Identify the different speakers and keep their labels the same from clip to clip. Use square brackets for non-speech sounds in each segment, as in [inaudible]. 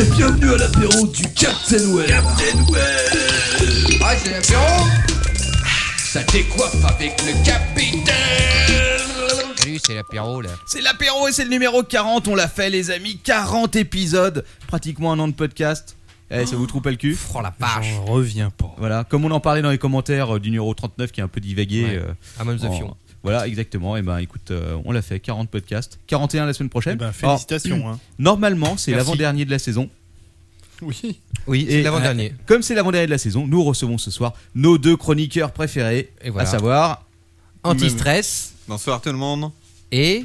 Speaker 1: Et bienvenue à l'apéro du Captain Well. Captain Well.
Speaker 2: Ah, c'est l'apéro
Speaker 1: Ça décoiffe avec le capitaine.
Speaker 2: Oui, c'est l'apéro, là.
Speaker 3: C'est l'apéro et c'est le numéro 40, on l'a fait les amis, 40 épisodes, pratiquement un an de podcast. Eh, ça vous troupe le cul
Speaker 2: Oh la vache
Speaker 4: J'en reviens pas.
Speaker 3: Voilà, comme on en parlait dans les commentaires euh, du numéro 39 qui est un peu divagué.
Speaker 2: Ouais.
Speaker 3: euh,
Speaker 2: Amon the
Speaker 3: en-
Speaker 2: Fion.
Speaker 3: Voilà, exactement. Et ben écoute, euh, on l'a fait, 40 podcasts, 41 la semaine prochaine.
Speaker 4: Eh ben,
Speaker 3: Alors,
Speaker 4: félicitations. hein.
Speaker 3: [clears throat] normalement, c'est
Speaker 4: Merci.
Speaker 3: l'avant-dernier de la saison.
Speaker 4: Oui.
Speaker 3: Oui,
Speaker 2: C'est l'avant-dernier.
Speaker 3: comme c'est l'avant-dernier de la saison, nous recevons ce soir nos deux chroniqueurs préférés,
Speaker 2: Et voilà.
Speaker 3: à savoir
Speaker 2: Anti-stress
Speaker 5: Bonsoir tout le monde.
Speaker 2: et.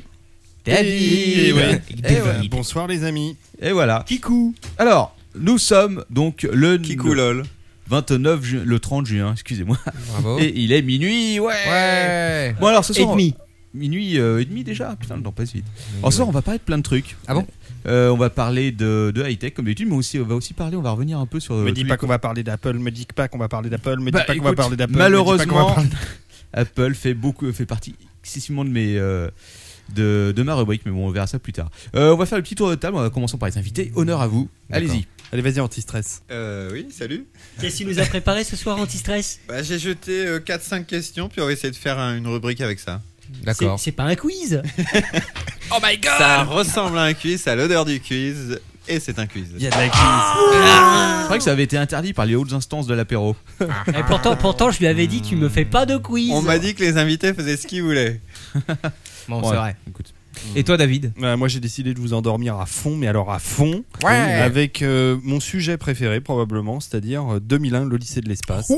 Speaker 2: David
Speaker 4: Et ouais.
Speaker 2: David.
Speaker 3: Eh ouais.
Speaker 4: Bonsoir, les amis.
Speaker 3: et voilà.
Speaker 4: Kikou.
Speaker 3: Alors, nous sommes donc le
Speaker 5: Kikou lol.
Speaker 3: 29 ju- le 30 juin, excusez-moi.
Speaker 2: Bravo
Speaker 3: [laughs] Et il est minuit, ouais.
Speaker 2: Ouais
Speaker 3: Bon alors ce soir,
Speaker 2: Et demi.
Speaker 3: minuit euh, et demi déjà. Putain, le temps passe vite. Alors ce soir, on va parler de plein de trucs.
Speaker 2: Ah bon
Speaker 3: Euh, On va parler de, de high tech comme d'habitude, mais aussi on va aussi parler, on va revenir un peu sur. euh,
Speaker 4: Me
Speaker 3: tous
Speaker 4: dis
Speaker 3: les
Speaker 4: pas
Speaker 3: co-
Speaker 4: qu'on va parler d'Apple, me dis pas qu'on va parler d'Apple, me dis
Speaker 3: Bah,
Speaker 4: pas qu'on va
Speaker 3: écoute,
Speaker 4: parler d'Apple. me dis pas qu'on va
Speaker 3: Malheureusement,
Speaker 4: parler-
Speaker 3: Apple fait beaucoup, fait partie excessivement de mes. euh, de, de ma rubrique, mais bon, on verra ça plus tard. Euh, on va faire le petit tour de table, on va commencer par les invités. Honneur à vous,
Speaker 2: D'accord.
Speaker 3: allez-y.
Speaker 4: Allez, vas-y, anti-stress.
Speaker 5: Euh, oui, salut.
Speaker 6: Qu'est-ce qu'il nous a préparé ce soir anti-stress
Speaker 5: Bah, j'ai jeté 4-5 questions, puis on va essayer de faire un- une rubrique avec ça.
Speaker 6: C'est-
Speaker 2: D'accord.
Speaker 6: C'est pas un
Speaker 3: [laughs]
Speaker 6: quiz
Speaker 5: Ça ressemble à un quiz, à l'odeur du quiz, et c'est un quiz.
Speaker 4: Il y a de la crise.
Speaker 3: C'est vrai que ça avait été interdit par les hautes instances de l'apéro.
Speaker 6: Et pourtant, pourtant, je lui avais dit, tu me fais pas de quiz
Speaker 5: On m'a dit que les invités faisaient ce qu'ils voulaient.
Speaker 2: Bon,
Speaker 3: Ouais,
Speaker 2: c'est vrai.
Speaker 3: écoute.
Speaker 2: Et toi, David
Speaker 4: Voilà, Euh, moi, j'ai décidé de vous endormir à fond, mais alors à fond,
Speaker 2: Ouais.
Speaker 4: avec euh, mon sujet préféré, probablement, c'est-à-dire euh, 2001, le lycée de l'espace.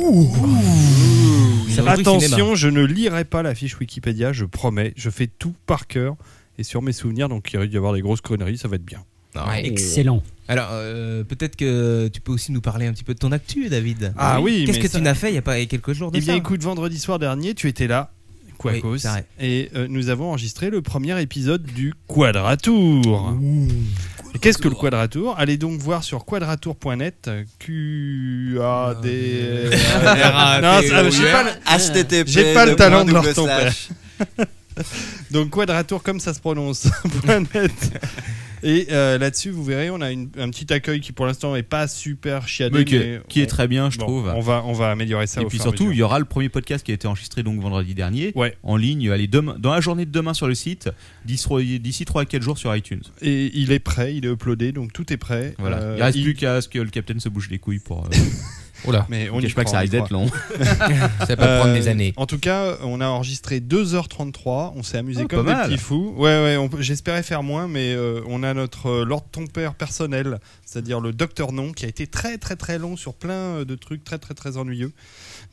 Speaker 2: Ça va
Speaker 4: Attention, je ne lirai pas la fiche Wikipédia, je promets. Je fais tout par cœur et sur mes souvenirs, donc il risque d'y avoir des grosses conneries, ça va être bien.
Speaker 6: Excellent.
Speaker 7: Alors, euh, peut-être que tu peux aussi nous parler un petit peu de ton actu, David.
Speaker 4: Ah oui,
Speaker 7: Qu'est-ce
Speaker 4: mais
Speaker 7: que
Speaker 4: ça-
Speaker 7: tu n'as fait il y a pas il y a quelques jours de
Speaker 4: Eh bien,
Speaker 7: ça
Speaker 4: écoute, vendredi soir dernier, tu étais là, Quacos,
Speaker 7: Oui, c'est vrai.
Speaker 4: et euh, nous avons enregistré le premier épisode du Quadratour. Et Qu'est-ce que le Quadratour Allez donc voir sur quadratour.net, euh, Q A D Non, ça- je sais pas le-
Speaker 5: HTTP.
Speaker 4: J'ai pas le talent de leur
Speaker 5: double
Speaker 4: ton
Speaker 5: slash.
Speaker 4: Donc Quadratour comme ça se prononce. [laughs] point net. Et euh, là-dessus, vous verrez, on a une- un petit accueil qui pour l'instant est pas super chiadé,
Speaker 3: Mais que-
Speaker 4: mais
Speaker 3: qui
Speaker 4: on-
Speaker 3: est très bien, je
Speaker 4: bon,
Speaker 3: trouve.
Speaker 4: On va, on va améliorer ça.
Speaker 3: et
Speaker 4: au
Speaker 3: puis
Speaker 4: fur à
Speaker 3: surtout, il
Speaker 4: mesure.
Speaker 3: y aura le premier podcast qui a été enregistré donc vendredi dernier.
Speaker 4: Ouais.
Speaker 3: En ligne, allez, demain, dans la journée de demain sur le site, d'ici trois- d'ici 3 à 4 jours sur iTunes.
Speaker 4: et il est prêt, il est uploadé, donc tout est prêt.
Speaker 3: Voilà.
Speaker 4: Euh,
Speaker 3: il reste
Speaker 4: il-
Speaker 3: plus qu'à ce que le capitaine se bouge les couilles [laughs] pour. euh,
Speaker 4: Mais
Speaker 3: on
Speaker 4: on
Speaker 3: cache
Speaker 4: y
Speaker 3: pas que ça
Speaker 4: croit, on y
Speaker 3: risque
Speaker 4: croit.
Speaker 3: d'être long.
Speaker 4: [laughs]
Speaker 2: Ça peut prendre des
Speaker 4: Euh,
Speaker 2: années.
Speaker 4: En tout cas, on a enregistré 2h33. On s'est amusé
Speaker 3: Ah,
Speaker 4: comme
Speaker 3: pas
Speaker 4: des
Speaker 3: mal.
Speaker 4: petits fous. Ouais, ouais, on peut- j'espérais faire moins, mais euh, on a notre euh, Lord Ton Père personnel, c'est-à-dire le Docteur Non, qui a été très, très, très long sur plein euh, de trucs très, très, très ennuyeux.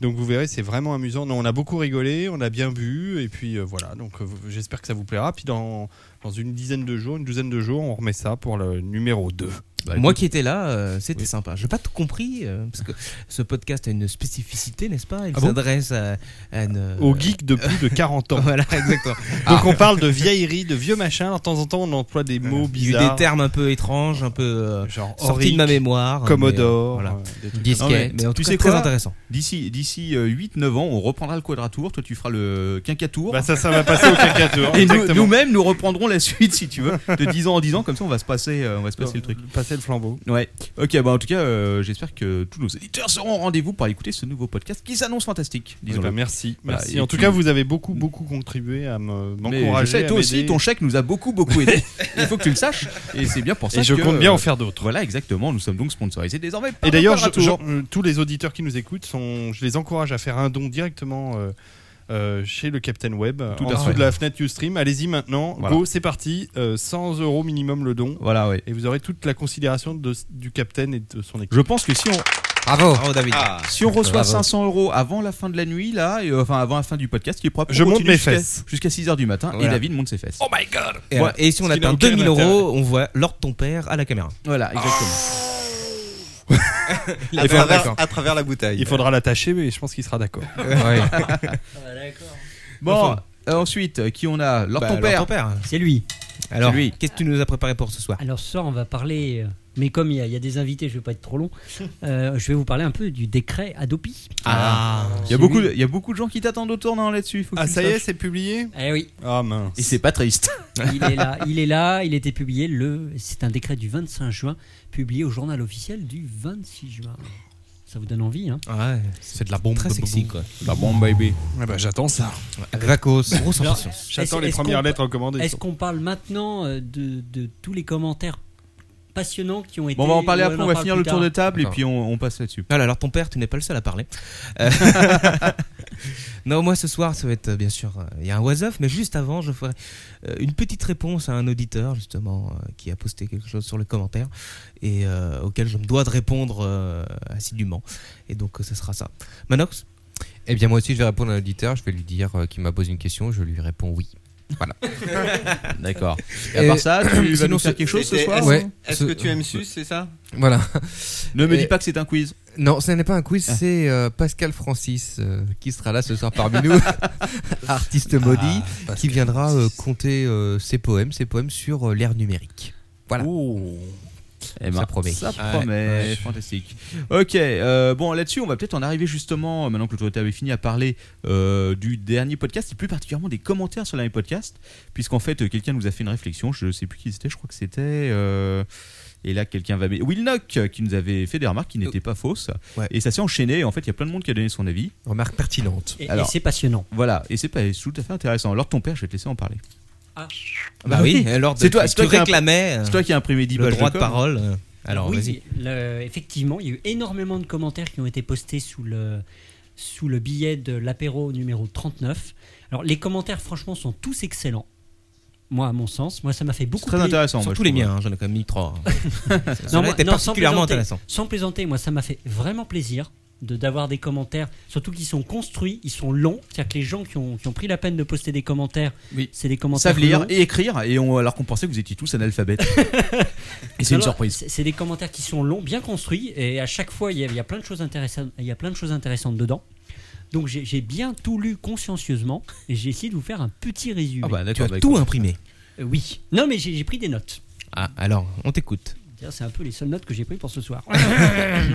Speaker 4: Donc vous verrez, c'est vraiment amusant. Non, on a beaucoup rigolé, on a bien bu, et puis euh, voilà. Donc euh, j'espère que ça vous plaira. Puis dans, dans une dizaine de jours, une douzaine de jours, on remet ça pour le numéro 2.
Speaker 7: Moi qui étais là, euh, c'était sympa. J'ai pas tout compris euh, parce que ce podcast a une spécificité, n'est-ce pas Il
Speaker 4: Ah bon
Speaker 7: s'adresse à, à une-
Speaker 4: Au geek de plus de 40
Speaker 3: [laughs]
Speaker 4: ans.
Speaker 7: Voilà, exactement.
Speaker 3: Ah.
Speaker 4: Donc on parle de vieillerie, de vieux machin. Alors, De temps en temps, on emploie des mots
Speaker 7: [laughs] Il y a eu
Speaker 4: bizarres.
Speaker 7: des termes un peu étranges, un peu euh,
Speaker 4: genre
Speaker 7: sortis de ma mémoire.
Speaker 4: Commodore.
Speaker 7: mais, euh, voilà.
Speaker 4: euh, des trucs.
Speaker 3: Non, mais
Speaker 7: Disquette. Mais en
Speaker 3: tu
Speaker 7: tout
Speaker 3: sais
Speaker 7: cas, très
Speaker 3: quoi
Speaker 7: intéressant.
Speaker 3: D'ici d'ici 8-9 ans, on reprendra le quadratour. Toi, tu feras le quinquatour.
Speaker 4: Bah ça, ça va passer au cacatour.
Speaker 3: [laughs] et nous-
Speaker 4: exactement.
Speaker 3: nous-mêmes, nous reprendrons la suite si tu veux. De 10 ans en 10 ans, comme ça, on va se passer, euh, on va se passer le truc.
Speaker 4: Passer le flambeau.
Speaker 3: Ouais. Ok, bah en tout cas, euh, j'espère que tous nos éditeurs seront au rendez-vous pour écouter ce nouveau podcast qui s'annonce fantastique,
Speaker 4: Eh
Speaker 3: disons-le.
Speaker 4: ben, merci,
Speaker 3: Voilà,
Speaker 4: merci.
Speaker 3: et
Speaker 4: en tout
Speaker 3: tu-
Speaker 4: cas, vous avez beaucoup, beaucoup contribué à me-
Speaker 3: Mais je
Speaker 4: m'encourager.
Speaker 3: sais,
Speaker 4: à
Speaker 3: toi aussi,
Speaker 4: m'aider.
Speaker 3: ton chèque nous a beaucoup,
Speaker 4: [laughs]
Speaker 3: beaucoup aidé. Il faut que tu le saches. Et c'est bien pour ça
Speaker 4: Et je
Speaker 3: que,
Speaker 4: compte bien
Speaker 3: euh,
Speaker 4: en faire d'autres.
Speaker 3: Voilà, exactement. Nous sommes donc sponsorisés désormais. par
Speaker 4: Et d'ailleurs, je-
Speaker 3: Quadratour.
Speaker 4: je- euh, tous les auditeurs qui nous écoutent, sont, je les encourage à faire un don directement euh, euh, chez le Captain Web,
Speaker 3: Tout
Speaker 4: en
Speaker 3: à
Speaker 4: dessous
Speaker 3: fait.
Speaker 4: de la fenêtre Ustream. Allez-y maintenant,
Speaker 3: Voilà.
Speaker 4: go, c'est parti. euh, 100 euros minimum le don.
Speaker 3: Voilà, ouais.
Speaker 4: Et vous aurez toute la considération de- du Captain et de son équipe.
Speaker 3: Je pense que si on,
Speaker 2: Bravo
Speaker 7: Bravo David.
Speaker 5: Ah,
Speaker 3: Si on reçoit
Speaker 7: Bravo.
Speaker 3: 500 euros avant la fin de la nuit, là, et, euh, enfin avant la fin du podcast, il est propre.
Speaker 4: Je monte mes
Speaker 3: jusqu'à,
Speaker 4: fesses.
Speaker 3: Jusqu'à 6h du matin et
Speaker 7: Voilà.
Speaker 3: David monte ses fesses.
Speaker 5: Oh, bah.
Speaker 4: [laughs]
Speaker 7: Et, voilà. Et si on
Speaker 4: Ce qui n'a
Speaker 7: atteint
Speaker 4: aucun
Speaker 7: 2000
Speaker 4: intérêt.
Speaker 7: euros, on voit Lord ton père à la caméra.
Speaker 3: Voilà, exactement.
Speaker 7: [laughs]
Speaker 5: à,
Speaker 7: faudra-
Speaker 5: Ah. travers,
Speaker 7: d'accord.
Speaker 5: à travers la bouteille.
Speaker 4: Il faudra l'attacher, mais je pense qu'il sera
Speaker 3: [laughs]
Speaker 4: d'accord. [laughs]
Speaker 6: Ah, bah,
Speaker 3: Bon, euh, ensuite, euh, qui on a Lord
Speaker 7: Bah,
Speaker 3: ton
Speaker 7: Lord
Speaker 3: père.
Speaker 2: Bah,
Speaker 7: ton père.
Speaker 6: C'est lui.
Speaker 2: Alors,
Speaker 3: lui.
Speaker 2: qu'est-ce que tu nous as préparé pour ce soir
Speaker 6: Alors ce soir, on va parler, euh, mais comme il y, a- il y a des invités, je ne vais pas être trop long, euh, je vais vous parler un peu du décret Adopi.
Speaker 3: Ah. Il y, a beaucoup de, il y a beaucoup de gens qui t'attendent au tournant là-dessus. faut que
Speaker 4: Ah,
Speaker 3: tu
Speaker 4: ça y
Speaker 3: le
Speaker 4: est,
Speaker 3: saches.
Speaker 4: c'est publié
Speaker 6: Eh oui,
Speaker 4: Ah mince.
Speaker 3: Et c'est pas triste.
Speaker 6: il est là, il est là, il était publié le, c'est un décret du 25 juin, publié au journal officiel du 26 juin. Ça vous donne envie, hein
Speaker 7: Ouais, c'est de la bombe. Très sexy, quoi.
Speaker 3: Bah bon, baby.
Speaker 4: Ah bah, j'attends ça.
Speaker 2: Gracos.
Speaker 7: Grosse
Speaker 6: Alors,
Speaker 7: sensation.
Speaker 4: J'attends
Speaker 6: Est-ce-
Speaker 4: les
Speaker 6: est-ce
Speaker 4: premières
Speaker 6: qu'on-
Speaker 4: lettres recommandées.
Speaker 6: Est-ce qu'on parle maintenant euh, de, de tous les commentaires passionnants qui ont été
Speaker 3: Bon, on va en parler
Speaker 6: ou
Speaker 3: après, on
Speaker 6: euh, en
Speaker 3: va
Speaker 6: parle
Speaker 3: finir
Speaker 6: plus
Speaker 3: le tour
Speaker 6: tard
Speaker 3: de table et
Speaker 7: Attends.
Speaker 3: puis on, on passe là-dessus.
Speaker 7: Voilà, alors ton père, tu n'es pas le seul à parler. Euh, [laughs] non, moi ce soir, ça va être euh, bien sûr, euh, il y a un was-off, mais juste avant, je ferai euh, une petite réponse à un auditeur, justement, euh, qui a posté quelque chose sur le commentaire et euh, auquel je me dois de répondre euh, assidûment. Et donc, euh, ce sera ça. Manox
Speaker 2: Eh bien, moi aussi, je vais répondre à l'auditeur. Je vais lui dire euh, qu'il m'a posé une question. Je lui réponds oui.
Speaker 3: D'accord. Et à part ça, tu vas
Speaker 2: sinon,
Speaker 3: nous faire
Speaker 2: c'est-
Speaker 3: quelque chose ce
Speaker 5: C'était-
Speaker 3: soir
Speaker 5: est-ce-
Speaker 2: Ouais.
Speaker 5: Est-ce que tu aimes sus, c'est ça
Speaker 2: Voilà.
Speaker 3: Ne me
Speaker 2: Et-
Speaker 3: dis pas que c'est un quiz. Ah.
Speaker 2: Non, ce n'est pas un quiz, c'est euh, Pascal Francis euh, qui sera là ce soir
Speaker 3: [laughs]
Speaker 2: parmi nous, artiste
Speaker 3: Ah,
Speaker 2: maudit, qui viendra euh, compter euh, ses poèmes, ses poèmes sur euh, l'ère numérique. Voilà.
Speaker 3: Eh
Speaker 2: ben, Ça promet.
Speaker 3: Ça
Speaker 2: Ouais.
Speaker 3: promet.
Speaker 2: Ouais.
Speaker 3: Fantastique. Ok. euh, bon, là-dessus, on va peut-être en arriver justement, euh, maintenant que le tour de table est fini, à parler euh, du dernier podcast et plus particulièrement des commentaires sur le dernier podcast, puisqu'en fait, euh, quelqu'un nous a fait une réflexion. Je sais plus qui c'était. Je crois que c'était. euh, et là, quelqu'un va. mais- Will Knock euh, qui nous avait fait des remarques qui n'étaient pas fausses.
Speaker 2: Ouais.
Speaker 3: Et ça s'est enchaîné. En fait, il y a plein de monde qui a donné son avis.
Speaker 2: Remarque pertinente.
Speaker 6: Et- Et,
Speaker 3: Alors.
Speaker 6: c'est passionnant.
Speaker 3: Voilà. Et c'est pas c'est tout à fait intéressant. Alors, ton père, je vais te laisser en parler.
Speaker 6: Ah.
Speaker 7: Bah
Speaker 3: Bah
Speaker 7: oui,
Speaker 3: oui.
Speaker 6: eh,
Speaker 7: alors
Speaker 3: C'est toi-
Speaker 7: tu,
Speaker 3: c'est toi
Speaker 7: tu
Speaker 3: qui as un-
Speaker 7: réclamais euh,
Speaker 3: C'est toi qui as imprimé 10
Speaker 7: le
Speaker 3: pages
Speaker 7: droit de
Speaker 3: com.
Speaker 7: parole. euh, Alors,
Speaker 6: oui,
Speaker 7: vas-y.
Speaker 6: le- effectivement, il y a eu énormément de commentaires qui ont été postés sous le, sous le billet de l'apéro numéro 39. Alors, les commentaires, franchement, sont tous excellents. Moi, à mon sens, moi, ça m'a fait beaucoup
Speaker 3: Très
Speaker 6: plaisir.
Speaker 3: intéressant. moi,
Speaker 7: Surtout les
Speaker 3: je trouve.
Speaker 7: miens, hein, j'en ai quand même mis trois.
Speaker 6: [laughs] Non,
Speaker 3: [laughs]
Speaker 7: Cela
Speaker 6: moi-
Speaker 7: était
Speaker 6: non, sans
Speaker 7: particulièrement
Speaker 6: plaisanter.
Speaker 7: intéressant.
Speaker 6: Sans plaisanter, moi, ça m'a fait vraiment plaisir de d'avoir des commentaires, surtout qu'ils sont construits, ils sont longs. C'est-à-dire que les gens qui ont, qui ont pris la peine de poster des commentaires,
Speaker 3: Oui.
Speaker 6: c'est des commentaires
Speaker 3: savent lire
Speaker 6: longs.
Speaker 3: et écrire, et on, alors qu'on pensait que vous étiez tous
Speaker 6: [laughs]
Speaker 3: analphabètes. et c'est
Speaker 6: Non,
Speaker 3: une
Speaker 6: non,
Speaker 3: surprise.
Speaker 6: C'est c'est des commentaires qui sont longs, bien construits, et à chaque fois, il y a, il y a plein de choses intéressantes. Il y a plein de choses intéressantes dedans. Donc j'ai j'ai bien tout lu consciencieusement et j'ai essayé de vous faire un petit résumé.
Speaker 3: Ah bah
Speaker 7: Tu
Speaker 3: d'accord.
Speaker 7: as tout imprimé.
Speaker 6: Euh, oui. Non mais j'ai j'ai pris des notes.
Speaker 7: Ah, alors, on t'écoute.
Speaker 6: D'ailleurs, C'est un peu les seules notes que j'ai prises pour ce soir.
Speaker 7: [laughs]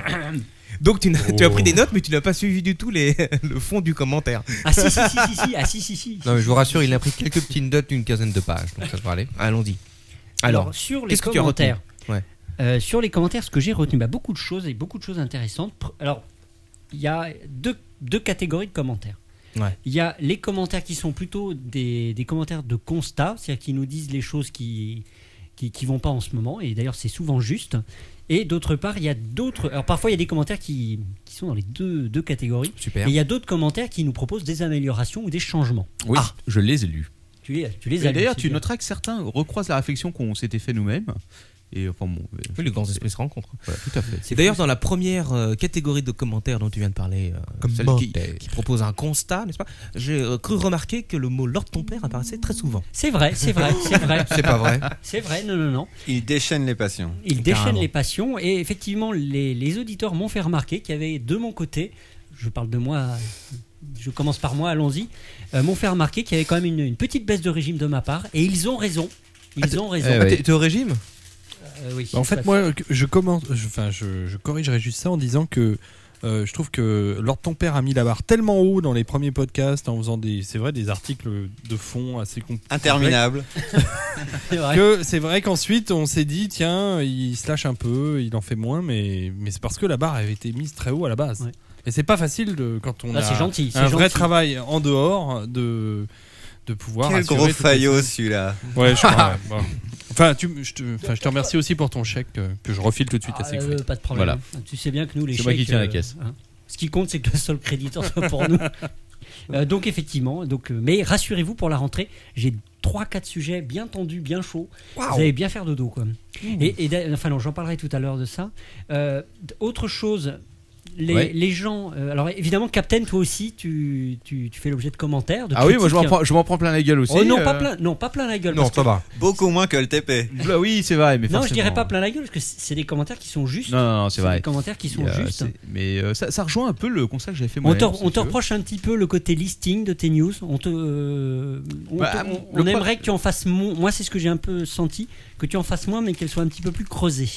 Speaker 7: Donc tu, n'as- tu as pris des
Speaker 3: Oh.
Speaker 7: notes, mais tu n'as pas suivi du tout les, [laughs] le fond du commentaire.
Speaker 6: ah si si si si, si, ah, si, si, si.
Speaker 2: Non, mais je vous rassure, il a pris quelques petites notes d'une quinzaine de pages, donc ça devrait aller.
Speaker 7: Allons-y.
Speaker 6: Alors,
Speaker 7: Alors,
Speaker 6: sur les
Speaker 7: qu'est-ce que tu as
Speaker 6: commentaires.
Speaker 7: retenu Ouais.
Speaker 6: Euh, sur les commentaires, ce que j'ai retenu, bah, beaucoup de choses et beaucoup de choses intéressantes. Pr- Alors, il y a deux, deux catégories de commentaires.
Speaker 7: Ouais.
Speaker 6: Il y a les commentaires qui sont plutôt des, des commentaires de constat, c'est-à-dire qui nous disent les choses qui qui, qui vont pas en ce moment, et d'ailleurs c'est souvent juste. Et d'autre part, il y a d'autres. Alors parfois, il y a des commentaires qui, qui sont dans les deux, deux catégories.
Speaker 2: Super.
Speaker 6: Et il y a d'autres commentaires qui nous proposent des améliorations ou des changements.
Speaker 3: Oui, je les ai lus.
Speaker 6: Tu les, Ah. tu les as
Speaker 3: Et
Speaker 6: lus,
Speaker 3: d'ailleurs,
Speaker 6: c'est
Speaker 3: tu
Speaker 6: bien.
Speaker 3: noteras que certains recroisent la réflexion qu'on s'était fait nous-mêmes. [laughs] Et enfin bon, euh,
Speaker 7: oui, les grands esprits se rencontrent.
Speaker 3: voilà, tout à fait.
Speaker 7: C'est d'ailleurs dans la première euh, catégorie de commentaires dont tu viens de parler, euh, celle qui, qui propose un constat, n'est-ce pas J'ai euh, cru remarquer que le mot Lord ton père apparaissait très souvent.
Speaker 6: C'est vrai, c'est vrai, c'est
Speaker 1: [laughs]
Speaker 6: vrai,
Speaker 2: C'est pas vrai.
Speaker 6: c'est vrai, non, non, non.
Speaker 5: Il déchaîne les passions.
Speaker 6: Il
Speaker 7: Carrément.
Speaker 6: déchaîne les passions et effectivement, les, les auditeurs m'ont fait remarquer qu'il y avait de mon côté, je parle de moi, je commence par moi, allons-y, euh, m'ont fait remarquer qu'il y avait quand même une, une petite baisse de régime de ma part et ils ont raison. Ils ont raison.
Speaker 2: Ah, t'es- T'es au régime
Speaker 6: Euh, oui,
Speaker 8: eh Bah, en fait,
Speaker 6: Bah,
Speaker 8: moi, je commence, je- enfin, je, je corrigerai juste ça en disant que euh, je trouve que Lord ton père a mis la barre tellement haut dans les premiers podcasts en faisant des, c'est vrai, des articles de fond assez complexes
Speaker 5: Interminable.
Speaker 6: c'est vrai.
Speaker 8: que c'est vrai qu'ensuite on s'est dit tiens il se lâche un peu il en fait moins mais mais c'est parce que la barre avait été mise très haut à la base
Speaker 6: Ouais.
Speaker 8: et c'est pas facile de quand on
Speaker 6: Ah, c'est
Speaker 8: a
Speaker 6: gentil. c'est
Speaker 8: un vrai
Speaker 6: gentil.
Speaker 8: travail en dehors de de pouvoir
Speaker 5: Quel
Speaker 8: assurer
Speaker 5: gros
Speaker 8: toutes les-
Speaker 5: faillot celui-là.
Speaker 8: ouais je
Speaker 5: [laughs]
Speaker 8: crois, ouais. Bon. enfin tu je te enfin, je te remercie aussi pour ton chèque euh, que je refile tout de suite à
Speaker 6: Ah,
Speaker 8: Siegfried.
Speaker 6: euh, pas de problème. Tu sais bien que nous, les
Speaker 3: C'est moi qui
Speaker 6: chèques,
Speaker 3: tiens la
Speaker 6: euh,
Speaker 3: caisse.
Speaker 6: hein, ce qui compte, c'est que le seul créditeur soit pour
Speaker 3: [laughs]
Speaker 6: nous. Euh, donc, effectivement, donc, euh, mais rassurez-vous pour la rentrée, j'ai 3-4 sujets bien tendus, bien chauds. Vous allez bien faire dodo, quoi. Et, et d'a- enfin, non, j'en parlerai tout à l'heure de ça. Euh, d- autre chose les,
Speaker 3: Ouais.
Speaker 6: les gens. euh, alors évidemment, Captain, toi aussi, tu, tu, tu fais l'objet de commentaires. De
Speaker 3: Ah oui, moi je m'en
Speaker 6: critiques.
Speaker 3: prends, je m'en prends plein la gueule aussi.
Speaker 6: Oh non,
Speaker 3: euh.
Speaker 6: pas plein, non, pas plein la gueule.
Speaker 2: Non,
Speaker 6: parce que-
Speaker 2: ça va.
Speaker 5: Beaucoup moins que le TP.
Speaker 3: Bah oui, c'est vrai, mais
Speaker 6: non, je
Speaker 3: forcément.
Speaker 6: dirais pas plein la gueule parce que c'est c'est des commentaires qui sont justes.
Speaker 3: Non, non, non, c'est vrai.
Speaker 6: des commentaires qui sont
Speaker 3: Il y a-
Speaker 6: justes.
Speaker 3: c'est- Mais euh, ça, ça rejoint un peu le constat que j'avais fait
Speaker 6: On
Speaker 3: moi.
Speaker 6: te, on te reproche un petit peu le côté listing de tes news. On te, euh, on,
Speaker 3: Bah,
Speaker 6: te- on-
Speaker 3: le
Speaker 6: on
Speaker 3: pro-
Speaker 6: aimerait que tu en fasses moins. Moi, c'est ce que j'ai un peu senti, que tu en fasses moins, mais qu'elles soient un petit peu plus creusées.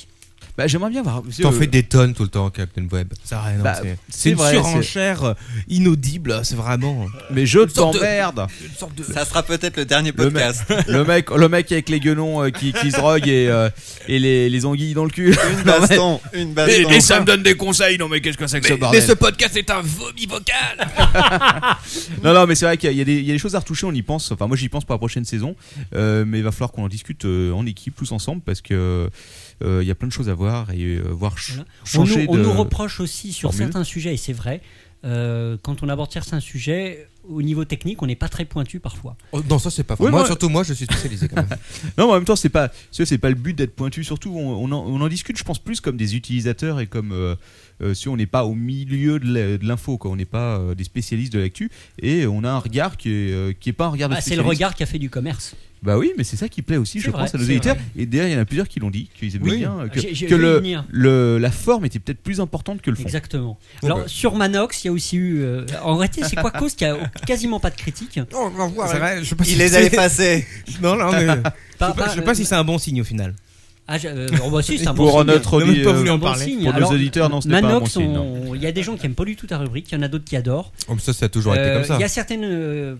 Speaker 3: Bah, j'aimerais bien voir.
Speaker 2: T'en fais des tonnes tout le temps, Captain Web.
Speaker 7: Ça, rien, non,
Speaker 3: Bah,
Speaker 7: c'est-
Speaker 3: c'est
Speaker 7: c'est une
Speaker 3: vrai,
Speaker 7: surenchère inaudible, c'est vraiment.
Speaker 3: Mais je t'emmerde.
Speaker 5: Ça sera peut-être le dernier
Speaker 3: Le
Speaker 5: podcast. [laughs]
Speaker 3: [laughs] le mec, le mec avec les guenons euh, qui, qui se drogue et, euh, et les, les anguilles dans le cul. [laughs]
Speaker 5: Une baston. Une baston.
Speaker 3: me donne des conseils. Non mais qu'est-ce que c'est que ce
Speaker 1: Mais ce podcast
Speaker 3: [laughs]
Speaker 1: est un vomi vocal
Speaker 3: Non, non, mais c'est vrai qu'il y, a des- il y a des choses à retoucher, on y pense. Enfin, moi, j'y pense pour la prochaine saison. Euh, mais il va falloir qu'on en discute euh, en équipe, tous ensemble, parce que euh, il y a plein de choses à voir et euh, voir ch-
Speaker 6: Voilà. On nous,
Speaker 3: changer
Speaker 6: on
Speaker 3: de.
Speaker 6: nous reproche aussi sur
Speaker 3: formule.
Speaker 6: certains sujets, et c'est vrai, euh, quand on aborde certains sujets, au niveau technique, on n'est pas très pointu parfois.
Speaker 2: Oh, non, ça c'est pas vrai.
Speaker 3: Oui,
Speaker 2: moi,
Speaker 3: moi-
Speaker 2: surtout moi, je suis spécialisé
Speaker 3: [laughs]
Speaker 2: quand même.
Speaker 3: Non, mais en même temps, c'est pas, c'est c'est pas le but d'être pointu. Surtout, on, on en, on en discute, je pense, plus comme des utilisateurs et comme euh, euh, si on n'est pas au milieu de la- de l'info, quoi. On n'est pas euh, des spécialistes de l'actu et on a un regard qui est, euh, qui est pas un regard de
Speaker 6: Ah, c'est le
Speaker 3: spécialiste.
Speaker 6: regard qui a fait du commerce.
Speaker 3: Bah oui, mais c'est ça qui plaît aussi,
Speaker 6: C'est
Speaker 3: je
Speaker 6: vrai,
Speaker 3: pense, à nos
Speaker 6: c'est
Speaker 3: éditeurs.
Speaker 6: vrai.
Speaker 3: Et derrière, il y en a plusieurs qui l'ont dit, qu'ils aimaient
Speaker 2: Oui.
Speaker 3: bien, euh, que,
Speaker 6: J'ai- j'ai
Speaker 3: que
Speaker 6: vu
Speaker 3: le,
Speaker 6: venir.
Speaker 3: le- la forme était peut-être plus importante que le fond.
Speaker 6: Exactement.
Speaker 2: Oh
Speaker 6: Alors,
Speaker 2: bah.
Speaker 6: sur Manox, il y a aussi eu. euh, en réalité, c'est quoi cause qui a quasiment pas de critique
Speaker 2: Non, non, voilà. C'est vrai, je sais pas
Speaker 5: hein. Il
Speaker 2: si
Speaker 5: les a
Speaker 2: c'est-
Speaker 5: effacés.
Speaker 7: [laughs]
Speaker 2: Non, non, mais.
Speaker 6: Pas-
Speaker 7: Je
Speaker 6: pas-
Speaker 7: sais pas si c'est un bon signe au final.
Speaker 6: Ah, je- euh, bon, bah,
Speaker 2: [laughs]
Speaker 6: si, c'est un
Speaker 3: Pour
Speaker 6: bon signe.
Speaker 3: notre
Speaker 7: même
Speaker 3: audi-
Speaker 7: pas
Speaker 3: euh,
Speaker 7: voulu
Speaker 6: C'est un
Speaker 7: en
Speaker 6: bon
Speaker 7: parler.
Speaker 6: signe.
Speaker 3: Pour nos
Speaker 6: Alors,
Speaker 3: auditeurs, non, ce n'est pas un bon
Speaker 6: Manox,
Speaker 3: signe. non.
Speaker 6: on- il y a des gens qui aiment pas du tout ta rubrique, il y en a d'autres qui adorent.
Speaker 2: Oh, mais ça, ça a toujours été
Speaker 6: Euh,
Speaker 2: comme ça.
Speaker 6: Il y a certaines. euh,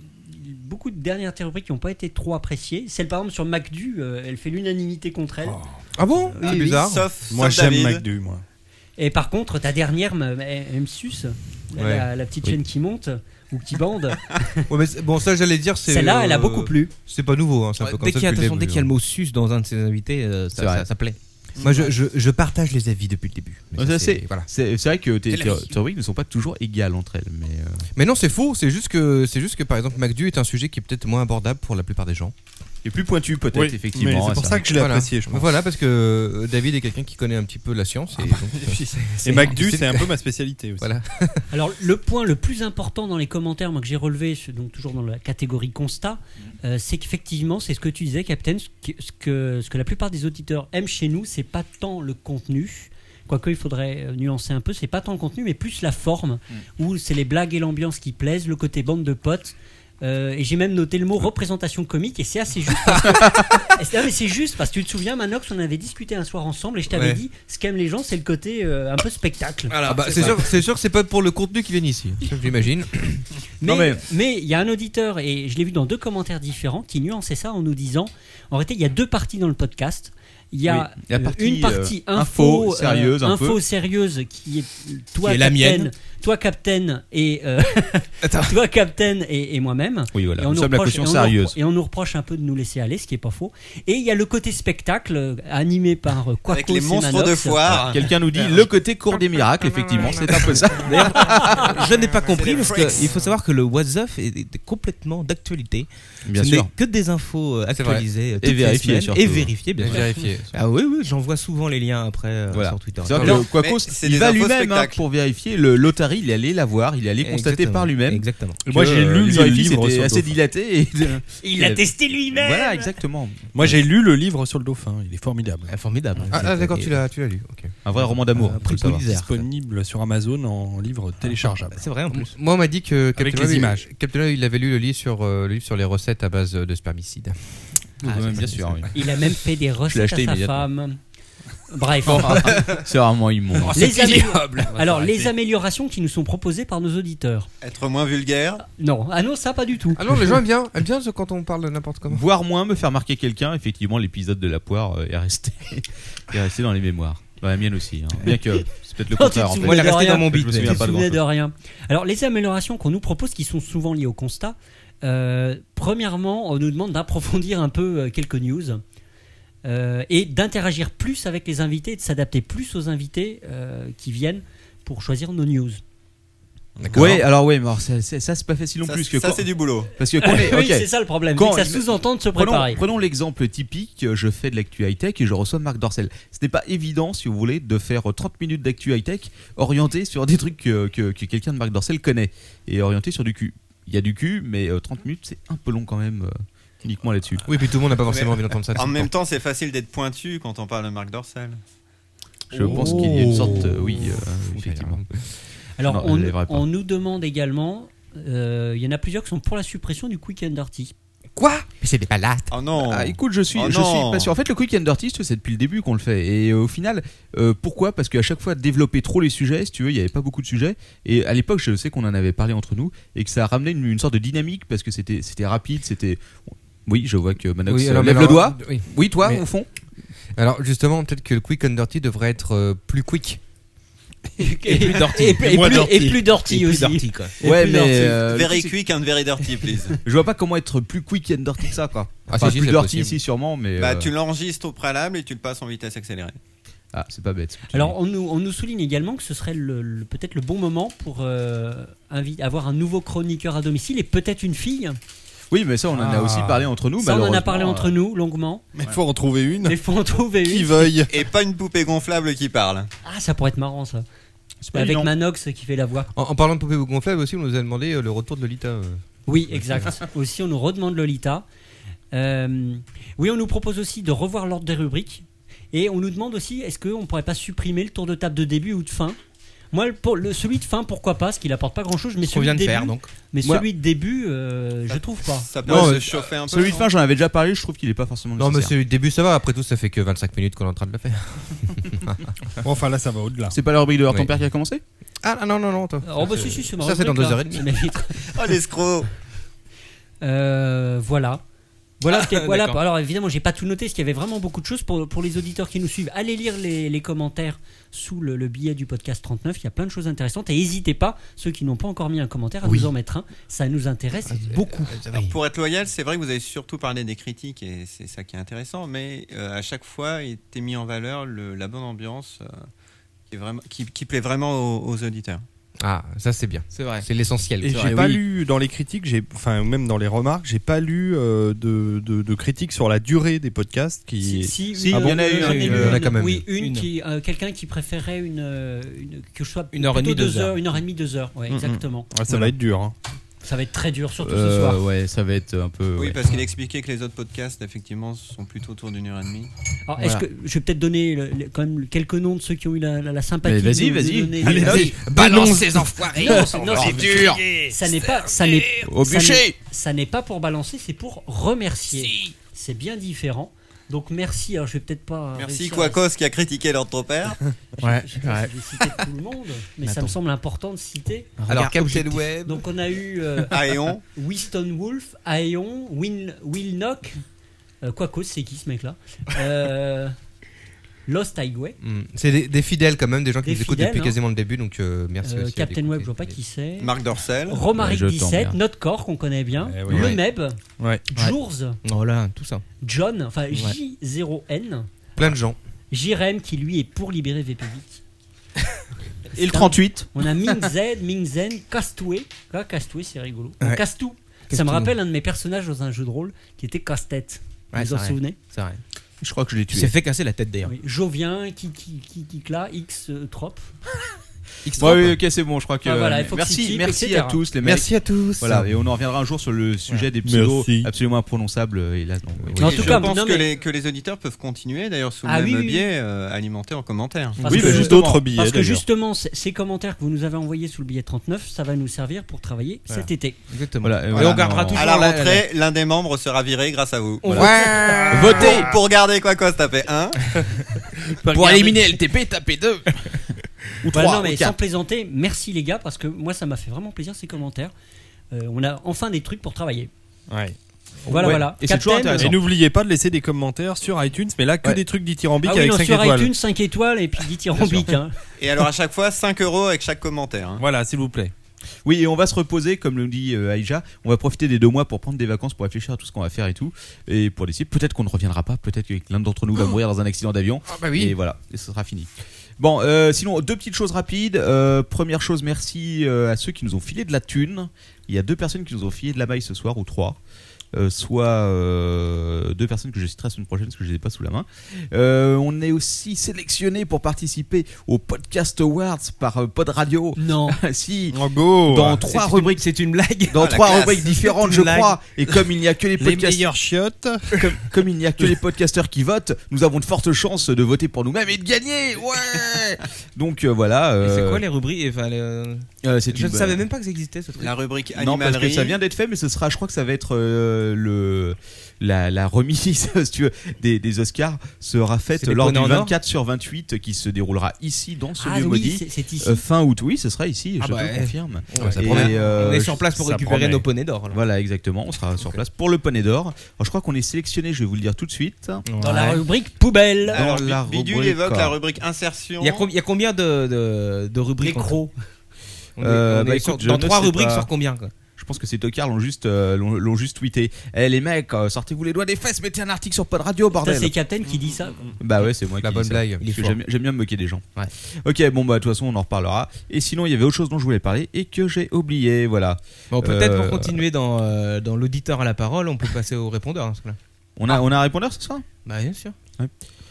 Speaker 6: beaucoup de dernières rubriques qui n'ont pas été trop appréciées. Celle par exemple sur MacDu, euh, elle fait l'unanimité contre elle. Euh,
Speaker 2: Ah bon
Speaker 6: Oui,
Speaker 2: C'est
Speaker 6: oui,
Speaker 2: bizarre.
Speaker 5: Sauf,
Speaker 8: Moi,
Speaker 5: sauf
Speaker 8: j'aime
Speaker 5: David.
Speaker 8: MacDu, moi.
Speaker 6: Et par contre, ta dernière, M- M- MSUS, la,
Speaker 2: Ouais.
Speaker 6: la- la petite
Speaker 2: Oui.
Speaker 6: chaîne qui monte ou qui bande,
Speaker 2: [laughs] Ouais, mais c'est- bon, ça, j'allais dire, c'est.
Speaker 6: celle-là, elle a
Speaker 2: euh,
Speaker 6: beaucoup plu.
Speaker 2: C'est pas nouveau, hein, c'est un peu
Speaker 7: Ouais,
Speaker 2: comme
Speaker 7: Dès
Speaker 2: ça
Speaker 7: qu'il y a
Speaker 2: depuis
Speaker 7: attention,
Speaker 2: le
Speaker 7: dès
Speaker 2: début,
Speaker 7: qu'il y a le
Speaker 2: hein.
Speaker 7: mot sus dans un de ses invités, euh,
Speaker 3: C'est
Speaker 7: ça,
Speaker 3: vrai.
Speaker 7: ça- ça plaît.
Speaker 2: Moi, je, je, je partage les avis depuis le début. Mais,
Speaker 3: Ouais,
Speaker 2: ça,
Speaker 3: ça,
Speaker 2: c'est-
Speaker 3: c'est-
Speaker 2: voilà.
Speaker 3: C'est c'est vrai que tes tes- tes rubriques ne sont pas toujours égales entre elles, mais euh,
Speaker 2: mais non, c'est faux. C'est juste que, c'est juste que, par exemple, MacDu est un sujet qui est peut-être moins abordable pour la plupart des gens.
Speaker 3: et plus pointu peut-être
Speaker 8: Oui, mais
Speaker 3: effectivement.
Speaker 8: c'est
Speaker 3: hein,
Speaker 8: pour ça que je l'ai
Speaker 2: Voilà.
Speaker 8: apprécié, je pense.
Speaker 2: Voilà, parce que euh, David est quelqu'un qui connaît un petit peu la science. Et donc, euh,
Speaker 8: Et MacDu,
Speaker 2: c'est-
Speaker 8: [laughs] c'est un peu ma spécialité aussi.
Speaker 2: Voilà.
Speaker 8: [laughs]
Speaker 6: [laughs] Alors, le point le plus important dans les commentaires moi, que j'ai relevé, ce- donc toujours dans la catégorie constat,
Speaker 2: Mm.
Speaker 6: euh, c'est qu'effectivement, c'est ce que tu disais, Captain, ce que, ce que, ce que la plupart des auditeurs aiment chez nous, c'est pas tant le contenu. Quoique il faudrait euh, nuancer un peu, c'est pas tant le contenu, mais plus la forme,
Speaker 2: Mm.
Speaker 6: où c'est les blagues et l'ambiance qui plaisent, le côté bande de potes. Euh, et j'ai même noté le mot représentation comique, et c'est assez
Speaker 2: [laughs]
Speaker 6: juste. Parce que... Et c'est- non, mais c'est juste parce que tu te souviens, Manox, on avait discuté un soir ensemble, et je t'avais
Speaker 2: Ouais.
Speaker 6: dit, ce qu'aiment les gens, c'est le côté euh, un peu spectacle.
Speaker 2: Ah bah, c'est sûr, c'est sûr que c'est pas pour le contenu qui vient ici, j'imagine.
Speaker 6: Mais
Speaker 3: Non,
Speaker 6: mais
Speaker 3: mais-
Speaker 6: il y a un auditeur, et je l'ai vu dans deux commentaires différents, qui nuançait ça en nous disant en réalité, il y a deux parties dans le podcast. Il y a
Speaker 3: Oui, la
Speaker 6: euh,
Speaker 3: partie,
Speaker 6: une partie
Speaker 3: euh,
Speaker 6: info,
Speaker 3: info, sérieuse, un
Speaker 6: info
Speaker 3: peu.
Speaker 6: sérieuse qui est toi,
Speaker 2: Qui est la
Speaker 6: Captain,
Speaker 2: mienne.
Speaker 6: toi, Captain et
Speaker 3: [laughs]
Speaker 6: euh, toi, Captain et, et moi-même.
Speaker 3: Oui, voilà.
Speaker 6: Et
Speaker 3: Nous
Speaker 6: nous
Speaker 3: sommes la
Speaker 6: reproche-
Speaker 3: caution
Speaker 6: et on nous
Speaker 3: sérieuse.
Speaker 6: repro- Et on nous reproche un peu de nous laisser aller, ce qui est pas faux. Et il y a le côté spectacle euh, animé par euh, Quacos
Speaker 5: Avec les
Speaker 6: et
Speaker 5: monstres
Speaker 6: Manox.
Speaker 5: de foire.
Speaker 3: Quelqu'un nous dit le côté cours des
Speaker 7: Ah,
Speaker 3: miracles,
Speaker 6: Ah,
Speaker 3: effectivement, c'est un peu ça.
Speaker 7: D'ailleurs, [laughs] je n'ai pas compris
Speaker 5: les
Speaker 7: parce que
Speaker 5: freaks.
Speaker 7: il faut savoir que le What's Up est est complètement d'actualité.
Speaker 3: Bien
Speaker 7: Ce
Speaker 3: sûr.
Speaker 7: n'est que des infos euh,
Speaker 2: vrai.
Speaker 7: actualisées euh, toutes les
Speaker 3: vérifiées,
Speaker 7: semaines.
Speaker 3: surtout.
Speaker 7: et vérifiées bien sûr.
Speaker 2: Vérifier.
Speaker 7: Ah oui oui, j'envoie souvent les liens après euh,
Speaker 3: Voilà.
Speaker 7: sur Twitter.
Speaker 3: C'est vrai que
Speaker 5: Non,
Speaker 3: le Quacos,
Speaker 5: mais c'est
Speaker 3: il
Speaker 5: des
Speaker 3: va
Speaker 5: infos
Speaker 3: lui-même hein,
Speaker 5: spectacles.
Speaker 3: pour vérifier. Le Lotari, il est allé la voir, il est allé constater
Speaker 7: Exactement.
Speaker 3: par lui-même.
Speaker 7: Exactement.
Speaker 3: que,
Speaker 8: Moi, j'ai
Speaker 3: euh,
Speaker 8: lu
Speaker 3: les
Speaker 8: le
Speaker 3: orifices
Speaker 8: livre
Speaker 3: étaient
Speaker 8: sur le
Speaker 3: assez
Speaker 8: dauphin.
Speaker 3: dilaté. Et...
Speaker 6: Il l'a testé lui-même.
Speaker 3: voilà, exactement.
Speaker 8: Moi, j'ai lu le livre sur le dauphin. Il est formidable.
Speaker 7: Ah, formidable.
Speaker 2: Ah, ah, d'accord, tu l'as, tu l'as lu. ok.
Speaker 3: Un vrai roman d'amour.
Speaker 7: Euh,
Speaker 3: faut le savoir.
Speaker 7: Préconisère.
Speaker 8: Disponible sur Amazon en livre téléchargeable.
Speaker 7: C'est vrai en plus.
Speaker 2: Moi, on m'a dit que Captain
Speaker 8: les
Speaker 2: Web, il-
Speaker 8: images.
Speaker 2: Captain Web, il avait lu le livre sur euh, le livre sur les recettes à base euh, de spermicides.
Speaker 3: Ah, ouais, bien sûr. oui.
Speaker 6: Il a même fait des recettes
Speaker 3: acheté
Speaker 6: à sa
Speaker 3: immédiatement.
Speaker 6: femme. Bref.
Speaker 3: [laughs] C'est vraiment immonde.
Speaker 6: les amé- Alors, les améliorations qui nous sont proposées par nos auditeurs.
Speaker 5: Être moins vulgaire.
Speaker 6: Non, ah non, ça pas du tout.
Speaker 2: Ah non, les gens aiment bien, aiment bien ce- quand on parle de n'importe comment.
Speaker 3: Voir moins, me faire marquer quelqu'un, effectivement, l'épisode de la poire euh, est resté, [laughs] est resté dans les mémoires. Dans la mienne aussi. hein.
Speaker 6: [laughs]
Speaker 3: Bien que c'est peut-être le
Speaker 6: Non, tu te
Speaker 3: contraire. en fait.
Speaker 6: souviens de rien.
Speaker 3: Je me
Speaker 7: mais-
Speaker 3: souviens
Speaker 6: Tu te
Speaker 3: pas de
Speaker 6: souvenais de
Speaker 3: grand-chose.
Speaker 6: rien. Alors, les améliorations qu'on nous propose, qui sont souvent liées au constat, euh, premièrement, on nous demande d'approfondir un peu euh, quelques news euh, et d'interagir plus avec les invités, et de s'adapter plus aux invités euh, qui viennent pour choisir nos news.
Speaker 8: D'accord.
Speaker 3: Oui, alors oui, mais alors, ça, ça, ça, c'est pas facile non
Speaker 5: Ça,
Speaker 3: plus. que
Speaker 5: ça,
Speaker 3: quand-
Speaker 5: c'est du boulot.
Speaker 3: Parce que quand on est-
Speaker 6: oui,
Speaker 3: ok.
Speaker 6: c'est ça le problème.
Speaker 3: Quand-
Speaker 6: c'est que ça sous-entend de se
Speaker 3: Prenons,
Speaker 6: préparer.
Speaker 3: prenons l'exemple typique, euh, je fais de l'actu high-tech et je reçois Marc Dorcel. Ce n'est pas évident, si vous voulez, de faire euh, 30 minutes d'actu high-tech orienté sur des trucs que, que- que quelqu'un de Marc Dorcel connaît et orienté sur du cul. Il y a du cul, mais euh, 30 minutes, c'est un peu long quand même, euh, uniquement là-dessus.
Speaker 2: Oui, puis tout le monde n'a pas forcément envie d'entendre ça.
Speaker 5: En
Speaker 2: c'est
Speaker 5: même temps, c'est facile d'être pointu quand on parle de Marc Dorcel.
Speaker 3: Je pense qu'il
Speaker 6: Oh.
Speaker 3: y a une sorte, euh, oui, euh, effectivement.
Speaker 6: Alors,
Speaker 3: Non,
Speaker 6: on,
Speaker 3: je l'élèverai pas.
Speaker 6: on nous demande également. euh, Il y en a plusieurs qui sont pour la suppression du quick and dirty.
Speaker 2: Mais c'est des balades.
Speaker 5: Oh non
Speaker 3: Ah, écoute, je suis,
Speaker 5: Oh
Speaker 3: je suis
Speaker 5: non.
Speaker 3: pas sûr. En fait, le quick and dirty, c'est depuis le début qu'on le fait. Et euh, au final, euh, pourquoi Parce qu'à chaque fois, développer trop les sujets, si tu veux, il n'y avait pas beaucoup de sujets. Et à l'époque, je sais qu'on en avait parlé entre nous et que ça a ramené une, une sorte de dynamique parce que c'était, c'était rapide, c'était. Oui, je vois que Manox euh, lève le doigt.
Speaker 2: Oui.
Speaker 3: Oui, toi,
Speaker 2: Mais-
Speaker 3: au fond.
Speaker 2: Alors justement, peut-être que le quick and dirty devrait être euh, plus
Speaker 3: [laughs]
Speaker 2: quick.
Speaker 6: Et plus dirty. Et, plus-
Speaker 8: moins
Speaker 6: et
Speaker 8: dirty.
Speaker 6: plus dirty aussi. Et
Speaker 3: ouais,
Speaker 6: plus
Speaker 3: mais
Speaker 6: dirty.
Speaker 3: euh,
Speaker 5: Very quick and very dirty,
Speaker 3: [laughs]
Speaker 5: please.
Speaker 3: je vois pas comment être plus quick and dirty que ça, quoi.
Speaker 2: Ah,
Speaker 3: Enfin,
Speaker 2: si, si,
Speaker 3: plus
Speaker 2: c'est
Speaker 3: dirty,
Speaker 2: possible.
Speaker 3: si sûrement, mais
Speaker 5: bah,
Speaker 3: euh,
Speaker 5: tu l'enregistres au préalable et tu le passes en vitesse accélérée.
Speaker 3: ah, c'est pas bête.
Speaker 6: Alors, on nous, on nous souligne également que ce serait le- le- peut-être le bon moment pour euh, invi- avoir un nouveau chroniqueur à domicile et peut-être une fille.
Speaker 3: oui, mais ça, on en a
Speaker 8: Ah.
Speaker 3: aussi parlé entre nous.
Speaker 6: Ça, on en a
Speaker 3: malheureusement,
Speaker 6: parlé entre nous longuement.
Speaker 8: Mais il faut en trouver une
Speaker 6: Mais faut en trouver
Speaker 8: qui
Speaker 6: une.
Speaker 8: veuille.
Speaker 5: Et pas une poupée gonflable qui parle.
Speaker 6: Ah, ça pourrait être marrant ça.
Speaker 3: C'est pas
Speaker 6: Avec
Speaker 3: évident.
Speaker 6: Manox qui fait la voix.
Speaker 2: En, en parlant de poupée gonflable aussi, on nous a demandé euh, le retour de Lolita. euh.
Speaker 6: Oui,
Speaker 3: [laughs]
Speaker 7: [laughs]
Speaker 6: exact. aussi, on nous redemande Lolita. Euh, oui, on nous propose aussi de revoir l'ordre des rubriques. Et on nous demande aussi, est-ce qu'on ne pourrait pas supprimer le tour de table de début ou de fin Moi, le, pour- le- celui de fin, pourquoi pas Parce qu'il apporte pas grand-chose. Mais,
Speaker 7: Ce qu'on
Speaker 6: celui de,
Speaker 7: vient de
Speaker 6: début,
Speaker 7: faire, donc.
Speaker 6: mais
Speaker 3: Moi-
Speaker 6: celui de début, euh, je trouve pas.
Speaker 5: Ça peut
Speaker 3: Non,
Speaker 5: se
Speaker 3: euh,
Speaker 5: chauffer un peu.
Speaker 3: Celui de
Speaker 5: non
Speaker 3: fin, j'en avais déjà parlé, je trouve qu'il est pas forcément
Speaker 2: Non, mais
Speaker 3: nécessaire.
Speaker 2: c'est le début, ça va. Après tout, ça fait que 25 minutes qu'on est en train de le faire. [laughs]
Speaker 8: Bon, [laughs] enfin là, ça va au-delà.
Speaker 3: C'est pas la rubrique de leur
Speaker 2: Oui.
Speaker 3: ton père qui a commencé
Speaker 2: Ah non, non, non, toi.
Speaker 6: Oh, bah si, si, c'est ma
Speaker 2: Ça, c'est dans
Speaker 6: rubrique,
Speaker 2: deux
Speaker 6: là.
Speaker 2: heures et demie.
Speaker 6: C'est ma vitre.
Speaker 5: Oh, l'escroc
Speaker 6: Euh, voilà. Voilà, ce qui est- voilà.
Speaker 7: d'accord.
Speaker 6: alors évidemment, j'ai pas tout noté, parce qu'il y avait vraiment beaucoup de choses. Pour, pour les auditeurs qui nous suivent, allez lire les, les commentaires sous le, le billet du podcast 39. Il y a plein de choses intéressantes. Et n'hésitez pas, ceux qui n'ont pas encore mis un commentaire, à
Speaker 2: Oui.
Speaker 6: nous en mettre un. Ça nous intéresse
Speaker 5: euh,
Speaker 6: beaucoup.
Speaker 5: Alors, Ah, pour être loyal, c'est vrai que vous avez surtout parlé des critiques et c'est ça qui est intéressant, mais euh, à chaque fois était mis en valeur le- la bonne ambiance euh, qui, est vraiment, qui, qui plaît vraiment aux, aux auditeurs.
Speaker 2: Ah, ça c'est bien.
Speaker 7: C'est vrai.
Speaker 2: C'est l'essentiel.
Speaker 8: Et j'ai pas lu dans les critiques, j'ai enfin même dans les remarques, j'ai pas lu euh, de, de, de critiques sur la durée des podcasts qui. Ah
Speaker 3: Si, il y en a eu,
Speaker 6: j'en ai
Speaker 3: il y en
Speaker 6: lu
Speaker 2: a quand même
Speaker 6: Oui, une,
Speaker 7: Une.
Speaker 6: qui, euh, quelqu'un qui préférait une, euh, une- que je sois
Speaker 7: Une heure et
Speaker 6: plutôt
Speaker 7: demie, deux heures.
Speaker 6: une heure et demie, deux heures. Ouais,
Speaker 5: Mhm.
Speaker 6: exactement.
Speaker 8: Ah, ça va être dur. hein.
Speaker 6: Ça va être très dur, surtout ce
Speaker 3: Euh,
Speaker 6: soir.
Speaker 3: Ouais, ça va être un
Speaker 8: Euh,
Speaker 3: peu.
Speaker 5: Oui,
Speaker 3: ouais.
Speaker 5: parce qu'il expliquait que les autres podcasts, effectivement, sont plutôt autour d'une heure et demie.
Speaker 6: Alors, est-ce que je vais peut-être donner le- le- quand même quelques noms de ceux qui ont eu la, la- la sympathie
Speaker 3: Mais
Speaker 6: de
Speaker 3: vas-y,
Speaker 6: nous- de
Speaker 3: vas-y.
Speaker 6: donner-
Speaker 3: Allez,
Speaker 6: Vas-y.
Speaker 2: Balance
Speaker 6: Non, c'est- non, c'est dur. Ça n'est pas, ça n'est, ça n'est- ça n'est pas pour balancer, c'est pour remercier. C'est bien différent. Donc merci. Alors je vais peut-être pas. euh,
Speaker 5: Merci
Speaker 6: réussir à-
Speaker 5: Quacos qui a critiqué l'ordre ton père.
Speaker 7: Ouais,
Speaker 6: [laughs] Je sais pas si je vais citer tout le monde, mais ça me semble important de citer.
Speaker 2: Alors, Captain Web.
Speaker 6: Donc on a eu euh,
Speaker 5: Aéon,
Speaker 6: [laughs] Winston Wolf, Aeon, Win, Will Knock. Euh, Quacos, c'est qui ce mec-là Euh, Lost Highway.
Speaker 2: Hmm. C'est des, des fidèles quand même, des gens qui
Speaker 6: Des
Speaker 2: nous écoutent
Speaker 6: fidèles,
Speaker 2: depuis
Speaker 6: hein.
Speaker 2: quasiment le début, donc euh, merci
Speaker 6: Euh,
Speaker 2: aussi. à
Speaker 6: Captain
Speaker 2: l'écouter.
Speaker 6: Web, je vois pas qui c'est. Euh,
Speaker 5: Marc Dorcel.
Speaker 6: Romaric
Speaker 3: Ouais, je
Speaker 6: 17,
Speaker 3: t'emmerde.
Speaker 6: Notre Corps qu'on connaît bien,
Speaker 8: Eh oui.
Speaker 6: Le
Speaker 8: Ouais.
Speaker 6: Meb,
Speaker 8: Ouais.
Speaker 6: Jours,
Speaker 2: Oh
Speaker 7: Voilà, tout ça.
Speaker 6: John, enfin J0N,
Speaker 2: Plein de gens.
Speaker 6: Jirem qui lui est pour libérer VPubic.
Speaker 3: [laughs] Et le 38
Speaker 6: On a Ming Z, Ming Zen, Castoué. Ah, Castoué, c'est rigolo.
Speaker 7: Ouais.
Speaker 6: Castou. Ça
Speaker 7: Castou.
Speaker 6: me rappelle un de mes personnages dans un jeu de rôle qui était Casse-Tête.
Speaker 7: Ouais,
Speaker 6: vous vous en
Speaker 7: c'est vrai.
Speaker 6: souvenez
Speaker 7: C'est vrai.
Speaker 3: Je crois que je l'ai
Speaker 7: Tu
Speaker 3: tué.
Speaker 7: s'est fait casser la tête d'ailleurs.
Speaker 6: Oui. Jovien, Kiki, Kiki, Kikla, X, euh, Trop. [laughs]
Speaker 3: Ouais, oui, ok, c'est bon, je crois que.
Speaker 6: Ah, voilà, il faut que
Speaker 3: merci,
Speaker 6: tu cliques,
Speaker 3: merci
Speaker 6: etc.
Speaker 3: à tous les mecs.
Speaker 2: Merci à tous.
Speaker 3: Voilà, et on en reviendra un jour sur le sujet des pseudos
Speaker 8: Merci.
Speaker 3: absolument imprononçables. euh, Et là, non, oui.
Speaker 6: Non, en
Speaker 5: Et
Speaker 6: tout
Speaker 5: je
Speaker 6: cas,
Speaker 5: pense
Speaker 6: non,
Speaker 5: que,
Speaker 6: mais-
Speaker 5: les, que les auditeurs peuvent continuer, d'ailleurs, sous le
Speaker 6: Ah
Speaker 5: même
Speaker 6: oui, oui, oui.
Speaker 5: biais, euh, alimenté en commentaire.
Speaker 6: Parce
Speaker 8: oui,
Speaker 6: que-
Speaker 8: bah, juste d'autres billets.
Speaker 6: Parce que
Speaker 8: d'ailleurs.
Speaker 6: justement, c- ces commentaires que vous nous avez envoyés sous le billet 39, ça va nous servir pour travailler cet été.
Speaker 7: Exactement.
Speaker 3: Voilà, euh,
Speaker 7: et
Speaker 3: voilà,
Speaker 7: on gardera
Speaker 3: non.
Speaker 7: toujours
Speaker 5: À la
Speaker 7: la- [laughs]
Speaker 5: rentrée, l'un des membres sera viré grâce à vous.
Speaker 6: On
Speaker 5: Votez pour garder Quacos, tapez [laughs] 1.
Speaker 7: Pour éliminer LTP,
Speaker 5: [laughs]
Speaker 7: tapez [laughs] 2.
Speaker 6: Ou
Speaker 3: trois,
Speaker 6: non, mais
Speaker 3: ou
Speaker 6: sans
Speaker 3: quatre.
Speaker 6: plaisanter, merci les gars, parce que moi, ça m'a fait vraiment plaisir ces commentaires. Euh, on a enfin des trucs pour travailler.
Speaker 8: Ouais.
Speaker 6: Voilà,
Speaker 3: Ouais.
Speaker 6: voilà.
Speaker 3: Et c'est toujours
Speaker 6: Captain,
Speaker 8: Et
Speaker 3: intéressant.
Speaker 8: n'oubliez pas de laisser des commentaires sur iTunes, mais là que
Speaker 3: Ouais.
Speaker 8: des trucs dithyrambiques
Speaker 6: Ah oui,
Speaker 8: avec
Speaker 6: non,
Speaker 8: 5
Speaker 6: sur
Speaker 8: étoiles.
Speaker 6: iTunes, 5 étoiles
Speaker 5: [laughs]
Speaker 6: et puis dithyrambique. Hein.
Speaker 5: Et alors, à chaque fois, 5 euros avec chaque commentaire. hein.
Speaker 8: Voilà, s'il vous plaît.
Speaker 3: Oui, et on va se reposer, comme le dit euh, Aïja. On va profiter des deux mois pour prendre des vacances, pour réfléchir à tout ce qu'on va faire et tout. Et
Speaker 6: Oh.
Speaker 3: pour décider, peut-être qu'on ne reviendra pas, peut-être que l'un d'entre nous va mourir dans un accident d'avion.
Speaker 2: Ah bah
Speaker 3: Et
Speaker 2: oui.
Speaker 3: voilà, et ce sera fini. Bon, euh, sinon, deux petites choses rapides. Euh, première chose, merci euh, à ceux qui nous ont filé de la thune. Il y a deux personnes qui nous ont filé de la maille ce soir, ou trois. Euh, soit euh, deux personnes que je citerai la semaine prochaine parce que je les ai pas sous la main. Euh, on est aussi sélectionné pour participer au Podcast Awards par euh, Pod Radio.
Speaker 6: Non.
Speaker 3: [laughs] si,
Speaker 4: Oh, go
Speaker 3: dans
Speaker 4: Ah,
Speaker 3: trois
Speaker 7: C'est une-
Speaker 3: rubriques,
Speaker 7: C'est une blague.
Speaker 3: dans
Speaker 5: Ah, la
Speaker 3: trois
Speaker 5: classe.
Speaker 3: rubriques différentes, je
Speaker 7: blague.
Speaker 3: crois. Et comme il n'y a que les
Speaker 8: Les
Speaker 3: podcasts
Speaker 8: meilleures chiottes.
Speaker 3: comme, comme il n'y a que les podcasteurs qui votent, nous avons de fortes chances de voter pour nous-mêmes et de gagner. Ouais. Donc euh, voilà.
Speaker 7: Mais
Speaker 3: euh,
Speaker 7: C'est quoi les rubriques enfin, le-
Speaker 3: euh, c'est
Speaker 7: Je
Speaker 3: une-
Speaker 7: ne savais même pas que ça existait ce truc.
Speaker 5: La rubrique
Speaker 3: Non, parce que
Speaker 5: animalerie.
Speaker 3: ça vient d'être fait, mais ce sera, je crois que ça va être euh, le la, la remise, [laughs] si tu veux, des, des Oscars sera faite
Speaker 7: C'est des
Speaker 3: lors du
Speaker 7: poneys en or
Speaker 3: 24 sur 28 qui se déroulera ici dans ce
Speaker 6: Ah
Speaker 3: lieu
Speaker 6: oui,
Speaker 3: maudit.
Speaker 6: c'est- c'est ici.
Speaker 3: euh, fin août, oui, ce sera ici,
Speaker 7: Ah
Speaker 3: je
Speaker 7: bah,
Speaker 3: te le
Speaker 7: eh.
Speaker 3: confirme.
Speaker 7: Ouais, ça
Speaker 3: Et,
Speaker 7: promet.
Speaker 3: euh,
Speaker 7: on est sur place pour
Speaker 3: ça
Speaker 7: récupérer
Speaker 3: promet.
Speaker 7: nos poneys d'or. alors.
Speaker 3: Voilà, exactement, on sera sur place pour le poney d'or. Alors, Je crois qu'on est sélectionné, je vais vous le dire tout de suite.
Speaker 6: Dans la rubrique poubelle.
Speaker 3: Ah,
Speaker 5: Alors,
Speaker 3: dans la
Speaker 5: Bidule
Speaker 3: rubrique,
Speaker 5: évoque
Speaker 3: quoi.
Speaker 5: la rubrique insertion.
Speaker 7: Il y, a com- il y a combien de, de, de rubriques
Speaker 6: Les
Speaker 7: en
Speaker 6: crocs.
Speaker 7: On est-
Speaker 3: Euh,
Speaker 7: on
Speaker 3: bah,
Speaker 7: est sur-
Speaker 3: écoute, je
Speaker 7: Dans
Speaker 3: ne
Speaker 7: trois
Speaker 3: sais
Speaker 7: rubriques
Speaker 3: pas.
Speaker 7: sur combien quoi
Speaker 3: Je pense que ces tocards l'ont juste, euh, l'ont l'ont juste tweeté. Eh les mecs, euh, sortez-vous les doigts des fesses, mettez un article sur Pod Radio,
Speaker 6: Ça,
Speaker 3: bordel.
Speaker 6: C'est Captain qui dit ça.
Speaker 3: Bah ouais, c'est moi
Speaker 2: La
Speaker 3: qui
Speaker 2: bonne
Speaker 3: dis ça.
Speaker 2: blague.
Speaker 3: Parce
Speaker 2: Il est
Speaker 3: que
Speaker 2: fort.
Speaker 3: J'aime j'aime bien me moquer des gens.
Speaker 7: Ouais.
Speaker 3: Ok, bon bah de toute façon on en reparlera. Et sinon il y avait autre chose dont je voulais parler et que j'ai oublié, voilà.
Speaker 7: Bon, peut-être
Speaker 3: Euh,
Speaker 7: pour continuer dans, euh, dans l'auditeur à la parole, on peut passer au répondeur. hein, parce que là-
Speaker 3: On a, on a un répondeur ce soir
Speaker 7: Bah, bien sûr.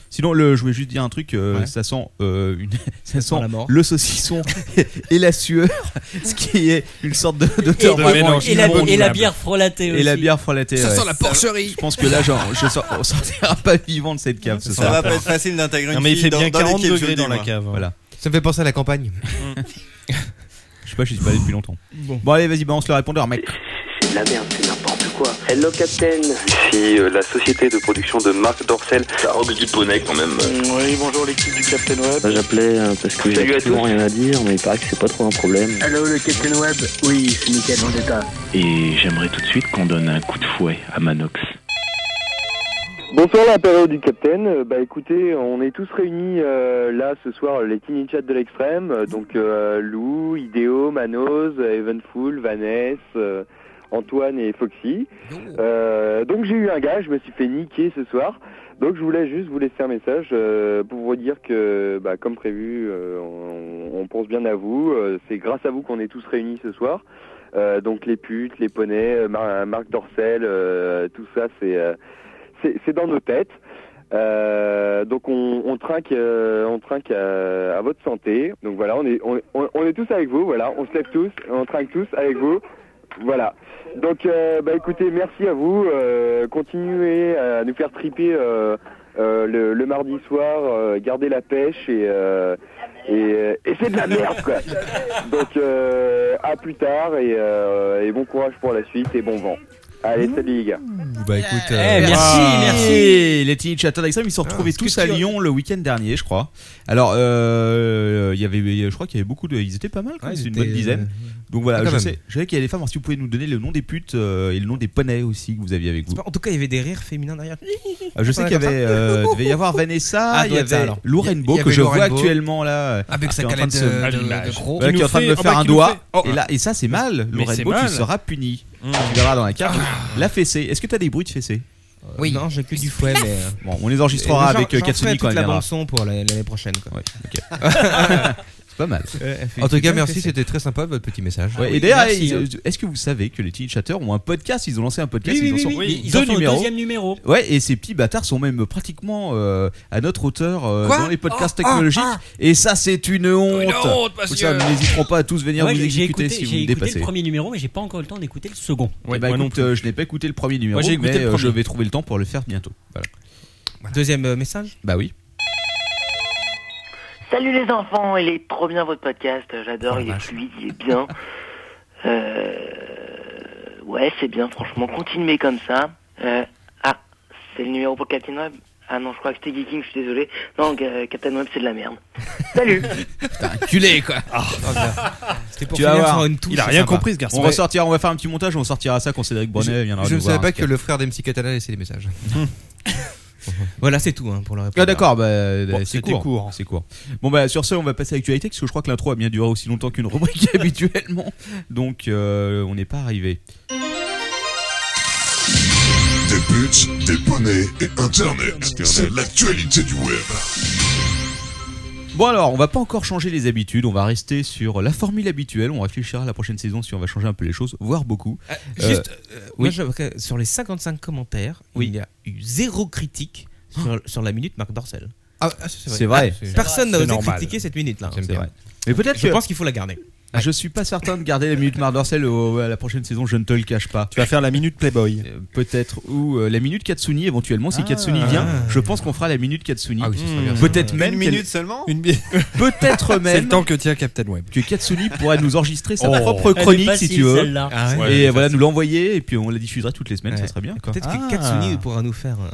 Speaker 3: Sinon le, je voulais juste dire un truc, euh,
Speaker 7: Ouais.
Speaker 3: ça sent, euh, une, [laughs] ça sent
Speaker 7: Sans la mort.
Speaker 3: le saucisson [laughs] et la sueur, [laughs] ce qui est une sorte de, de
Speaker 6: Et,
Speaker 3: odeur vraiment
Speaker 8: mélange
Speaker 6: et la,
Speaker 8: immonde.
Speaker 6: et la bière frelatée aussi.
Speaker 3: Et la bière frelatée.
Speaker 1: Ça
Speaker 3: ouais.
Speaker 1: sent la porcherie
Speaker 3: Je pense que là genre, je sors- on sortira pas vivant de cette cave ce
Speaker 5: Ça
Speaker 3: soir.
Speaker 5: va pas être facile d'intégrer une
Speaker 8: Non, mais il
Speaker 5: fille
Speaker 8: fait
Speaker 5: dans-
Speaker 8: bien
Speaker 5: dans
Speaker 8: 40
Speaker 5: l'équipe, je le
Speaker 8: degrés
Speaker 5: dis,
Speaker 8: dans la
Speaker 5: moi. Mm.
Speaker 8: cave. hein.
Speaker 3: Voilà.
Speaker 2: [laughs] Ça me fait penser à la campagne.
Speaker 3: [laughs] Je sais pas, je suis pas allé depuis longtemps. Bon, allez, vas-y, balance le répondeur, mec.
Speaker 9: C'est de la merde, c'est n'importe quoi. Hello, Captain. Ici, euh, la société de production de Marc Dorcel.
Speaker 10: Ça robe du poney quand même.
Speaker 11: Oui, bonjour l'équipe du Captain Web.
Speaker 9: J'appelais euh, parce que j'ai absolument rien à dire, mais il paraît que c'est pas trop un problème.
Speaker 11: Allô, le Captain Web Oui, c'est Mickaël Vendetta.
Speaker 10: Et j'aimerais tout de suite qu'on donne un coup de fouet à Manox.
Speaker 9: Bonsoir la période du Captain. Euh, Bah écoutez, on est tous réunis euh, là ce soir, les Tiny Chats de l'extrême. Euh, Donc euh, Lou, Idéo, Manos, euh, Evenful, Vanessa, euh, Antoine et Foxy. Euh, donc j'ai eu un gars, je me suis fait niquer ce soir. Donc je voulais juste vous laisser un message euh, pour vous dire que, bah, comme prévu, euh, on, on pense bien à vous. Euh, C'est grâce à vous qu'on est tous réunis ce soir. Euh, donc les putes, les poneys, euh, Mar- Marc Dorcel, euh, tout ça, c'est euh, c'est c'est dans nos têtes. Euh, donc on, on trinque, euh, on trinque euh, à, à votre santé. Donc voilà, on est, on, on- on est tous avec vous. Voilà, on se lève tous, on trinque tous avec vous. Voilà. Donc euh, bah écoutez, merci à vous. Euh, continuez à nous faire triper euh, euh, le, le mardi soir. euh, gardez la pêche et euh, et, euh, et c'est de la merde quoi. Donc euh, à plus tard et, euh, et bon courage pour la suite et bon vent. Allez, salut les gars.
Speaker 2: Bah écoute,
Speaker 6: Eh,
Speaker 2: euh,
Speaker 6: merci, merci.
Speaker 3: Et les Teenage Chatters d'Extrême, ils
Speaker 5: Ah,
Speaker 3: se sont retrouvés tous à Lyon le week-end dernier, je crois. Alors, euh, il y avait, je crois qu'il y avait beaucoup de. Ils étaient pas mal, quand même, c'est une bonne dizaine.
Speaker 5: euh,
Speaker 3: Donc
Speaker 2: Ah,
Speaker 3: voilà,
Speaker 2: quand
Speaker 3: je
Speaker 2: même.
Speaker 3: sais, je savais qu'il y avait des femmes. Alors, si vous pouvez nous donner le nom des putes euh, et le nom des poneys aussi que vous aviez avec vous.
Speaker 7: C'est pas- En tout cas, il y avait des rires féminins derrière.
Speaker 3: Ah, je sais
Speaker 7: Ouais,
Speaker 3: qu'il y
Speaker 7: comme
Speaker 3: avait. euh, devait y avoir Vanessa,
Speaker 7: Ah,
Speaker 3: il y
Speaker 7: doit être ça,
Speaker 3: avait
Speaker 7: alors.
Speaker 3: Lou
Speaker 2: Il y-
Speaker 3: Rainbow
Speaker 2: il y
Speaker 3: que
Speaker 2: avait
Speaker 3: je
Speaker 2: Lou
Speaker 3: vois
Speaker 2: Rainbow.
Speaker 3: actuellement là.
Speaker 2: avec sa
Speaker 3: qui est en train
Speaker 2: calette de,
Speaker 3: de se-
Speaker 2: de, de crocs.
Speaker 3: Voilà,
Speaker 8: Qui
Speaker 3: qui est en
Speaker 8: nous
Speaker 3: train de me
Speaker 8: fait- oh,
Speaker 3: faire
Speaker 8: bah,
Speaker 3: un
Speaker 8: qui nous
Speaker 3: doigt.
Speaker 8: fait- oh.
Speaker 3: Et,
Speaker 7: ah.
Speaker 3: là, et ça, c'est mal. Le
Speaker 8: Mais c'est
Speaker 3: Rainbow, tu
Speaker 8: mal. Mm. Ah.
Speaker 3: seras puni.
Speaker 7: Hmm.
Speaker 3: Tu verras dans la carte. La fessée. Est-ce que t'as des bruits de fessée
Speaker 7: Oui. Non, j'ai que du fouet, mais. euh,
Speaker 3: Bon, on les enregistrera
Speaker 7: j'en-
Speaker 3: avec
Speaker 7: j'en
Speaker 3: euh,
Speaker 7: ferai
Speaker 3: Katsuni quand
Speaker 7: toute
Speaker 3: elle
Speaker 7: la
Speaker 3: viendra.
Speaker 7: bande son pour la- l'année prochaine. quoi.
Speaker 3: Ouais,
Speaker 7: [laughs]
Speaker 3: ok. c'est pas mal.
Speaker 2: En tout cas, merci, c'était très sympa votre petit message.
Speaker 3: Ouais,
Speaker 6: oui,
Speaker 3: et d'ailleurs,
Speaker 6: merci,
Speaker 3: ils-
Speaker 6: hein.
Speaker 3: est-ce que vous savez que les Teenage Chatters ont un podcast Ils ont lancé un podcast,
Speaker 6: Oui, oui,
Speaker 3: ils en
Speaker 6: oui,
Speaker 3: sont
Speaker 6: oui, ils en
Speaker 3: deux
Speaker 6: sont au
Speaker 3: numéros.
Speaker 6: deuxième numéro.
Speaker 3: Ouais, et ces petits bâtards sont même pratiquement euh, à notre hauteur euh,
Speaker 1: Quoi
Speaker 3: dans les podcasts technologiques. et ça, c'est une honte.
Speaker 1: Une honte,
Speaker 3: Pour
Speaker 1: monsieur
Speaker 3: ça, nous n'hésiterons pas à tous venir
Speaker 6: Ouais,
Speaker 3: vous
Speaker 6: j'ai- j'ai
Speaker 3: exécuter
Speaker 6: écouté,
Speaker 3: si
Speaker 6: j'ai
Speaker 3: vous nous
Speaker 6: écouté
Speaker 3: dépassez.
Speaker 6: le premier numéro, mais j'ai pas encore eu le temps d'écouter le second.
Speaker 3: Eh ben, écoute, euh, je n'ai pas écouté le premier numéro,
Speaker 8: j'ai écouté
Speaker 3: mais
Speaker 8: le
Speaker 3: euh, je
Speaker 8: premier.
Speaker 3: vais trouver le temps pour le faire bientôt. Voilà.
Speaker 7: Deuxième euh, message
Speaker 3: Bah oui.
Speaker 11: Salut les enfants, il est trop bien votre podcast, j'adore, il est fluide, il est
Speaker 7: [laughs]
Speaker 11: bien. Euh... Ouais, c'est bien, franchement, continuez comme ça. Euh... Ah, c'est le numéro pour Captain Web Ah non, je crois que c'était Geeking, je suis désolé. Non, euh, Captain Web, c'est de la
Speaker 7: [laughs]
Speaker 11: merde. Salut
Speaker 3: Culé quoi.
Speaker 7: Ah,
Speaker 3: Ah,
Speaker 7: C'était pour
Speaker 3: Tu vas
Speaker 7: finir
Speaker 3: voir,
Speaker 7: sur une touche.
Speaker 8: Il a
Speaker 7: c'est
Speaker 8: rien
Speaker 7: sympa.
Speaker 8: compris ce garçon.
Speaker 3: On va sortir, on va faire un petit montage, on sortira ça quand Cédric Bonnet viendra
Speaker 2: Je
Speaker 3: nous
Speaker 2: ne savais
Speaker 3: voir, hein, en
Speaker 2: pas
Speaker 3: tout
Speaker 2: que
Speaker 3: cas.
Speaker 2: le frère d'MC Katana laissait
Speaker 6: [laughs]
Speaker 2: des messages.
Speaker 7: Voilà, c'est tout hein, pour le répondeur.
Speaker 3: Ah d'accord, bah,
Speaker 8: Bon,
Speaker 3: c'est
Speaker 8: c'était
Speaker 3: court.
Speaker 8: court. hein.
Speaker 3: C'est court. Bon bah sur ce, on va passer à l'actualité parce que je crois que l'intro a bien duré aussi longtemps qu'une rubrique [laughs] habituellement. Donc euh, on n'est pas arrivé.
Speaker 1: Des buts, des poneys et Internet. C'est l'actualité du web.
Speaker 3: Bon alors, on va pas encore changer les habitudes, on va rester sur la formule habituelle, on réfléchira la prochaine saison si on va changer un peu les choses, voire beaucoup.
Speaker 7: Juste,
Speaker 3: Euh,
Speaker 7: euh, moi,
Speaker 3: oui.
Speaker 7: j'aimerais que sur les 55 commentaires, il y a eu zéro critique sur, sur la minute Marc Dorcel.
Speaker 2: Ah, ah, ça, c'est vrai.
Speaker 3: C'est
Speaker 7: Ah,
Speaker 3: vrai.
Speaker 7: Personne n'a
Speaker 3: C'est
Speaker 7: osé
Speaker 3: normal.
Speaker 7: critiquer cette minute-là. hein,
Speaker 3: C'est
Speaker 7: c'est
Speaker 3: bien.
Speaker 7: vrai.
Speaker 3: Mais peut-être
Speaker 7: Je
Speaker 3: que-
Speaker 7: pense qu'il faut la garder.
Speaker 3: Ah, Je suis pas certain de garder la minute Mardorcel au- à la prochaine saison, je ne te le cache pas. Tu
Speaker 8: vas faire la minute Playboy.
Speaker 3: Peut-être. Ou euh, la minute Katsuni éventuellement, si Katsuni vient, je pense qu'on fera la minute Katsuni. Hmm.
Speaker 5: serait bien.
Speaker 3: Peut-être
Speaker 5: Une
Speaker 3: même. qu'elle-
Speaker 5: minute seulement
Speaker 8: Une bi-
Speaker 3: Peut-être même.
Speaker 8: C'est le temps que tient Captain Web.
Speaker 3: que Katsuni pourrait nous enregistrer sa
Speaker 8: Oh.
Speaker 3: propre
Speaker 8: Elle est
Speaker 3: chronique
Speaker 8: facile,
Speaker 3: si tu veux.
Speaker 8: celle-là. Ah ouais,
Speaker 3: et
Speaker 8: elle est
Speaker 3: voilà,
Speaker 8: facile.
Speaker 3: nous l'envoyer et puis on la diffusera toutes les semaines, ça serait bien. quoi.
Speaker 7: Peut-être
Speaker 3: Ah.
Speaker 7: que Katsuni pourra nous faire euh,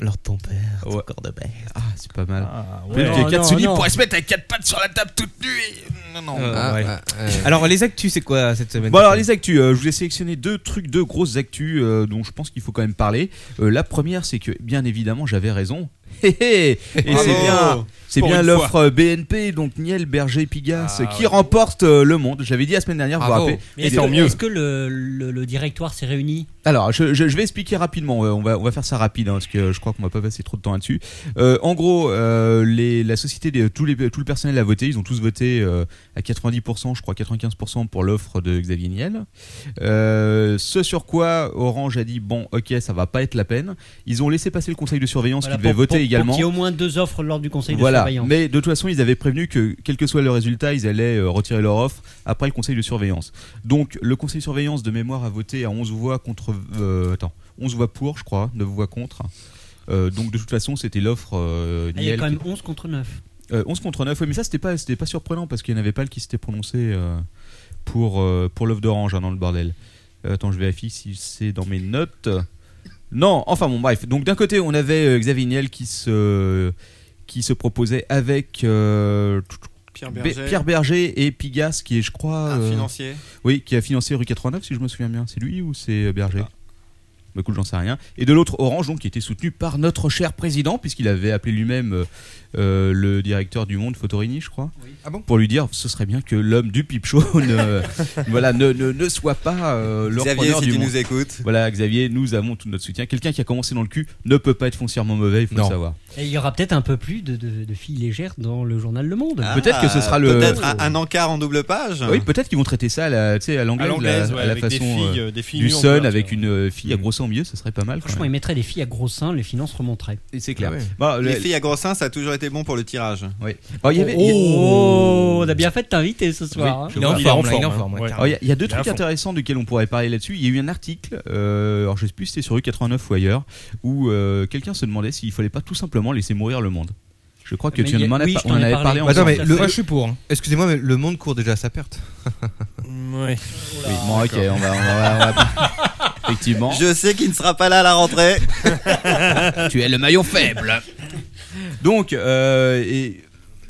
Speaker 7: leur ton père, ton corps de bête.
Speaker 3: Ah, c'est pas mal.
Speaker 7: Peut-être que
Speaker 3: Non,
Speaker 7: Katsuni
Speaker 3: non, non.
Speaker 7: pourrait se
Speaker 1: mettre à quatre pattes sur la table toute nue et... Non, non.
Speaker 7: Ah, ouais.
Speaker 3: bah, euh.
Speaker 7: [laughs] Alors, les actus, c'est quoi cette semaine
Speaker 3: Bon alors les actus, euh, je vous ai sélectionné deux trucs, deux grosses actus euh, dont je pense qu'il faut quand même parler. Euh, la première, c'est que bien évidemment j'avais raison. [laughs] Hé, hé Et c'est
Speaker 7: Bravo.
Speaker 3: bien, c'est
Speaker 7: Pour
Speaker 3: bien
Speaker 7: une
Speaker 3: l'offre
Speaker 7: fois.
Speaker 3: euh, BNP, donc Niel Berger Pigas,
Speaker 7: Ah,
Speaker 3: qui remporte euh, le monde. J'avais dit la semaine dernière, vous vous
Speaker 6: Bravo.
Speaker 3: rappelez.
Speaker 6: Mais est-ce que- Est-ce que le, le- le directoire s'est réuni
Speaker 3: Alors, je, je- je vais expliquer rapidement. euh, on va on va faire ça rapide hein, parce que je crois qu'on va pas passer trop de temps là-dessus. Euh, en gros, euh, les, la société, des, tous les, tout le personnel a voté. Ils ont tous voté euh, à 90%, je crois 95% pour l'offre de Xavier Niel. Euh, ce sur quoi Orange a dit bon, ok, ça va pas être la peine. Ils ont laissé passer le conseil de surveillance
Speaker 6: Voilà,
Speaker 3: qui devait
Speaker 6: pour-
Speaker 3: voter
Speaker 6: pour- pour
Speaker 3: également.
Speaker 6: qu'il y ait au moins deux offres lors du conseil de
Speaker 3: Voilà,
Speaker 6: surveillance.
Speaker 3: mais de toute façon, ils avaient prévenu que quel que soit le résultat, ils allaient euh, retirer leur offre après le conseil de surveillance. Donc le conseil de surveillance de mémoire a voté à 11 voix contre euh, attends, 11 voix pour, je crois, 9 voix contre. Euh, donc de toute façon, c'était l'offre euh,
Speaker 6: Ah, Il y a
Speaker 3: Niel
Speaker 6: quand
Speaker 3: qui-
Speaker 6: même 11 contre 9.
Speaker 3: euh, 11 contre 9, oui, mais ça c'était pas, c'était pas surprenant parce qu'il n'y en avait pas le qui s'était prononcé euh, pour, euh, pour l'offre d'Orange hein, dans le bordel. Euh, attends, je vérifie si c'est dans mes notes. Non, enfin bon, bref. Donc d'un côté, on avait euh, Xavier Niel qui se, qui se proposait avec euh,
Speaker 5: Pierre
Speaker 3: Bé-
Speaker 5: Berger.
Speaker 3: Pierre Berger et Pigas qui est, je crois. euh,
Speaker 5: Un financier.
Speaker 3: Oui, qui a financé rue 89, si je me souviens bien. C'est lui ou c'est euh, Berger bah, écoute, j'en sais rien. Et de l'autre, Orange, donc, qui était soutenu par notre cher président, puisqu'il avait appelé lui-même euh, euh, le directeur du Monde, Fotorini, je crois,
Speaker 5: Ah
Speaker 3: pour lui dire ce serait bien que l'homme du pipe jaune euh, voilà, [laughs] ne, ne, ne soit pas euh, le
Speaker 5: Xavier,
Speaker 3: repreneur
Speaker 5: si
Speaker 3: du
Speaker 5: tu
Speaker 3: Monde.
Speaker 5: nous écoutes.
Speaker 3: Voilà, Xavier, nous avons tout notre soutien. Quelqu'un qui a commencé dans le cul ne peut pas être foncièrement mauvais, il faut le savoir.
Speaker 6: Et il y aura peut-être un peu plus de, de- de filles légères dans le journal Le Monde.
Speaker 3: Peut-être que ce sera le-
Speaker 5: Peut-être un, un encart en double page.
Speaker 3: Oui, peut-être qu'ils vont traiter ça à la- tu sais, à l'anglaise,
Speaker 5: À l'anglaise,
Speaker 3: la-
Speaker 5: ouais,
Speaker 3: à la
Speaker 5: avec des
Speaker 3: façon
Speaker 5: filles,
Speaker 3: euh,
Speaker 5: des filles
Speaker 3: du
Speaker 5: nues en
Speaker 3: Sun,
Speaker 5: couleur,
Speaker 3: avec une euh, fille
Speaker 5: Mm.
Speaker 3: à gros sang au milieu, ce serait pas mal. quand
Speaker 6: Franchement,
Speaker 3: même.
Speaker 6: ils mettraient des filles à gros seins, les finances remonteraient.
Speaker 3: Et c'est
Speaker 9: Ah
Speaker 3: clair. Bah,
Speaker 5: Bon,
Speaker 3: le-
Speaker 5: Les filles à gros seins, ça a toujours été bon pour le tirage.
Speaker 3: Oui. Oh, il y avait- il y a-
Speaker 6: Oh, on a bien fait de t'inviter ce soir.
Speaker 3: Oui,
Speaker 6: hein.
Speaker 3: je vois. Alors, Oh, Il y a- il y, a deux trucs intéressants duquel on pourrait parler là-dessus. Il y a eu un article, euh, alors je sais plus si c'était sur U89 ou ailleurs, où euh, quelqu'un se demandait s'il fallait pas tout simplement laisser mourir le monde. Je crois que
Speaker 2: Mais
Speaker 3: tu
Speaker 2: Eh ben, il y a-
Speaker 3: en
Speaker 2: oui,
Speaker 3: avais, pas-
Speaker 2: je
Speaker 3: on
Speaker 2: t'en
Speaker 3: en
Speaker 2: ai
Speaker 3: avait
Speaker 2: parlé
Speaker 3: parlé
Speaker 2: ensemble. Attends, mais le- Moi, je
Speaker 3: suis
Speaker 2: pour. hein. Excusez-moi, mais le monde court déjà à sa perte. [laughs]
Speaker 8: ouais.
Speaker 3: Oui, bon, ok, on va. on va-
Speaker 5: [laughs]
Speaker 3: on va- Effectivement.
Speaker 5: Je sais qu'il ne sera pas là à la
Speaker 3: [laughs]
Speaker 5: rentrée.
Speaker 3: tu es le maillon faible. Donc, euh, et- et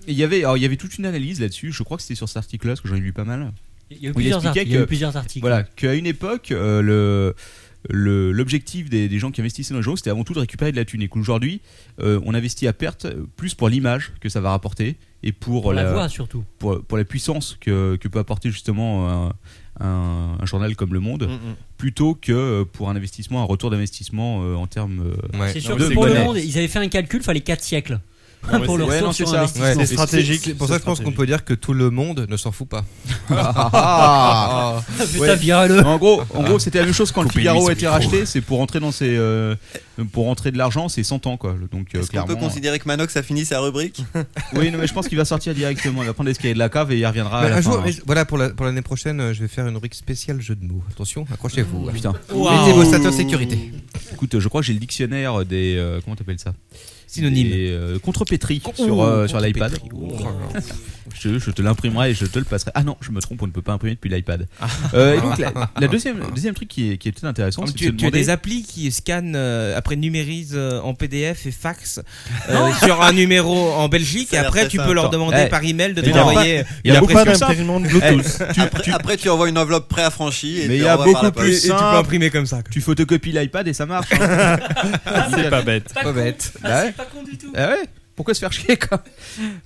Speaker 3: il y avait, alors, il y avait toute une analyse là-dessus. Je crois que c'était sur cet article-là, parce que j'en ai lu pas mal.
Speaker 6: Il y a eu
Speaker 3: Où
Speaker 6: plusieurs
Speaker 3: expliquait
Speaker 6: articles, il y a eu
Speaker 3: que-
Speaker 6: plusieurs articles.
Speaker 3: Voilà, qu'à une époque, euh, le le- l'objectif des, des gens qui investissaient dans les journaux c'était avant tout de récupérer de la thune et qu'aujourd'hui euh, on investit à perte euh, plus pour l'image que ça va rapporter et pour,
Speaker 6: Pour la voix, surtout.
Speaker 3: pour, pour la puissance que, que peut apporter justement un, un- un journal comme Le Monde
Speaker 6: Mm, mm.
Speaker 3: plutôt que euh, pour un investissement un retour d'investissement euh, en termes euh,
Speaker 6: C'est
Speaker 3: de
Speaker 6: sûr que pour le
Speaker 3: monnaie.
Speaker 6: monde, ils avaient fait un calcul, fallait 4 siècles.
Speaker 3: Non, mais
Speaker 6: pour
Speaker 3: c'est-
Speaker 6: leur
Speaker 3: ouais,
Speaker 6: retour
Speaker 3: non,
Speaker 6: sur
Speaker 3: c'est ça.
Speaker 6: investissement.
Speaker 3: Ouais.
Speaker 2: C'est
Speaker 3: C'est
Speaker 2: stratégique.
Speaker 3: stratégique.
Speaker 2: pour ça, je pense
Speaker 3: C'est
Speaker 2: qu'on peut dire que tout le monde ne s'en fout pas.
Speaker 3: Ah.
Speaker 6: [laughs]
Speaker 2: Ouais.
Speaker 3: En gros, en gros, c'était la même chose quand le
Speaker 2: Coupez-lui
Speaker 3: Figaro
Speaker 2: son
Speaker 3: a été
Speaker 2: micro.
Speaker 3: racheté. C'est pour entrer dans ces, euh, pour entrer de l'argent, c'est 100 ans quoi. Donc euh,
Speaker 5: Est-ce qu'on
Speaker 3: clairement. euh,
Speaker 5: peut considérer que Manox a fini sa rubrique
Speaker 3: [laughs] Oui, non, mais je pense qu'il va sortir directement. Il va prendre l'escalier de la cave et il reviendra. à
Speaker 2: Mais
Speaker 3: la
Speaker 2: un
Speaker 3: fin,
Speaker 2: jour,
Speaker 3: hein.
Speaker 2: mais Bah, je- voilà, pour la- pour l'année prochaine, euh, je vais faire une rubrique spéciale jeu de mots. Attention,
Speaker 8: Oh,
Speaker 2: accrochez-vous. Ah,
Speaker 3: Putain.
Speaker 2: Mettez vos ceintures sécurité.
Speaker 3: Écoute, je crois que j'ai le dictionnaire des euh, comment t'appelles ça
Speaker 7: Synonymes.
Speaker 3: Des, euh, contrepétries
Speaker 7: Con-
Speaker 3: sur euh,
Speaker 7: oh,
Speaker 3: sur l'iPad.
Speaker 7: contrepétries. Oh.
Speaker 3: Je, je te l'imprimerai et je te le passerai. Ah non, je me trompe, on ne peut pas imprimer depuis l'iPad. Euh, et donc la, la deuxième deuxième truc qui est qui est peut-être intéressant,
Speaker 7: Comme
Speaker 3: c'est
Speaker 7: Ah, tu,
Speaker 3: de se
Speaker 7: tu as
Speaker 3: demander-
Speaker 7: des applis qui scannent, euh, après numérisent euh, en PDF et fax euh,
Speaker 3: Non.
Speaker 7: sur un numéro en Belgique
Speaker 5: Ça
Speaker 7: et
Speaker 5: a l'air
Speaker 7: après
Speaker 5: très
Speaker 7: tu peux
Speaker 5: simple.
Speaker 7: leur demander
Speaker 5: Eh,
Speaker 7: par email de
Speaker 5: mais il y a
Speaker 7: t'envoyer
Speaker 5: pas-
Speaker 7: une impression.
Speaker 5: Eh, après, après, tu envoies une enveloppe préaffranchie. et
Speaker 3: Mais
Speaker 5: tu
Speaker 3: il y a
Speaker 5: l'envoies par la
Speaker 3: beaucoup plus
Speaker 5: poste.
Speaker 3: simple.
Speaker 7: imprimer comme ça.
Speaker 3: Tu photocopies l'iPad et ça marche. hein.
Speaker 8: C'est pas bête.
Speaker 3: Pas bête. Bah ouais. Ah ouais. Pourquoi se faire chier quoi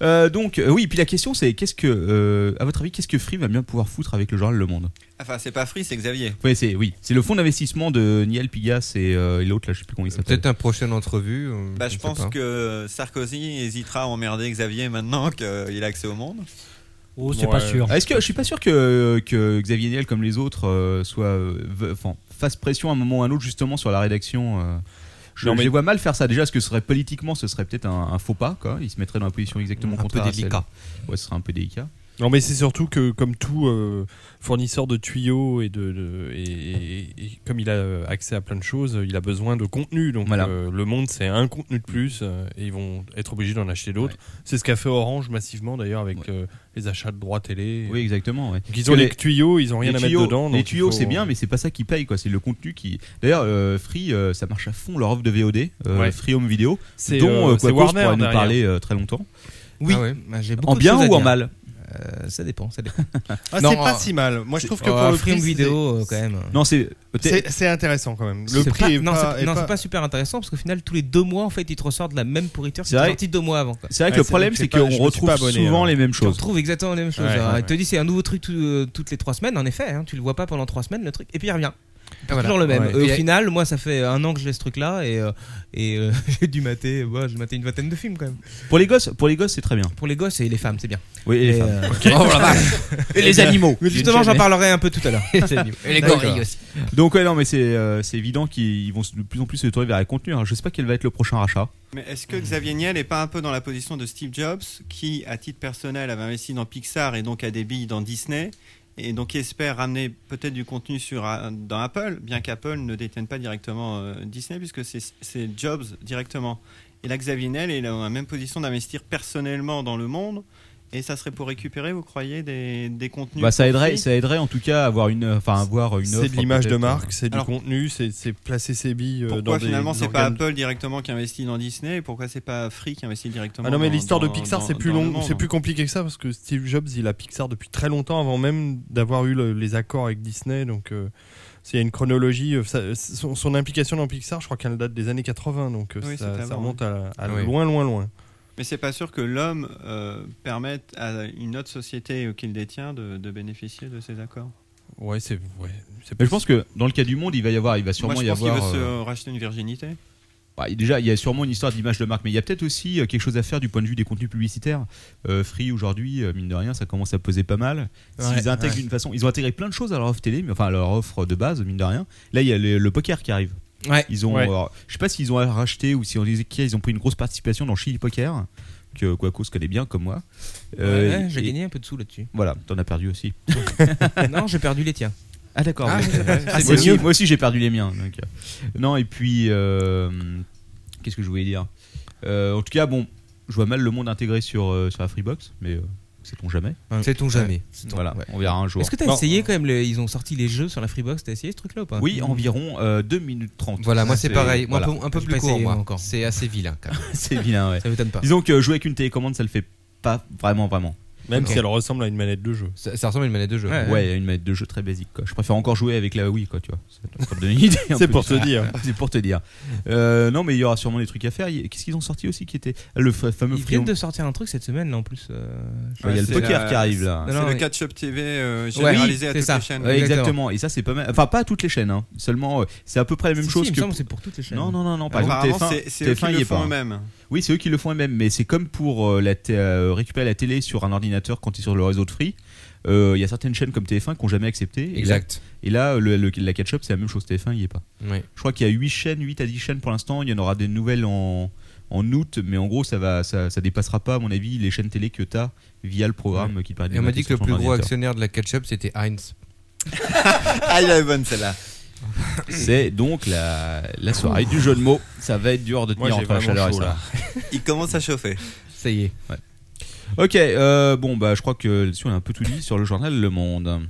Speaker 3: Euh, Donc euh, oui, puis la question c'est qu'est-ce que, euh, à votre avis, qu'est-ce que Free va bien pouvoir foutre avec le journal Le Monde
Speaker 5: Enfin, c'est pas Free, c'est Xavier.
Speaker 3: Oui, c'est oui, c'est le fonds d'investissement de Niel Pigas et, euh, et l'autre là, je sais plus comment il s'appelle.
Speaker 2: Peut-être un prochaine entrevue. euh,
Speaker 5: Bah, je
Speaker 2: sais
Speaker 5: pense
Speaker 2: pas.
Speaker 5: que Sarkozy hésitera à emmerder Xavier maintenant qu'il a accès au monde.
Speaker 6: Oh,
Speaker 3: Ouais. Ah, Est-ce que je suis pas sûr que, que Xavier Niel, comme les autres, euh, soit, euh, ve- enfin, fasse pression à un moment ou à un autre justement sur la rédaction. euh, je,
Speaker 8: Non, mais-
Speaker 3: je les vois mal faire ça. Déjà, ce que ce serait politiquement, ce serait peut-être un, un faux pas. Quoi. Il se mettrait dans la position exactement
Speaker 8: Un peu
Speaker 3: contraire. à celle-
Speaker 8: délicat.
Speaker 3: Ouais, ce serait un peu délicat.
Speaker 8: Non, mais c'est surtout que, comme tout euh, fournisseur de tuyaux et de, de- et, et- et comme il a euh, accès à plein de choses, euh, il a besoin de contenu. Donc,
Speaker 3: Voilà.
Speaker 8: euh, le monde, c'est un contenu de plus euh, et ils vont être obligés d'en acheter d'autres. C'est ce qu'a fait Orange massivement d'ailleurs avec euh, les achats de droits télé.
Speaker 3: Oui, exactement. ouais.
Speaker 8: Donc, ils ont
Speaker 3: Parce que
Speaker 8: les tuyaux, ils ont rien
Speaker 3: les
Speaker 8: à mettre
Speaker 3: tuyaux-
Speaker 8: dedans,
Speaker 3: Les
Speaker 8: donc il
Speaker 3: tuyaux,
Speaker 8: faut-
Speaker 3: c'est bien, mais c'est pas ça qui paye. quoi. C'est le contenu qui. D'ailleurs, euh, Free, euh, ça marche à fond leur offre de VOD, euh,
Speaker 8: Ouais.
Speaker 3: Free Home Video,
Speaker 8: C'est,
Speaker 3: dont
Speaker 8: euh,
Speaker 3: euh,
Speaker 8: c'est
Speaker 3: Quacos
Speaker 8: Warner
Speaker 3: pourrait nous
Speaker 8: derrière.
Speaker 3: parler euh, très longtemps.
Speaker 7: Oui, bah, j'ai beaucoup
Speaker 3: en
Speaker 7: de
Speaker 3: bien
Speaker 7: choses à
Speaker 3: ou en
Speaker 7: dire.
Speaker 3: mal
Speaker 7: Euh, Ça dépend, ça
Speaker 3: [laughs]
Speaker 7: dépend.
Speaker 4: Ah,
Speaker 7: Non,
Speaker 4: c'est pas
Speaker 7: euh,
Speaker 4: si mal. Moi, je trouve que
Speaker 7: oh,
Speaker 4: pour le
Speaker 7: Free Home
Speaker 4: prix,
Speaker 7: vidéo
Speaker 4: c'est-
Speaker 7: euh, quand même.
Speaker 3: Non, c'est.
Speaker 4: C'est c'est intéressant quand même. Le
Speaker 7: C'est
Speaker 4: prix
Speaker 7: pas-
Speaker 4: est
Speaker 7: non,
Speaker 4: pas-
Speaker 7: c'est
Speaker 4: est
Speaker 7: non, c'est
Speaker 4: pas-
Speaker 7: pas super intéressant parce qu'au final, tous les deux mois, en fait, ils te ressortent la même pourriture.
Speaker 3: C'est
Speaker 7: C'est
Speaker 3: vrai-
Speaker 7: sorti deux mois avant. quoi.
Speaker 3: C'est vrai que le problème, c'est qu'on retrouve souvent les mêmes
Speaker 7: On
Speaker 3: choses.
Speaker 7: retrouve exactement les mêmes choses.
Speaker 3: Ouais,
Speaker 7: Alors,
Speaker 3: ouais,
Speaker 7: Il te dit c'est un nouveau truc tout- euh, toutes les trois semaines, en effet. hein, tu le vois pas pendant trois semaines le truc, et puis il revient. C'est
Speaker 2: voilà.
Speaker 7: Toujours le même.
Speaker 2: Ouais.
Speaker 7: Et
Speaker 2: Et-
Speaker 7: au final, moi, ça fait un an que je laisse ce truc-là et, euh, et euh, [laughs] j'ai dû mater, ouais, j'ai maté une vingtaine de films quand même.
Speaker 3: [laughs] Pour les gosses, pour les gosses, c'est très bien.
Speaker 7: Pour les gosses et les femmes, c'est bien.
Speaker 3: Oui, et les
Speaker 7: Mais,
Speaker 3: femmes.
Speaker 7: euh,
Speaker 3: Ok.
Speaker 7: oh, la vache.
Speaker 3: Et les
Speaker 7: bien,
Speaker 3: animaux.
Speaker 7: Mais
Speaker 3: J'ai
Speaker 7: justement,
Speaker 3: une
Speaker 7: j'en
Speaker 3: chaîne.
Speaker 7: parlerai un peu tout à l'heure.
Speaker 2: Et les animaux. Et les
Speaker 3: D'accord.
Speaker 2: gorilles aussi.
Speaker 3: Donc ouais, non, mais c'est euh, c'est évident qu'ils vont de plus en plus se tourner vers les contenus. Alors, je sais pas quel va être le prochain rachat.
Speaker 5: Mais est-ce que Xavier Niel est pas un peu dans la position de Steve Jobs, qui, à titre personnel, avait investi dans Pixar et donc a des billes dans Disney, et donc qui espère ramener peut-être du contenu sur, euh, dans Apple, bien qu'Apple ne détienne pas directement euh, Disney, puisque c'est- c'est Jobs directement. Et là, Xavier Niel est dans la même position d'investir personnellement dans le monde, et ça serait pour récupérer, vous croyez, des, des contenus
Speaker 3: Bah ça
Speaker 5: pour
Speaker 3: aiderait,
Speaker 5: qui
Speaker 3: ça aiderait en tout cas à avoir une, enfin avoir une offre.
Speaker 8: C'est de l'image de
Speaker 3: peut-être,
Speaker 8: marque, c'est du
Speaker 5: Alors-
Speaker 8: contenu, c'est c'est placer ses billes euh, dans
Speaker 5: Pourquoi
Speaker 8: des.
Speaker 5: finalement
Speaker 8: des
Speaker 5: c'est pas
Speaker 8: organes-
Speaker 5: Apple directement qui investit dans Disney et pourquoi c'est pas Free qui investit directement
Speaker 8: Ah non mais
Speaker 5: dans-
Speaker 8: l'histoire de
Speaker 5: dans-
Speaker 8: Pixar
Speaker 5: dans-
Speaker 8: c'est plus
Speaker 5: dans le
Speaker 8: long,
Speaker 5: monde
Speaker 4: hein.
Speaker 5: hein.
Speaker 8: c'est plus compliqué que ça parce que Steve Jobs il a Pixar depuis très longtemps avant même d'avoir eu le- les accords avec Disney donc euh, s'il y a une chronologie euh, ça- son, son implication dans Pixar je crois qu'elle date des années 80 donc euh,
Speaker 5: Oui,
Speaker 8: ça,
Speaker 5: c'était
Speaker 8: ça
Speaker 5: avant,
Speaker 8: remonte à, à
Speaker 2: Oui.
Speaker 8: loin loin loin.
Speaker 5: Mais c'est pas sûr que l'homme euh, permette à une autre société qu'il détient de, de bénéficier de ces accords.
Speaker 8: Ouais c'est ouais, c'est
Speaker 3: Mais je pense que dans le cas du monde, il va y avoir, il va sûrement
Speaker 5: Moi, je
Speaker 3: y
Speaker 5: pense qu'il
Speaker 3: avoir.
Speaker 5: veut
Speaker 3: euh,
Speaker 5: se racheter une virginité.
Speaker 3: bah, déjà, il y a sûrement une histoire d'image de marque, mais il y a peut-être aussi euh, quelque chose à faire du point de vue des contenus publicitaires. Euh, Free aujourd'hui, euh, mine de rien, ça commence à peser pas mal.
Speaker 7: Ouais,
Speaker 3: S'ils intègrent
Speaker 7: ouais.
Speaker 3: d'une façon, ils ont intégré plein de choses à leur offre télé, mais enfin à leur offre de base, mine de rien. Là, il y a le, le poker qui arrive.
Speaker 7: Ouais.
Speaker 3: Ils ont,
Speaker 8: Ouais.
Speaker 3: alors, je sais pas s'ils ont racheté ou si on disait qu'ils ils ont pris une grosse participation dans Chili Poker, que Quaco se connaît bien comme moi. Euh,
Speaker 7: Ouais, j'ai
Speaker 3: et-
Speaker 7: gagné un peu de sous là-dessus.
Speaker 3: Voilà, t'en as
Speaker 7: [laughs]
Speaker 3: perdu aussi.
Speaker 7: non, j'ai perdu les tiens.
Speaker 3: Ah d'accord.
Speaker 7: Ah,
Speaker 3: oui.
Speaker 7: c'est vrai.
Speaker 3: Ah,
Speaker 7: C'est
Speaker 3: moi, aussi,
Speaker 7: mieux.
Speaker 3: moi aussi, j'ai perdu les miens. donc, euh. Non et puis euh, qu'est-ce que je voulais dire Euh, En tout cas bon, je vois mal le monde intégré sur euh, sur la Freebox, mais euh, sait-on jamais.
Speaker 2: Sait-on jamais.
Speaker 3: Voilà, on verra un jour.
Speaker 7: Est-ce que t'as
Speaker 3: Bon,
Speaker 7: essayé quand même les- Ils ont sorti les jeux sur la Freebox. T'as essayé ce truc-là ou pas
Speaker 3: Oui, environ euh, 2 minutes 30
Speaker 2: Voilà, moi
Speaker 3: Ça,
Speaker 2: c'est pareil. Moi, un
Speaker 3: voilà.
Speaker 2: peu- un peu
Speaker 7: J'ai
Speaker 2: plus
Speaker 7: pas
Speaker 2: court,
Speaker 7: essayé,
Speaker 2: moi.
Speaker 7: moi, encore.
Speaker 2: C'est assez vilain quand [laughs] même.
Speaker 3: c'est vilain. Ouais.
Speaker 7: Ça m'étonne pas.
Speaker 3: Disons que jouer avec une télécommande, ça le fait pas vraiment vraiment.
Speaker 8: même
Speaker 7: Ok.
Speaker 8: si elle ressemble à une manette de jeu.
Speaker 2: Ça, ça ressemble à une manette de jeu.
Speaker 7: Ouais.
Speaker 3: Ouais, une manette de jeu très basique. Quoi. Je préfère encore jouer avec la Wii, quoi, tu vois. C'est pour te donner une idée. un
Speaker 8: C'est
Speaker 3: peu
Speaker 8: pour
Speaker 3: du
Speaker 8: te
Speaker 3: truc.
Speaker 8: dire.
Speaker 3: [laughs] C'est pour te dire. Euh, non, mais il y aura sûrement des trucs à faire. Il- Qu'est-ce qu'ils ont sorti aussi qui était le fa- fameux
Speaker 7: Ils
Speaker 3: Free
Speaker 7: viennent
Speaker 3: Home-
Speaker 7: de sortir un truc cette semaine là en plus. euh, je-
Speaker 3: Ouais, il y a le
Speaker 5: c'est
Speaker 3: poker
Speaker 5: la-
Speaker 3: qui arrive là.
Speaker 5: C'est
Speaker 7: Non, non,
Speaker 5: le
Speaker 7: oui.
Speaker 5: catch-up TV euh,
Speaker 7: Ouais,
Speaker 5: généralisé à
Speaker 7: c'est
Speaker 5: toutes
Speaker 7: ça.
Speaker 5: les chaînes.
Speaker 3: Ouais, exactement.
Speaker 7: Exactement.
Speaker 3: Et ça, c'est pas mal. Enfin, pas à toutes les chaînes. hein. Seulement, euh, c'est à peu près la même
Speaker 7: Si,
Speaker 3: chose
Speaker 7: si, il me
Speaker 3: que.
Speaker 7: semble que c'est pour toutes les chaînes.
Speaker 3: Non, non, non, non. Par exemple,
Speaker 5: Apparemment,
Speaker 3: TF1,
Speaker 5: c'est- c'est eux qui
Speaker 3: TF1, il y
Speaker 5: le
Speaker 3: est pas.
Speaker 5: font
Speaker 3: hein.
Speaker 5: eux-mêmes.
Speaker 3: Oui, c'est eux qui le font eux-mêmes, mais c'est comme pour euh, la t- euh, récupérer la télé sur un ordinateur quand il est sur le réseau de free. Euh, Il y a certaines chaînes comme TF1 qui n'ont jamais accepté. Et là-
Speaker 2: Exact.
Speaker 3: Et là, le- le- la catch-up, c'est la même chose. TF1, il n'y est pas.
Speaker 2: Ouais.
Speaker 3: Je crois qu'il y a 8 chaînes, 8 à 10 chaînes pour l'instant. Il y en aura des nouvelles en, en août, mais en gros, ça va, ça, ça dépassera pas, à mon avis, les chaînes télé que tu as via le programme qui te permet de
Speaker 2: Et on m'a
Speaker 3: mater
Speaker 2: dit que
Speaker 3: sur
Speaker 2: le
Speaker 3: ton
Speaker 2: plus gros
Speaker 3: ordinateur.
Speaker 2: actionnaire de la ketchup c'était Heinz.
Speaker 5: [laughs] Ah, il est bonne celle-là.
Speaker 3: C'est donc la, la soirée du jeu de mots. Ça va être dur de
Speaker 8: Moi,
Speaker 3: tenir
Speaker 8: j'ai
Speaker 3: entre la
Speaker 8: vraiment
Speaker 3: chaleur et
Speaker 8: chaud,
Speaker 3: ça. [laughs]
Speaker 8: là.
Speaker 5: [laughs] Il commence à chauffer.
Speaker 3: Euh,
Speaker 2: Ça y est.
Speaker 3: Ok, euh, bon, bah, je crois que là-dessus, on a un peu tout dit sur le journal Le Monde.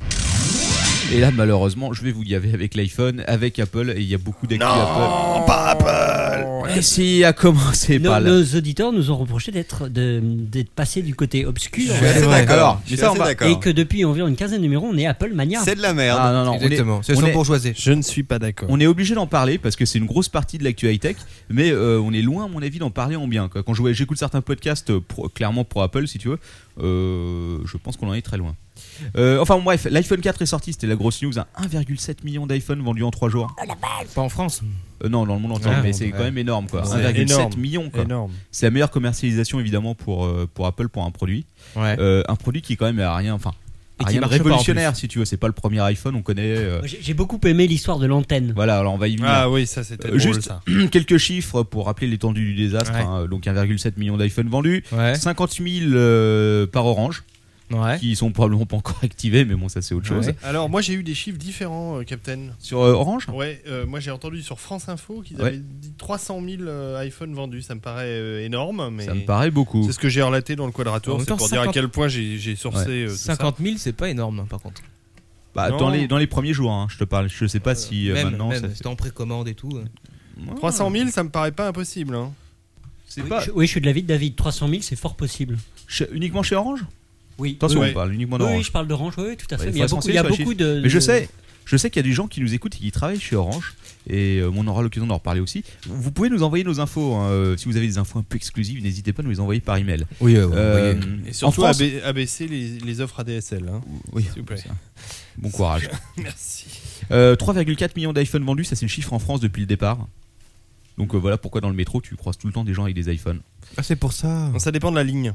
Speaker 3: Et là, malheureusement, je vais vous y gaver avec l'iPhone, avec Apple, et il y a beaucoup d'actu Apple.
Speaker 10: pas Apple
Speaker 3: Et Eh, si à commencer
Speaker 6: nos,
Speaker 3: par là.
Speaker 6: nos auditeurs nous ont reproché d'être de- d'être passés du côté obscur.
Speaker 3: Je suis assez d'accord. Alors,
Speaker 6: mais
Speaker 3: je suis assez d'accord.
Speaker 6: Et que depuis environ une quinzaine de numéros, on est Apple Mania.
Speaker 3: Ah, non, non, on est- on est-
Speaker 12: Je ne suis pas d'accord.
Speaker 3: On est obligé d'en parler parce que c'est une grosse partie de l'actu high-tech, mais euh, on est loin, à mon avis, d'en parler en bien. quoi. Quand je vois- j'écoute certains podcasts, euh, pro- clairement pour Apple, si tu veux, euh, je pense qu'on en est très loin. Euh, enfin, bon, bref, l'iPhone 4 est sorti, c'était la grosse news. hein. 1,7 million d'iPhone vendus en 3 jours.
Speaker 7: Oh, Pas en France
Speaker 3: Euh, non, dans le monde entier,
Speaker 6: Ah,
Speaker 7: Ouais,
Speaker 3: mais
Speaker 7: bon,
Speaker 3: c'est
Speaker 7: ouais.
Speaker 3: quand même énorme quoi.
Speaker 7: C'est
Speaker 3: 1,7
Speaker 7: énorme,
Speaker 3: million quoi.
Speaker 7: énorme.
Speaker 3: C'est la meilleure commercialisation évidemment pour, euh, pour Apple pour un produit.
Speaker 7: Ouais.
Speaker 3: Euh, un produit qui quand même a rien, enfin,
Speaker 6: Et
Speaker 3: a
Speaker 6: qui
Speaker 3: rien de
Speaker 6: marche pas, en
Speaker 3: révolutionnaire si tu veux. C'est pas le premier iPhone, on connaît. euh,
Speaker 6: J'ai j'ai beaucoup aimé l'histoire de l'antenne.
Speaker 3: Voilà, alors on va y venir. Euh,
Speaker 6: Ah oui, ça, c'était drôle,
Speaker 3: Juste
Speaker 6: ça.
Speaker 3: [clears throat] quelques chiffres pour rappeler l'étendue du désastre.
Speaker 6: Ouais.
Speaker 3: hein. donc 1,7 million d'iPhone vendus,
Speaker 7: Ouais.
Speaker 3: 50 000 euh, par Orange,
Speaker 7: Ouais.
Speaker 3: qui sont probablement pas encore [laughs] activés, mais bon, ça c'est autre chose.
Speaker 4: Alors moi j'ai eu des chiffres différents, euh, Captain.
Speaker 3: Sur, euh, Orange
Speaker 4: Ouais, euh, moi j'ai entendu sur France Info qu'ils
Speaker 3: Ouais.
Speaker 4: avaient dit 300 000 euh, iPhone vendus. Ça me paraît euh, énorme, mais
Speaker 3: Ça me paraît beaucoup.
Speaker 4: C'est ce que j'ai relaté dans le
Speaker 7: En
Speaker 4: Quadratour.
Speaker 7: même
Speaker 4: C'est
Speaker 7: temps,
Speaker 4: pour dire à
Speaker 7: 50
Speaker 4: quel point j'ai j'ai sourcé.
Speaker 3: Ouais.
Speaker 4: euh, tout ça.
Speaker 7: 50 000, c'est pas énorme, hein, par contre.
Speaker 3: Bah,
Speaker 4: Non.
Speaker 3: dans, les, dans les premiers jours, hein, je te parle. Je sais pas si euh,
Speaker 7: Même,
Speaker 3: maintenant.
Speaker 7: même,
Speaker 3: ça-
Speaker 7: c'était en précommande et tout.
Speaker 4: 300 000, ça me paraît pas impossible. hein.
Speaker 3: C'est
Speaker 6: Oui, je, oui, je suis de l'avis de David. 300 000, c'est fort possible.
Speaker 3: uniquement chez Orange
Speaker 6: Oui.
Speaker 3: Attention,
Speaker 6: Oui,
Speaker 3: on parle uniquement
Speaker 6: Oui,
Speaker 3: d'Orange.
Speaker 6: Oui, je parle d'Orange, oui, oui, tout à fait.
Speaker 3: Ouais,
Speaker 6: Mais il
Speaker 3: faut
Speaker 6: y a
Speaker 3: se
Speaker 6: beaucoup, il
Speaker 3: renseigner
Speaker 6: y a
Speaker 3: sur les
Speaker 6: beaucoup
Speaker 3: chiffres.
Speaker 6: de.
Speaker 3: Mais je
Speaker 6: de-
Speaker 3: sais, je sais qu'il y a des gens qui nous écoutent et qui travaillent chez Orange. Et euh, on aura l'occasion d'en reparler aussi. Vous pouvez nous envoyer nos infos. hein, euh, si vous avez des infos un peu exclusives, n'hésitez pas à nous les envoyer par email.
Speaker 2: Oui, euh,
Speaker 3: Euh,
Speaker 2: oui.
Speaker 4: Et
Speaker 3: en
Speaker 4: surtout
Speaker 3: France-
Speaker 4: abai- abaisser les, les offres ADSL. hein. S'il vous plaît.
Speaker 6: [laughs]
Speaker 3: Bon courage.
Speaker 4: [laughs] Merci.
Speaker 3: Euh, 3,4 millions d'iPhone vendus, ça c'est le chiffre en France depuis le départ. Donc euh, voilà pourquoi dans le métro tu croises tout le temps des gens avec des iPhones.
Speaker 2: Ah, c'est pour ça.
Speaker 4: Ça dépend de la ligne.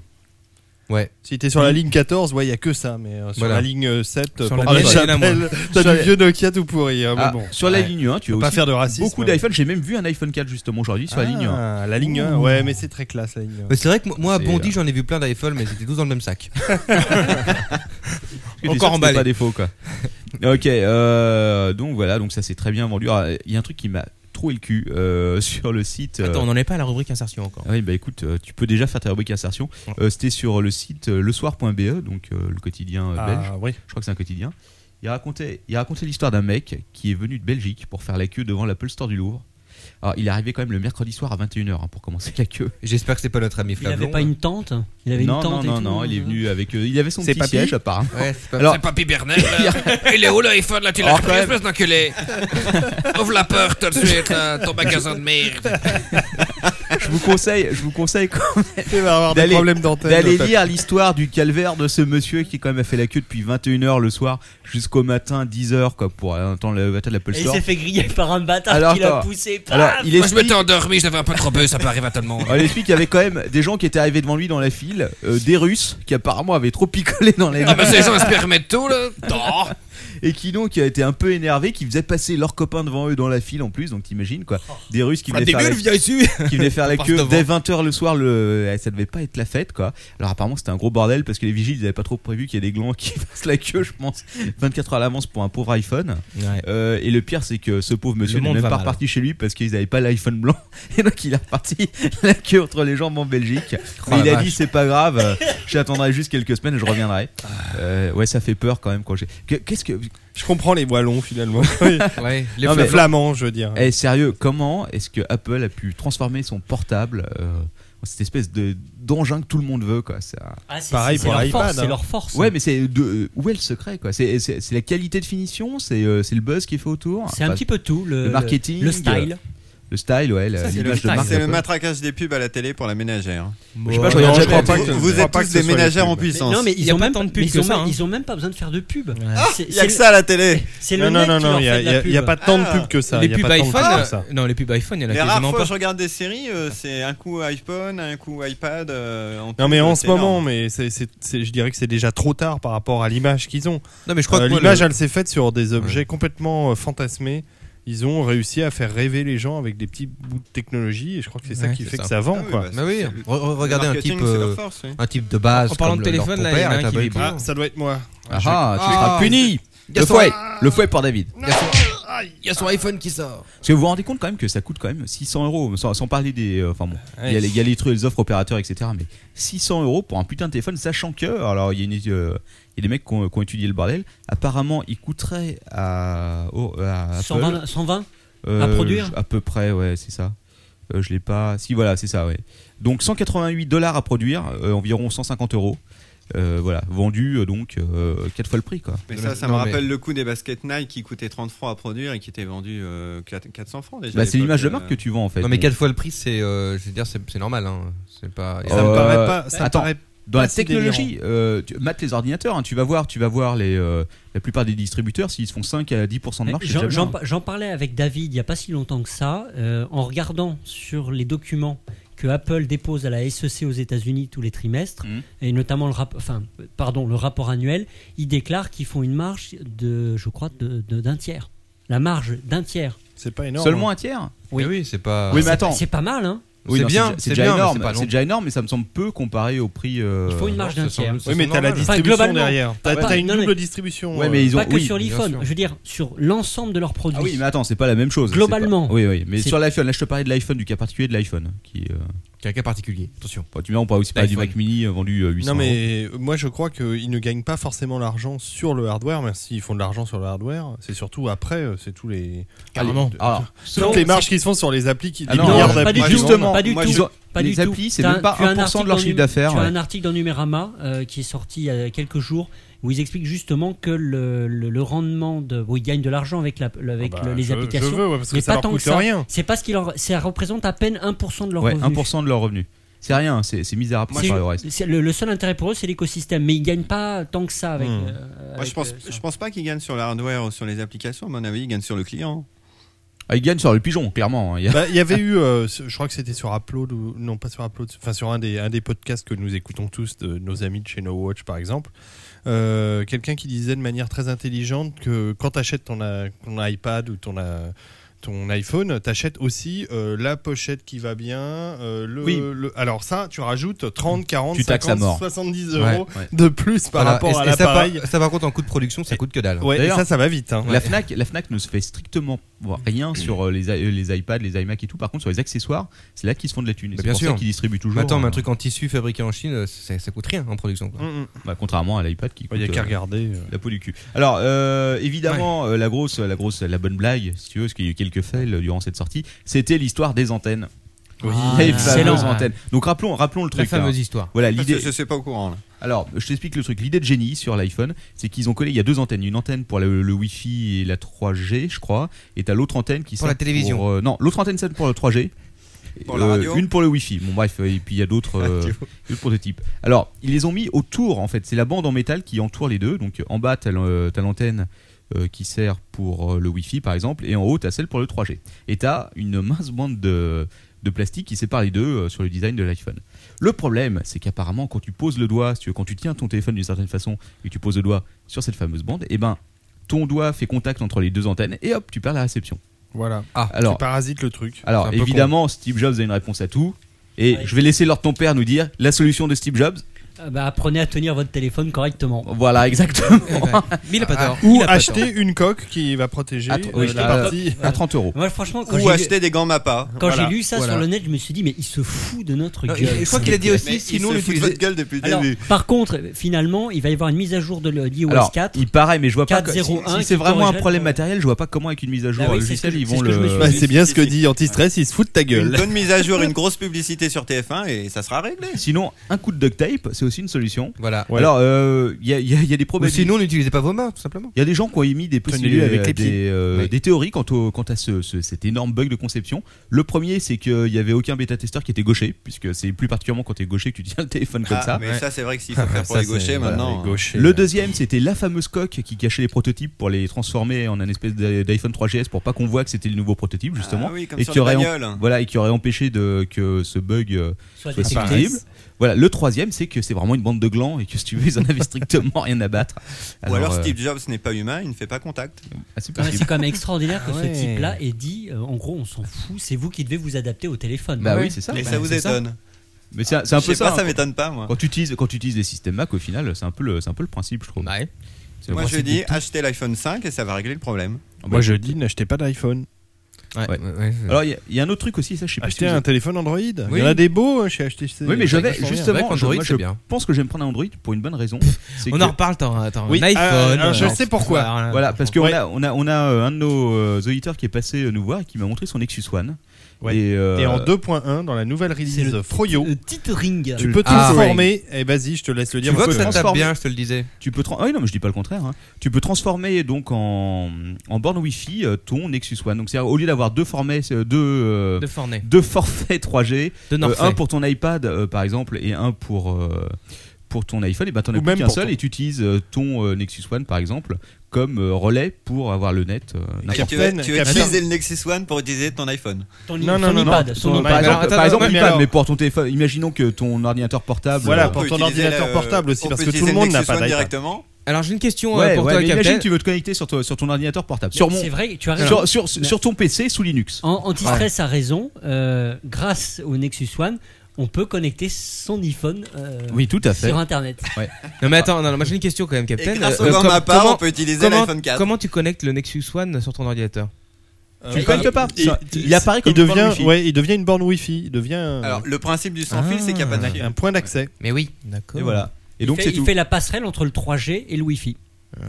Speaker 2: Ouais.
Speaker 4: Si t'es sur la ligne 14, ouais, il y a que ça, mais euh, sur
Speaker 2: Voilà.
Speaker 4: la ligne euh, 7, euh,
Speaker 2: Sur la
Speaker 4: Porte de
Speaker 2: ligne,
Speaker 4: Chapelle,
Speaker 2: il y en a moins.
Speaker 4: t'as
Speaker 2: Sur
Speaker 4: du
Speaker 2: la-
Speaker 4: vieux Nokia tout pourri. hein, mais
Speaker 3: Ah,
Speaker 4: bon.
Speaker 3: Sur la
Speaker 4: Ouais.
Speaker 3: ligne 1, tu
Speaker 4: Faut
Speaker 3: as
Speaker 4: pas
Speaker 3: aussi
Speaker 4: faire de racisme.
Speaker 3: beaucoup d'iPhone. J'ai même vu un iPhone 4 justement aujourd'hui sur la ligne 1.
Speaker 4: Ah, la ligne 1,
Speaker 3: Ouh.
Speaker 4: ouais, mais c'est très classe la ligne 1.
Speaker 2: Mais c'est vrai que moi- moi à
Speaker 4: C'est,
Speaker 2: Bondy
Speaker 4: euh,
Speaker 2: j'en ai vu plein d'iPhone mais c'était tous dans le même sac. [laughs]
Speaker 3: Parce que t'es sûr que
Speaker 2: Encore
Speaker 3: c'était
Speaker 2: emballé.
Speaker 3: Pas défaut
Speaker 2: [laughs]
Speaker 3: quoi. ok, euh, donc voilà, donc ça c'est très bien vendu. Ah, Il y a un truc qui m'a troué le cul euh, [laughs] sur le site. euh,
Speaker 7: Attends, on n'en est pas à la rubrique insertion encore.
Speaker 3: Ah Oui, bah écoute, euh, tu peux déjà faire ta rubrique insertion. Euh, C'était sur le site euh, lesoir.be, donc euh, le quotidien euh,
Speaker 12: Ah,
Speaker 3: belge.
Speaker 12: oui.
Speaker 3: Je crois que c'est un quotidien. Il racontait, il racontait l'histoire d'un mec qui est venu de Belgique pour faire la queue devant l'Apple Store du Louvre. Alors, il est arrivé quand même le mercredi soir à 21h hein, pour commencer la queue.
Speaker 2: J'espère que c'est pas notre ami hein.
Speaker 6: Il avait
Speaker 2: Flavon.
Speaker 6: pas une tente Il avait
Speaker 3: non,
Speaker 6: une tente et
Speaker 3: non, non,
Speaker 6: tout,
Speaker 3: non,
Speaker 6: euh,
Speaker 3: il est venu avec. euh, il avait son
Speaker 2: C'est
Speaker 3: petit
Speaker 2: Papy
Speaker 3: siège apparemment.
Speaker 2: Ouais, c'est Papy-
Speaker 3: Alors-
Speaker 2: c'est Papy Bernard,
Speaker 13: là.
Speaker 3: [laughs]
Speaker 13: Il est où l'iPhone, là, tu l'as
Speaker 3: Alors,
Speaker 13: pris,
Speaker 3: Oh, quand
Speaker 13: espèce d'enculé Ouvre la porte tout de suite, là, ton magasin de merde
Speaker 3: [laughs] je vous conseille, je vous conseille quand
Speaker 2: [laughs]
Speaker 4: Il va avoir
Speaker 3: même
Speaker 4: des
Speaker 3: d'aller-
Speaker 4: problèmes d'antenne,
Speaker 3: d'aller
Speaker 4: peut-être.
Speaker 3: lire l'histoire du calvaire de ce monsieur qui quand même a fait la queue depuis 21h le soir jusqu'au matin 10h quoi pour euh, aller attendre le matin de l'Apple
Speaker 6: Et il
Speaker 3: Store.
Speaker 6: s'est fait griller par un bâtard
Speaker 3: Alors,
Speaker 6: qui l'a
Speaker 3: attends.
Speaker 6: poussé. paf
Speaker 3: Alors, il
Speaker 13: Moi, je
Speaker 3: explique-
Speaker 13: m'étais endormi, je l'avais un peu trop peu, ça peut arriver à tout le monde.
Speaker 3: On explique qu'il y avait quand même des gens qui étaient arrivés devant lui dans la file, euh, des Russes qui apparemment avaient trop picolé dans la
Speaker 13: Ah, mais ces gens, ils se permettent tout, là Oh.
Speaker 3: et qui donc a été un peu énervé, qui faisait passer leurs copains devant eux dans la file en plus, donc t'imagines quoi. Des Russes qui
Speaker 13: Ah,
Speaker 3: venaient
Speaker 13: des
Speaker 3: faire,
Speaker 13: nuls, viens
Speaker 3: la...
Speaker 13: ici.
Speaker 3: qui venaient faire la
Speaker 13: On passe
Speaker 3: queue
Speaker 13: devant.
Speaker 3: dès 20h le soir, le... eh, ça devait pas être la fête quoi. Alors apparemment c'était un gros bordel parce que les vigiles ils avaient pas trop prévu qu'il y ait des glands qui [laughs] fassent la queue, je pense, 24 heures à l'avance pour un pauvre iPhone.
Speaker 7: Ouais.
Speaker 3: Euh, et le pire c'est que ce pauvre monsieur
Speaker 7: Le
Speaker 3: n'est
Speaker 7: monde
Speaker 3: même
Speaker 7: va
Speaker 3: pas
Speaker 7: mal.
Speaker 3: reparti chez lui parce qu'ils avaient pas l'iPhone blanc [laughs] et donc il est reparti [laughs] la queue entre les jambes en Belgique.
Speaker 7: Oh,
Speaker 3: Mais
Speaker 7: la
Speaker 3: il a
Speaker 7: vache.
Speaker 3: dit c'est pas grave,
Speaker 4: [laughs]
Speaker 3: euh, j'attendrai juste quelques semaines et je reviendrai. Euh, ouais, ça fait peur quand même quand j'ai. que- Qu'est-ce que
Speaker 4: Je comprends les Wallons
Speaker 3: [laughs]
Speaker 4: finalement.
Speaker 2: Ouais,
Speaker 4: les Flamands, je veux dire.
Speaker 3: Eh, sérieux, comment est-ce que Apple a pu transformer son portable euh, en cette espèce de d'engin que tout le monde veut quoi ça...
Speaker 6: Ah, c'est- Pareil c'est- pour c'est leur l'iPad, force, hein. c'est leur force.
Speaker 3: Ouais, mais c'est de euh, où est le secret quoi C'est c'est- c'est la qualité de finition, c'est euh, c'est le buzz qui est fait autour.
Speaker 6: C'est un petit peu tout, le-
Speaker 3: marketing, euh,
Speaker 6: le style.
Speaker 3: le style ouais, la-
Speaker 5: Ça, C'est le,
Speaker 3: l'image de marque.
Speaker 5: c'est le
Speaker 3: d'Apple.
Speaker 5: matraquage des pubs à la télé pour la ménagère.
Speaker 3: Je sais pas, je regarde jamais.
Speaker 5: Vous- Vous êtes tous des ménagères en puissance.
Speaker 6: Mais non, mais
Speaker 5: Il
Speaker 6: ils
Speaker 5: y a
Speaker 6: ont
Speaker 5: pas
Speaker 6: même
Speaker 5: tant de
Speaker 6: mais
Speaker 5: pubs
Speaker 6: ils
Speaker 5: que
Speaker 6: ont
Speaker 5: ça,
Speaker 6: même-
Speaker 5: hein.
Speaker 6: Ils ont même pas besoin de faire de pub. C'est-
Speaker 5: Il y a
Speaker 6: c'est
Speaker 5: que
Speaker 6: le-
Speaker 5: ça à la télé.
Speaker 6: C'est
Speaker 4: Non,
Speaker 6: le
Speaker 4: non,
Speaker 6: mec
Speaker 4: non,
Speaker 6: qui
Speaker 4: non,
Speaker 6: leur
Speaker 4: il y a-
Speaker 6: fait de
Speaker 4: il y
Speaker 6: la
Speaker 4: a- il y a
Speaker 6: pub.
Speaker 4: pas tant de pubs que ça.
Speaker 7: Ah, Les
Speaker 4: y a
Speaker 7: pubs
Speaker 4: pas tant de
Speaker 7: iPhone,
Speaker 4: pubs que
Speaker 7: euh,
Speaker 4: ça.
Speaker 7: non, les pubs iPhone, il y en a
Speaker 5: Les rares
Speaker 7: quasiment
Speaker 5: fois
Speaker 7: pas.
Speaker 5: je regarde des séries, euh, c'est un coup iPhone, un coup iPad. euh, en
Speaker 4: Non
Speaker 5: plus,
Speaker 4: mais
Speaker 5: euh,
Speaker 4: en
Speaker 5: c'est
Speaker 4: ce moment,
Speaker 5: énorme.
Speaker 4: mais c'est- c'est- c'est- je dirais que c'est déjà trop tard par rapport à l'image qu'ils ont. Euh,
Speaker 2: Non, mais je crois que moi,
Speaker 4: l'image
Speaker 2: le-
Speaker 4: elle s'est faite sur des objets complètement euh, fantasmés. Ils ont réussi à faire rêver les gens avec des petits bouts de technologie et je crois que c'est ça
Speaker 2: Ouais,
Speaker 4: qui
Speaker 2: c'est
Speaker 4: fait
Speaker 2: ça.
Speaker 4: que ça vend
Speaker 2: Ah oui,
Speaker 4: quoi.
Speaker 2: bah, c'est- Bah oui, c'est- re- re- le regardez un marketing, type, c'est leur euh, force, oui. un type de base En parlant comme de le- leur téléphone, là, il
Speaker 4: a
Speaker 2: y en a père un est à qui Belgique. vibre.
Speaker 4: Ah, ça doit être moi.
Speaker 3: Ah,
Speaker 4: Je-
Speaker 3: ah, tu seras puni. Le
Speaker 2: Gaston-
Speaker 3: fouet, le fouet par David.
Speaker 2: Il y a son iPhone qui sort.
Speaker 3: Parce que vous vous rendez compte quand même que ça coûte quand même 600 euros, sans, sans parler des. euh, Enfin bon, il y a les- il y, a les trucs, les offres opérateurs, etc. Mais 600 euros pour un putain de téléphone, sachant que. Alors, il y a, une, euh, il y a des mecs qui ont, qui ont étudié le bordel. Apparemment, il coûterait à. au- à Apple,
Speaker 6: 120 120 à
Speaker 3: euh,
Speaker 6: produire
Speaker 3: À peu près, ouais, c'est ça. Euh, je l'ai pas. Si, voilà, c'est ça, ouais. Donc 188 dollars à produire, euh, environ 150 euros. Euh, voilà, vendu euh, donc 4 fois le prix quoi.
Speaker 5: Mais ça, ça me rappelle le coût des baskets Nike qui coûtaient 30 francs à produire et qui étaient vendus euh, 4- 400 francs déjà.
Speaker 3: Bah,
Speaker 5: à
Speaker 3: c'est l'image de
Speaker 5: l'époque,
Speaker 3: marque
Speaker 5: euh.
Speaker 3: que tu vends en fait.
Speaker 2: Non, mais
Speaker 3: Donc,
Speaker 2: quelle fois le prix, c'est, euh, je veux dire, c'est c'est normal. Hein. C'est pas.
Speaker 3: Euh,
Speaker 2: Euh,
Speaker 3: attends, dans la
Speaker 2: si
Speaker 3: technologie,
Speaker 2: délirant.
Speaker 3: euh, tu, mate les ordinateurs, hein, tu vas voir, tu vas voir les, euh, la plupart des distributeurs s'ils se font 5 à 10% de marge. c'est
Speaker 6: J'en-
Speaker 3: déjà bien.
Speaker 6: J'en par- j'en parlais avec David il n'y a pas si longtemps que ça, euh, en regardant sur les documents que Apple dépose à la SEC aux États-Unis tous les trimestres,
Speaker 3: Mm.
Speaker 6: et notamment le, rap- enfin, euh, pardon, le rapport annuel, ils déclarent qu'ils font une marge de, je crois, de- de- d'un tiers. La marge d'un tiers.
Speaker 14: C'est
Speaker 3: pas énorme, Seulement hein. un tiers
Speaker 2: Oui, oui, c'est pas.
Speaker 3: Oui, mais attends.
Speaker 6: C'est pas mal, hein
Speaker 3: Oui, non, déjà- c'est déjà énorme.
Speaker 2: c'est pas long.
Speaker 3: C'est déjà énorme, mais ça me semble peu comparé au prix. euh,
Speaker 6: Il faut une marge
Speaker 3: ça
Speaker 6: d'un
Speaker 3: semble-
Speaker 6: tiers.
Speaker 3: ça semble normal.
Speaker 6: Pas- pas- non, mais-
Speaker 3: Ouais, mais ils ont
Speaker 6: euh, Pas que
Speaker 3: oui,
Speaker 6: sur
Speaker 3: bien
Speaker 6: l'iPhone,
Speaker 3: sûr.
Speaker 6: je veux dire, sur l'ensemble de leurs produits.
Speaker 3: Ah oui, mais attends, c'est pas la même chose.
Speaker 6: Globalement.
Speaker 3: C'est pas- Oui, oui. Mais
Speaker 6: C'est-
Speaker 3: sur l'iPhone, là, je te parlais de l'iPhone, du cas particulier de l'iPhone. Qui, euh,
Speaker 2: Qui est un cas particulier, attention.
Speaker 3: tu vois, on parle aussi pas du Mac Mini euh, vendu euh, 800
Speaker 14: Non, mais moi je crois qu'ils ne gagnent pas forcément l'argent sur le hardware, mais s'ils font de l'argent sur le hardware, c'est surtout après, euh, c'est tous les.
Speaker 3: Carrément.
Speaker 14: Allez,
Speaker 3: Alors, selon-
Speaker 14: toutes les marges qui se font sur les applis qui.
Speaker 3: Ah
Speaker 14: les
Speaker 3: non,
Speaker 14: milliards
Speaker 3: pas du
Speaker 14: d'applis.
Speaker 3: tout. Justement,
Speaker 6: pas du
Speaker 3: moi,
Speaker 6: tout.
Speaker 3: ils ont-
Speaker 6: pas
Speaker 3: les
Speaker 6: du tout.
Speaker 3: applis, c'est
Speaker 6: T'as
Speaker 3: même pas
Speaker 6: tu as un
Speaker 3: 1% de
Speaker 6: article
Speaker 3: leur
Speaker 6: dans
Speaker 3: chiffre
Speaker 6: Num-
Speaker 3: d'affaires,
Speaker 6: Tu as
Speaker 3: ouais.
Speaker 6: un article dans Numérama euh, qui est sorti il y a quelques jours où ils expliquent justement que le, le- le rendement de. Bon, ils gagnent de l'argent avec, la, le- avec
Speaker 14: Ah bah,
Speaker 6: le- les
Speaker 14: je- je
Speaker 6: applications.
Speaker 14: veux, ouais, parce que
Speaker 6: mais
Speaker 14: ça
Speaker 6: pas
Speaker 14: leur
Speaker 6: tant
Speaker 14: coûte
Speaker 6: que ça.
Speaker 14: rien.
Speaker 6: C'est pas ce qui leur. Ça représente à peine 1% de leur
Speaker 3: Ouais,
Speaker 6: revenu.
Speaker 3: 1% de leur revenu. C'est rien, c'est c'est misérable
Speaker 6: C'est-
Speaker 3: par le reste.
Speaker 6: c'est le, le seul intérêt pour eux, c'est l'écosystème. Mais ils gagnent pas tant que ça avec.
Speaker 5: Hmm.
Speaker 6: euh,
Speaker 5: Moi, je
Speaker 6: avec,
Speaker 5: pense,
Speaker 6: euh,
Speaker 5: je pense pas qu'ils gagnent sur le hardware ou sur les applications. À mon avis, ils gagnent sur le client.
Speaker 3: Ah, ils gagnent sur le pigeon, clairement. hein, Il y a-
Speaker 14: Bah, Il y avait eu, euh, ce- je crois que c'était sur Upload ou non pas sur Upload, enfin sur un des un des podcasts que nous écoutons tous de nos amis de chez No Watch par exemple, euh, quelqu'un qui disait de manière très intelligente que quand t'achètes ton euh, ton iPad ou ton euh, ton iPhone, t'achètes aussi euh, la pochette qui va bien. euh, le,
Speaker 3: Oui.
Speaker 14: le- alors ça, tu rajoutes 30, 40,
Speaker 3: Tu taxes à
Speaker 14: 50,
Speaker 3: mort.
Speaker 14: 70 euros
Speaker 3: Ouais, ouais.
Speaker 14: de plus par
Speaker 3: Voilà,
Speaker 14: rapport à
Speaker 3: et- et ça, par-
Speaker 14: l'appareil.
Speaker 2: Ça, par contre, en coût de production, ça coûte que dalle.
Speaker 14: Ouais,
Speaker 3: D'ailleurs,
Speaker 14: et ça, ça va vite. hein.
Speaker 3: La Fnac, la Fnac ne se fait strictement rien sur euh, les, i- euh, les iPads, les iMac et tout. Par contre, sur les accessoires, c'est là qu'ils se font de la thune. Et
Speaker 2: Bah,
Speaker 3: C'est
Speaker 2: bien
Speaker 3: pour
Speaker 2: sûr.
Speaker 3: ça qu'ils distribuent toujours.
Speaker 2: Mais attends, mais un
Speaker 3: euh,
Speaker 2: truc en tissu fabriqué en Chine, euh, ça, ça coûte rien en production. quoi.
Speaker 3: bah, contrairement à l'iPad qui coûte
Speaker 14: y a qu'à
Speaker 3: euh,
Speaker 14: regarder, euh.
Speaker 3: la peau du cul. Alors euh, évidemment euh, la grosse la grosse la bonne blague si tu veux parce qu'il y a eu quelques fails euh, durant cette sortie, c'était l'histoire des antennes.
Speaker 5: Oui.
Speaker 3: les
Speaker 5: Ah,
Speaker 3: fameuses
Speaker 5: excellent.
Speaker 3: antennes. Donc rappelons rappelons le
Speaker 5: La
Speaker 3: truc.
Speaker 5: fameuse
Speaker 3: hein.
Speaker 5: histoire.
Speaker 3: Voilà
Speaker 5: Parce
Speaker 3: l'idée
Speaker 5: que je suis pas au courant, là.
Speaker 3: Alors, je t'explique le truc. L'idée de génie sur l'iPhone, c'est qu'ils ont collé il y a deux antennes, une antenne pour le, le Wi-Fi et la 3G, je crois, et t'as l'autre antenne qui
Speaker 2: Pour
Speaker 3: sert
Speaker 2: la télévision.
Speaker 3: pour, euh, non, l'autre antenne c'est pour le 3G.
Speaker 2: Pour la radio.
Speaker 3: Une pour le Wi-Fi. Bon bref, et puis il y a d'autres euh,
Speaker 2: Radio.
Speaker 3: [laughs] d'autres prototypes. Alors, ils les ont mis autour en fait. C'est la bande en métal qui entoure les deux. Donc en bas, t'as l'an- euh, t'as l'antenne euh, qui sert pour euh, le Wi-Fi par exemple, et en haut, t'as celle pour le 3G. Et t'as une mince bande de, de plastique qui sépare les deux euh, sur le design de l'iPhone. Le problème, c'est qu'apparemment, quand tu poses le doigt, si tu veux, quand tu tiens ton téléphone d'une certaine façon et que tu poses le doigt sur cette fameuse bande, eh ben, ton doigt fait contact entre les deux antennes et hop, tu perds la réception.
Speaker 14: Voilà.
Speaker 3: Ah,
Speaker 14: Tu
Speaker 3: alors,
Speaker 14: parasites le truc.
Speaker 3: alors
Speaker 14: C'est un peu
Speaker 3: évidemment, Steve Jobs a une réponse à tout. Et je vais laisser Lord ton père nous dire la solution de Steve Jobs.
Speaker 6: euh, bah, apprenez à tenir votre téléphone correctement.
Speaker 3: Voilà,
Speaker 6: [laughs]
Speaker 3: exactement. [laughs]
Speaker 6: Mais il a pas tort.
Speaker 14: Ou
Speaker 6: Il a pas
Speaker 14: acheter
Speaker 6: tort.
Speaker 14: une coque qui va protéger
Speaker 6: À tr-
Speaker 14: euh,
Speaker 6: oui,
Speaker 14: la
Speaker 6: à-
Speaker 14: partie
Speaker 6: à 30 euros. Moi, franchement, quand j'ai
Speaker 5: ou
Speaker 6: lu-
Speaker 5: acheter des gants Mappa.
Speaker 6: Quand
Speaker 5: Voilà.
Speaker 6: j'ai lu ça sur le net, je me suis dit, mais il se fout de notre
Speaker 5: Non,
Speaker 6: gueule.
Speaker 5: il- je crois qu'il a dit aussi, Mais sinon, il se fout de l'utiliser- votre gueule depuis le
Speaker 6: Alors,
Speaker 5: début.
Speaker 6: Par contre, finalement, il va y avoir une mise à jour de l'iOS
Speaker 3: Alors,
Speaker 6: 4.
Speaker 3: il paraît, mais je vois pas. que- si-
Speaker 6: 4.01
Speaker 3: si
Speaker 6: qui
Speaker 3: c'est vraiment un
Speaker 6: corrigerait
Speaker 3: problème
Speaker 6: le-
Speaker 3: matériel, je vois pas comment avec une mise à
Speaker 5: Bah
Speaker 3: jour
Speaker 6: Ah oui, c'est
Speaker 3: logicielle
Speaker 6: ce que-
Speaker 3: ils
Speaker 6: c'est
Speaker 3: vont
Speaker 6: ce que je me
Speaker 3: le.
Speaker 6: suis
Speaker 14: Ouais, Bah, c'est bien ce que dit Antistress, il se fout de ta
Speaker 5: Une
Speaker 14: gueule.
Speaker 5: bonne mise à jour, une grosse publicité sur TF1 et ça sera réglé.
Speaker 3: [laughs] Sinon, un coup de duct tape, c'est aussi une solution.
Speaker 2: Voilà.
Speaker 5: Ouais.
Speaker 3: Alors, euh, il y, a- il y a- il y a des probabilités.
Speaker 2: sinon, n'utilisez pas vos mains, tout simplement.
Speaker 3: Il y a des gens qui ont émis des,
Speaker 2: Prenez-le
Speaker 3: possibilités,
Speaker 2: avec les
Speaker 3: des,
Speaker 2: pieds.
Speaker 3: euh,
Speaker 2: Oui.
Speaker 3: des théories quant, au- quant à ce, ce- cet énorme bug de conception. Le premier, c'est qu'il n'y avait aucun bêta-testeur qui était gaucher, puisque c'est plus particulièrement quand tu es gaucher que tu tiens le téléphone comme
Speaker 5: Ah,
Speaker 3: ça.
Speaker 5: mais ça, c'est vrai que s'il faut faire pour les gauchers, maintenant, hein. Les gauchers, euh,
Speaker 3: le
Speaker 5: ouais.
Speaker 3: deuxième, c'était la fameuse coque qui cachait les prototypes pour les transformer en un espèce d'i- d'iPhone 3GS pour pas qu'on voit que c'était le nouveau prototype, justement.
Speaker 5: Ah oui, comme
Speaker 3: et
Speaker 5: sur
Speaker 3: qui
Speaker 5: les
Speaker 3: aurait,
Speaker 5: bagnoles.
Speaker 3: voilà, et qui aurait empêché de, que ce bug euh,
Speaker 5: Soit
Speaker 3: soit,
Speaker 5: détecté.
Speaker 3: susceptible. Voilà, le troisième, c'est que c'est vraiment une bande de glands et que si tu veux, ils en avaient strictement rien à battre.
Speaker 5: Ou alors
Speaker 3: euh,
Speaker 5: Steve Jobs n'est pas humain, il ne fait pas contact.
Speaker 3: Ah, c'est
Speaker 6: Non, mais C'est quand même extraordinaire que
Speaker 5: Ah ouais.
Speaker 6: ce type-là ait dit, euh, en gros, on s'en fout, c'est vous qui devez vous adapter au téléphone.
Speaker 3: Bah oui, c'est ça.
Speaker 5: Mais
Speaker 3: Bah,
Speaker 5: ça vous
Speaker 3: c'est
Speaker 5: étonne.
Speaker 3: Mais c'est c'est un
Speaker 5: Je
Speaker 3: peu
Speaker 5: sais pas,
Speaker 3: hein,
Speaker 5: ça
Speaker 3: quand-
Speaker 5: m'étonne pas, moi.
Speaker 3: Quand tu utilises, quand tu utilises les systèmes Mac, au final, c'est un peu le, c'est un peu le principe, je trouve. C'est le
Speaker 5: Moi, je
Speaker 3: principe
Speaker 5: dis
Speaker 3: de tout.
Speaker 5: acheter l'iPhone 5 et ça va régler le problème.
Speaker 14: Moi je dis n'achetez pas d'iPhone.
Speaker 3: Ouais. Alors, il y a- il y, a un autre truc aussi, ça, je sais pas.
Speaker 14: Achetez
Speaker 3: Ah, si vous-
Speaker 14: un téléphone Android. Il y en a des beaux hein, chez HTC.
Speaker 3: Oui, mais je vais
Speaker 14: Vachement bien.
Speaker 3: justement. je- moi,
Speaker 14: c'est
Speaker 3: je pense que je vais me prendre un Android pour une bonne raison. c'est
Speaker 7: On
Speaker 3: que-
Speaker 7: en reparle, t'en- attends,
Speaker 3: Oui,
Speaker 7: un iPhone.
Speaker 14: Ah,
Speaker 3: euh, alors, je
Speaker 7: euh,
Speaker 3: sais pourquoi.
Speaker 7: voilà,
Speaker 3: Voilà, parce qu'on
Speaker 7: franchement.
Speaker 3: a, on a, on a euh, un de nos euh, auditeurs qui est passé euh, nous voir et qui m'a montré son Nexus One.
Speaker 4: Ouais.
Speaker 3: Et,
Speaker 4: Et,
Speaker 3: euh,
Speaker 4: en 2.1, dans la nouvelle release
Speaker 3: le
Speaker 4: Froyo,
Speaker 6: Titring.
Speaker 4: tu peux
Speaker 3: Ah,
Speaker 4: transformer. Et
Speaker 14: Eh,
Speaker 4: vas-y, je te laisse le dire.
Speaker 3: Tu vois
Speaker 4: parce
Speaker 3: que ça
Speaker 4: que-
Speaker 3: tape bien,
Speaker 2: je te le disais.
Speaker 3: Tu peux tran- ah oui, non, mais je dis pas le contraire. hein. Tu peux transformer donc en, en borne Wi-Fi euh, ton Nexus One. Donc c'est au lieu d'avoir deux formats, euh, deux euh,
Speaker 7: Deux fornets.
Speaker 3: deux forfaits 3G,
Speaker 7: Deux
Speaker 3: euh, un
Speaker 7: forfaits.
Speaker 3: pour ton iPad euh, par exemple et un pour euh, pour ton iPhone, et ben t'en as
Speaker 4: Ou
Speaker 3: plus
Speaker 4: même
Speaker 3: qu'un
Speaker 4: pour
Speaker 3: seul
Speaker 4: ton-
Speaker 3: et tu utilises euh, ton euh, Nexus One par exemple comme euh, relais pour avoir le net. euh, n'importe
Speaker 5: Tu
Speaker 3: où.
Speaker 5: vas utiliser le Nexus One pour utiliser ton iPhone.
Speaker 3: Par exemple, par exemple, l'iPad, mais pour ton téléphone. Imaginons que ton ordinateur portable.
Speaker 4: Voilà,
Speaker 3: euh,
Speaker 4: pour ton ordinateur portable aussi, parce que tout le monde n'a pas d'iPad.
Speaker 7: Alors j'ai une question
Speaker 3: Ouais,
Speaker 7: euh, pour
Speaker 3: ouais,
Speaker 7: toi,
Speaker 3: mais
Speaker 7: Captain.
Speaker 3: imagine tu veux te connecter sur, ton- sur ton ordinateur portable. Sur mon,
Speaker 6: C'est vrai, tu as raison.
Speaker 3: sur, sur, sur ton PC sous Linux.
Speaker 6: En anti-stress a raison. euh, grâce au Nexus One, on peut connecter son iPhone euh,
Speaker 7: Oui, tout à fait.
Speaker 6: sur Internet. [laughs]
Speaker 7: Ouais. Non mais attends, non, non, moi j'ai une question quand même, Captain.
Speaker 6: Et grâce au Gamma
Speaker 7: com-
Speaker 6: Power, on peut utiliser
Speaker 7: comment-
Speaker 6: l'iPhone 4.
Speaker 7: Comment tu connectes le Nexus One sur ton ordinateur
Speaker 4: Euh,
Speaker 3: Tu le connectes pas. Ça, il apparaît comme
Speaker 4: il
Speaker 3: une borne
Speaker 4: devient,
Speaker 3: Wi-Fi.
Speaker 4: ouais, il devient une borne Wi-Fi. Il devient. un-
Speaker 14: euh,
Speaker 5: Alors, le principe du sans fil, c'est qu'il n'y a pas de fil.
Speaker 4: un point d'accès.
Speaker 7: Mais oui, d'accord.
Speaker 3: Et voilà. Et
Speaker 6: Il
Speaker 3: donc
Speaker 6: fait-
Speaker 3: c'est
Speaker 6: il
Speaker 3: tout.
Speaker 6: fait la passerelle entre le 3G et le Wi-Fi.
Speaker 4: Ah.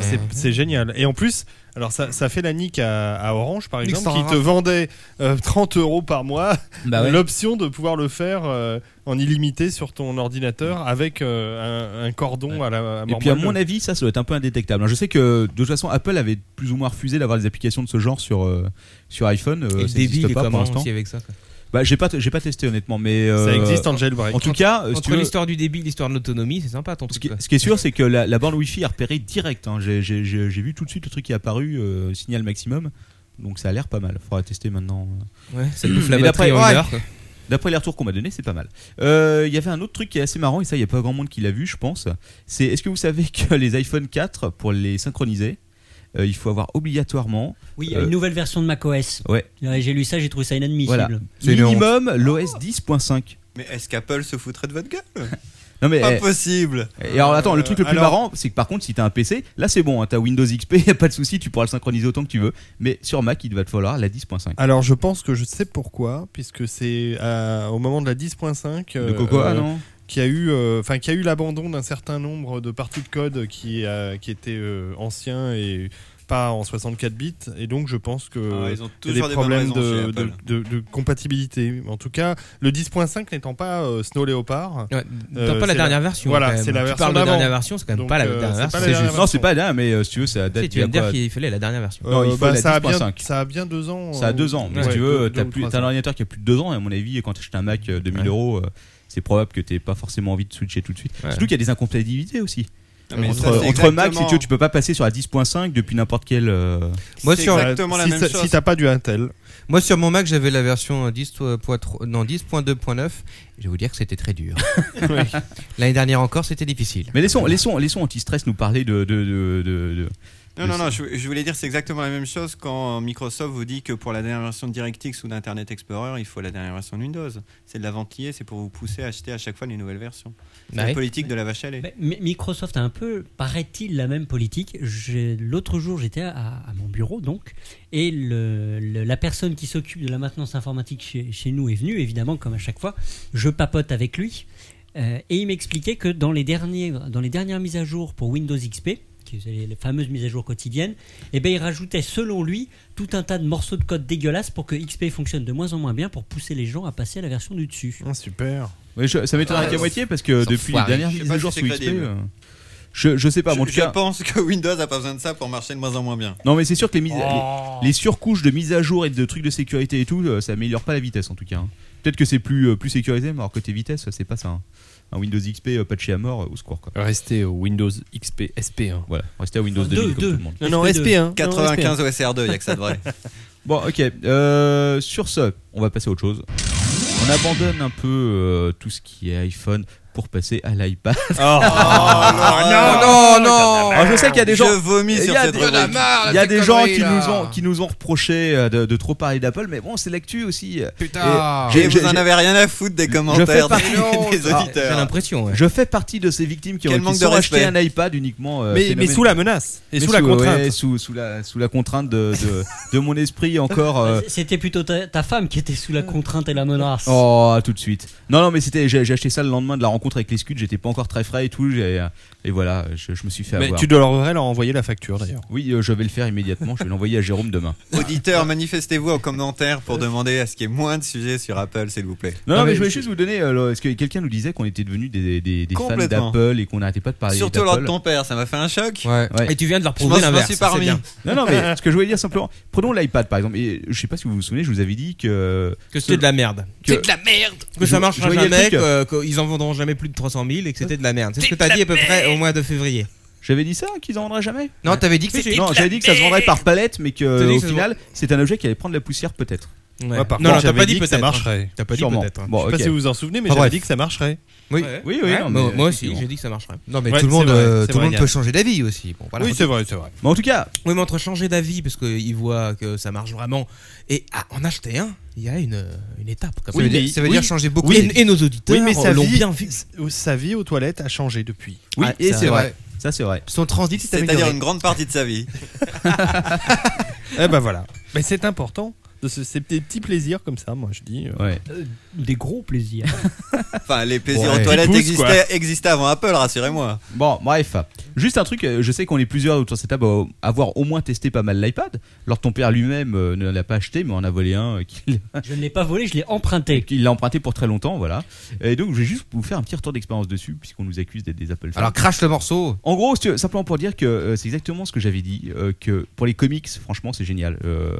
Speaker 4: C'est- C'est génial. Et en plus, alors ça, ça fait la nique à, à Orange, par
Speaker 6: Nique
Speaker 4: exemple,
Speaker 6: sans
Speaker 4: qui te
Speaker 6: rare.
Speaker 4: vendait euh, 30 euros par mois
Speaker 3: Bah ouais.
Speaker 4: l'option de pouvoir le faire euh, en illimité sur ton ordinateur avec euh, un, un cordon à la à
Speaker 3: Et puis à
Speaker 4: Mormon.
Speaker 3: mon avis, ça, ça doit être un peu indétectable. hein. Je sais que de toute façon, Apple avait plus ou moins refusé d'avoir des applications de ce genre sur euh, sur iPhone. euh,
Speaker 7: Et le
Speaker 3: ça
Speaker 7: débit,
Speaker 3: n'existe
Speaker 7: il est
Speaker 3: pas pour
Speaker 7: comment
Speaker 3: l'instant.
Speaker 7: aussi avec ça, quoi
Speaker 3: Bah j'ai pas j'ai pas testé honnêtement, mais euh,
Speaker 4: Ça existe en jailbreak.
Speaker 3: En tout cas, euh, si tu
Speaker 7: entre
Speaker 3: veux,
Speaker 7: l'histoire du débit, l'histoire de l'autonomie, c'est sympa ton truc. quoi.
Speaker 3: ce qui est sûr, c'est que la, la borne Wi-Fi est repérée direct. hein. J'ai j'ai- j'ai- j'ai vu tout de suite le truc qui est apparu, euh, signal maximum. Donc ça a l'air pas mal. Faudra tester maintenant. euh,
Speaker 7: Ouais, ça te bouffe la
Speaker 3: Mais
Speaker 7: batterie
Speaker 3: d'après-
Speaker 7: en une
Speaker 3: ouais.
Speaker 7: heure, quoi.
Speaker 3: D'après les retours qu'on m'a donné, c'est pas mal. Euh, Il y avait un autre truc qui est assez marrant et ça, il y a pas grand monde qui l'a vu, je pense. C'est est-ce que vous savez [laughs] que les iPhone 4 pour les synchroniser, euh, il faut avoir obligatoirement
Speaker 6: Oui,
Speaker 3: euh,
Speaker 6: une nouvelle version de macOS.
Speaker 3: Ouais.
Speaker 6: Ouais, J'ai lu ça, j'ai trouvé ça
Speaker 3: voilà,
Speaker 6: inadmissible.
Speaker 3: minimum l'OS 10.5.
Speaker 5: Mais est-ce qu'Apple se foutrait de votre gueule
Speaker 3: Non mais
Speaker 5: Pas
Speaker 3: eh,
Speaker 5: possible.
Speaker 3: Et alors attends, le truc le plus
Speaker 5: Alors-
Speaker 3: marrant, c'est que par contre, si t'as un PC, là c'est bon, hein, t'as Windows XP, [laughs] y a pas de souci, tu pourras le synchroniser autant que tu veux. Mais sur Mac, il va te falloir la 10.5.
Speaker 7: Ah,
Speaker 4: Alors je pense que je sais pourquoi, puisque c'est euh, au moment de la 10.5
Speaker 3: De Cocoa,
Speaker 4: euh,
Speaker 3: non
Speaker 4: qui a eu, euh, enfin qui a eu l'abandon d'un certain nombre de parties de code qui euh, qui étaient euh, anciens et pas en 64 bits et donc je pense que
Speaker 5: Ah, ils ont
Speaker 4: il y a des
Speaker 5: toujours des
Speaker 4: problèmes
Speaker 5: bonnes
Speaker 4: de,
Speaker 5: raisons chez
Speaker 4: de, de- de compatibilité. En tout cas, le 10.5 n'étant pas euh, Snow Leopard, euh,
Speaker 7: Ouais, n'étant pas la
Speaker 4: c'est
Speaker 7: dernière version, quand
Speaker 4: Voilà,
Speaker 7: même.
Speaker 4: c'est la
Speaker 7: Tu
Speaker 4: version
Speaker 7: parles de
Speaker 4: d'avant.
Speaker 7: dernière version, c'est quand même
Speaker 4: Donc,
Speaker 7: pas la
Speaker 4: euh,
Speaker 7: dernière
Speaker 4: c'est
Speaker 7: version.
Speaker 4: pas la
Speaker 3: C'est
Speaker 4: dernière
Speaker 3: juste- Non, c'est
Speaker 4: version.
Speaker 3: pas là, mais euh, si tu veux, ça date.
Speaker 7: Si, tu
Speaker 3: d'il y
Speaker 7: viens
Speaker 3: a
Speaker 7: de dire
Speaker 3: quoi
Speaker 7: qu'il fallait la dernière version.
Speaker 3: Non, il
Speaker 4: Euh,
Speaker 3: faut
Speaker 4: bah,
Speaker 3: la
Speaker 4: ça, a
Speaker 3: 10.5.
Speaker 4: bien, ça a bien deux ans.
Speaker 3: Ça a deux ans. Mais
Speaker 4: Ouais,
Speaker 3: si tu veux,
Speaker 4: deux-
Speaker 3: t'as
Speaker 4: deux ou
Speaker 3: plus-
Speaker 4: trois
Speaker 3: t'as un
Speaker 4: ans.
Speaker 3: ordinateur qui a plus de deux ans, et à mon avis, quand t'achètes un Mac euh, 2000 euros, euh, c'est probable que t'aies pas forcément envie de switcher tout de suite. Surtout qu'il y a des incompatibilités aussi.
Speaker 5: Non, mais
Speaker 3: entre
Speaker 5: ça, c'est
Speaker 3: entre Mac, si
Speaker 5: exactement-
Speaker 3: tu veux, tu peux pas passer sur la 10.5 depuis n'importe quel. euh,
Speaker 5: C'est exactement la
Speaker 4: si
Speaker 5: même
Speaker 4: ça-
Speaker 5: chose.
Speaker 4: si t'as pas du Intel.
Speaker 2: Moi sur mon Mac j'avais la version euh, 10.3 non, 10.2.9 et je vais vous dire que c'était très dur. L'année dernière encore c'était difficile.
Speaker 3: Mais laissons, laissons, laissons anti-stress nous parler de. de, de, de- de-
Speaker 5: Non,
Speaker 3: de-
Speaker 5: non, non, je, je voulais dire c'est exactement la même chose quand Microsoft vous dit que pour la dernière version de DirectX ou d'Internet Explorer, il faut la dernière version de Windows. C'est de la ventiller, c'est pour vous pousser à acheter à chaque fois les nouvelles versions. C'est
Speaker 6: Bah
Speaker 5: la
Speaker 6: oui.
Speaker 5: politique de la vache à lait.
Speaker 6: Mais- mais Microsoft a un peu, paraît-il, la même politique. J'ai- L'autre jour, j'étais à, à mon bureau, donc, et le- le- la personne qui s'occupe de la maintenance informatique chez, chez nous est venue, évidemment, comme à chaque fois. Je papote avec lui, euh, et il m'expliquait que dans les, derniers, dans les dernières mises à jour pour Windows XP, qui est les fameuses mises à jour quotidiennes, eh ben, il rajoutait, selon lui, tout un tas de morceaux de code dégueulasses pour que XP fonctionne de moins en moins bien pour pousser les gens à passer à la version du dessus.
Speaker 4: super.
Speaker 3: Ouais, je- ça m'étonnerait
Speaker 5: Ah,
Speaker 3: qu'à moitié parce que
Speaker 5: c'est
Speaker 3: depuis les
Speaker 5: enfoiré.
Speaker 3: dernières
Speaker 5: Je sais
Speaker 3: mises
Speaker 5: pas
Speaker 3: à
Speaker 5: si
Speaker 3: jour
Speaker 5: c'est
Speaker 3: sur XP.
Speaker 5: crédible.
Speaker 3: euh, Je, je sais pas, mais en tout
Speaker 5: je
Speaker 3: cas.
Speaker 5: pense que Windows a pas besoin de ça pour marcher de moins en moins bien.
Speaker 3: Non, mais c'est sûr que les, mises-
Speaker 5: Oh.
Speaker 3: les, les surcouches de mise à jour et de trucs de sécurité et tout, euh, ça améliore pas la vitesse en tout cas. hein. Peut-être que c'est plus, euh, plus sécurisé, mais alors côté vitesse, c'est pas ça. hein. Un Windows XP euh, patché à mort, euh, au secours quoi.
Speaker 1: Restez au Windows XP SP1.
Speaker 3: Voilà, restez à Windows
Speaker 1: Ah, Deux,
Speaker 3: 2000 comme
Speaker 1: deux.
Speaker 3: tout le monde.
Speaker 1: Non, hein. non, SP1. Non,
Speaker 5: 95 OSR2, il a que ça de
Speaker 1: [laughs]
Speaker 5: vrai.
Speaker 3: [laughs] Bon, ok. euh, sur ce, on va passer à autre chose. On abandonne un peu euh, tout ce qui est iPhone pour passer à l'iPad.
Speaker 5: Oh,
Speaker 3: [laughs] Ah,
Speaker 15: non, non, non.
Speaker 3: Alors, Je sais qu'il y a des gens.
Speaker 5: Je vomis
Speaker 3: il y
Speaker 5: sur
Speaker 3: a
Speaker 5: cette
Speaker 3: des-
Speaker 5: rubrique.
Speaker 15: Il y en a marre,
Speaker 3: Il y a
Speaker 15: ces
Speaker 3: des gens
Speaker 15: conneries,
Speaker 3: qui
Speaker 15: là.
Speaker 3: nous ont qui nous ont reproché euh, de, de trop parler d'Apple, mais bon, c'est l'actu aussi.
Speaker 2: Putain.
Speaker 3: Et j'ai-
Speaker 5: Et vous
Speaker 3: j'ai-
Speaker 5: en
Speaker 3: j'ai-
Speaker 5: avez rien à foutre des
Speaker 3: fais
Speaker 5: commentaires des,
Speaker 3: partie-
Speaker 5: [laughs] des
Speaker 3: Ah,
Speaker 5: auditeurs.
Speaker 7: J'ai l'impression, ouais.
Speaker 3: Je fais partie de ces victimes qui ont
Speaker 5: Quel
Speaker 3: qui
Speaker 5: manque de
Speaker 3: sont acheté un
Speaker 5: respect.
Speaker 3: iPad uniquement. euh,
Speaker 4: Mais- mais
Speaker 3: phénomène-
Speaker 4: sous la menace et
Speaker 3: Mais
Speaker 4: sous la contrainte.
Speaker 3: ouais, sous, sous la sous la contrainte de de, de mon esprit encore.
Speaker 6: [laughs]
Speaker 3: euh,
Speaker 6: Bah, C'était plutôt ta, ta femme qui était sous la contrainte et la menace.
Speaker 3: Oh, à tout de suite. Non, non, mais c'était, j'ai j'ai acheté ça le lendemain de la rencontre rencontre avec les Scuds, j'étais pas encore très frais et tout. j'ai- euh, Et voilà, je, je me suis fait
Speaker 16: Mais
Speaker 3: avoir.
Speaker 16: tu devrais leur envoyer la facture d'ailleurs.
Speaker 3: Oui, euh, je vais le faire immédiatement. Je vais l'envoyer à Jérôme demain.
Speaker 5: Auditeurs, manifestez-vous en commentaire pour demander à ce qu'il y ait moins de sujets sur Apple, s'il vous plaît.
Speaker 1: Ah,
Speaker 3: Non, non, mais, je voulais juste vous donner. euh, le- Parce que quelqu'un nous disait qu'on était devenus des, des- des fans
Speaker 5: Complètement.
Speaker 3: d'Apple et qu'on n'arrêtait pas de parler
Speaker 5: Surtout
Speaker 3: d'Apple.
Speaker 5: lors de ton père, ça m'a fait un choc.
Speaker 3: Ouais.
Speaker 5: Je m'en- je m'en suis parmi.
Speaker 3: Non, non,
Speaker 7: [laughs]
Speaker 3: mais ce que je voulais dire simplement, prenons l'iPad par exemple. Et je sais pas si vous vous souvenez, je vous avais dit que.
Speaker 7: Que c'était de la merde.
Speaker 3: que-
Speaker 7: C'est de la merde. Que
Speaker 3: Je-
Speaker 7: ça marchera
Speaker 3: je voyais le
Speaker 7: jamais,
Speaker 3: truc, euh,
Speaker 7: que- qu'ils en vendront jamais plus de 300 000 et que c'était de la merde. C'est ce que
Speaker 3: C'est de
Speaker 7: t'as dit
Speaker 3: la
Speaker 7: à peu près
Speaker 3: merde.
Speaker 7: au mois de février.
Speaker 3: J'avais dit ça, qu'ils en vendraient jamais
Speaker 7: Non, t'avais dit que
Speaker 3: Oui,
Speaker 7: c'était
Speaker 3: Non,
Speaker 7: de
Speaker 3: j'avais
Speaker 7: la
Speaker 3: dit que ça se vendrait
Speaker 7: merde.
Speaker 3: par palette, mais
Speaker 7: T'as
Speaker 3: que
Speaker 7: dit
Speaker 3: au
Speaker 7: que ça se
Speaker 3: final, c'est un objet qui allait prendre la poussière peut-être.
Speaker 7: Ouais. Ouais, par Non, contre, non, t'as j'avais pas dit dit que ça peut-être. marcherait. T'as pas dit
Speaker 3: Sûrement.
Speaker 7: peut-être, hein.
Speaker 3: Bon,
Speaker 7: Je sais pas
Speaker 3: ok.
Speaker 7: si vous vous en souvenez, mais
Speaker 3: Enfin,
Speaker 7: j'avais
Speaker 3: bref.
Speaker 7: dit que ça marcherait.
Speaker 3: Oui,
Speaker 7: Ouais.
Speaker 3: oui, oui.
Speaker 7: Ouais, moi-
Speaker 3: non, mais
Speaker 7: moi
Speaker 3: euh,
Speaker 7: aussi, hein.
Speaker 3: effectivement.
Speaker 7: j'ai dit que ça marcherait.
Speaker 2: Non, mais tout le monde, euh, tout le monde peut changer d'avis aussi. Bon, voilà.
Speaker 7: Oui, c'est vrai, c'est
Speaker 2: vrai.
Speaker 3: Mais en tout cas,
Speaker 7: oui, mais entre changer d'avis parce qu'ils voient que ça marche vraiment et ah, en acheter un, il y a une, euh, une étape. Comme
Speaker 2: Ça veut dire- ça veut dire changer beaucoup.
Speaker 7: Et, et nos auditeurs
Speaker 2: Oui, mais ça
Speaker 7: l'ont
Speaker 2: vit-
Speaker 7: bien vu.
Speaker 4: euh, Sa vie aux toilettes a changé depuis. Ah,
Speaker 3: Oui,
Speaker 7: Ouais,
Speaker 3: et
Speaker 7: ça-
Speaker 3: c'est vrai. Ça, c'est vrai.
Speaker 7: Son transit s'est
Speaker 5: C'est-à-dire une grande partie de sa vie.
Speaker 4: eh ben voilà. Mais c'est important de se- ces petits petits plaisirs comme ça, moi je dis. euh.
Speaker 6: Euh, Des gros plaisirs.
Speaker 5: Enfin, les plaisirs
Speaker 4: Ouais.
Speaker 5: aux toilettes
Speaker 4: Pousse,
Speaker 5: existaient, existaient avant Apple, rassurez-moi.
Speaker 3: Bon, bref. Juste un truc, euh, je sais qu'on est plusieurs autour de cette table à avoir au moins testé pas mal l'iPad. Alors ton père lui-même euh, ne l'a pas acheté, mais on a volé un. euh, qu'il-
Speaker 6: Je ne l'ai pas volé, je l'ai emprunté.
Speaker 3: [laughs] Il l'a emprunté pour très longtemps, voilà. Et donc je vais juste vous faire un petit retour d'expérience dessus, puisqu'on nous accuse d'être des Apple fans.
Speaker 2: Alors, crache le morceau.
Speaker 3: En gros, si tu veux, simplement pour dire que euh, c'est exactement ce que j'avais dit, euh, que pour les comics, franchement, c'est génial. Euh,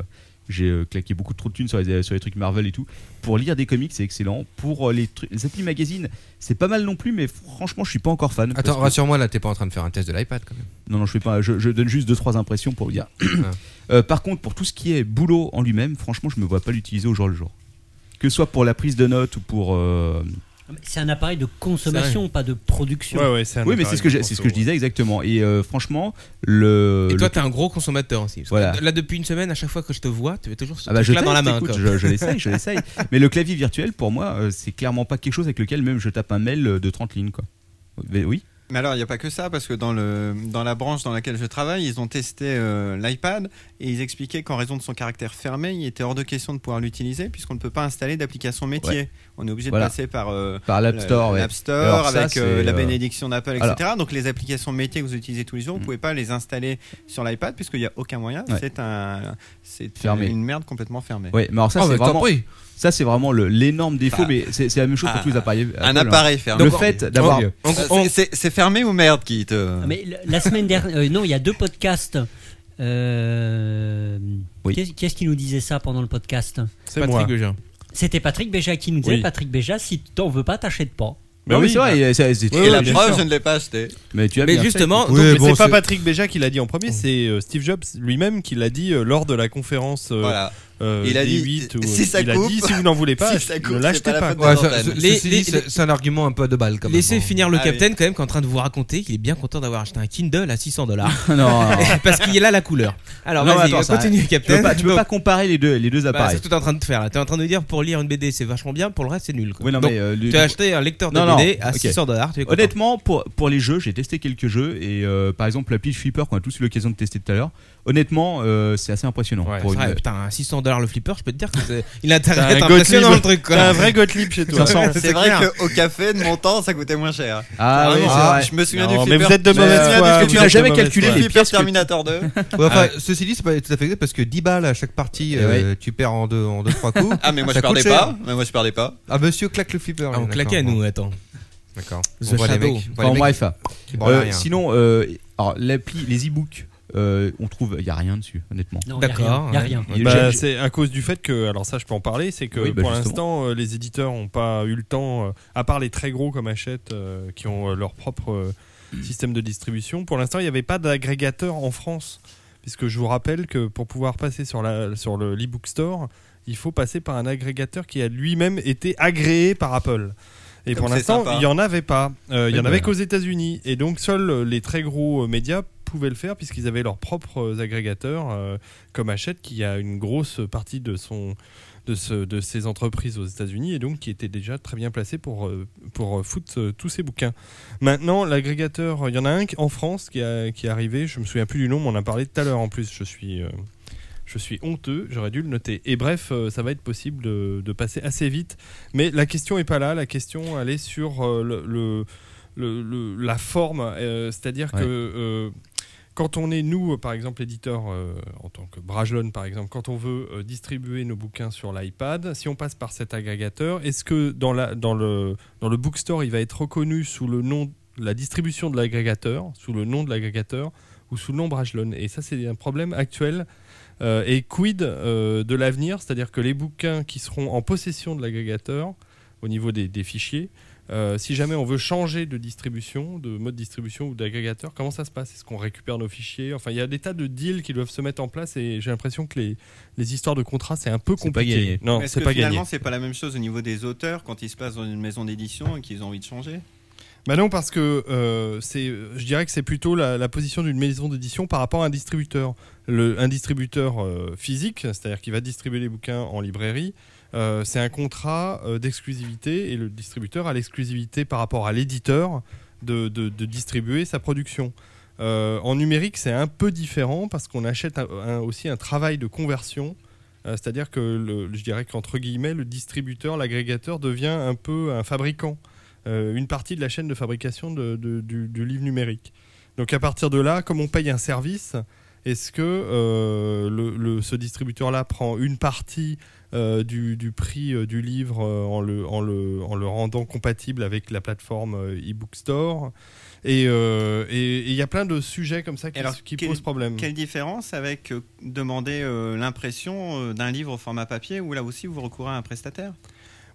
Speaker 3: j'ai euh, claqué beaucoup de trop de thunes sur les, sur les trucs Marvel et tout. Pour lire des comics, c'est excellent. Pour euh, les, trucs- les applis magazines, c'est pas mal non plus, mais franchement, je suis pas encore fan.
Speaker 2: Attends,
Speaker 3: parce que-
Speaker 2: rassure-moi, là, t'es pas en train de faire un test de l'iPad quand même. Ah.
Speaker 3: non, non, je fais pas. Je, je donne juste deux trois impressions pour vous dire. [clears throat] Euh, par contre, pour tout ce qui est boulot en lui-même, franchement, je me vois pas l'utiliser au jour le jour. Que ce soit pour la prise de notes ou pour. euh,
Speaker 6: C'est un appareil de consommation, pas de production.
Speaker 3: oui, mais c'est ce que j'ai- c'est ce que je disais exactement. Et euh, franchement, le.
Speaker 2: Euh,
Speaker 7: Et
Speaker 3: le-
Speaker 7: toi, t'es un gros consommateur aussi. parce que
Speaker 3: Voilà.
Speaker 7: Là, depuis une semaine, à chaque fois que je te vois, tu es toujours ce
Speaker 3: Ah bah je
Speaker 7: truc-là dans la
Speaker 3: teste,
Speaker 7: main.
Speaker 3: écoute,
Speaker 7: quoi.
Speaker 3: je, je l'essaye, je
Speaker 7: [laughs]
Speaker 3: l'essaye. Mais le clavier virtuel, pour moi, euh, c'est clairement pas quelque chose avec lequel même je tape un mail euh, de 30 lignes, quoi. Mais oui.
Speaker 5: Mais alors, il n'y a pas que ça, parce que dans, le, dans la branche dans laquelle je travaille, ils ont testé euh, l'iPad et ils expliquaient qu'en raison de son caractère fermé, il était hors de question de pouvoir l'utiliser puisqu'on ne peut pas installer d'application métier.
Speaker 3: Ouais.
Speaker 5: On est obligé
Speaker 3: Voilà.
Speaker 5: de passer par, euh,
Speaker 3: Par l'App
Speaker 5: le-
Speaker 3: Store, ouais.
Speaker 5: l'App Store,
Speaker 3: Alors ça,
Speaker 5: avec euh,
Speaker 3: c'est,
Speaker 5: la
Speaker 3: euh,
Speaker 5: bénédiction d'Apple, etc.
Speaker 3: alors-
Speaker 5: Donc les applications métiers que vous utilisez tous les jours, vous ne pouvez pas les installer sur l'iPad puisqu'il n'y a aucun moyen.
Speaker 3: Mm. Ouais.
Speaker 5: C'est un, c'est
Speaker 3: Fermé.
Speaker 5: une merde complètement fermée.
Speaker 3: Ouais, mais alors
Speaker 6: Ah,
Speaker 3: ça,
Speaker 7: Ah,
Speaker 5: Oh,
Speaker 3: c'est
Speaker 5: bah, t'en
Speaker 3: vraiment.
Speaker 5: prie.
Speaker 3: Ça, c'est vraiment le- l'énorme défaut,
Speaker 5: Bah,
Speaker 3: mais c'est c'est la même chose pour
Speaker 5: un-
Speaker 3: tous les appareils.
Speaker 5: Un
Speaker 3: Apple, hein.
Speaker 5: appareil fermé.
Speaker 3: Le fait d'avoir.
Speaker 5: Euh, c'est- C'est c'est fermé ou merde euh qui te.
Speaker 6: Ah, Mais la- la semaine dernière, euh, non, il y a deux podcasts. Euh, Qu'est-ce qu'est-ce qui nous disait ça pendant le podcast
Speaker 4: C'est Patrick moi.
Speaker 7: Béja.
Speaker 6: C'était Patrick Béja qui nous disait
Speaker 3: Oui.
Speaker 6: Patrick Béja, si t'en veux pas, t'achètes pas.
Speaker 3: Bah oui, c'est vrai. et c'est- c'est-
Speaker 5: Et la preuve, je ne l'ai pas acheté.
Speaker 3: Mais tu as bien fait.
Speaker 4: Oui, mais c'est pas Patrick Béja qui l'a dit en premier, c'est euh, Steve Jobs lui-même qui l'a dit euh, lors de la conférence. euh,
Speaker 5: Voilà.
Speaker 4: euh,
Speaker 5: Il a dit,
Speaker 4: D8 ou-
Speaker 5: si ça
Speaker 4: il a
Speaker 5: coupe-
Speaker 4: dit si vous n'en voulez pas,
Speaker 5: si ça coupe,
Speaker 4: ne
Speaker 5: c'est
Speaker 4: l'achetez
Speaker 5: pas la
Speaker 4: pas.
Speaker 5: faute de Ouais,
Speaker 2: ça- ce-
Speaker 7: Les-
Speaker 2: ceci
Speaker 7: les-
Speaker 2: dit, c'est- c'est un argument un peu à deux balles quand même.
Speaker 3: hein.
Speaker 7: Laissez
Speaker 2: Bon.
Speaker 7: finir le
Speaker 2: Ah oui.
Speaker 7: capitaine quand même qui est en train de vous raconter qu'il est bien content d'avoir acheté un Kindle à 600 dollars.
Speaker 3: [laughs] non.
Speaker 7: [laughs] Parce qu'il est là la couleur. Alors
Speaker 3: Non,
Speaker 7: vas-y,
Speaker 3: attends, ça-
Speaker 7: continue
Speaker 3: tu
Speaker 7: capitaine.
Speaker 3: peux pas- tu peux
Speaker 7: Donc,
Speaker 3: pas comparer les deux, les deux
Speaker 7: bah,
Speaker 3: appareils.
Speaker 7: c'est ce que t'es en train de faire. là. T'es en train de nous dire pour lire une BD c'est vachement bien, pour le reste c'est nul. quoi.
Speaker 3: Oui, non,
Speaker 7: Donc,
Speaker 3: mais, euh, le-
Speaker 7: tu as acheté un lecteur de
Speaker 3: Non, non,
Speaker 7: BD à
Speaker 3: ok.
Speaker 7: 600 dollars. tu es content.
Speaker 3: Honnêtement, pour, pour les jeux, j'ai testé quelques jeux et euh, par exemple l'appli Flipper qu'on a tous eu l'occasion de tester tout à l'heure. Honnêtement, euh, c'est assez impressionnant. pour
Speaker 7: C'est
Speaker 3: une-
Speaker 7: vrai, putain, un 600 dollars le flipper, je peux te dire que c'est- [laughs] il a
Speaker 3: T'as
Speaker 7: intérêt
Speaker 3: un
Speaker 7: à être
Speaker 3: Gottlieb.
Speaker 7: impressionnant le truc. quoi.
Speaker 3: T'as un vrai Gottlieb chez toi.
Speaker 7: Ça sent-
Speaker 5: C'est vrai qu'au café, de mon temps, ça coûtait moins cher.
Speaker 3: Ah oui,
Speaker 5: Vraiment.
Speaker 3: c'est vrai.
Speaker 5: Je me souviens
Speaker 3: Non,
Speaker 5: du
Speaker 3: mais
Speaker 5: flipper.
Speaker 3: vous êtes de
Speaker 5: Je me
Speaker 3: mauvaise
Speaker 5: souviens
Speaker 3: foi,
Speaker 5: du
Speaker 3: vous
Speaker 5: flipper
Speaker 3: êtes de
Speaker 5: Terminator
Speaker 3: mauvaise foi.
Speaker 5: les
Speaker 3: Les pièces
Speaker 5: flipper
Speaker 3: que-
Speaker 5: Terminator 2.
Speaker 2: Ouais, enfin,
Speaker 5: Ah ouais. Eh
Speaker 2: Ceci dit, c'est pas tout à fait vrai parce que 10 balles à chaque partie, euh, tu perds en deux, en deux trois coups.
Speaker 5: [laughs] Ah, mais moi,
Speaker 2: Ça
Speaker 5: je perdais
Speaker 2: coûte cher.
Speaker 5: pas. Mais moi, je perdais pas.
Speaker 2: Ah, monsieur claque le flipper.
Speaker 7: Ah, on
Speaker 2: lui,
Speaker 7: claquait à
Speaker 2: d'accord,
Speaker 7: nous,
Speaker 2: bon.
Speaker 7: attends.
Speaker 2: D'accord.
Speaker 7: The
Speaker 2: On voit les
Speaker 7: Shadow.
Speaker 2: mecs- on voit
Speaker 3: Enfin,
Speaker 2: les mecs
Speaker 3: bref.
Speaker 2: qui branlent
Speaker 3: Euh,
Speaker 2: rien.
Speaker 3: sinon, euh, alors, l'appli, les e-books, euh, on trouve, il y a rien dessus, honnêtement.
Speaker 6: Non, y a D'accord, rien, y a ouais. rien.
Speaker 3: Hein, Il-
Speaker 4: Bah,
Speaker 3: j'ai-
Speaker 4: c'est à cause du fait que, alors ça je peux en parler, c'est que
Speaker 3: Oui, bah,
Speaker 4: pour
Speaker 3: justement.
Speaker 4: l'instant euh, les éditeurs n'ont pas eu le temps, euh, à part les très gros comme Hachette euh, qui ont euh, leur propre euh, système de distribution, pour l'instant il n'y avait pas d'agrégateur en France. Puisque je vous rappelle que pour pouvoir passer sur, la, sur le l'e-book store, il faut passer par un agrégateur qui a lui-même été agréé par Apple.
Speaker 3: Ah,
Speaker 4: Et
Speaker 5: Comme
Speaker 4: pour
Speaker 5: c'est
Speaker 4: l'instant,
Speaker 5: sympa.
Speaker 4: il n'y en avait pas. Euh, il n'y en
Speaker 5: Oui,
Speaker 3: Eh
Speaker 4: avait
Speaker 3: ben.
Speaker 5: bah.
Speaker 4: qu'aux États-Unis. Et donc, seuls euh, les très gros euh, médias pouvaient le faire puisqu'ils avaient leurs propres euh, agrégateurs, euh, comme Hachette, qui a une grosse partie de, son, de, ce- de ses entreprises aux États-Unis et donc qui était déjà très bien placé pour, euh, pour euh, foutre euh, tous ces bouquins. Maintenant, l'agrégateur, euh, il y en a un qui- en France qui, a- qui est arrivé. Je me souviens plus du nom, mais on en a parlé tout à l'heure en plus. Je suis. euh, Je suis honteux, j'aurais dû le noter. Et bref, euh, ça va être possible de, de passer assez vite. Mais la question n'est pas là, la question elle est sur euh, le, le- le- le- la forme, euh, c'est-à-dire
Speaker 17: Ouais.
Speaker 4: que... euh, quand on est, nous, euh, par exemple, éditeur euh, en tant que Brajlon, par exemple, quand on veut euh, distribuer nos bouquins sur l'iPad, si on passe par cet agrégateur, est-ce que dans, la, dans, le, dans le bookstore, il va être reconnu sous le nom, la distribution de l'agrégateur, sous le nom de l'agrégateur ou sous le nom Brajlon Et ça, c'est un problème actuel. Euh, et quid euh, de l'avenir C'est-à-dire que les bouquins qui seront en possession de l'agrégateur, au niveau des, des fichiers. Euh, si jamais on veut changer de distribution, de mode distribution ou d'agrégateur, comment ça se passe Est-ce qu'on récupère nos fichiers Enfin, il y a des tas de deals qui doivent se mettre en place et j'ai l'impression que les, les histoires de contrats, c'est un peu
Speaker 3: C'est pas
Speaker 4: compliqué.
Speaker 3: gagné.
Speaker 4: Non,
Speaker 5: Mais est-ce
Speaker 4: c'est
Speaker 5: que
Speaker 4: pas
Speaker 5: finalement,
Speaker 4: gagné.
Speaker 5: c'est pas la même chose au niveau des auteurs quand ils se placent dans une maison d'édition et qu'ils ont envie de changer
Speaker 4: Bah non, parce que euh, c'est, je dirais que c'est plutôt la, la position d'une maison d'édition par rapport à un distributeur. Le, un distributeur euh, physique, c'est-à-dire qui va distribuer les bouquins en librairie, euh, c'est un contrat euh, d'exclusivité et le distributeur a l'exclusivité par rapport à l'éditeur de, de- de distribuer sa production. Euh, en numérique, c'est un peu différent parce qu'on achète un- un- aussi un travail de conversion. Euh, C'est-à-dire que le- je dirais qu'entre guillemets, le distributeur, l'agrégateur devient un peu un fabricant, euh, une partie de la chaîne de fabrication de- de- du, du livre numérique. Donc à partir de là, comme on paye un service, est-ce que euh, le, le- ce distributeur-là prend une partie euh, du, du prix euh, du livre euh, en, le, en, le, en le rendant compatible avec la plateforme euh, e-book store Et euh, et- et il y a plein de sujets comme ça qui,
Speaker 5: Alors,
Speaker 4: qui
Speaker 5: quelle-
Speaker 4: posent problème.
Speaker 5: Quelle différence avec euh, demander euh, l'impression euh, d'un livre au format papier où là aussi vous recourez à un prestataire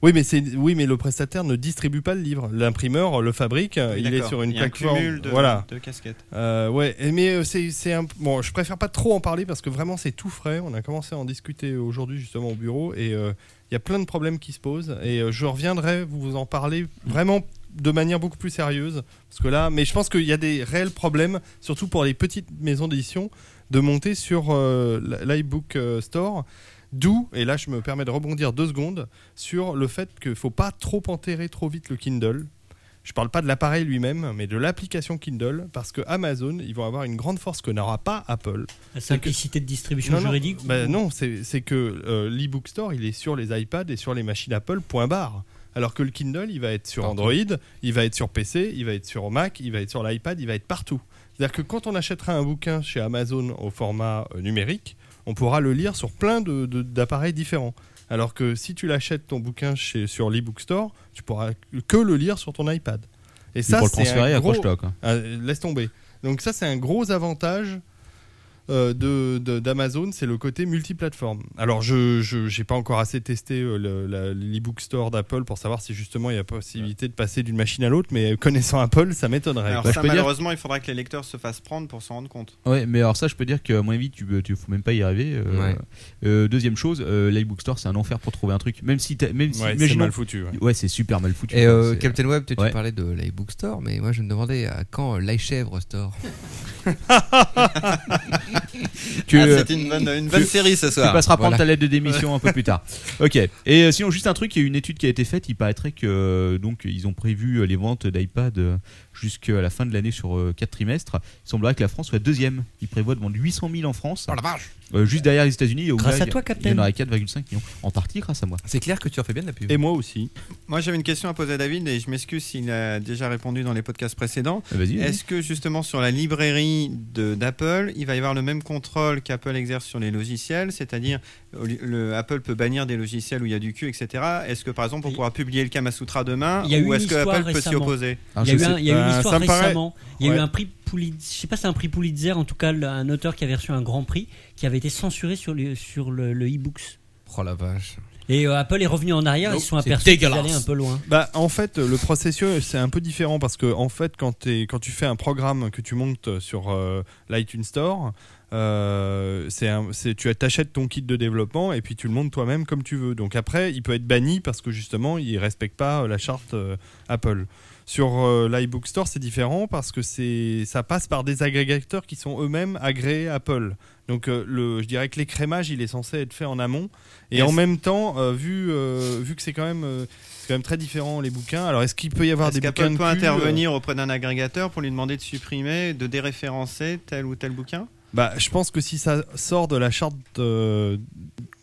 Speaker 4: Oui mais, c'est, oui, mais le prestataire ne distribue pas le livre. L'imprimeur le fabrique, il est
Speaker 5: d'accord.
Speaker 4: sur une
Speaker 5: Il y a un
Speaker 4: plateforme.
Speaker 5: cumul de-
Speaker 4: voilà.
Speaker 5: de casquettes.
Speaker 4: Euh, ouais, et mais euh, c'est, c'est un. Bon, je préfère pas trop en parler parce que vraiment c'est tout frais. On a commencé à en discuter aujourd'hui justement au bureau et euh, il y a plein de problèmes qui se posent. Et euh, je reviendrai vous en parler vraiment de manière beaucoup plus sérieuse. Parce que là, mais je pense qu'il y a des réels problèmes, surtout pour les petites maisons d'édition, de monter sur euh, l- l'iBook euh, Store. D'où, et là je me permets de rebondir deux secondes, sur le fait qu'il ne faut pas trop enterrer trop vite le Kindle. Je parle pas de l'appareil lui-même, mais de l'application Kindle, parce que Amazon, ils vont avoir une grande force que n'aura pas Apple.
Speaker 6: La simplicité de distribution
Speaker 4: Non, non,
Speaker 6: juridique
Speaker 4: bah Non, c'est c'est que euh, l'e-book store, il est sur les iPads et sur les machines Apple, point barre. Alors que le Kindle, il va être sur Android, il va être sur PC, il va être sur Mac, il va être sur l'iPad, il va être partout. C'est-à-dire que quand on achètera un bouquin chez Amazon au format euh, numérique, on pourra le lire sur plein de- de- d'appareils différents. Alors que si tu l'achètes ton bouquin chez, sur l'e-book store, tu pourras que le lire sur ton iPad. Et ça,
Speaker 3: pour le
Speaker 4: c'est un
Speaker 3: transférer,
Speaker 4: gros-
Speaker 3: accroche-toi, quoi.
Speaker 4: euh, laisse tomber. Donc ça, c'est un gros avantage euh, de- de- d'Amazon, c'est le côté multiplateforme. Alors, je n'ai pas encore assez testé euh, le- la- l'e-book store d'Apple pour savoir si justement il y a possibilité de passer d'une machine à l'autre, mais connaissant Apple, ça m'étonnerait.
Speaker 5: Alors
Speaker 3: Bah, je
Speaker 5: ça,
Speaker 3: peux dire-
Speaker 5: malheureusement, il faudra que les lecteurs se fassent prendre pour s'en rendre compte.
Speaker 3: Ouais, mais alors ça, je peux dire qu'à mon avis, tu peux- tu faut même pas y arriver. euh.
Speaker 5: Ouais.
Speaker 3: Euh, deuxième chose, euh, l'iBook Store, c'est un enfer pour trouver un truc. Même si, t'as- même si,
Speaker 2: Ouais, c'est
Speaker 3: imaginons-
Speaker 2: mal foutu, ouais.
Speaker 3: c'est super mal foutu.
Speaker 2: Et
Speaker 3: quoi,
Speaker 2: euh,
Speaker 3: c'est-
Speaker 2: Captain Web, toi, tu
Speaker 3: Ouais.
Speaker 2: parlais de l'iBook Store, mais moi je me demandais à quand euh, l'iChèvre
Speaker 7: [laughs]
Speaker 2: Store
Speaker 3: Tu, euh, tu- Tu passeras prendre
Speaker 2: Voilà.
Speaker 3: ta lettre de démission un peu plus tard. Ok. Et euh, sinon, juste un truc, il y a une étude qui a été faite. Il paraîtrait que euh, donc ils ont prévu euh, les ventes d'iPad euh, jusqu'à la fin de l'année sur 4 trimestres. Il semblerait que la France soit deuxième. Ils prévoient de vendre 800 000 en France.
Speaker 2: Oh la vache
Speaker 3: Euh, Juste derrière les États-Unis. où
Speaker 2: Grâce
Speaker 3: là,
Speaker 2: à toi,
Speaker 3: il y-
Speaker 2: Captain.
Speaker 3: Il y en aurait 4,5 millions. En partie grâce à moi.
Speaker 2: C'est clair que tu refais bien de la pub.
Speaker 4: Et moi aussi.
Speaker 5: Moi, j'avais une question à poser à David et je m'excuse s'il a déjà répondu dans les podcasts précédents.
Speaker 3: Ah, vas-y, vas-y.
Speaker 5: Est-ce que justement sur la librairie de- d'Apple, il va y avoir le même contrôle qu'Apple exerce sur les logiciels, c'est-à-dire au li- le- Apple peut bannir des logiciels où il y a du cul, etc. Est-ce que par exemple on pourra publier le Kama Sutra demain
Speaker 6: Il y a eu
Speaker 5: ou
Speaker 6: une
Speaker 5: est-ce que
Speaker 6: histoire
Speaker 5: Apple peut s'y
Speaker 6: récemment.
Speaker 5: opposer
Speaker 14: Ah,
Speaker 5: Bah,
Speaker 6: Il y a eu, un- il y a eu
Speaker 2: Ah,
Speaker 6: une histoire récemment. Il y a eu un prix Pulitzer, je sais pas si c'est un prix Pulitzer, en tout cas le- un auteur qui avait reçu un grand prix, qui avait été censuré sur le sur le, le e-books.
Speaker 2: Oh la vache.
Speaker 6: Et euh, Apple est revenu en arrière, ils se sont aperçus qu'ils allaient un peu loin.
Speaker 4: Bah, en fait, le processus, c'est un peu différent parce que, en fait, quand, t'es- quand tu fais un programme que tu montes sur euh, l'iTunes Store, euh, c'est un- c'est- tu t'achètes ton kit de développement et puis tu le montes toi-même comme tu veux. Donc après, il peut être banni parce que justement, il respecte pas euh, la charte euh, Apple. Sur euh, l'iBook Store, c'est différent parce que c'est ça passe par des agrégateurs qui sont eux-mêmes agréés Apple. Donc euh, le, je dirais que l'écrémage, il est censé être fait en amont. Et
Speaker 5: Et
Speaker 4: en
Speaker 5: c'est-
Speaker 4: même temps, euh, vu, euh, vu que c'est quand même euh, c'est quand même très différent les bouquins. Alors est-ce qu'il peut y avoir
Speaker 5: Est-ce
Speaker 4: des
Speaker 5: qu'Apple
Speaker 4: bouquins de
Speaker 5: peut
Speaker 4: cul, euh,
Speaker 5: intervenir auprès d'un agrégateur pour lui demander de supprimer, de déréférencer tel ou tel bouquin
Speaker 14: Bah, je pense que si ça sort de la charte euh,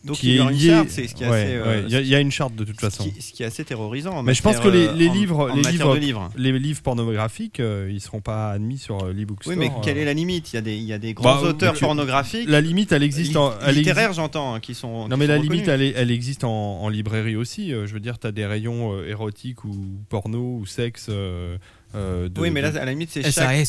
Speaker 5: Donc,
Speaker 14: qui
Speaker 5: il y
Speaker 14: est
Speaker 5: aura une
Speaker 14: liée-
Speaker 5: charte, c'est ce qui est
Speaker 14: Ouais,
Speaker 5: assez, euh,
Speaker 14: ouais, il y a- il y, a une charte de toute façon.
Speaker 5: qui- ce qui est assez terrorisant. en
Speaker 14: Mais je pense que
Speaker 5: matière,
Speaker 14: les, les
Speaker 5: euh, en-
Speaker 14: livres,
Speaker 5: en
Speaker 14: les
Speaker 5: matière
Speaker 14: livres,
Speaker 5: de livres.
Speaker 14: les livres pornographiques, euh, ils seront pas admis sur euh, l'ebookstore.
Speaker 5: Oui, mais quelle est la limite Il y a des, il y a des grands
Speaker 14: Bah,
Speaker 5: auteurs
Speaker 14: tu-
Speaker 5: pornographiques.
Speaker 14: la limite, elle existe en- elle
Speaker 5: littéraires,
Speaker 14: existe-
Speaker 5: j'entends, hein, qui sont.
Speaker 14: Non
Speaker 5: qui
Speaker 14: mais
Speaker 5: sont
Speaker 14: la
Speaker 5: reconnus.
Speaker 14: limite elle, est- elle existe en, en librairie aussi. Euh, Je veux dire, t'as des rayons euh, érotiques ou porno ou sexe. euh, euh, de-
Speaker 5: oui, mais là,
Speaker 14: de-
Speaker 5: à la limite, c'est chaque.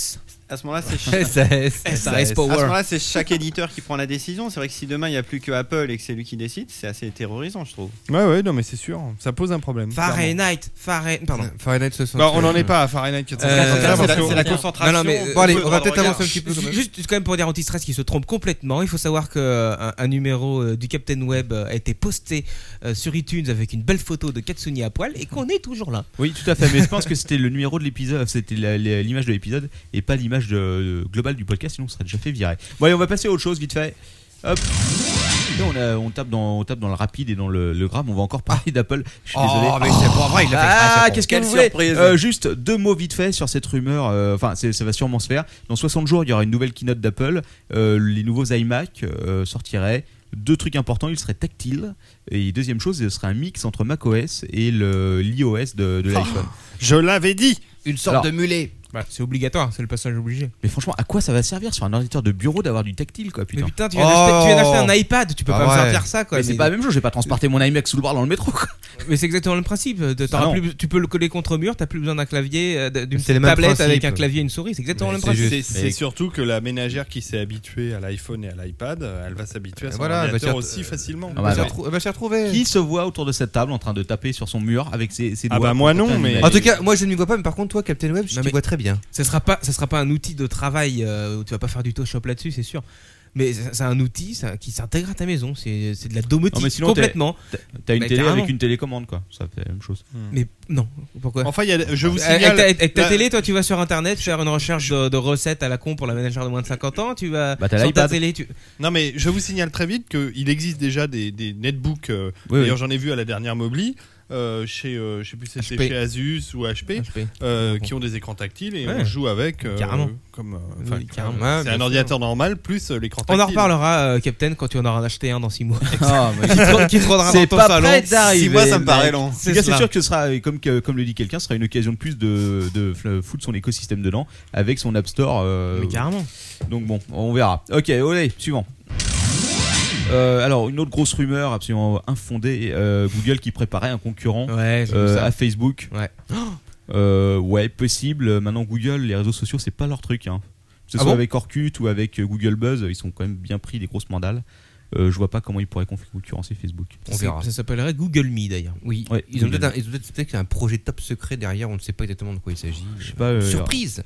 Speaker 5: À ce moment-là,
Speaker 7: [laughs]
Speaker 5: c'est chaque.
Speaker 2: SAS.
Speaker 5: À ce moment-là, c'est chaque éditeur qui prend la décision. C'est vrai que si demain il n'y a plus que Apple et que c'est lui qui décide, c'est assez terrorisant, je trouve.
Speaker 14: Ouais, ouais, non, mais c'est sûr, ça pose un problème.
Speaker 7: Fahrenheit, Fahrenheit, pardon.
Speaker 2: Euh, Fahrenheit 60.
Speaker 14: Bah, on n'en est pas à Fahrenheit 451,
Speaker 7: Euh,
Speaker 14: parce que-
Speaker 7: Non, non, mais, euh,
Speaker 2: bon, allez, on va peut-être avancer un petit peu.
Speaker 7: Ju- Juste quand même pour dire Antistress qui se trompe complètement. Il faut savoir que euh, un, un numéro euh, du Captain Web euh, a été posté euh, sur iTunes avec une belle photo de Katsuni à poil et qu'on est toujours là.
Speaker 3: Oui, tout à fait. Mais
Speaker 7: [laughs]
Speaker 3: je pense que c'était le numéro de l'épisode, c'était la- la- l'image de l'épisode et pas l'image de- de- globale du podcast, sinon on serait déjà fait virer. Bon, allez, on va passer à autre chose vite fait. Hop. Là, on, a- on tape dans, on tape dans le rapide et dans le, le grave. On va encore parler d'Apple. Je suis
Speaker 5: Oh,
Speaker 3: désolé.
Speaker 5: mais c'est pas vrai, il l'a fait exprès,
Speaker 3: Ah,
Speaker 5: c'est bon.
Speaker 3: qu'est-ce que
Speaker 5: Quelle
Speaker 3: vous voulez
Speaker 5: surprise.
Speaker 3: Euh, Juste deux mots vite fait sur cette rumeur. euh, Enfin, c'est- ça va sûrement se faire. Dans 60 jours, il y aura une nouvelle keynote d'Apple. Euh, les nouveaux iMac euh, sortiraient. Deux trucs importants, ils seraient tactiles. Et deuxième chose, ce serait un mix entre macOS et le- l'iOS de,
Speaker 7: Oh,
Speaker 3: de l'iPhone.
Speaker 14: je l'avais dit
Speaker 2: Une
Speaker 3: sorte Alors- de
Speaker 2: mulet.
Speaker 7: Bah, c'est obligatoire, c'est le passage obligé.
Speaker 3: Mais franchement, à quoi ça va servir sur un ordinateur de bureau d'avoir du tactile quoi putain. Ah
Speaker 7: Mais putain, tu viens d'acheter- tu viens d'acheter un iPad, tu peux pas me sortir ça, quoi.
Speaker 3: Mais c'est
Speaker 7: Mais-
Speaker 3: pas la même chose, j'ai pas transporté mon iMac sous le bras dans le métro quoi.
Speaker 7: Mais c'est exactement le principe. De- t'auras
Speaker 3: Ah non.
Speaker 7: plus- tu peux le coller contre mur, t'as plus besoin d'un clavier, euh, d'une
Speaker 2: C'est les
Speaker 7: petite
Speaker 2: mêmes
Speaker 7: tablette avec
Speaker 2: principes.
Speaker 7: un clavier et une souris. C'est exactement le même
Speaker 14: C'est
Speaker 7: principe.
Speaker 14: juste- C'est surtout que la ménagère qui s'est habituée à l'iPhone et à l'iPad, euh, elle va s'habituer à son
Speaker 2: voilà, elle va
Speaker 14: ordinateur
Speaker 2: s'y
Speaker 14: aussi
Speaker 2: retrou-
Speaker 14: facilement.
Speaker 3: Ah bah,
Speaker 14: Ouais.
Speaker 3: ouais. Qui se voit autour de cette table en train de taper sur son mur avec ses, ses
Speaker 14: Ah
Speaker 3: doigts
Speaker 14: bah, moi,
Speaker 3: pour
Speaker 14: non,
Speaker 3: faire
Speaker 14: mais-
Speaker 3: une-
Speaker 2: En tout cas, moi je ne m'y vois pas, mais par contre, toi, Captain Web, je
Speaker 7: Non,
Speaker 2: t'y
Speaker 7: mais-
Speaker 2: vois très bien.
Speaker 7: Ça sera pas, ça sera pas un outil de travail euh, où tu vas pas faire du Photoshop là-dessus, c'est sûr. Mais c'est c'est un outil ça, qui s'intègre à ta maison. C'est c'est de la domotique
Speaker 3: Non, mais sinon, t'es-
Speaker 7: complètement.
Speaker 3: t'as- T'as une
Speaker 7: Bah,
Speaker 3: télé
Speaker 7: carrément.
Speaker 3: avec une télécommande quoi. Ça fait la même chose.
Speaker 14: Hmm.
Speaker 7: Mais non, pourquoi
Speaker 14: Enfin, il y a- je vous
Speaker 7: Avec-
Speaker 14: signale-
Speaker 7: Avec, ta- avec ta
Speaker 14: la-
Speaker 7: télé, toi, tu vas sur internet faire une recherche de, de recettes à la con pour la ménagère de moins de 50 ans. Tu vas
Speaker 3: Bah, t'as
Speaker 7: sur ta
Speaker 3: l'iPad.
Speaker 7: télé. Tu...
Speaker 14: Non mais je vous signale très vite qu'il existe déjà des, des netbooks. euh,
Speaker 3: Oui,
Speaker 14: D'ailleurs
Speaker 3: oui.
Speaker 14: j'en ai vu à la dernière Mobli. euh, chez euh, je sais plus si c'était
Speaker 7: HP.
Speaker 14: chez Asus ou HP,
Speaker 7: HP.
Speaker 14: euh, qui ont des écrans tactiles et
Speaker 7: Ouais.
Speaker 14: on joue avec euh,
Speaker 7: Carrément.
Speaker 14: comme euh, enfin,
Speaker 7: Oui, carrément.
Speaker 14: euh,
Speaker 7: Ouais,
Speaker 14: c'est
Speaker 7: bien
Speaker 14: un
Speaker 7: sûr.
Speaker 14: ordinateur normal plus euh, l'écran
Speaker 7: On
Speaker 14: tactile
Speaker 7: en reparlera, euh, Captain, quand tu en auras acheté un dans
Speaker 3: [laughs]
Speaker 7: 6 mois.
Speaker 3: Ah, mais-
Speaker 7: Qui trô- qui trônera dans
Speaker 3: C'est
Speaker 7: ton
Speaker 3: pas
Speaker 7: salon.
Speaker 3: prêt d'arriver,
Speaker 7: Six mois, ça me
Speaker 3: mec.
Speaker 7: paraît long.
Speaker 3: C'est
Speaker 7: C'est
Speaker 3: c'est
Speaker 7: cela.
Speaker 3: sûr que ce sera, et comme, que- comme le dit quelqu'un, ce sera une occasion de plus de, de f- foutre son écosystème dedans avec son App Store. euh,
Speaker 7: Mais carrément.
Speaker 3: Donc bon, on verra. Ok, allez, suivant. Euh, alors une autre grosse rumeur absolument infondée, euh, Google qui préparait un concurrent
Speaker 7: Ouais, j'ai vu
Speaker 3: euh,
Speaker 7: ça.
Speaker 3: à Facebook.
Speaker 7: Ouais.
Speaker 3: Euh, ouais, possible. Euh, Maintenant Google, les réseaux sociaux, c'est pas leur truc. Hein. Que ce
Speaker 7: Ah
Speaker 3: soit
Speaker 7: bon
Speaker 3: avec Orkut ou avec euh, Google Buzz, euh, ils sont quand même bien pris des grosses mandales. Euh, je vois pas comment ils pourraient conf- concurrencer Facebook.
Speaker 2: On verra.
Speaker 7: Ça s'appellerait Google Me d'ailleurs.
Speaker 2: Oui,
Speaker 3: Ouais,
Speaker 2: ils ont
Speaker 3: Google.
Speaker 2: peut-être un, ils ont peut-être- peut-être un projet top secret derrière, on ne sait pas exactement de quoi il s'agit.
Speaker 3: Je sais pas, euh,
Speaker 2: Surprise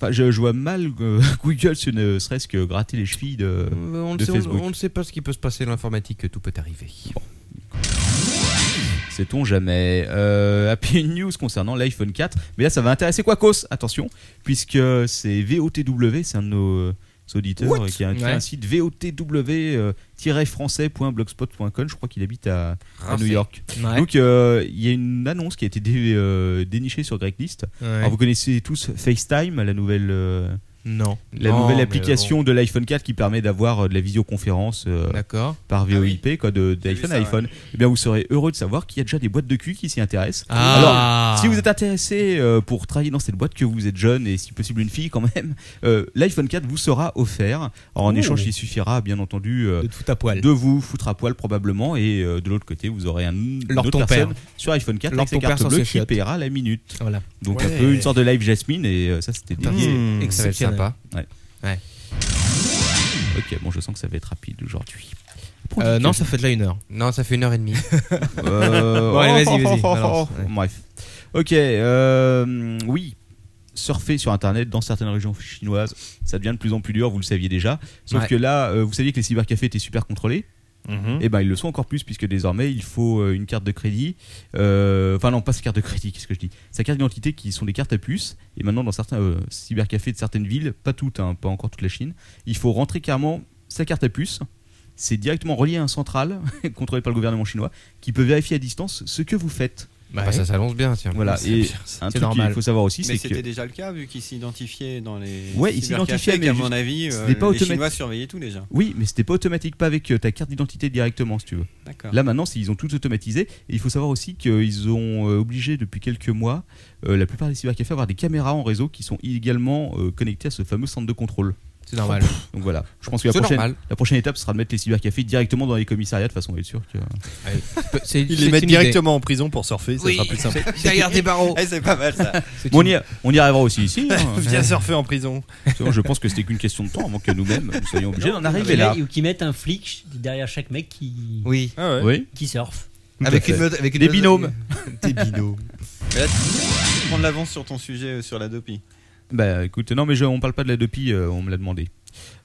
Speaker 3: Enfin, je, je vois mal euh, [laughs] Google se ne serait-ce que gratter les chevilles de,
Speaker 2: Euh, on, ne
Speaker 3: de
Speaker 2: sait, on-
Speaker 3: Facebook.
Speaker 2: on ne sait pas ce qui peut se passer dans l'informatique, tout peut arriver.
Speaker 3: Sait-on jamais euh, Happy News concernant l'iPhone 4. Mais là, ça va intéresser Quacos, attention, puisque c'est VOTW, c'est un de nos euh, auditeurs euh, qui a qui a un
Speaker 7: Ouais.
Speaker 3: site euh, VOTW-français.blogspot.com. Je crois qu'il habite à, à New
Speaker 7: Français.
Speaker 3: York.
Speaker 7: Ouais.
Speaker 3: Donc, euh, il y a une annonce qui a été dé- euh, dénichée sur Greklist.
Speaker 7: Ouais.
Speaker 3: Alors, vous connaissez tous FaceTime, la nouvelle. euh,
Speaker 7: Non.
Speaker 3: la
Speaker 2: Non,
Speaker 3: nouvelle
Speaker 2: mais
Speaker 3: application de l'iPhone 4 qui permet d'avoir euh, de la visioconférence euh,
Speaker 7: D'accord. Ah
Speaker 3: par VoIP quoi, de- euh, d'iPhone
Speaker 5: ça,
Speaker 3: à
Speaker 5: ouais.
Speaker 3: iPhone. Eh bien, vous serez heureux de savoir qu'il y a déjà des boîtes de cul qui s'y intéressent.
Speaker 7: Ah.
Speaker 3: Alors, si vous êtes intéressé euh, pour travailler dans cette boîte, que vous êtes jeune et si possible une fille quand même, [laughs] euh, l'iPhone 4 vous sera offert. Alors, en
Speaker 7: Oh.
Speaker 3: échange, il suffira bien entendu euh,
Speaker 7: De tout à poil.
Speaker 3: de vous foutre à poil probablement et euh, de l'autre côté, vous aurez un une
Speaker 7: Leur
Speaker 3: autre
Speaker 7: ton
Speaker 3: personne
Speaker 7: père.
Speaker 3: sur iPhone 4
Speaker 7: Leur
Speaker 3: avec sa
Speaker 7: ton père
Speaker 3: carte
Speaker 7: sans
Speaker 3: bleue
Speaker 7: ses
Speaker 3: qui
Speaker 7: chiottes.
Speaker 3: paiera la minute.
Speaker 7: Voilà.
Speaker 3: Donc
Speaker 14: Ouais.
Speaker 3: un peu une sorte de live Jasmine et euh, ça c'était
Speaker 7: Putain,
Speaker 3: dégueu.
Speaker 7: c'est
Speaker 2: Ça va être
Speaker 7: exceptionnel.
Speaker 2: sympa.
Speaker 7: Ouais.
Speaker 3: Ok, bon, je sens que ça va être rapide aujourd'hui.
Speaker 7: Euh, non, ça fait déjà une heure.
Speaker 2: Non, ça fait une heure et demie.
Speaker 3: [laughs]
Speaker 7: [laughs]
Speaker 3: Euh,
Speaker 7: Bon, allez,
Speaker 3: oh,
Speaker 7: vas-y,
Speaker 3: oh,
Speaker 7: vas-y,
Speaker 3: oh,
Speaker 7: balance,
Speaker 3: oh.
Speaker 7: ouais.
Speaker 3: Bref. Ok, euh, oui. Surfer sur Internet dans certaines régions chinoises, ça devient de plus en plus dur, vous le saviez déjà. Sauf
Speaker 7: Ouais.
Speaker 3: que là, euh, vous saviez que les cybercafés étaient super contrôlés.
Speaker 2: Mhm.
Speaker 3: Et ben ils le sont encore plus puisque désormais il faut euh, une carte de crédit, Euh, enfin non pas sa carte de crédit, qu'est-ce que je dis, sa carte d'identité qui sont des cartes à puce. Et maintenant dans certains euh, cybercafés de certaines villes, pas toutes, hein, pas encore toute la Chine, il faut rentrer carrément sa carte à puce. [laughs] C'est directement relié à un central contrôlé par le gouvernement chinois qui peut vérifier à distance ce que vous faites.
Speaker 2: Bah, ça s'annonce bien, tiens.
Speaker 3: Voilà,
Speaker 2: C'est
Speaker 3: et
Speaker 2: bien, c'est
Speaker 3: un truc
Speaker 2: normal.
Speaker 3: qu'il faut savoir aussi,
Speaker 5: Mais
Speaker 3: c'est
Speaker 5: c'était
Speaker 3: que.
Speaker 5: déjà le cas vu qu'ils s'identifiaient dans les.
Speaker 3: Ouais, il s'identifiait,
Speaker 5: cybercafés,
Speaker 3: mais
Speaker 5: qu'à
Speaker 3: juste-
Speaker 5: mon avis, euh,
Speaker 3: c'était pas
Speaker 5: les
Speaker 3: automatique.
Speaker 5: Chinois surveillaient tout déjà.
Speaker 3: Oui, mais c'était pas automatique, pas avec euh, ta carte d'identité directement, si tu veux.
Speaker 5: D'accord.
Speaker 3: Là maintenant, c'est- ils ont tout automatisé. Et il faut savoir aussi qu'ils ont euh, obligé depuis quelques mois euh, la plupart des cybercafés à avoir des caméras en réseau qui sont également euh, connectées à ce fameux centre de contrôle.
Speaker 2: C'est normal.
Speaker 3: Donc voilà. Je pense que la
Speaker 2: C'est
Speaker 3: prochaine,
Speaker 2: normal.
Speaker 3: la prochaine étape sera de mettre les cybercafés directement dans les commissariats de façon à être sûr que.
Speaker 14: [laughs]
Speaker 2: c'est-
Speaker 14: Ils les mettent directement en prison pour surfer, ça
Speaker 2: Oui.
Speaker 14: sera plus
Speaker 7: [laughs]
Speaker 14: simple.
Speaker 2: C'est- derrière des barreaux.
Speaker 5: Eh, c'est pas
Speaker 3: [laughs]
Speaker 5: mal ça.
Speaker 2: C'est
Speaker 3: Bon, on,
Speaker 2: une-
Speaker 3: y, on y arrivera aussi ici. hein.
Speaker 14: Viens surfer en prison.
Speaker 3: Je pense que c'était qu'une question de temps avant que nous-mêmes nous soyons obligés d'en
Speaker 6: Non,
Speaker 3: arriver
Speaker 6: qui
Speaker 3: là.
Speaker 6: met- Ou qui mettent un flic derrière chaque mec qui.
Speaker 2: Oui.
Speaker 14: Ah ouais.
Speaker 3: Oui.
Speaker 6: Qui surfe.
Speaker 3: Tout à
Speaker 2: Avec,
Speaker 3: fait.
Speaker 2: une, moto- avec une
Speaker 3: des
Speaker 2: moto-
Speaker 3: binômes.
Speaker 2: [laughs]
Speaker 3: [laughs]
Speaker 2: Des binômes.
Speaker 5: Mais là, tu prends de l'avance sur ton sujet euh, sur la dopie.
Speaker 3: Bah écoute, non mais je, on parle pas de la Dopi, euh, on me l'a demandé.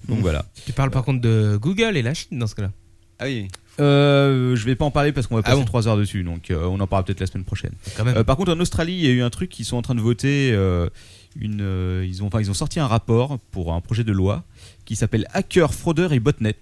Speaker 3: Donc voilà.
Speaker 7: Tu parles par contre de Google et la Chine dans ce cas-là.
Speaker 5: Ah oui.
Speaker 3: Euh, je vais pas en parler parce qu'on va
Speaker 7: Ah
Speaker 3: passer
Speaker 7: bon
Speaker 3: 3 heures dessus, donc euh, on en parlera peut-être la semaine prochaine.
Speaker 7: Quand même.
Speaker 3: Euh, par contre, en Australie, il y a eu un truc ils sont en train de voter. euh, une, euh, ils, ont, enfin, ils ont sorti un rapport pour un projet de loi qui s'appelle Hackers, fraudeurs et botnet.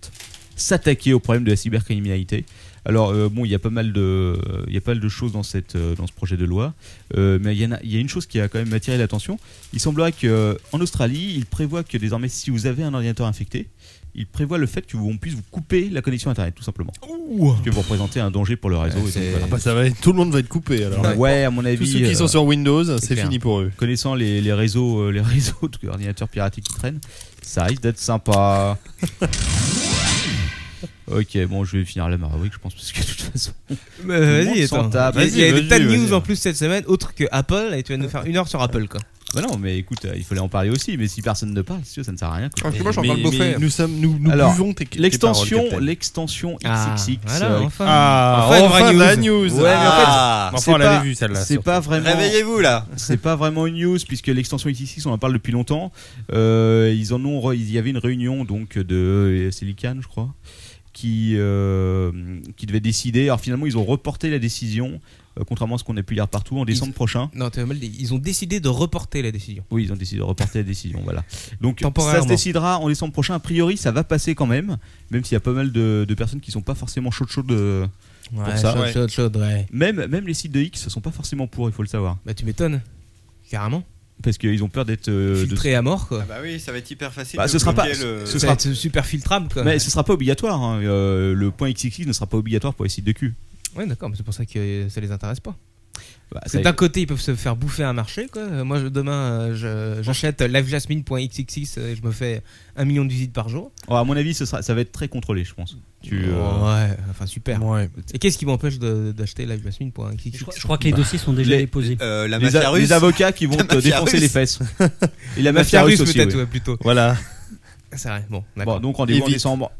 Speaker 3: S'attaquer au problème de la cybercriminalité. Alors euh, bon, il y a pas mal de, il y a pas mal de choses dans cette, euh, dans ce projet de loi, Euh, mais il y, en a- il y a une chose qui a quand même attiré l'attention. Il semblerait que euh, en Australie, ils prévoient que désormais, si vous avez un ordinateur infecté, ils prévoient le fait que vous, on puisse vous couper la connexion internet, tout simplement. Parce que vous représentez un danger pour le réseau. et donc, voilà.
Speaker 14: Ah bah, ça va être- [laughs] tout le monde va être coupé alors.
Speaker 3: Ouais, à mon avis.
Speaker 14: Tous ceux qui
Speaker 3: euh,
Speaker 14: sont sur Windows, c'est
Speaker 3: clair.
Speaker 14: fini pour eux.
Speaker 3: Connaissant les, les réseaux, euh, les [laughs] réseaux d'ordinateurs piratiques qui traînent, ça risque d'être [laughs] sympa. ok, bon, je vais finir là ma rubrique, je pense, parce que de toute façon.
Speaker 7: Mais
Speaker 3: tout le
Speaker 7: vas-y,
Speaker 3: monde s'en
Speaker 7: attends.
Speaker 3: tape.
Speaker 7: Il y a- il y a des tas de
Speaker 3: vas-y,
Speaker 7: news
Speaker 3: vas-y.
Speaker 7: en plus cette semaine, autre que Apple, et tu vas nous faire une heure sur Apple, quoi.
Speaker 3: Bah non, mais écoute, euh, il fallait en parler aussi, mais si personne ne parle, c'est sûr, ça ne sert à rien.
Speaker 14: Ah,
Speaker 3: quoi.
Speaker 2: Parce que moi, j'en
Speaker 14: Mais-
Speaker 2: parle
Speaker 14: mais
Speaker 2: beau frère.
Speaker 14: nous sommes, nous, nous
Speaker 3: Alors,
Speaker 14: buvons tes, tes paroles,
Speaker 3: L'extension,
Speaker 14: Captain.
Speaker 3: l'extension
Speaker 7: Ah,
Speaker 3: XXX.
Speaker 7: voilà,
Speaker 3: euh,
Speaker 7: enfin.
Speaker 14: Ah,
Speaker 7: Enfin, une
Speaker 14: enfin,
Speaker 7: vraie
Speaker 14: la
Speaker 7: news.
Speaker 14: news.
Speaker 3: Ouais, mais en fait,
Speaker 5: Ah,
Speaker 14: Enfin,
Speaker 3: c'est
Speaker 14: on l'avait
Speaker 3: pas-
Speaker 14: vu, celle-là,
Speaker 3: C'est
Speaker 14: surtout.
Speaker 3: pas vraiment.
Speaker 5: Réveillez-vous là.
Speaker 3: C'est pas vraiment une news puisque l'extension XXX on en parle depuis longtemps. Euh, ils en ont, re- il y avait une réunion donc de euh, Silicon, je crois, qui euh, qui devait décider. Alors finalement ils ont reporté la décision, euh, contrairement à ce qu'on a pu lire partout en décembre prochain.
Speaker 7: Non, t'as mal dit. Ils ont décidé de reporter la décision.
Speaker 3: Oui, ils ont décidé de reporter la décision, voilà. Donc ça
Speaker 7: Temporairement.
Speaker 3: se décidera en décembre prochain. A priori, ça va passer quand même, même s'il y a pas mal de, de personnes qui sont pas forcément chaudes chaudes. euh,
Speaker 7: Ouais,
Speaker 3: ça,
Speaker 7: chaude,
Speaker 14: ouais.
Speaker 7: chaude, chaude, ouais.
Speaker 3: Même même les sites de X sont pas forcément pour, il faut le savoir,
Speaker 7: Bah, tu m'étonnes. Carrément.
Speaker 3: parce qu'ils ont peur d'être euh, de-
Speaker 7: Filtré à mort, quoi.
Speaker 5: Ah bah oui, ça va être hyper facile.
Speaker 3: Bah,
Speaker 5: de
Speaker 3: ce sera pas-
Speaker 5: bloquer le-
Speaker 3: ce
Speaker 7: Ça
Speaker 3: sera-
Speaker 7: va être super filtrable, quoi.
Speaker 3: Mais ce sera pas obligatoire. hein. Euh, le point XXX ne sera pas obligatoire pour les sites de cul.
Speaker 7: Ouais, d'accord, mais c'est pour ça que euh, ça les intéresse pas.
Speaker 3: Bah,
Speaker 7: Parce
Speaker 3: ça-
Speaker 7: que d'un côté, ils peuvent se faire bouffer un marché, quoi. Euh, Moi, je- demain, euh, je- j'achète livejasmine.xxx euh, et je me fais un million de visites par jour.
Speaker 3: Oh, à mon avis, ce sera, ça va être très contrôlé, je pense. Tu, euh,
Speaker 7: Ouais, enfin, super.
Speaker 14: Ouais.
Speaker 7: Et qu'est-ce qui m'empêche de- d'acheter livejasmine.xxx
Speaker 6: Je crois, je crois
Speaker 7: Bah,
Speaker 6: que les dossiers sont déjà
Speaker 3: Bah, les-
Speaker 6: déposés.
Speaker 5: Euh, la
Speaker 3: les,
Speaker 5: mafia
Speaker 3: a- les
Speaker 5: russe.
Speaker 7: [laughs]
Speaker 3: avocats [laughs] qui vont
Speaker 5: La
Speaker 3: te
Speaker 5: mafia
Speaker 3: défoncer
Speaker 5: russe.
Speaker 3: les fesses. [laughs] Et la
Speaker 7: Mafia russe,
Speaker 3: aussi.
Speaker 7: peut-être,
Speaker 3: oui.
Speaker 7: ouais, plutôt.
Speaker 3: [laughs]
Speaker 14: Voilà.
Speaker 7: C'est vrai, bon,
Speaker 3: Bon,
Speaker 7: d'accord.
Speaker 3: donc rendez-vous en
Speaker 14: Évite.
Speaker 3: décembre.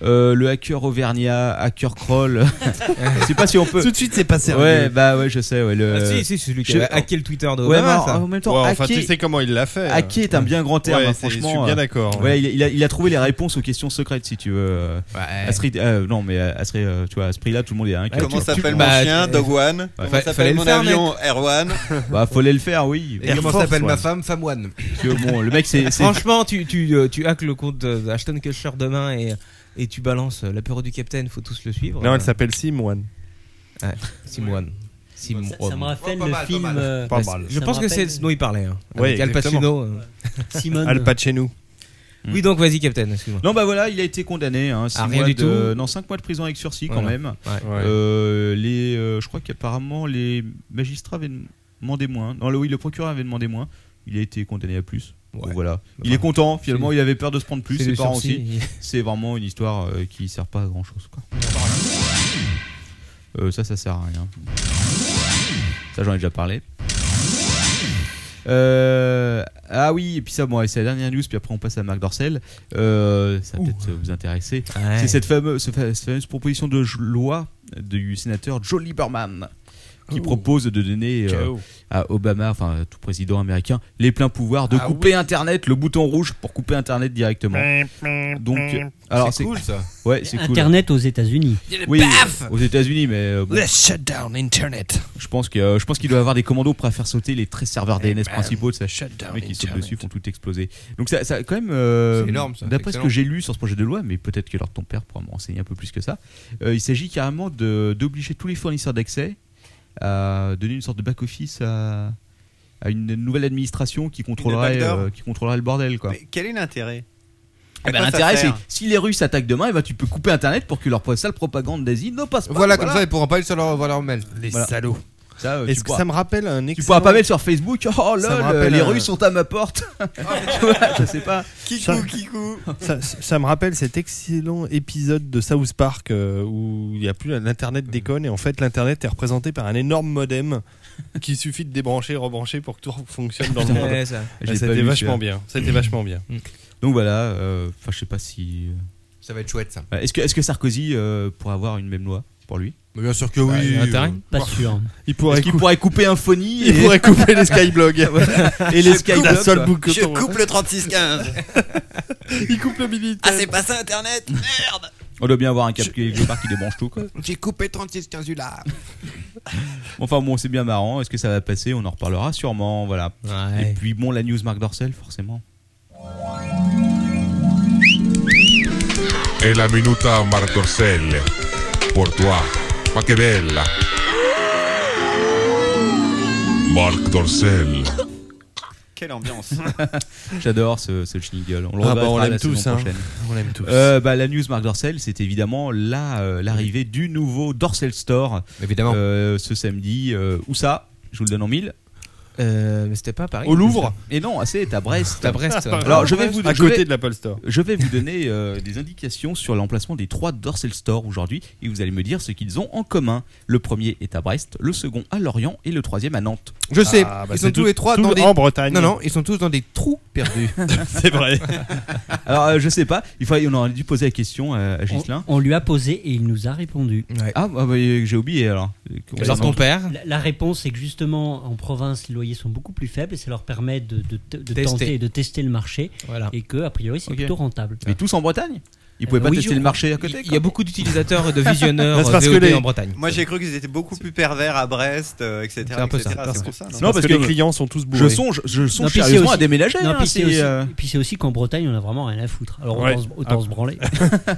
Speaker 3: Euh, le hacker Auvergnat, hacker crawl. [laughs] je sais pas si on peut.
Speaker 14: Tout de suite, c'est pas sérieux.
Speaker 3: Ouais, bah ouais, je sais. Ouais, le...
Speaker 7: Ah, si, si, c'est celui qui
Speaker 3: je-
Speaker 7: a hacké le Twitter de
Speaker 3: Ouais, mais
Speaker 7: Obama,
Speaker 3: en-
Speaker 7: ça.
Speaker 3: en même temps,
Speaker 14: Ouais,
Speaker 3: hacker,
Speaker 14: enfin, tu sais comment il l'a fait.
Speaker 3: hacker est un bien grand terme,
Speaker 14: Ouais,
Speaker 3: hein,
Speaker 14: c'est-
Speaker 3: franchement.
Speaker 14: je suis bien d'accord.
Speaker 3: euh, ouais, il, a- il a, il a trouvé les réponses aux questions secrètes, si tu veux.
Speaker 7: Ouais.
Speaker 3: À ce rythme- euh, non, mais à, à ce rythme, euh, tu vois, à ce prix-là, tout le monde est à un kilo.
Speaker 5: Comment
Speaker 7: tu-
Speaker 5: s'appelle
Speaker 7: tu-
Speaker 5: mon
Speaker 7: bah,
Speaker 5: chien
Speaker 7: tu-
Speaker 5: Dog One
Speaker 7: fa-
Speaker 5: Comment
Speaker 7: fallait
Speaker 5: s'appelle
Speaker 7: le
Speaker 5: mon
Speaker 7: faire,
Speaker 5: avion Erwan
Speaker 3: Bah, fallait le faire, oui.
Speaker 2: Et comment
Speaker 3: Force,
Speaker 2: s'appelle
Speaker 3: ouais.
Speaker 2: ma femme Femme One.
Speaker 3: Parce que, bon, le mec, c'est. c'est-
Speaker 7: Franchement, tu, tu, euh, tu hackes le compte de- d'Ashton Kutcher demain et, et tu balances euh, l'apéro du Capitaine, faut tous le suivre. Euh,
Speaker 14: Non, elle s'appelle Sim One.
Speaker 7: Simone. Simone.
Speaker 6: Ça, ça me rappelle
Speaker 2: [laughs] pas
Speaker 6: le
Speaker 2: mal, pas
Speaker 6: film
Speaker 2: mal.
Speaker 6: euh,
Speaker 14: Pas
Speaker 7: Bah,
Speaker 14: mal.
Speaker 7: Je
Speaker 6: Ça
Speaker 7: pense
Speaker 6: me
Speaker 7: que
Speaker 6: rappelle-
Speaker 7: c'est ce dont il parlait. Hein,
Speaker 14: Ouais,
Speaker 7: avec Al Pacino. euh.
Speaker 6: Simone.
Speaker 14: Al
Speaker 3: Bah,
Speaker 14: Pacino.
Speaker 7: Oui, donc vas-y, Captain, excuse-moi.
Speaker 3: Hmm. Non, bah voilà, il a été condamné. Hein, six
Speaker 7: Ah, rien
Speaker 3: mois
Speaker 7: du
Speaker 3: de-
Speaker 7: tout.
Speaker 3: Non, 5 mois de prison avec sursis quand
Speaker 7: Voilà.
Speaker 3: même.
Speaker 14: Ouais.
Speaker 3: Euh, les, euh, je crois qu'apparemment, les magistrats avaient demandé moins. Non, le, oui, le procureur avait demandé moins. Il a été condamné à plus.
Speaker 7: Ouais.
Speaker 3: Donc voilà. Il
Speaker 7: Bah,
Speaker 3: est content, finalement, il avait peur de se prendre plus,
Speaker 7: C'est
Speaker 3: ses
Speaker 7: le
Speaker 3: parents
Speaker 7: sursis.
Speaker 3: aussi. C'est vraiment une histoire euh, qui sert pas à grand chose. Quoi. Euh, ça, ça sert à rien. Ça, j'en ai déjà parlé. Euh, ah oui, et puis ça, bon, ouais, c'est la dernière news, puis après on passe à Marc Dorcel. Euh, ça va peut-être euh, vous intéresser.
Speaker 7: Ouais.
Speaker 3: C'est cette fameuse, ce fa- cette fameuse proposition de j- loi du sénateur Joe Lieberman qui propose de donner euh,
Speaker 8: K.O.
Speaker 3: à Obama, enfin à tout président américain, les pleins pouvoirs de
Speaker 8: Ah
Speaker 3: couper Internet, le bouton rouge pour couper Internet directement. Donc,
Speaker 2: Mmh.
Speaker 3: euh, alors
Speaker 6: C'est cool, ça.
Speaker 3: Ouais, c'est cool.
Speaker 6: Internet aux États-Unis.
Speaker 3: Oui, aux États-Unis, mais euh, bon.
Speaker 6: Let's
Speaker 8: shut down Internet.
Speaker 3: Je pense que euh, je pense qu'il doit avoir des commandos pour faire sauter les 13
Speaker 2: Eh
Speaker 3: serveurs DNS
Speaker 2: ben,
Speaker 3: principaux de sa chaîne. Les mecs qui sautent dessus font tout exploser. Donc ça, ça quand même. euh,
Speaker 2: C'est énorme, ça,
Speaker 3: D'après ce
Speaker 2: excellent.
Speaker 3: que j'ai lu sur ce projet de loi, mais peut-être que leur ton père pourra me renseigner un peu plus que ça. euh, il s'agit carrément de- d'obliger tous les fournisseurs d'accès à donner une sorte de back office à, à une nouvelle administration qui contrôlerait
Speaker 5: backdoor
Speaker 3: euh, qui contrôlerait le bordel quoi.
Speaker 5: Quel est l'intérêt
Speaker 3: Eh
Speaker 5: À
Speaker 3: ben,
Speaker 5: quoi ça
Speaker 3: L'intérêt, c'est
Speaker 5: sert
Speaker 3: si les Russes attaquent demain, eh ben, tu peux couper Internet pour que leur sale propagande nazie ne passe pas.
Speaker 2: Voilà, comme ça, ils pourront pas aller sur leur, voir leur mail.
Speaker 3: Les
Speaker 14: salauds.
Speaker 3: Ça, euh,
Speaker 14: Est-ce
Speaker 3: tu
Speaker 14: que
Speaker 3: pourras-
Speaker 14: ça me rappelle un
Speaker 3: Tu
Speaker 14: excellent-
Speaker 3: pourras pas mettre sur Facebook. Oh
Speaker 14: Ça me
Speaker 3: lol,
Speaker 14: rappelle
Speaker 3: les
Speaker 14: un- Ah,
Speaker 3: Russes sont à
Speaker 14: [laughs]
Speaker 3: ma porte. Tu [laughs] vois, je sais pas.
Speaker 14: Ça- [laughs] ça, ça me rappelle cet excellent épisode de South Park euh, où il n'y a plus l'internet déconne et en fait l'internet est représenté par un énorme
Speaker 3: [laughs]
Speaker 14: modem qu'il suffit de débrancher et rebrancher pour que tout [laughs] fonctionne dans le monde.
Speaker 8: Ouais, ça.
Speaker 14: Et
Speaker 3: Je l'ai Ah, pas
Speaker 14: C'était
Speaker 3: vu,
Speaker 14: vachement
Speaker 3: celui-là. Mm.
Speaker 14: bien. C'était vachement bien.
Speaker 3: Donc voilà, euh, enfin je sais pas si.
Speaker 2: Ça va être chouette ça.
Speaker 3: Ouais, Est-ce que, est-ce que Sarkozy euh, pourrait avoir une même loi pour lui
Speaker 2: Mais bien sûr que oui, Bah, il y a intérêt. euh,
Speaker 6: Pas sûr.
Speaker 14: Il pourrait,
Speaker 3: Est-ce qu'il pourrait couper un phony
Speaker 14: Il pourrait couper les
Speaker 3: [laughs]
Speaker 14: skyblogs.
Speaker 3: et les
Speaker 14: Je coupe la
Speaker 3: skyblogs.
Speaker 14: seule
Speaker 3: quoi.
Speaker 14: boucle Je
Speaker 5: Coupe le 3615
Speaker 14: [laughs] Il coupe le militaire
Speaker 5: Ah c'est pas ça internet Merde
Speaker 3: On doit bien avoir un cap quelque part qui débranche tout quoi.
Speaker 2: J'ai coupé 36 15 là.
Speaker 3: Enfin bon, c'est bien marrant. Est-ce que ça va passer On en reparlera sûrement. Voilà.
Speaker 7: Ouais.
Speaker 3: Et puis bon, la news Marc Dorcel, forcément.
Speaker 18: È la minuta Marc Dorcel. Pour toi. Ma che bella. Marc Dorcel.
Speaker 5: Quelle ambiance
Speaker 3: J'adore ce, ce jingle. On le
Speaker 14: Ah bah, on
Speaker 3: reverra
Speaker 14: l'aime
Speaker 3: la
Speaker 14: tous,
Speaker 3: saison
Speaker 14: hein.
Speaker 3: prochaine.
Speaker 14: On l'aime tous.
Speaker 3: Euh, bah, la news Marc Dorcel, c'est évidemment là euh, l'arrivée du nouveau Dorcel Store.
Speaker 2: Évidemment.
Speaker 3: ce samedi. euh, où ça Je vous le donne en mille.
Speaker 14: Euh,
Speaker 7: mais c'était pas à Paris.
Speaker 3: Au Louvre Et non, ah, c'est à Brest.
Speaker 7: À Brest, ouais.
Speaker 3: [laughs] Alors, je vais vous
Speaker 14: À
Speaker 3: je
Speaker 14: côté
Speaker 3: vais-
Speaker 14: de l'Apple Store.
Speaker 3: Je vais vous donner euh, des indications sur l'emplacement des trois Dorsal Store aujourd'hui et vous allez me dire ce qu'ils ont en commun. Le premier est à Brest, le second à Lorient et le troisième à Nantes.
Speaker 2: Je sais,
Speaker 3: Ah, bah,
Speaker 2: ils sont tous les trois dans des... Non, non, ils sont tous dans des trous perdus.
Speaker 3: [laughs] C'est vrai. Alors, euh, je sais pas, il faut, on aurait dû poser la question euh, à Gislin.
Speaker 6: On lui a posé et il nous a répondu.
Speaker 3: Ah, bah, bah, j'ai oublié alors.
Speaker 6: Alors, la, la réponse est que justement, en province, les loyers sont beaucoup plus faibles et ça leur permet de, de- de
Speaker 7: Tester.
Speaker 6: tenter et de tester le marché.
Speaker 7: Voilà.
Speaker 6: Et que, a priori, c'est
Speaker 7: Ok.
Speaker 6: plutôt rentable. Euh,
Speaker 3: Mais tous en Bretagne Ils pouvaient pas
Speaker 7: Oui,
Speaker 3: tester
Speaker 7: je-
Speaker 3: le marché à côté
Speaker 7: il- Il y a beaucoup d'utilisateurs [laughs] de euh, visionneurs
Speaker 3: Non, c'est parce
Speaker 7: VOD
Speaker 3: que les-
Speaker 7: en Bretagne.
Speaker 5: Moi j'ai cru qu'ils étaient beaucoup plus pervers à Brest, euh, etc.
Speaker 7: C'est un peu
Speaker 5: etc.
Speaker 7: ça.
Speaker 5: C'est
Speaker 7: C'est
Speaker 5: pour ça, Ah non
Speaker 3: Non, parce que les clients
Speaker 14: sont tous
Speaker 3: bourrés. Je songe- je songe
Speaker 6: puis c'est
Speaker 3: sérieusement à
Speaker 6: aussi-
Speaker 3: déménager,
Speaker 6: non,
Speaker 3: hein,
Speaker 6: puis c'est
Speaker 3: c'est,
Speaker 6: aussi-
Speaker 3: euh,
Speaker 6: puis c'est aussi qu'en Bretagne, on a vraiment rien à foutre. Alors
Speaker 3: Ouais.
Speaker 6: autant, se- autant
Speaker 3: Ah.
Speaker 6: se branler.
Speaker 7: [laughs]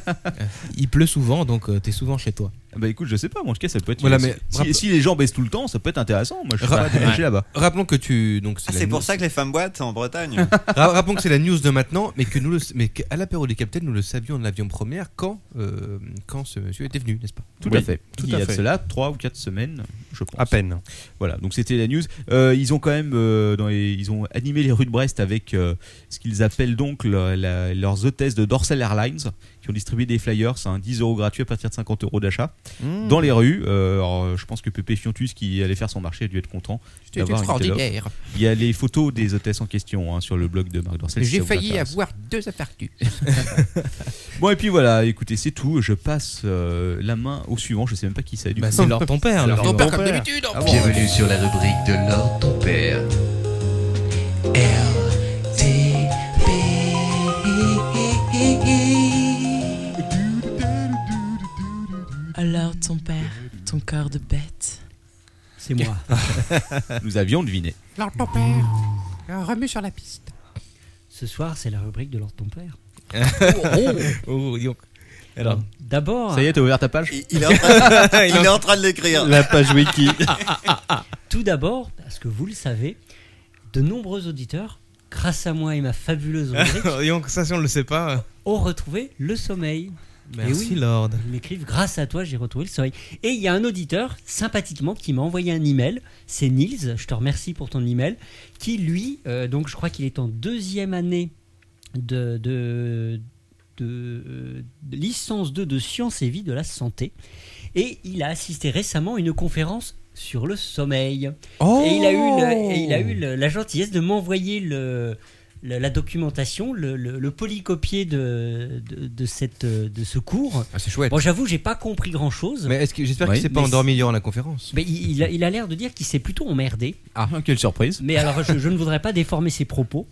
Speaker 7: Il pleut souvent, donc euh, t'es souvent chez toi.
Speaker 3: Bah écoute, je sais pas, moi en tout cas ça peut être.
Speaker 2: Voilà,
Speaker 3: si-
Speaker 2: mais-
Speaker 3: si,
Speaker 2: rappe-
Speaker 3: si les gens baissent tout le temps, ça peut être intéressant. Moi je suis
Speaker 2: Ra-
Speaker 3: pas déménager
Speaker 2: Ouais.
Speaker 3: là-bas.
Speaker 2: Rappelons que tu donc
Speaker 5: Ah,
Speaker 2: la
Speaker 5: c'est
Speaker 2: news-
Speaker 5: pour ça que les femmes boîtes en
Speaker 7: [laughs]
Speaker 5: Bretagne.
Speaker 2: [laughs] Ra- Rappelons que c'est la news de maintenant, mais que nous, le, mais qu'à l'apéro des capitaines, nous le savions de l'avion première quand, euh, quand ce monsieur était venu, n'est-ce pas
Speaker 3: Tout à fait. Il y a de cela 3 ou 4 semaines, je pense.
Speaker 14: À peine.
Speaker 3: Voilà, donc c'était la news. Euh, ils ont quand même euh, dans les- ils ont animé les rues de Brest avec euh, ce qu'ils appellent donc le- la- leurs hôtesses de Dorsal Airlines qui ont distribué des flyers, hein, 10 euros gratuits à partir de 50 euros d'achat
Speaker 2: Mmh.
Speaker 3: dans les rues. Euh, alors, euh, je pense que Pépé Fiontus qui allait faire son marché a dû être content.
Speaker 2: C'était
Speaker 3: d'avoir une telle offre.
Speaker 2: extraordinaire.
Speaker 3: Il y a les photos des hôtesses en question hein, sur le blog de Marc Dorsel. si
Speaker 2: J'ai
Speaker 3: ça vous
Speaker 2: failli
Speaker 3: intéresse.
Speaker 2: avoir deux
Speaker 3: [laughs]
Speaker 2: infarctus.
Speaker 3: Bon et puis voilà, écoutez, c'est tout. Je passe euh, la main au suivant. Je sais même pas qui c'est. du
Speaker 7: Bah,
Speaker 3: coup.
Speaker 7: c'est Lord Ton Père,
Speaker 3: C'est Lord
Speaker 7: Lord Ton Père, comme
Speaker 3: Père.
Speaker 7: d'habitude, en
Speaker 3: Ah bon.
Speaker 1: Bienvenue sur la rubrique de l'or ton père.
Speaker 19: Alors ton père, ton corps de bête.
Speaker 6: C'est moi.
Speaker 3: [laughs] Nous avions deviné.
Speaker 20: Alors ton père, euh, remue sur la piste.
Speaker 6: Ce soir, c'est la rubrique de l'ordre de ton
Speaker 3: [laughs]
Speaker 6: père.
Speaker 7: Oh, dis donc. Alors,
Speaker 6: d'abord.
Speaker 3: Ça y est, t'as ouvert ta page
Speaker 6: Il-
Speaker 5: [laughs] il est en train-
Speaker 3: [laughs]
Speaker 5: il est en train de l'écrire. La page wiki.
Speaker 6: [laughs] Tout d'abord, parce que vous le savez, de nombreux auditeurs, grâce à moi et ma [laughs] fabuleuse rubrique,
Speaker 7: Dis donc, ça, si on le sait pas. euh.
Speaker 6: ont retrouvé le sommeil.
Speaker 7: Merci,
Speaker 6: Et oui,
Speaker 7: Lord.
Speaker 6: Ils m'écrivent grâce à toi, j'ai retrouvé le sommeil. Et il y a un auditeur, sympathiquement, qui m'a envoyé un email. C'est Nils, je te remercie pour ton email. Qui, lui, euh, donc je crois qu'il est en deuxième année de, de, de, euh, de licence 2 de sciences et vie de la santé. Et il a assisté récemment à une conférence sur le sommeil.
Speaker 7: Oh
Speaker 6: et il a eu, le- et il a eu le- la gentillesse de m'envoyer le, le- la documentation, le, le- le polycopier de, de, de cette, euh, de ce cours.
Speaker 2: Ah, c'est chouette.
Speaker 6: Bon, j'avoue, j'ai pas compris grand chose.
Speaker 2: Mais est-ce que- j'espère qu'il s'est pas endormi durant la conférence.
Speaker 6: Mais il, il a- il a l'air de dire qu'il s'est plutôt emmerdé.
Speaker 3: Ah, quelle surprise.
Speaker 6: Mais alors, je, je ne voudrais pas déformer ses propos.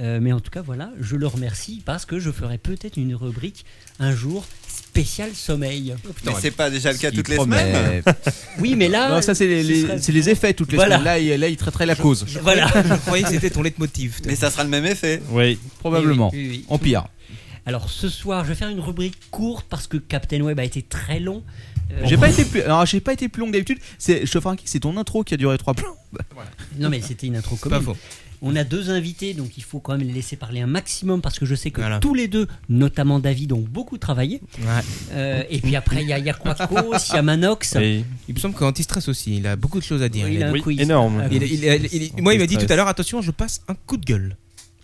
Speaker 6: Euh, mais en tout cas, voilà, je le remercie parce que je ferai peut-être une rubrique un jour spéciale sommeil.
Speaker 5: mais c'est pas déjà le cas
Speaker 3: Il
Speaker 5: toutes les
Speaker 3: promet.
Speaker 5: semaines
Speaker 6: Oui, mais là.
Speaker 3: Non, Ah, ça, c'est les-
Speaker 6: ce
Speaker 3: les-
Speaker 6: serait-
Speaker 3: c'est les effets toutes les
Speaker 6: Voilà.
Speaker 3: semaines. Là, il, là, il traiterait la
Speaker 6: Je-
Speaker 3: cause.
Speaker 6: je- voilà.
Speaker 7: Je croyais que c'était ton leitmotiv.
Speaker 5: Mais ça sera le même effet.
Speaker 3: Oui, probablement.
Speaker 6: Oui, oui, oui, oui.
Speaker 3: En pire.
Speaker 6: Alors ce soir, je vais faire une rubrique courte parce que Captain Web a été très long. Euh,
Speaker 3: [laughs] J'ai pas été plus, alors j'ai pas été plus long que d'habitude. C'est Chofanki, c'est ton intro qui a duré trois [laughs] plombes.
Speaker 6: Non mais c'était une intro
Speaker 3: C'est
Speaker 6: commune.
Speaker 3: pas faux.
Speaker 6: On a deux invités, donc il faut quand même les laisser parler un maximum parce que je sais que
Speaker 7: Voilà.
Speaker 6: tous les deux, notamment David, ont beaucoup travaillé.
Speaker 7: Ouais.
Speaker 6: Euh, et puis après, il y a, il y a
Speaker 3: [laughs]
Speaker 6: Quacos, il y a Manox.
Speaker 7: Il me semble qu'Antistress aussi, il a beaucoup de choses à dire.
Speaker 6: Oui, il a un quiz. Ah, Un
Speaker 7: Il-
Speaker 6: quiz.
Speaker 7: il- il- il- il- moi, il m'a dit
Speaker 6: Antistress.
Speaker 7: tout à l'heure attention, je passe un coup de gueule.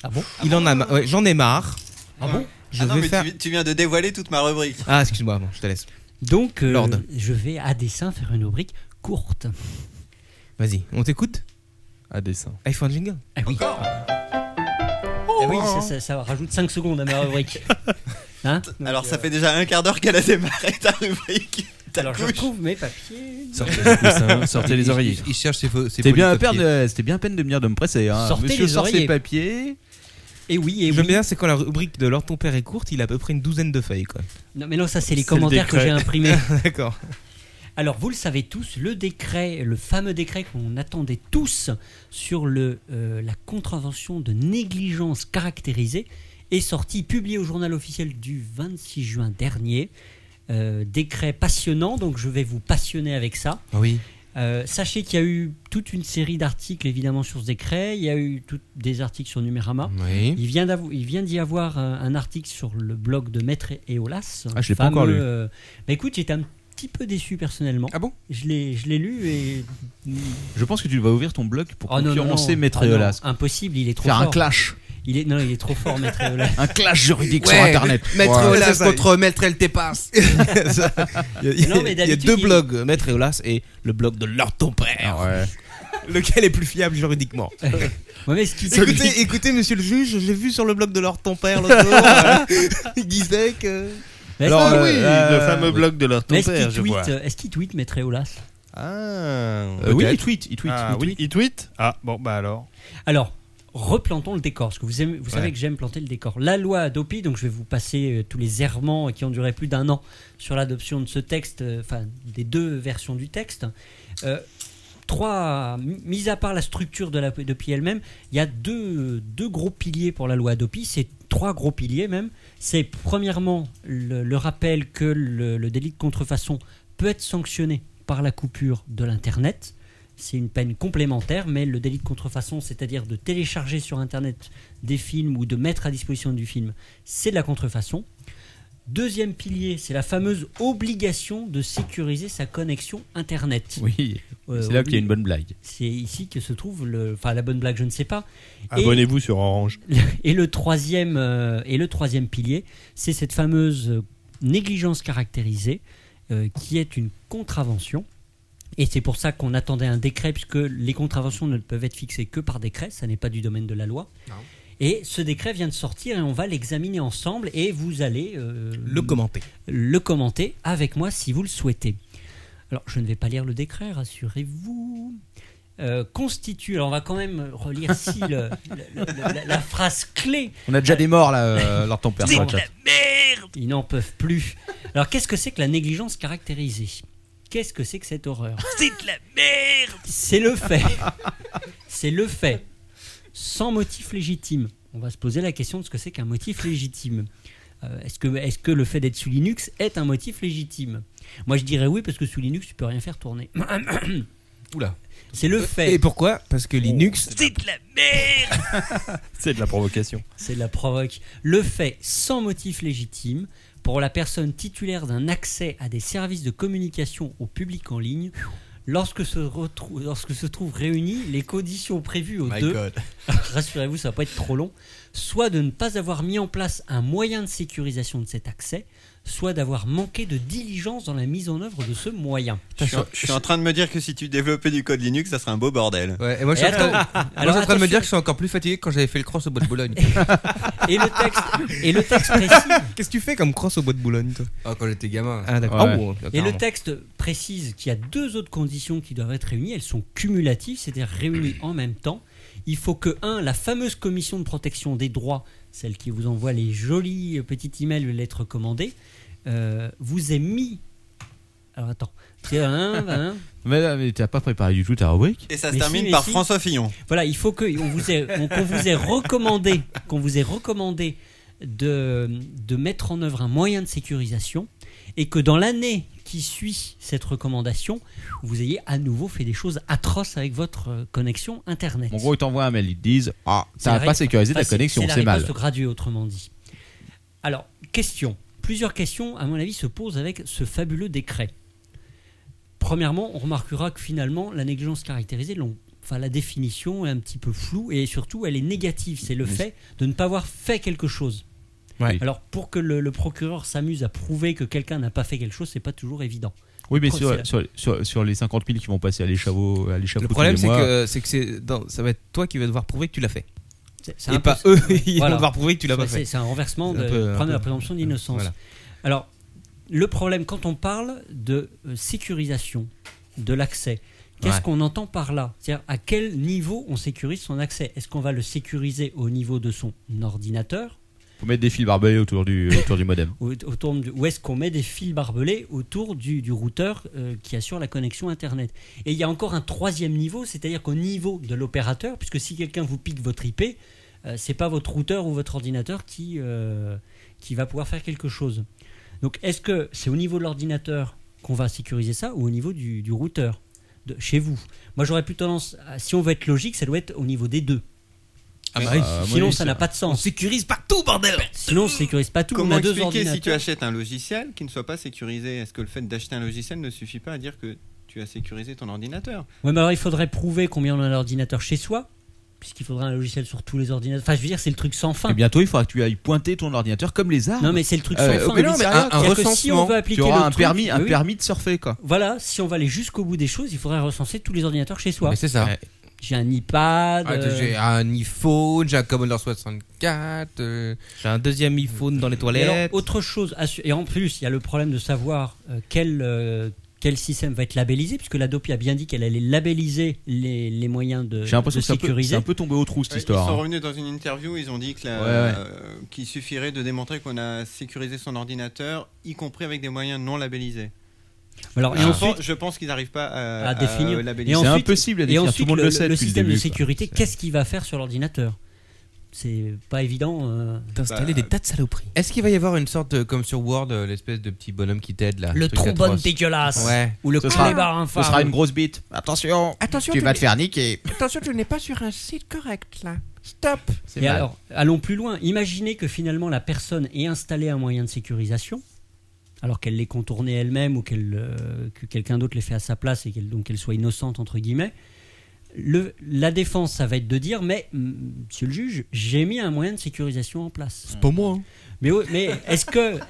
Speaker 6: Ah bon
Speaker 7: Il en a, ma- ouais, j'en ai marre.
Speaker 6: Ah bon
Speaker 7: Je
Speaker 5: Ah non,
Speaker 7: vais
Speaker 5: mais
Speaker 7: faire.
Speaker 5: tu, tu viens de dévoiler toute ma rubrique. [laughs]
Speaker 7: Ah, excuse-moi, bon, je te laisse.
Speaker 6: Donc, euh,
Speaker 7: Lord.
Speaker 6: je vais à dessein faire une rubrique courte.
Speaker 7: Vas-y, on t'écoute
Speaker 14: À dessin.
Speaker 7: Ah, il faut un jingle
Speaker 6: Ah oui.
Speaker 5: Oh.
Speaker 6: Ah oui, ça, ça- ça rajoute 5 secondes à ma
Speaker 3: [laughs]
Speaker 6: rubrique. Hein Donc,
Speaker 5: Alors ça
Speaker 6: euh,
Speaker 5: fait déjà un quart d'heure qu'elle a démarré ta rubrique. Ta
Speaker 6: Alors je
Speaker 5: couche.
Speaker 6: retrouve mes papiers.
Speaker 2: Il- il- Il cherche ses faux. ses
Speaker 3: C'était bien, à
Speaker 2: polycopiers.
Speaker 3: peine de- c'était bien à peine de venir de me presser. Hein.
Speaker 6: Sortez
Speaker 3: Monsieur
Speaker 6: les
Speaker 3: sort ses
Speaker 6: oreillers.
Speaker 3: papiers.
Speaker 6: Et oui, et
Speaker 7: J'aime
Speaker 6: oui.
Speaker 7: bien, c'est quand la rubrique de Lord ton père est courte, il a à peu près une douzaine de feuilles. Quoi.
Speaker 6: Non, mais non, ça, c'est
Speaker 7: C'est
Speaker 6: les
Speaker 7: le
Speaker 6: commentaires que
Speaker 7: décret.
Speaker 6: j'ai imprimés.
Speaker 7: [laughs] D'accord.
Speaker 6: Alors, vous le savez tous, le décret, le fameux décret qu'on attendait tous sur le, euh, la contravention de négligence caractérisée est sorti, publié au journal officiel du 26 juin dernier. Euh, décret passionnant, donc je vais vous passionner avec ça.
Speaker 7: Ah Oui.
Speaker 6: Euh, sachez qu'il y a eu toute une série d'articles évidemment sur ce décret. Il y a eu tout- des articles sur Numérama.
Speaker 7: Oui.
Speaker 6: Il vient d'avo- il vient d'y avoir euh, un article sur le blog de Maître Eolas.
Speaker 7: Ah, je l'ai pas encore lu.
Speaker 6: euh, Bah écoute, j'étais un petit peu déçu personnellement. Ah
Speaker 7: bon
Speaker 6: Je l'ai je l'ai lu et.
Speaker 3: Je pense que tu vas ouvrir ton blog pour
Speaker 6: Oh non, non,
Speaker 3: concurrencer
Speaker 6: non.
Speaker 3: Maître
Speaker 6: Ah non,
Speaker 3: Eolas.
Speaker 6: Impossible, il est trop
Speaker 3: Faire un
Speaker 6: fort.
Speaker 3: clash.
Speaker 6: Il est, non, il est trop fort, Maître Eolas.
Speaker 3: [laughs] Un clash juridique
Speaker 2: Ouais,
Speaker 3: sur internet.
Speaker 2: Maître
Speaker 7: Ouais.
Speaker 2: Olas
Speaker 7: Ça, ça,
Speaker 2: contre Maître El [laughs] Tepas.
Speaker 7: Il y a, il y a-
Speaker 6: Non, mais
Speaker 7: il y a
Speaker 6: d'habitude,
Speaker 7: deux
Speaker 6: il-
Speaker 7: blogs, Maître Eolas et le blog de Lord ton père.
Speaker 3: Ah
Speaker 2: [laughs]
Speaker 7: Lequel est plus fiable juridiquement
Speaker 6: [laughs] Ouais, mais ce qui- [laughs]
Speaker 7: écoutez, [laughs] écoutez, monsieur le juge, j'ai vu sur le blog de Lord ton père l'autre jour,
Speaker 2: hein.
Speaker 7: euh, [laughs] il disait que.
Speaker 6: Mais
Speaker 14: Alors,
Speaker 6: est-ce-
Speaker 14: euh, oui, le fameux blog de leur ton
Speaker 6: Mais est-ce qu'il
Speaker 14: père, je
Speaker 6: tweet- euh,
Speaker 14: vois.
Speaker 6: Est-ce qu'il tweet Maître Eolas
Speaker 14: Ah,
Speaker 3: Euh, oui,
Speaker 14: peut-être.
Speaker 3: il tweet, il tweet,
Speaker 14: Ah,
Speaker 3: il
Speaker 14: oui, il tweet. Ah, bon, bah alors.
Speaker 6: Alors, replantons le décor, parce que vous, aimez- vous savez que j'aime planter le décor. La loi Adopi, donc je vais vous passer euh, tous les errements qui ont duré plus d'un an sur l'adoption de ce texte, euh, enfin des deux versions du texte. Euh, trois, mi- mis à part la structure de la Adopi elle-même, il y a deux, deux gros piliers pour la loi Adopi, c'est trois gros piliers même. C'est premièrement le, le rappel que le, le délit de contrefaçon peut être sanctionné par la coupure de l'Internet. C'est une peine complémentaire, mais le délit de contrefaçon, c'est-à-dire de télécharger sur Internet des films ou de mettre à disposition du film, c'est de la contrefaçon. Deuxième pilier, c'est la fameuse obligation de sécuriser sa connexion Internet.
Speaker 3: Oui,
Speaker 6: Euh,
Speaker 3: c'est là qu'il y a une bonne blague.
Speaker 6: C'est ici que se trouve le, enfin la bonne blague, je ne sais pas. Et-
Speaker 14: Abonnez-vous sur Orange.
Speaker 6: et le troisième euh, et le troisième pilier, c'est cette fameuse euh, négligence caractérisée euh, qui est une contravention. Et c'est pour ça qu'on attendait un décret puisque les contraventions ne peuvent être fixées que par décret, ça n'est pas du domaine de la loi. Et ce décret vient de sortir et on va l'examiner ensemble et vous allez euh,
Speaker 7: Le commenter.
Speaker 6: le commenter avec moi si vous le souhaitez. Alors, je ne vais pas lire le décret, rassurez-vous. Euh, constitue, alors on va quand même relire si le- le- le- la, la phrase clé.
Speaker 3: On a déjà des morts là, euh, Lord ton père.
Speaker 6: C'est
Speaker 3: sur le
Speaker 6: de
Speaker 3: chat.
Speaker 6: la merde Ils n'en peuvent plus. Alors, qu'est-ce que c'est que la négligence caractérisée Qu'est-ce que c'est que cette horreur C'est de la merde C'est le fait. C'est le fait. Sans motif légitime. On va se poser la question de ce que c'est qu'un motif légitime. Euh, est-ce, que, est-ce que le fait d'être sous Linux est un motif légitime Moi, je dirais oui, parce que sous Linux, tu peux rien faire tourner.
Speaker 7: [coughs] Oula.
Speaker 6: C'est le fait. Oh,
Speaker 7: Et pourquoi Parce que Linux.
Speaker 6: C'est de la merde
Speaker 14: [laughs] C'est de la provocation.
Speaker 6: C'est de la provoque. Le fait sans motif légitime pour la personne titulaire d'un accès à des services de communication au public en ligne lorsque se, retrou- lorsque se trouvent réunies les conditions prévues aux
Speaker 5: My
Speaker 6: deux.
Speaker 5: God.
Speaker 6: [laughs] Rassurez-vous, ça va pas être trop long. Soit de ne pas avoir mis en place un moyen de sécurisation de cet accès, soit d'avoir manqué de diligence dans la mise en œuvre de ce moyen.
Speaker 5: Je suis, en, je suis en train de me dire que si tu développais du code Linux, ça serait un beau bordel.
Speaker 2: Ouais, et moi, je suis
Speaker 6: Eh
Speaker 2: en train, moi, je suis en train de me dire que je suis encore plus fatigué que quand j'avais fait le cross au bois de Boulogne.
Speaker 6: [laughs] et le texte, et le texte précise.
Speaker 2: Qu'est-ce que tu fais comme cross au bois de Boulogne, toi Ah, quand j'étais gamin. Ah, d'accord.
Speaker 6: Ouais.
Speaker 2: Ah, bon,
Speaker 6: et le
Speaker 2: carrément.
Speaker 6: texte précise qu'il y a deux autres conditions qui doivent être réunies. Elles sont cumulatives, c'est-à-dire réunies en même temps. Il faut que, un, la fameuse commission de protection des droits, celle qui vous envoie les jolis euh, petits emails, les lettres commandées, euh, vous ait mis. Alors attends. Tiens, hein, bah, hein.
Speaker 3: Mais, là, mais t'as pas préparé du tout ta rubrique
Speaker 5: Et ça se
Speaker 6: Mais si,
Speaker 5: termine
Speaker 6: mais
Speaker 5: par
Speaker 6: si.
Speaker 5: François Fillon.
Speaker 6: Voilà, il faut que on vous ait, on- qu'on vous ait recommandé, qu'on vous ait recommandé de, de mettre en œuvre un moyen de sécurisation et que dans l'année qui suit cette recommandation, vous ayez à nouveau fait des choses atroces avec votre euh, connexion internet.
Speaker 3: En gros, ils t'envoient un mail, ils te disent Ah,
Speaker 6: C'est
Speaker 3: t'as
Speaker 6: la
Speaker 3: pas
Speaker 6: ré-
Speaker 3: sécurisé ta
Speaker 6: facile,
Speaker 3: connexion,
Speaker 6: la
Speaker 3: c'est mal.
Speaker 6: réponse graduée, autrement dit. Alors, question. Plusieurs questions, à mon avis, se posent avec ce fabuleux décret. Premièrement, on remarquera que finalement, la négligence caractérisée, l'on- enfin, la définition est un petit peu floue et surtout, elle est négative. C'est le
Speaker 3: Oui.
Speaker 6: fait de ne pas avoir fait quelque chose.
Speaker 3: Ouais.
Speaker 6: Alors, pour que le, le procureur s'amuse à prouver que quelqu'un n'a pas fait quelque chose, c'est pas toujours évident.
Speaker 3: Oui, mais
Speaker 6: Pro- c'est
Speaker 3: sur,
Speaker 6: la-
Speaker 3: sur, sur, sur les 50 000 qui vont passer à l'échafaud, à l'échafaud
Speaker 2: Le problème,
Speaker 3: tous
Speaker 2: c'est
Speaker 3: les mois,
Speaker 2: que, c'est que c'est, dans- ça va être toi qui vas devoir prouver que tu l'as fait.
Speaker 6: C'est- c'est
Speaker 2: Et
Speaker 6: un
Speaker 2: pas
Speaker 6: peu-
Speaker 2: eux, [laughs] ils
Speaker 6: Voilà.
Speaker 2: vont devoir prouver que tu l'as
Speaker 6: C'est-
Speaker 2: pas fait.
Speaker 6: C'est un renversement
Speaker 2: C'est
Speaker 6: de
Speaker 2: un peu- un
Speaker 6: prendre la
Speaker 2: peu-
Speaker 6: présomption d'innocence.
Speaker 2: Voilà.
Speaker 6: Alors, le problème, quand on parle de euh, sécurisation de l'accès, qu'est-ce
Speaker 2: Ouais.
Speaker 6: qu'on entend par là C'est-à-dire, à quel niveau on sécurise son accès Est-ce qu'on va le sécuriser au niveau de son ordinateur
Speaker 3: faut mettre des fils barbelés autour du, autour du
Speaker 6: [laughs]
Speaker 3: modem.
Speaker 6: ou, autour du- ou est-ce qu'on met des fils barbelés autour du, du routeur euh, qui assure la connexion Internet Et il y a encore un troisième niveau, c'est-à-dire qu'au niveau de l'opérateur, puisque si quelqu'un vous pique votre IP, euh, c'est pas votre routeur ou votre ordinateur qui, euh, qui va pouvoir faire quelque chose. Donc est-ce que c'est au niveau de l'ordinateur qu'on va sécuriser ça ou au niveau du, du routeur de chez vous Moi j'aurais plus tendance, à- si on veut être logique, ça doit être au niveau des deux.
Speaker 5: Ah bah oui.
Speaker 6: Sinon
Speaker 5: Oui,
Speaker 6: ça
Speaker 5: ça-
Speaker 6: n'a pas de sens. On sécurise pas tout, bordel Sinon on sécurise pas tout, on
Speaker 5: Comment
Speaker 6: a deux
Speaker 5: expliquer si tu
Speaker 6: ordinateurs.
Speaker 5: achètes un logiciel qui ne soit pas sécurisé Est-ce que le fait d'acheter un logiciel ne suffit pas à dire que tu as sécurisé ton ordinateur
Speaker 6: Ouais, mais alors il faudrait prouver combien on a d'ordinateurs chez soi, puisqu'il faudrait un logiciel sur tous les ordinateurs. Enfin, je veux dire, c'est le truc sans fin.
Speaker 3: Et Eh bientôt, il faudra que tu ailles pointer ton ordinateur comme les arbres. Euh,
Speaker 6: Non, mais c'est le truc sans fin.
Speaker 3: mais non, mais un, un
Speaker 6: C'est-à-dire que si on
Speaker 3: recensement.
Speaker 6: veut appliquer
Speaker 3: tu auras
Speaker 6: le
Speaker 3: un
Speaker 6: truc-
Speaker 3: permis, un
Speaker 6: oui.
Speaker 3: permis de surfer, quoi.
Speaker 6: Voilà, si on va aller jusqu'au bout des choses, il faudrait recenser tous les ordinateurs chez soi.
Speaker 2: Mais c'est ça. Ouais.
Speaker 6: J'ai un iPad.
Speaker 2: Ah,
Speaker 6: euh,
Speaker 2: J'ai un iPhone, j'ai un Commodore 64, euh, j'ai un deuxième iPhone dans les
Speaker 6: Et alors,
Speaker 2: toilettes.
Speaker 6: autre chose, assu- et en plus, il y a le problème de savoir euh, quel, euh, quel système va être labellisé, puisque la DOPI a bien dit qu'elle allait labelliser les, les moyens de,
Speaker 3: J'ai
Speaker 6: de
Speaker 3: l'impression que c'est un peu-
Speaker 6: sécuriser.
Speaker 3: c'est un peu tombé au trou, cette
Speaker 5: Ouais,
Speaker 3: histoire,
Speaker 5: Ils sont
Speaker 3: hein.
Speaker 5: revenus dans une interview, ils ont dit que la-
Speaker 3: Ouais, ouais.
Speaker 5: euh, qu'il suffirait de démontrer qu'on a sécurisé son ordinateur, y compris avec des moyens non labellisés.
Speaker 6: Alors, et
Speaker 5: je,
Speaker 6: ensuite-
Speaker 5: pense, je pense qu'ils n'arrivent pas à,
Speaker 6: à définir.
Speaker 5: euh,
Speaker 6: Et
Speaker 5: labelliser.
Speaker 6: ensuite-
Speaker 3: impossible à définir,
Speaker 6: Et ensuite,
Speaker 3: tout le monde le sait depuis le
Speaker 6: système
Speaker 3: début,
Speaker 6: de
Speaker 3: quoi.
Speaker 6: sécurité, qu'est-ce qu'il va faire sur l'ordinateur C'est pas évident. euh,
Speaker 3: Bah,
Speaker 2: D'installer des tas
Speaker 6: de saloperies.
Speaker 2: Bah, Est-ce qu'il va y avoir une sorte, de- comme sur Word, euh, l'espèce de petit bonhomme qui t'aide là
Speaker 6: Le
Speaker 2: truc
Speaker 6: trombone
Speaker 2: atroce.
Speaker 6: dégueulasse.
Speaker 2: Ouais.
Speaker 6: Ou le Ce sera- clébar infâme. ce sera une
Speaker 3: grosse bite. Attention.
Speaker 20: Attention,
Speaker 3: Tu vas
Speaker 20: n'es-
Speaker 3: te faire niquer.
Speaker 20: Attention, tu n'es pas sur un site correct là. Stop.
Speaker 6: Et alors, allons plus loin. Imaginez que finalement la personne ait installé un moyen de sécurisation, alors qu'elle l'ait contourné elle-même ou qu'elle, euh, que quelqu'un d'autre l'ait fait à sa place et qu'elle donc qu'elle soit innocente entre guillemets. Le- la défense, ça va être de dire, mais mm, Monsieur le juge, j'ai mis un moyen de sécurisation en place. C'est
Speaker 2: pas moi. hein.
Speaker 6: Mais, ouais, mais est-ce
Speaker 2: [laughs]
Speaker 6: que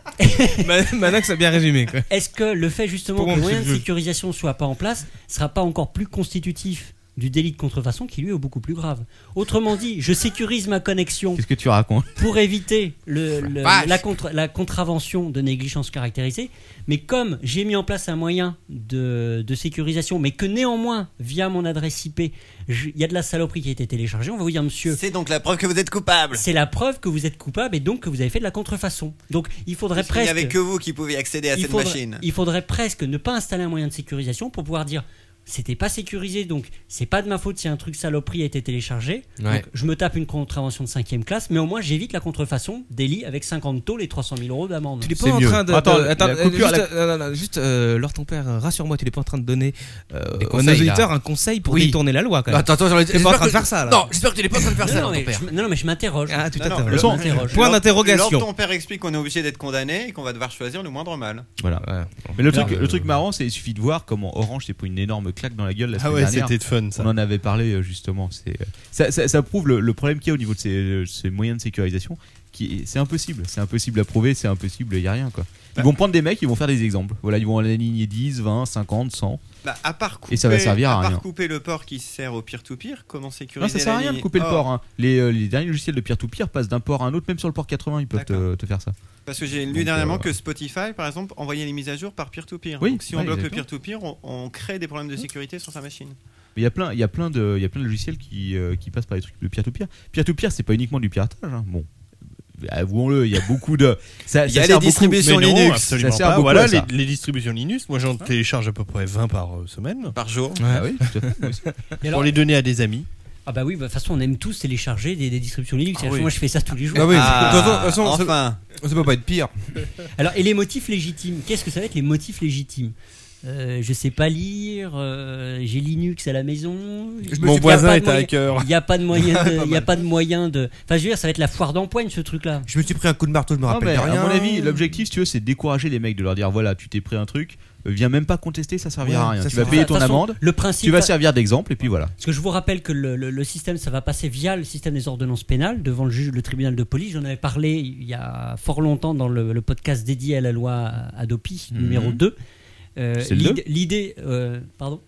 Speaker 2: Maintenant que ça a bien résumé. Quoi.
Speaker 6: est-ce que le fait justement
Speaker 2: Pour moi,
Speaker 6: que le moyen
Speaker 2: monsieur
Speaker 6: de
Speaker 2: le juge.
Speaker 6: sécurisation soit pas en place sera pas encore plus constitutif du délit de contrefaçon qui lui est beaucoup plus grave Autrement dit, je sécurise ma connexion
Speaker 3: Qu'est-ce que tu racontes
Speaker 6: pour éviter le- le-
Speaker 3: vache.
Speaker 6: la, contre- la contravention de négligence caractérisée. Mais comme j'ai mis en place un moyen de, de sécurisation, mais que néanmoins, via mon adresse IP, je- il y a de la saloperie qui a été téléchargée, on va vous dire, monsieur.
Speaker 5: C'est donc la preuve que vous êtes coupable.
Speaker 6: C'est la preuve que vous êtes coupable et donc que vous avez fait de la contrefaçon. Donc il faudrait
Speaker 5: Parce qu'il n'y
Speaker 6: presque.
Speaker 5: avait que vous qui pouviez accéder à
Speaker 6: il
Speaker 5: cette
Speaker 6: faudrait-
Speaker 5: machine.
Speaker 6: Il faudrait presque ne pas installer un moyen de sécurisation pour pouvoir dire. C'était pas sécurisé, donc c'est pas de ma faute si un truc saloperie a été téléchargé.
Speaker 2: Ouais.
Speaker 6: Donc, je me tape une contravention de 5 classe, mais au moins j'évite la contrefaçon, délit avec 50 taux et 300 000 euros d'amende.
Speaker 7: Tu n'es pas en train de. de- attends, euh, juste, euh, non, non, non, juste, euh, Laure, ton père, euh, rassure-moi, tu n'es pas en train de donner euh,
Speaker 2: Des
Speaker 7: aux
Speaker 2: conseils,
Speaker 7: nos
Speaker 2: là.
Speaker 7: auditeurs un conseil pour
Speaker 2: Oui.
Speaker 7: détourner la loi. Quand
Speaker 2: Non,
Speaker 7: même.
Speaker 2: attends, attends, j'en ai-
Speaker 7: T'es pas en
Speaker 2: j'espère
Speaker 7: train de
Speaker 2: que-
Speaker 7: faire ça. là.
Speaker 2: Non, j'espère que tu n'es pas en train de faire
Speaker 6: Non,
Speaker 2: ça,
Speaker 6: non,
Speaker 2: ton
Speaker 6: mais
Speaker 2: père.
Speaker 6: je- non, non, mais je m'interroge.
Speaker 7: Ah, tout
Speaker 6: Non,
Speaker 7: à
Speaker 6: non,
Speaker 7: fait.
Speaker 6: je
Speaker 7: Bon,
Speaker 6: m'interroge.
Speaker 7: Point
Speaker 6: Alors,
Speaker 7: d'interrogation.
Speaker 5: Lors ton père explique qu'on est obligé d'être condamné et qu'on va devoir choisir le moindre mal.
Speaker 3: Voilà. Mais le
Speaker 5: Non,
Speaker 3: truc, le truc marrant, c'est il suffit de voir comment Orange s'est pris une énorme énorme claque dans la gueule la
Speaker 14: Ah
Speaker 3: semaine
Speaker 14: ouais,
Speaker 3: dernière.
Speaker 14: c'était fun, ça.
Speaker 3: On en avait parlé euh, justement. C'est, euh, ça, ça- ça prouve le, le problème qu'il y a au niveau de ces, euh, ces moyens de sécurisation. Qui, c'est impossible, c'est impossible à prouver, c'est impossible, il n'y a rien quoi. Ils vont prendre des mecs, ils vont faire des exemples. Voilà, ils vont en aligner 10, 20, 50, 100.
Speaker 5: Bah, à part couper,
Speaker 3: et ça va servir à,
Speaker 5: à part
Speaker 3: rien.
Speaker 5: couper le port qui sert au peer-to-peer, comment
Speaker 3: Non,
Speaker 5: sécuriser
Speaker 3: ça sert à
Speaker 5: la Oh,
Speaker 3: rien de
Speaker 5: ligne
Speaker 3: couper le
Speaker 5: Or,
Speaker 3: port. hein. Les, euh, les derniers logiciels de peer-to-peer passent d'un port à un autre, même sur le port 80, ils peuvent te, te faire ça.
Speaker 5: Parce que j'ai
Speaker 3: Donc,
Speaker 5: lu dernièrement
Speaker 3: euh,
Speaker 5: que Spotify, par exemple, envoyait les mises à jour par peer-to-peer.
Speaker 3: Oui,
Speaker 5: Donc si on
Speaker 3: ouais,
Speaker 5: bloque le
Speaker 3: exactement. Mmh.
Speaker 5: peer-to-peer, on, on crée des problèmes de sécurité sur sa machine.
Speaker 3: Mais il y a plein, il y a plein de, il y a plein de logiciels qui, euh, qui passent par des trucs de peer-to-peer. Peer-to-peer, c'est pas uniquement du piratage. hein. Bon, euh, avouons-le, il y a beaucoup de. Ça,
Speaker 14: Il y
Speaker 3: ça
Speaker 14: a les
Speaker 3: sert beaucoup-
Speaker 14: distributions
Speaker 3: mais non,
Speaker 14: Linux.
Speaker 3: ça
Speaker 14: Absolument
Speaker 3: sert
Speaker 14: pas.
Speaker 3: beaucoup
Speaker 14: Voilà,
Speaker 3: à ça.
Speaker 14: les, les distributions Linux. Moi, j'en télécharge à peu près 20 par euh, semaine.
Speaker 5: Par jour.
Speaker 3: Ah oui, tout à fait, moi aussi.
Speaker 6: Et
Speaker 14: Pour
Speaker 6: alors-
Speaker 14: les donner à des amis.
Speaker 6: Ah bah oui, bah, de toute façon on aime tous télécharger des, des distributions Linux.
Speaker 14: Ah oui.
Speaker 6: Moi je fais ça tous les jours.
Speaker 14: Ah oui,
Speaker 2: Ah, de toute façon- de toute façon, ça- enfin. ça peut pas être pire.
Speaker 6: [laughs] Alors et les motifs légitimes Qu'est-ce que ça va être les motifs légitimes Euh, je sais pas lire, euh, j'ai Linux à la maison.
Speaker 14: me Mon suis- voisin est un hacker.
Speaker 6: Il n'y a pas de moyen.
Speaker 2: [laughs] Pas
Speaker 6: de- Il y a
Speaker 2: mal.
Speaker 6: pas de moyen de. Enfin, je veux dire, ça va être la foire d'empoigne ce truc-là.
Speaker 2: Je me suis pris un coup de marteau, je me
Speaker 3: Ah,
Speaker 2: rappelle
Speaker 3: mais
Speaker 2: de
Speaker 3: À
Speaker 2: rien.
Speaker 3: mon avis, l'objectif, si tu veux, c'est de décourager les mecs, de leur dire voilà, tu t'es pris un truc, euh, viens même pas contester, ça servira
Speaker 6: Ouais,
Speaker 3: à rien.
Speaker 6: ça
Speaker 3: Tu vas
Speaker 6: sert-
Speaker 3: payer
Speaker 6: de toute
Speaker 3: ton
Speaker 6: façon,
Speaker 3: amende,
Speaker 6: le principe-
Speaker 3: tu vas servir d'exemple, et puis voilà.
Speaker 6: Parce que je vous rappelle que le, le- le système, ça va passer via le système des ordonnances pénales devant le juge, le tribunal de police. J'en avais parlé il y a fort longtemps dans le, le podcast dédié à la loi Adopi
Speaker 3: Mhm.
Speaker 6: numéro 2. Euh,
Speaker 3: C'est le
Speaker 6: l'id-
Speaker 3: deux
Speaker 6: L'idée, euh, pardon.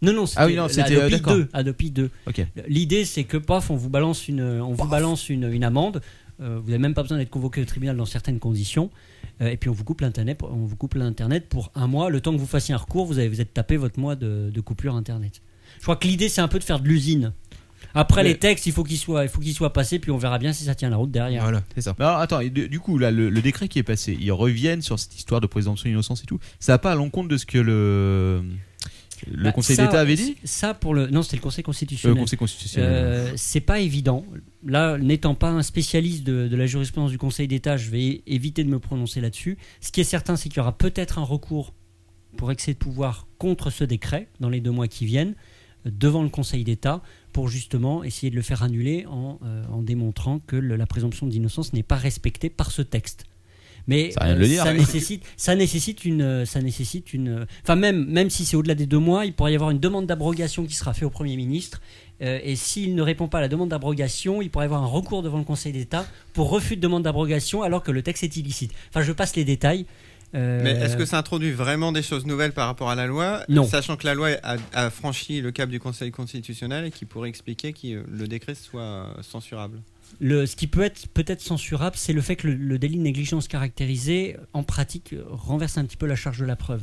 Speaker 6: Non, non, c'était
Speaker 3: Ah oui, non,
Speaker 6: la
Speaker 3: c'était, euh,
Speaker 6: Adopi
Speaker 3: d'accord.
Speaker 6: 2. Adopi 2.
Speaker 3: Ok.
Speaker 6: L'idée, c'est que paf, on vous balance une, on vous balance une, une amende. Euh, vous n'avez même pas besoin d'être convoqué au tribunal dans certaines conditions. Euh, et puis on vous coupe l'internet, on vous coupe l'internet pour un mois. Le temps que vous fassiez un recours, vous avez vous êtes tapé votre mois de, de coupure internet. Je crois que l'idée, c'est un peu de faire de l'usine. Après
Speaker 3: Mais-
Speaker 6: les textes, il faut qu'ils soient, il faut qu'ils soient passés, puis on verra bien si ça tient la route derrière.
Speaker 2: c'est ça.
Speaker 3: Mais alors, attends, et de- du coup, là, le, le décret qui est passé, ils reviennent sur cette histoire de présomption d'innocence et tout. Ça va pas à l'encontre de ce que le, le
Speaker 6: Bah,
Speaker 3: Conseil
Speaker 6: ça-
Speaker 3: d'État avait dit
Speaker 6: Ça pour le non, c'était le Conseil constitutionnel.
Speaker 3: Euh, le Conseil constitutionnel.
Speaker 6: Euh, c'est pas évident. Là, n'étant pas un spécialiste de, de la jurisprudence du Conseil d'État, je vais éviter de me prononcer là-dessus. Ce qui est certain, c'est qu'il y aura peut-être un recours pour excès de pouvoir contre ce décret dans les deux mois qui viennent euh, devant le Conseil d'État pour justement essayer de le faire annuler en, euh, en démontrant que le- la présomption d'innocence n'est pas respectée par ce texte. Mais
Speaker 3: Ça a rien de le
Speaker 6: euh,
Speaker 3: dire,
Speaker 6: ça
Speaker 3: oui.
Speaker 6: nécessite, ça nécessite une, euh, ça nécessite une. euh, Enfin même, même si c'est au-delà des deux mois, il pourrait y avoir une demande d'abrogation qui sera faite au Premier ministre. euh, et s'il ne répond pas à la demande d'abrogation, il pourrait y avoir un recours devant le Conseil d'État pour refus de demande d'abrogation alors que le texte est illicite. Enfin, je passe les détails. euh,
Speaker 5: Mais est-ce que ça introduit vraiment des choses nouvelles par rapport à la loi
Speaker 6: Non.
Speaker 5: Sachant que la loi a, a franchi le cap du Conseil constitutionnel et qui pourrait expliquer que euh, le décret soit euh, censurable.
Speaker 6: Le, ce qui peut être peut-être censurable, c'est le fait que le, le délit de négligence caractérisée, en pratique, euh, renverse un petit peu la charge de la preuve.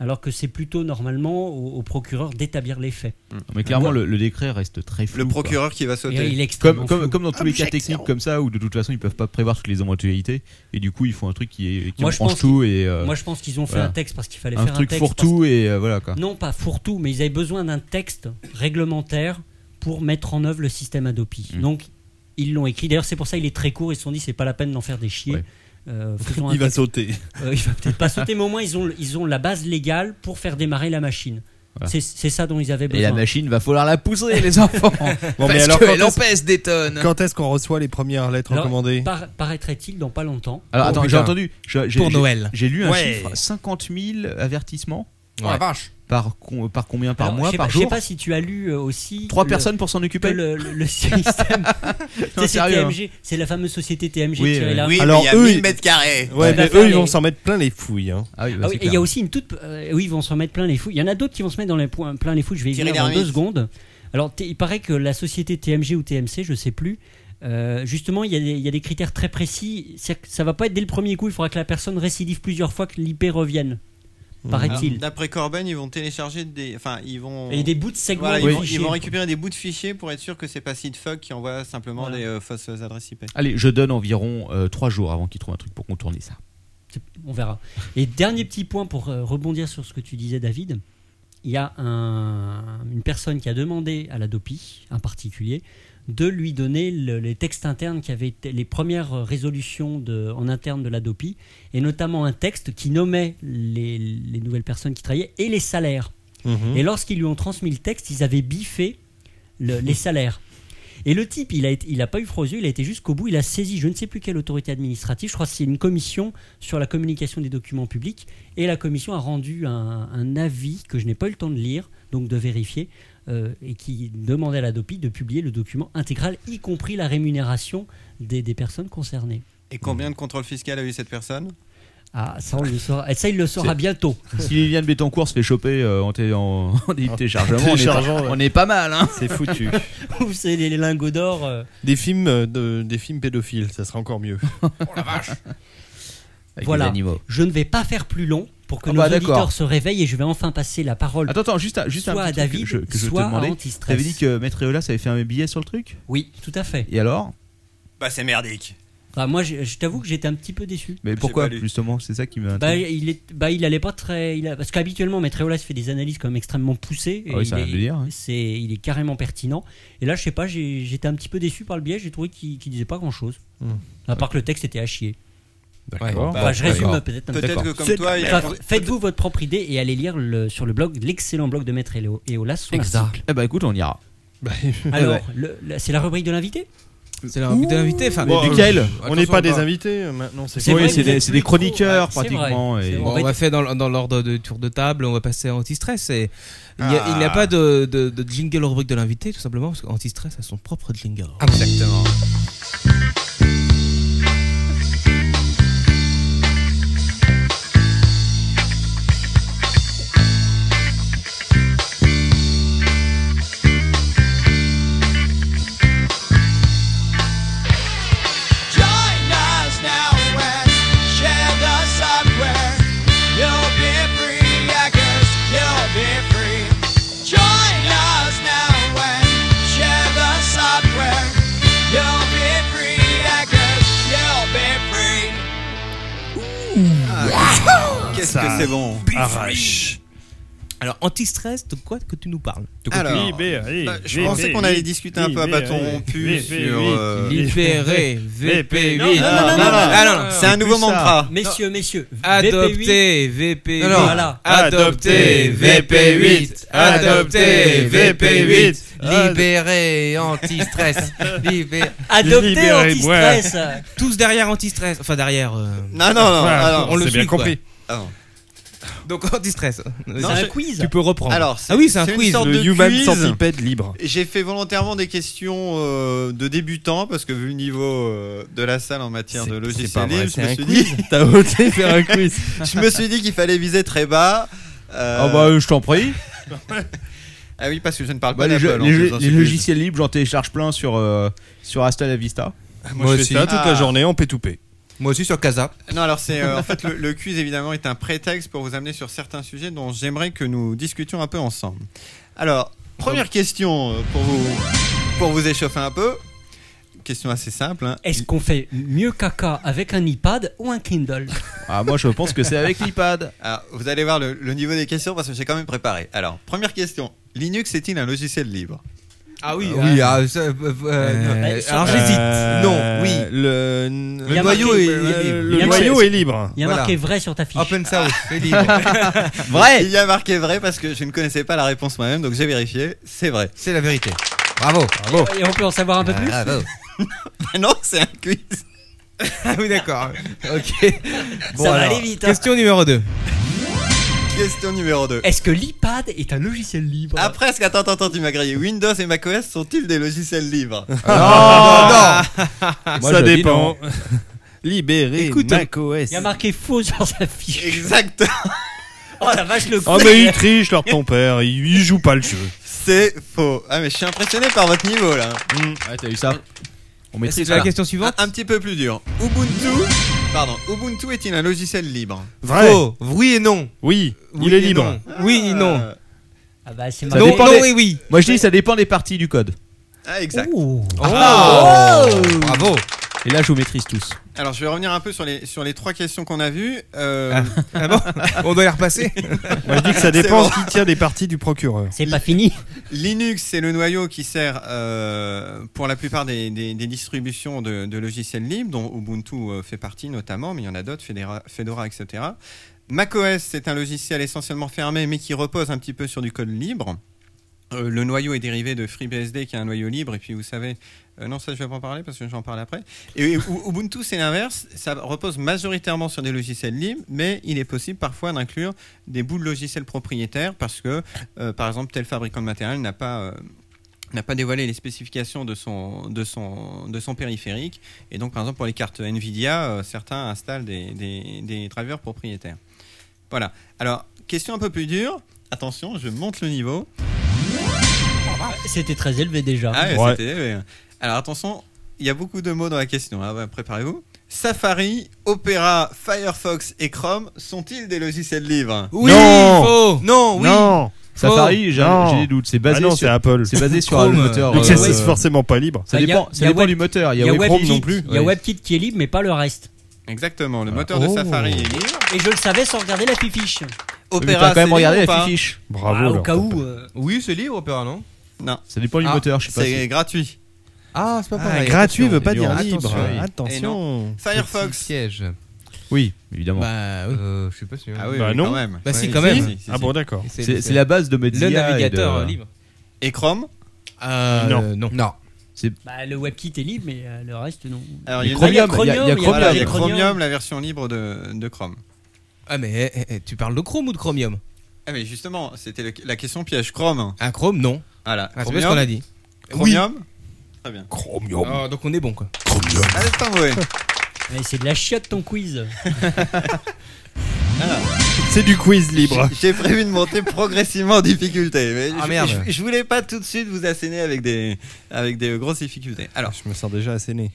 Speaker 6: Alors que c'est plutôt normalement au, au procureur d'établir les faits.
Speaker 3: Mais clairement, le, le décret reste très flou.
Speaker 5: Le
Speaker 3: quoi.
Speaker 5: procureur qui va sauter.
Speaker 6: Il est
Speaker 3: comme,
Speaker 6: extrêmement
Speaker 3: comme,
Speaker 6: flou.
Speaker 3: comme dans tous les cas
Speaker 6: Objection.
Speaker 3: techniques comme ça, où de toute façon ils peuvent pas prévoir toutes les éventualités, et du coup ils font un truc qui, est, qui
Speaker 6: Moi, je
Speaker 3: branche
Speaker 6: pense
Speaker 3: tout.
Speaker 6: qu'ils-
Speaker 3: Et, euh,
Speaker 6: moi, je pense qu'ils ont fait un texte parce qu'il fallait
Speaker 3: un
Speaker 6: faire un
Speaker 3: truc
Speaker 6: texte
Speaker 3: fourre-tout, et euh, voilà quoi.
Speaker 6: Non, pas fourre-tout, mais ils avaient besoin d'un texte réglementaire pour mettre en œuvre le système Adopi.
Speaker 3: Mm.
Speaker 6: Donc, ils l'ont écrit. D'ailleurs, c'est pour ça qu'il est très court. Ils se sont dit, c'est pas la peine d'en faire des chiers.
Speaker 3: [laughs]
Speaker 6: Euh, faisons un
Speaker 14: Il va
Speaker 6: texte.
Speaker 14: sauter.
Speaker 6: Euh, il va peut-être pas sauter, mais au moins, ils ont, le- ils ont la base légale pour faire démarrer la machine.
Speaker 3: Voilà.
Speaker 6: C'est- C'est ça dont ils avaient
Speaker 3: Et
Speaker 6: besoin.
Speaker 3: la machine va falloir la pousser,
Speaker 14: [laughs]
Speaker 3: les enfants.
Speaker 14: Bon, mais
Speaker 3: Parce
Speaker 14: alors,
Speaker 3: que
Speaker 14: quand
Speaker 3: elle en
Speaker 14: est-ce-
Speaker 3: pèse des tonnes.
Speaker 14: Quand est-ce qu'on reçoit les premières lettres
Speaker 6: Alors,
Speaker 14: recommandées
Speaker 6: par- paraîtrait-il dans pas longtemps.
Speaker 3: Alors
Speaker 14: Oh,
Speaker 3: attends, j'ai
Speaker 14: putain.
Speaker 3: entendu. je- j'ai-
Speaker 14: Pour
Speaker 3: j'ai-
Speaker 14: Noël.
Speaker 3: J'ai lu un
Speaker 14: Ouais.
Speaker 3: chiffre 50 000 avertissements.
Speaker 14: Oh, la vache.
Speaker 3: Par, con- par combien Par
Speaker 6: Alors,
Speaker 3: mois
Speaker 6: je sais
Speaker 3: Par
Speaker 6: pas- Je
Speaker 3: jour
Speaker 6: sais pas si tu as lu euh, aussi.
Speaker 3: Trois
Speaker 6: le-
Speaker 3: personnes pour s'en occuper
Speaker 6: que Le, le- le système. Tu sais, c'est
Speaker 3: sérieux, hein.
Speaker 6: TMG, c'est la fameuse société TMG.
Speaker 3: Oui,
Speaker 6: qui
Speaker 14: euh,
Speaker 6: avait
Speaker 3: oui.
Speaker 6: la-
Speaker 3: Oui,
Speaker 14: Alors, eux, ils- Ouais,
Speaker 6: Tout à
Speaker 14: mais
Speaker 6: fait,
Speaker 14: eux, ils vont
Speaker 6: les-
Speaker 14: s'en mettre plein les fouilles. hein.
Speaker 3: bah
Speaker 6: Ah oui, et il y a aussi une toute. euh, oui, ils vont s'en mettre plein les fous. Il y en a d'autres qui vont se mettre dans les points, plein les fous. Je vais y
Speaker 14: Thierry
Speaker 6: venir dans
Speaker 14: Lhermitte.
Speaker 6: deux secondes. Alors, t- il paraît que la société TMG ou TMC, je sais plus. euh, justement, il y, a des, il y a des critères très précis. C'est-à-dire que Ça va pas être dès le premier coup. Il faudra que la personne récidive plusieurs fois que l'IP revienne,
Speaker 5: Alors,
Speaker 14: Mmh. Ah.
Speaker 6: paraît-il.
Speaker 5: D'après Corben, ils vont télécharger des. Enfin, ils vont.
Speaker 6: Et des bouts de segments
Speaker 5: Voilà,
Speaker 6: de
Speaker 5: ils, vont,
Speaker 6: fichiers.
Speaker 5: ils vont récupérer des bouts de fichiers pour être sûr que c'est pas Seedfuck qui envoie simplement des euh, fausses adresses IP.
Speaker 3: Allez, je donne environ 3 jours avant qu'ils trouvent un truc pour contourner ça.
Speaker 6: On verra. Et dernier petit point pour euh, rebondir sur ce que tu disais, David. Il y a un- une personne qui a demandé à la DOPI, un particulier, de lui donner le- les textes internes qui avaient été les premières euh, résolutions de- en interne de la DOPI, et notamment un texte qui nommait les, les nouvelles personnes qui travaillaient et les salaires.
Speaker 14: Mhm.
Speaker 6: Et lorsqu'ils lui ont transmis le texte, ils avaient biffé le- les salaires. Et le type, il a, été- il a pas eu froid aux yeux, il a été jusqu'au bout, il a saisi je ne sais plus quelle autorité administrative, je crois que c'est une commission sur la communication des documents publics, et la commission a rendu un, un avis que je n'ai pas eu le temps de lire, donc de vérifier, euh, et qui demandait à la DOPI de publier le document intégral, y compris la rémunération des, des personnes concernées.
Speaker 5: Et combien de contrôle fiscal a eu cette personne
Speaker 6: Ah, ça, on le saura, ça il le saura
Speaker 5: C'est-
Speaker 3: [laughs]
Speaker 6: bientôt.
Speaker 3: Si Liliane Bettencourt se fait choper euh, en, té- en, en début de téléchargement, on est,
Speaker 14: téléchargement,
Speaker 3: pas,
Speaker 14: ouais.
Speaker 3: on est pas mal. Hein
Speaker 14: C'est
Speaker 3: [laughs]
Speaker 14: foutu.
Speaker 6: [laughs] Vous savez, les lingots d'or. euh,
Speaker 14: Des films, euh, de, des films pédophiles, ça sera encore
Speaker 6: [laughs]
Speaker 14: mieux. Oh, Avec
Speaker 6: voilà.
Speaker 14: des animaux.
Speaker 6: Je ne vais pas faire plus long pour que
Speaker 3: Ah
Speaker 6: nos
Speaker 3: bah, d'accord.
Speaker 6: auditeurs se réveillent et je vais enfin passer la parole.
Speaker 3: Attends, attends, juste, un- juste un
Speaker 6: soit
Speaker 3: petit
Speaker 6: à
Speaker 3: truc
Speaker 6: David,
Speaker 3: que je, que je
Speaker 6: soit
Speaker 3: te demandais.
Speaker 6: à Antistress.
Speaker 3: T'avais dit que Maître Eolas avait fait un billet sur le truc
Speaker 6: Oui, tout à fait.
Speaker 3: Et alors
Speaker 5: Bah c'est merdique.
Speaker 6: Bah, moi, je, je t'avoue que j'étais un petit peu déçu.
Speaker 3: Mais pourquoi justement C'est ça qui m'a.
Speaker 6: Bah, il est, bah, il allait pas très, il a- parce qu'habituellement, Maître Eolas fait des analyses quand même extrêmement poussées. et
Speaker 3: Ah oui, ça
Speaker 6: il
Speaker 3: a un
Speaker 6: est-
Speaker 3: délire, hein.
Speaker 6: C'est, il est carrément pertinent. Et là, je sais pas, j'ai- j'étais un petit peu déçu par le biais. J'ai trouvé qu'il, qu'il disait pas grand chose.
Speaker 14: Hmm.
Speaker 6: À part que le texte était à chier.
Speaker 14: D'accord.
Speaker 6: Ouais.
Speaker 14: Bon,
Speaker 3: Bah,
Speaker 6: Enfin, je résume
Speaker 14: d'accord.
Speaker 6: peut-être. un
Speaker 14: Peut-être
Speaker 6: peu.
Speaker 14: que comme
Speaker 6: C'est-
Speaker 14: toi, il y a-
Speaker 6: enfin, faites-vous votre propre idée et allez lire le- sur le blog, l'excellent blog de Maître Eolas. sur l'article.
Speaker 3: Eh bah écoute, on ira.
Speaker 6: Alors,
Speaker 3: ouais.
Speaker 6: le- la- c'est la rubrique de l'invité
Speaker 7: C'est la rubrique de l'invité, enfin-
Speaker 3: Mais Michael,
Speaker 14: on n'est pas des invités euh, maintenant, c'est
Speaker 7: C'est
Speaker 14: quoi
Speaker 7: vrai,
Speaker 14: Oui,
Speaker 7: vous êtes
Speaker 3: c'est des chroniqueurs, pratiquement, et-
Speaker 7: Bon, on va faire dans, dans l'ordre de tour de table, on va passer à anti-stress. Et il n'y a, il n'y a
Speaker 3: Ah.
Speaker 7: pas de, de- de jingle rubrique de l'invité, tout simplement, parce qu'anti-stress a son propre jingle.
Speaker 2: Exactement.
Speaker 1: Join us now and share the software. You'll be free, hackers, you'll be free. Join us now and share the software. You'll be free, hackers, you'll be free.
Speaker 5: Qu'est-ce que c'est bon
Speaker 7: Arrache. Alors, anti-stress, de quoi que tu nous parles De quoi
Speaker 5: Alors,
Speaker 7: tu-
Speaker 5: bah, je pensais qu'on allait discuter un peu à bâton rompu sur. euh,
Speaker 7: Libéré, VP8.
Speaker 5: Non, non, non, non, non, Ah, non, non, c'est un nouveau mantra.
Speaker 6: Messieurs, messieurs,
Speaker 7: Adopté VP8.
Speaker 6: Non, non. Voilà.
Speaker 7: Adopté VP8. Adopté VP8.
Speaker 2: Libéré,
Speaker 7: [laughs]
Speaker 2: anti-stress. Libéré.
Speaker 7: Adopté anti-stress. Tous derrière anti-stress. Enfin, derrière. euh,
Speaker 5: Non, non, non,
Speaker 7: voilà,
Speaker 5: non,
Speaker 7: on le
Speaker 5: c'est
Speaker 7: suit,
Speaker 5: bien
Speaker 7: quoi.
Speaker 5: compris. Ah non.
Speaker 7: Donc anti-stress.
Speaker 5: Non,
Speaker 7: Ça,
Speaker 5: je-
Speaker 7: Tu peux reprendre.
Speaker 5: Alors,
Speaker 7: ah oui, c'est un
Speaker 5: une
Speaker 7: quiz.
Speaker 5: sorte de quiz.
Speaker 14: libre.
Speaker 5: J'ai fait volontairement des questions euh, de débutants parce que vu le niveau euh, de la salle en matière de
Speaker 14: pas
Speaker 5: logiciel
Speaker 14: vrai,
Speaker 5: libre, je
Speaker 14: c'est
Speaker 5: me
Speaker 14: un
Speaker 5: suis
Speaker 14: quiz.
Speaker 5: dit.
Speaker 14: T'as osé faire un quiz.
Speaker 5: [laughs] je me suis dit qu'il fallait viser très bas.
Speaker 3: Ah bah, euh, je t'en prie.
Speaker 5: [laughs] ah oui, parce que je ne parle
Speaker 3: Bah,
Speaker 5: pas
Speaker 3: les,
Speaker 5: d'Apple.
Speaker 3: jeux-
Speaker 5: en
Speaker 3: les
Speaker 5: plus, hein,
Speaker 3: jeux-
Speaker 5: dans ce
Speaker 3: les
Speaker 5: quiz.
Speaker 3: logiciels libres, j'en télécharge plein sur, euh, sur Hasta la Vista.
Speaker 5: Moi, Moi je fais aussi. ça toute la Ah. journée
Speaker 14: en P2P.
Speaker 2: Moi aussi sur Casa.
Speaker 5: Non, alors c'est euh, en fait le, le quiz évidemment est un prétexte pour vous amener sur certains sujets dont j'aimerais que nous discutions un peu ensemble. Alors première question euh, pour vous pour vous échauffer un peu. Question assez simple. hein.
Speaker 6: Est-ce qu'on fait mieux caca avec un iPad ou un Kindle [laughs]
Speaker 3: Ah moi je pense que c'est
Speaker 5: [laughs]
Speaker 3: avec l'iPad.
Speaker 5: Alors, Ah, vous allez voir le, le niveau des questions parce que j'ai quand même préparé. Alors première question. Linux est-il un logiciel libre
Speaker 7: Ah
Speaker 2: oui. oui, ah, ça, euh, euh, euh, alors j'hésite. Non, oui.
Speaker 14: Le,
Speaker 2: Il y a noyau marqué- est- il
Speaker 5: euh,
Speaker 2: est libre.
Speaker 14: Le
Speaker 2: Il y a
Speaker 14: noyau
Speaker 2: marqué-
Speaker 14: est libre.
Speaker 6: Il y a marqué vrai sur ta fiche.
Speaker 2: Open source, c'est
Speaker 5: [laughs]
Speaker 2: libre.
Speaker 5: vrai. Il y a marqué vrai parce que je ne connaissais pas la réponse moi-même donc j'ai vérifié. C'est vrai.
Speaker 2: C'est la vérité. Bravo.
Speaker 5: Bravo.
Speaker 6: Et on peut en savoir un peu plus
Speaker 5: [laughs]
Speaker 2: Bravo.
Speaker 5: Bah non, c'est un quiz.
Speaker 2: [laughs] ah oui, d'accord. Ok.
Speaker 6: Ça va aller vite, hein.
Speaker 7: Question numéro 2.
Speaker 5: Question numéro 2.
Speaker 6: Est-ce que l'iPad est un logiciel libre
Speaker 5: Ah presque, attends, attends, attends, tu m'as grillé. Windows et macOS sont-ils des logiciels libres
Speaker 14: Ah,
Speaker 5: Non, non.
Speaker 14: Ça dépend. [laughs]
Speaker 6: [laughs]
Speaker 14: Libéré
Speaker 6: Écoute,
Speaker 14: macOS.
Speaker 6: Il y a marqué faux sur sa fiche.
Speaker 5: Exact.
Speaker 6: Oh la vache, le
Speaker 14: Ah mais il triche leur ton père, il, il joue pas le jeu.
Speaker 5: C'est faux. Ah mais je suis impressionné par votre niveau là.
Speaker 3: Ouais, t'as eu ça. On
Speaker 7: maîtrise c'est la là. question
Speaker 5: suivante. Un, un petit peu plus dur. Ubuntu, pardon, Ubuntu est-il un logiciel libre
Speaker 14: Vrai.
Speaker 5: Oh,
Speaker 7: Faux.
Speaker 2: Oui et non.
Speaker 14: Oui,
Speaker 2: Oui
Speaker 14: il est
Speaker 2: et
Speaker 14: libre.
Speaker 2: non.
Speaker 7: Oui et
Speaker 5: Euh.
Speaker 7: non.
Speaker 6: Ah bah c'est
Speaker 3: Ça
Speaker 6: marrant.
Speaker 3: dépend des- Moi je dis ça dépend des parties du code.
Speaker 5: Ah exact.
Speaker 6: Oh.
Speaker 3: Ah.
Speaker 5: Ah,
Speaker 3: Oh.
Speaker 2: Bravo.
Speaker 3: Et là je vous maîtrise tous.
Speaker 5: Alors je vais revenir un peu sur les sur les trois questions qu'on a vues. Euh... [laughs]
Speaker 7: Ah bon On doit les repasser
Speaker 14: Moi je dis que ça
Speaker 5: C'est
Speaker 14: dépend
Speaker 5: bon.
Speaker 14: qui tient des parties du procureur.
Speaker 6: C'est pas fini.
Speaker 5: Linux, c'est le noyau qui sert euh, pour la plupart des, des- des distributions de, de logiciels libres, dont Ubuntu euh, fait partie notamment, mais il y en a d'autres, Fedora, Fedora, etc. macOS, c'est un logiciel essentiellement fermé, mais qui repose un petit peu sur du code libre. Euh, le noyau est dérivé de FreeBSD qui est un noyau libre et puis vous savez euh, non ça je vais pas en parler parce que j'en parle après et U- Ubuntu c'est l'inverse ça repose majoritairement sur des logiciels libres mais il est possible parfois d'inclure des bouts de logiciels propriétaires parce que euh, par exemple tel fabricant de matériel n'a pas euh, n'a pas dévoilé les spécifications de son, de, son, de son périphérique. Et donc, par exemple, pour les cartes NVIDIA, euh, certains installent des, des- des drivers propriétaires. Voilà. Alors, question un peu plus dure. Attention, je monte le niveau.
Speaker 6: [laughs] C'était très élevé déjà.
Speaker 5: Ah ouais, c'était élevé. Alors attention, il y a beaucoup de mots dans la question. hein. Ouais, Préparez-vous. Safari, Opera, Firefox et Chrome sont-ils des logiciels libres
Speaker 3: Oui, Non faux Non, oui. Non Faux. Safari, j'ai-
Speaker 5: Non.
Speaker 3: j'ai des doutes. C'est basé
Speaker 14: Ah non,
Speaker 3: sur-
Speaker 14: c'est Apple.
Speaker 3: c'est
Speaker 2: [laughs]
Speaker 3: basé sur Chrome, le moteur,
Speaker 14: Donc
Speaker 3: euh,
Speaker 14: c'est
Speaker 3: ouais.
Speaker 14: c'est forcément pas libre.
Speaker 3: Ça
Speaker 6: Bah, y a-
Speaker 3: dépend- ça
Speaker 6: y a
Speaker 3: dépend
Speaker 6: Web-
Speaker 3: du moteur, il y a Web-
Speaker 6: WebKit,
Speaker 3: non plus.
Speaker 6: Il y a
Speaker 3: Ouais.
Speaker 6: WebKit qui est libre, mais pas le reste. Bah, oh.
Speaker 5: Exactement, le moteur de Safari est libre.
Speaker 6: Et je le savais sans regarder la fiche. Euh,
Speaker 5: Opera, t'as quand même c'est regardé libre ou la pas fiche.
Speaker 3: Bravo,
Speaker 6: Ah, au
Speaker 3: alors,
Speaker 6: cas où.
Speaker 2: Oui, c'est libre, Opera, non
Speaker 5: Non.
Speaker 3: Ça dépend du moteur, je sais pas
Speaker 5: C'est
Speaker 3: si-
Speaker 5: gratuit.
Speaker 2: Ah, c'est pas pareil.
Speaker 14: gratuit
Speaker 2: Attention,
Speaker 14: veut pas
Speaker 2: les
Speaker 14: dire
Speaker 2: nuances.
Speaker 14: libre.
Speaker 2: Attention, oui.
Speaker 5: Et non.
Speaker 14: Attention.
Speaker 5: Firefox.
Speaker 2: Siège.
Speaker 3: Oui, évidemment.
Speaker 2: Bah, euh, je suis pas sûr.
Speaker 5: Ah oui, Bah oui, non. quand même. Bah si,
Speaker 2: Ouais,
Speaker 5: quand
Speaker 2: si,
Speaker 5: même.
Speaker 2: si, si,
Speaker 14: Ah
Speaker 2: si.
Speaker 14: bon, d'accord.
Speaker 2: Et
Speaker 3: C'est c'est la base de Media.
Speaker 2: Le navigateur,
Speaker 3: et
Speaker 2: euh,
Speaker 3: de-
Speaker 2: libre.
Speaker 5: Et Chrome
Speaker 3: Euh,
Speaker 2: Non.
Speaker 3: non.
Speaker 2: Non.
Speaker 3: C'est
Speaker 6: Bah, le WebKit est libre, mais euh, le reste, non.
Speaker 5: Alors,
Speaker 6: Mais
Speaker 5: il y a
Speaker 6: Chromium,
Speaker 5: Chromium,
Speaker 6: il y a- il y a Chromium.
Speaker 5: Voilà, il y a
Speaker 6: Chromium.
Speaker 5: Chromium, la version libre de, de Chrome.
Speaker 7: Ah, mais eh, eh, tu parles de Chrome ou de Chromium
Speaker 5: Ah mais justement, c'était le- la question piège Chrome.
Speaker 7: Ah, Chrome, non.
Speaker 5: Voilà.
Speaker 7: Ah, c'est bien
Speaker 5: Chromium.
Speaker 7: ce qu'on a dit.
Speaker 5: Chromium Très bien.
Speaker 7: Chromium. Ah, donc on est bon, quoi.
Speaker 5: Chromium. Allez, c'est pas mauvais.
Speaker 6: Mais c'est de la chiotte ton quiz. [laughs]
Speaker 14: C'est du quiz libre.
Speaker 5: J'ai prévu de monter progressivement en difficulté. Mais
Speaker 14: Ah,
Speaker 5: je,
Speaker 14: merde.
Speaker 5: je- je voulais pas tout de suite vous asséner avec des, avec des grosses difficultés. Alors,
Speaker 14: Je me sens déjà asséné.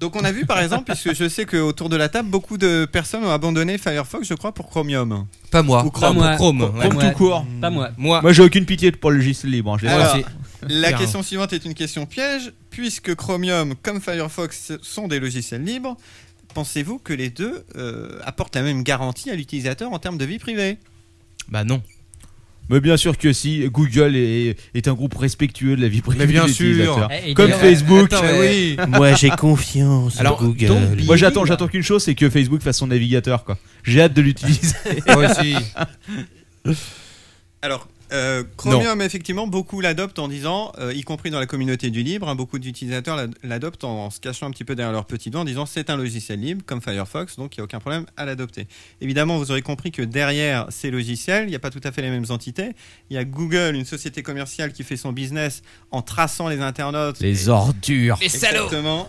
Speaker 5: donc on a vu par exemple, puisque je sais qu'autour de la table, beaucoup de personnes ont abandonné Firefox, je crois, pour Chromium.
Speaker 2: Pas moi.
Speaker 5: Ou Chrome.
Speaker 2: Pas moi.
Speaker 5: Chrome,
Speaker 2: Pas
Speaker 5: ouais.
Speaker 2: moi.
Speaker 5: tout court.
Speaker 6: Pas moi.
Speaker 7: Moi.
Speaker 3: Moi, j'ai aucune pitié pour le logiciel libre. hein, je l'ai
Speaker 5: Alors,
Speaker 3: sorti.
Speaker 5: la
Speaker 3: Bien.
Speaker 5: question suivante est une question piège. Puisque Chromium comme Firefox sont des logiciels libres, pensez-vous que les deux euh, apportent la même garantie à l'utilisateur en termes de vie privée
Speaker 7: Bah non.
Speaker 3: Mais bien sûr que si, Google est, est un groupe respectueux de la vie privée
Speaker 7: Mais bien
Speaker 3: des
Speaker 7: sûr.
Speaker 3: utilisateurs.
Speaker 7: Eh, et
Speaker 3: Comme
Speaker 7: d'ailleurs,
Speaker 3: Facebook.
Speaker 7: attends, mais- Moi, j'ai confiance en Alors, Google. don't be
Speaker 3: Moi j'attends,
Speaker 7: evil.
Speaker 3: j'attends qu'une chose, c'est que Facebook fasse son navigateur quoi. J'ai hâte de l'utiliser.
Speaker 5: Moi aussi. Alors, euh, Chromium, effectivement, beaucoup l'adoptent en disant, euh, y compris dans la communauté du libre, hein, beaucoup d'utilisateurs l'ad- l'adoptent en, en se cachant un petit peu derrière leur petit doigt en disant c'est un logiciel libre comme Firefox, donc il n'y a aucun problème à l'adopter. Évidemment, vous aurez compris que derrière ces logiciels, il n'y a pas tout à fait les mêmes entités. Il y a Google, une société commerciale qui fait son business en traçant les internautes.
Speaker 3: Les ordures. Les
Speaker 7: salauds.
Speaker 5: Exactement.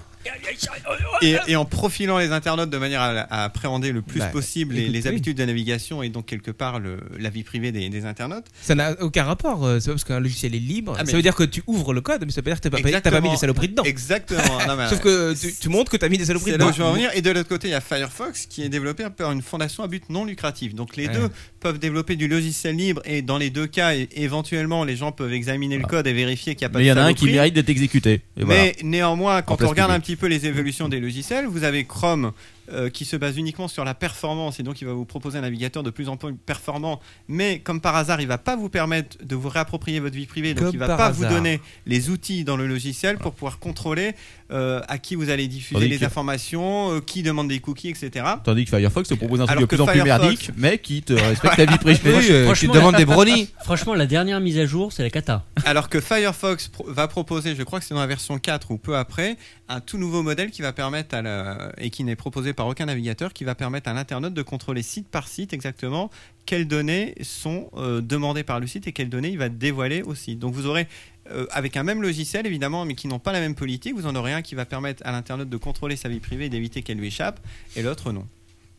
Speaker 5: Et, et en profilant les internautes de manière à, à appréhender le plus
Speaker 7: Bah,
Speaker 5: possible les,
Speaker 7: écoute,
Speaker 5: les
Speaker 7: oui.
Speaker 5: habitudes de navigation et donc quelque part le- la vie privée des, des internautes.
Speaker 7: Ça n'a aucun rapport. euh, C'est pas parce qu'un logiciel est libre.
Speaker 5: Ah, mais-
Speaker 7: Ça veut dire que tu ouvres le code, mais ça veut pas dire que t'as pas, t'as pas mis des saloperies dedans.
Speaker 5: Exactement. Non, mais-
Speaker 7: [laughs]
Speaker 5: euh,
Speaker 7: Sauf que tu, tu montres que t'as mis des saloperies
Speaker 5: C'est là
Speaker 7: dedans.
Speaker 5: où je veux en venir. Et de l'autre côté, il y a Firefox qui est développé par une fondation à but non lucratif. Donc les
Speaker 7: Ouais.
Speaker 5: deux peuvent développer du logiciel libre et dans les deux cas, é- éventuellement, les gens peuvent examiner le code et vérifier qu'il n'y a pas
Speaker 3: Mais
Speaker 5: de
Speaker 3: il y en a un qui
Speaker 5: saloperie.
Speaker 3: mérite d'être exécuté. Et voilà.
Speaker 5: Mais néanmoins,
Speaker 3: En
Speaker 5: quand
Speaker 3: place
Speaker 5: on regarde
Speaker 3: publique.
Speaker 5: un petit peu les évolutions des logiciels, vous avez Chrome euh, qui se base uniquement sur la performance et donc il va vous proposer un navigateur de plus en plus performant, mais comme par hasard, il va pas vous permettre de vous réapproprier votre vie privée, donc
Speaker 7: Comme
Speaker 5: il va
Speaker 7: par
Speaker 5: pas
Speaker 7: hasard.
Speaker 5: vous donner les outils dans le logiciel pour pouvoir contrôler euh, à qui vous allez diffuser
Speaker 3: Tandis
Speaker 5: les
Speaker 3: que-
Speaker 5: informations, euh, qui demande des cookies, etc.
Speaker 3: Tandis que Firefox te propose un truc
Speaker 5: Alors
Speaker 3: de plus
Speaker 5: que
Speaker 3: en plus
Speaker 5: Firefox-
Speaker 3: merdique, mais qui te respecte ta vie privée.
Speaker 6: Franchement, la- Franchement, la dernière mise à jour, c'est la cata.
Speaker 5: Alors que Firefox pro- va proposer, je crois que c'est dans la version 4 ou peu après, un tout nouveau modèle qui va permettre à la- et qui n'est proposé par aucun navigateur, qui va permettre à l'internaute de contrôler site par site exactement quelles données sont euh, demandées par le site et quelles données il va dévoiler au site. Donc vous aurez euh, avec un même logiciel évidemment, mais qui n'ont pas la même politique, vous en aurez un qui va permettre à l'internaute de contrôler sa vie privée et d'éviter qu'elle lui échappe, et l'autre non.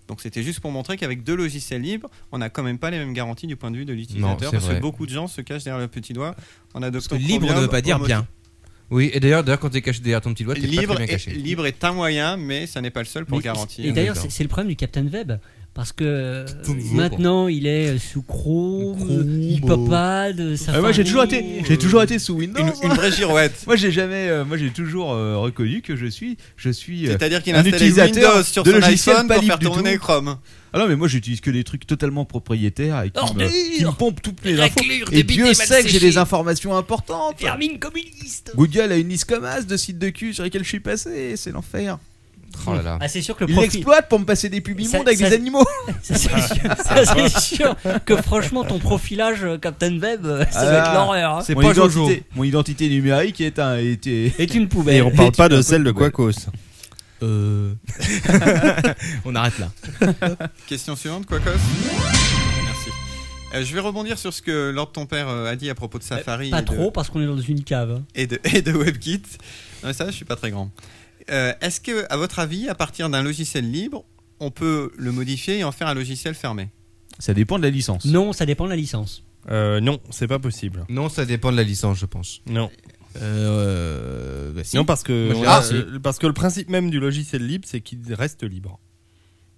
Speaker 5: Donc c'était juste pour montrer qu'avec deux logiciels libres, on n'a quand même pas les mêmes garanties du point de vue de
Speaker 2: c'est
Speaker 5: l'utilisateur, parce
Speaker 2: vrai.
Speaker 5: que beaucoup de gens se cachent derrière le petit doigt en
Speaker 7: Parce que
Speaker 5: adoptant
Speaker 7: libre
Speaker 5: Chromium
Speaker 7: ne veut pas dire
Speaker 5: au
Speaker 7: bien.
Speaker 2: Oui, et d'ailleurs, d'ailleurs, quand t'es caché derrière ton petit doigt, t'es pas
Speaker 5: Libre,
Speaker 2: très bien
Speaker 5: est,
Speaker 2: caché.
Speaker 5: libre est un moyen, mais ça n'est pas le seul pour
Speaker 6: Mais-
Speaker 5: garantir.
Speaker 6: Et d'ailleurs, c'est c'est le problème du Captain Web. Parce que euh,
Speaker 5: Toujours.
Speaker 6: maintenant, il est euh, sous Chrome, Hypopad,
Speaker 3: euh. Ah,
Speaker 6: Safari.
Speaker 3: moi j'ai toujours été, j'ai toujours été sous Windows. hein.
Speaker 5: Une- une vraie girouette.
Speaker 3: [laughs] moi j'ai jamais, euh, moi j'ai toujours euh, reconnu que je suis, je suis. euh,
Speaker 5: C'est-à-dire qu'il
Speaker 3: un
Speaker 5: installait
Speaker 3: utilisateur
Speaker 5: Windows sur
Speaker 3: de
Speaker 5: son
Speaker 3: logiciels
Speaker 5: iPhone
Speaker 3: pas
Speaker 5: pour
Speaker 3: libres
Speaker 5: faire
Speaker 3: du tout.
Speaker 5: tourner Chrome.
Speaker 3: Ah non mais moi j'utilise que des trucs totalement propriétaires et qui,
Speaker 1: Ordure
Speaker 3: me, qui me pompent toutes les infos.
Speaker 1: Raclure,
Speaker 3: Et
Speaker 1: débité,
Speaker 3: Dieu
Speaker 1: mal
Speaker 3: sait que j'ai
Speaker 1: séché.
Speaker 3: des informations importantes.
Speaker 1: Vermine
Speaker 3: communiste. Google a une liste comme as de sites de cul sur lesquels je suis passé, c'est l'enfer.
Speaker 2: Oh là là.
Speaker 6: Ah, c'est sûr que le
Speaker 3: Il
Speaker 6: profil-
Speaker 3: l'exploite pour me passer des pubs
Speaker 6: Ça-
Speaker 3: immondes avec
Speaker 6: ça-
Speaker 3: des animaux.
Speaker 6: [laughs]
Speaker 3: Ah.
Speaker 6: Ça, c'est sûr, ça, c'est
Speaker 5: Ah.
Speaker 6: sûr que franchement, ton profilage, euh, Captain Web, euh, ça
Speaker 3: Ah
Speaker 6: va être
Speaker 3: là,
Speaker 6: l'horreur. hein.
Speaker 3: C'est pas Jojo. Mon identité numérique est un est,
Speaker 6: Est une poubelle.
Speaker 14: Et on parle pas de celle de Quacos.
Speaker 2: [laughs]
Speaker 7: Euh. on arrête là.
Speaker 5: [laughs] Question suivante, Quacos. Merci. Euh, je vais rebondir sur ce que Lord ton père euh, a dit à propos de Safari.
Speaker 6: Pas
Speaker 5: et de-
Speaker 6: trop, parce qu'on est dans une cave.
Speaker 5: et de, [laughs] et de WebKit. Non, mais ça, je suis pas très grand. Euh, Est-ce que, à votre avis, à partir d'un logiciel libre, on peut le modifier et en faire un logiciel fermé
Speaker 3: Ça dépend de la licence.
Speaker 6: Non, ça dépend de la licence.
Speaker 14: Euh, non, c'est pas possible.
Speaker 2: Non, ça dépend de la licence, je pense.
Speaker 14: Non.
Speaker 2: si.
Speaker 14: Non, parce que,
Speaker 2: Moi, je
Speaker 14: on
Speaker 2: l'ai-
Speaker 14: a-
Speaker 2: Ah, Euh, bah, si.
Speaker 14: euh, parce que le principe même du logiciel libre, c'est qu'il reste libre.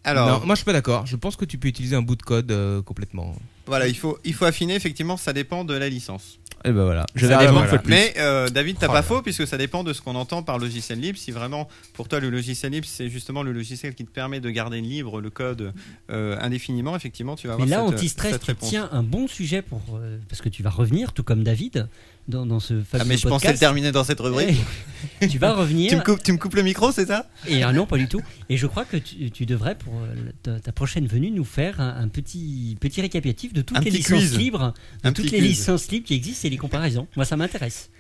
Speaker 5: Alors-
Speaker 7: Non, moi je suis pas d'accord. Je pense que tu peux utiliser un bout de code euh, complètement.
Speaker 5: Voilà, il faut, il faut affiner, effectivement, ça dépend de la licence.
Speaker 7: Et ben voilà.
Speaker 5: Ça
Speaker 7: J'avais raison
Speaker 5: dépend.
Speaker 7: une fois de plus.
Speaker 5: Mais euh, David, t'as
Speaker 7: Oh
Speaker 5: pas
Speaker 7: là
Speaker 5: faux, puisque ça dépend de ce qu'on entend par logiciel libre. Si vraiment, pour toi, le logiciel libre, c'est justement le logiciel qui te permet de garder libre le code euh, indéfiniment, effectivement,
Speaker 3: Ah
Speaker 5: tu vas
Speaker 6: Mais
Speaker 5: avoir
Speaker 6: là,
Speaker 3: euh,
Speaker 5: cette,
Speaker 6: anti-stress,
Speaker 5: cette
Speaker 6: tu
Speaker 5: réponse.
Speaker 6: tiens un bon sujet pour, euh, parce que tu vas revenir, tout comme David, dans, dans ce fameux
Speaker 5: Ah, mais je
Speaker 6: podcast.
Speaker 5: pensais le terminer dans cette rubrique.
Speaker 6: [laughs] tu vas revenir.
Speaker 5: Tu me coupes- tu me coupes le micro, c'est ça
Speaker 6: Et ah non, pas du tout. Et je crois que tu, tu devrais, pour euh, ta, ta prochaine venue, nous faire un, un petit, petit récapitulatif de toutes
Speaker 14: Un
Speaker 6: les
Speaker 14: petit
Speaker 6: licences
Speaker 14: quiz.
Speaker 6: libres, de
Speaker 14: Un
Speaker 6: toutes
Speaker 14: petit
Speaker 6: les
Speaker 14: quiz.
Speaker 6: licences libres qui existent et les comparaisons. Moi, ça m'intéresse.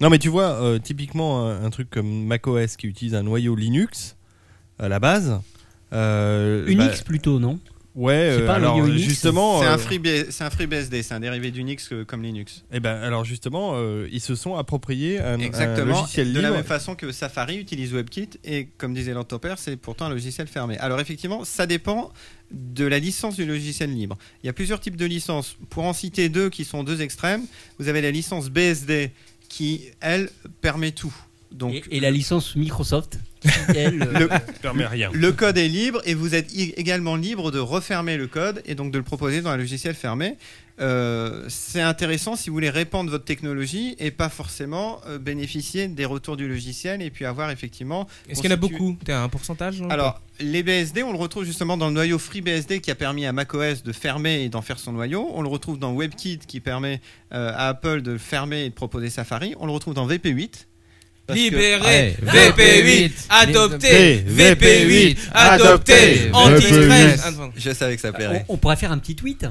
Speaker 14: Non, mais tu vois, euh, typiquement, un, un truc comme macOS qui utilise un noyau Linux à la base. euh,
Speaker 6: Unix
Speaker 14: bah,
Speaker 6: plutôt, non
Speaker 14: Ouais,
Speaker 6: C'est
Speaker 14: euh,
Speaker 6: pas un
Speaker 14: alors
Speaker 6: noyau Unix
Speaker 14: justement.
Speaker 5: C'est
Speaker 14: euh,
Speaker 5: un FreeBSD, c'est un FreeBSD, c'est un dérivé d'Unix euh, comme Linux.
Speaker 14: eh ben, alors justement, euh, ils se sont appropriés un, un
Speaker 5: Exactement.
Speaker 14: logiciel
Speaker 5: Euh, de
Speaker 14: libre.
Speaker 5: la même façon que Safari utilise WebKit et comme disait Lantoper, c'est pourtant un logiciel fermé. Alors effectivement, ça dépend de la licence du logiciel libre. Il y a plusieurs types de licences. Pour en citer deux qui sont deux extrêmes, vous avez la licence BSD qui elle permet tout. Donc
Speaker 6: Et, et la licence Microsoft, qui, elle, euh,
Speaker 5: le, Le code est libre et vous êtes i- également libre de refermer le code et donc de le proposer dans un logiciel fermé. Euh, c'est intéressant si vous voulez répandre votre technologie et pas forcément euh, bénéficier des retours du logiciel et puis avoir effectivement.
Speaker 7: Est-ce qu'il y en a
Speaker 5: constitué-
Speaker 7: beaucoup T'as un pourcentage hein, non
Speaker 5: alors, les BSD, on le retrouve justement dans le noyau FreeBSD qui a permis à macOS de fermer et d'en faire son noyau. On le retrouve dans WebKit qui permet euh, à Apple de fermer et de proposer Safari. On le retrouve dans VP8. parce que-
Speaker 7: Libéré, VP8, adopté,
Speaker 5: VP8,
Speaker 7: VP8, adopté, anti-stress.
Speaker 5: Je savais que ça plairait.
Speaker 6: Bah, on, on pourrait faire un petit tweet.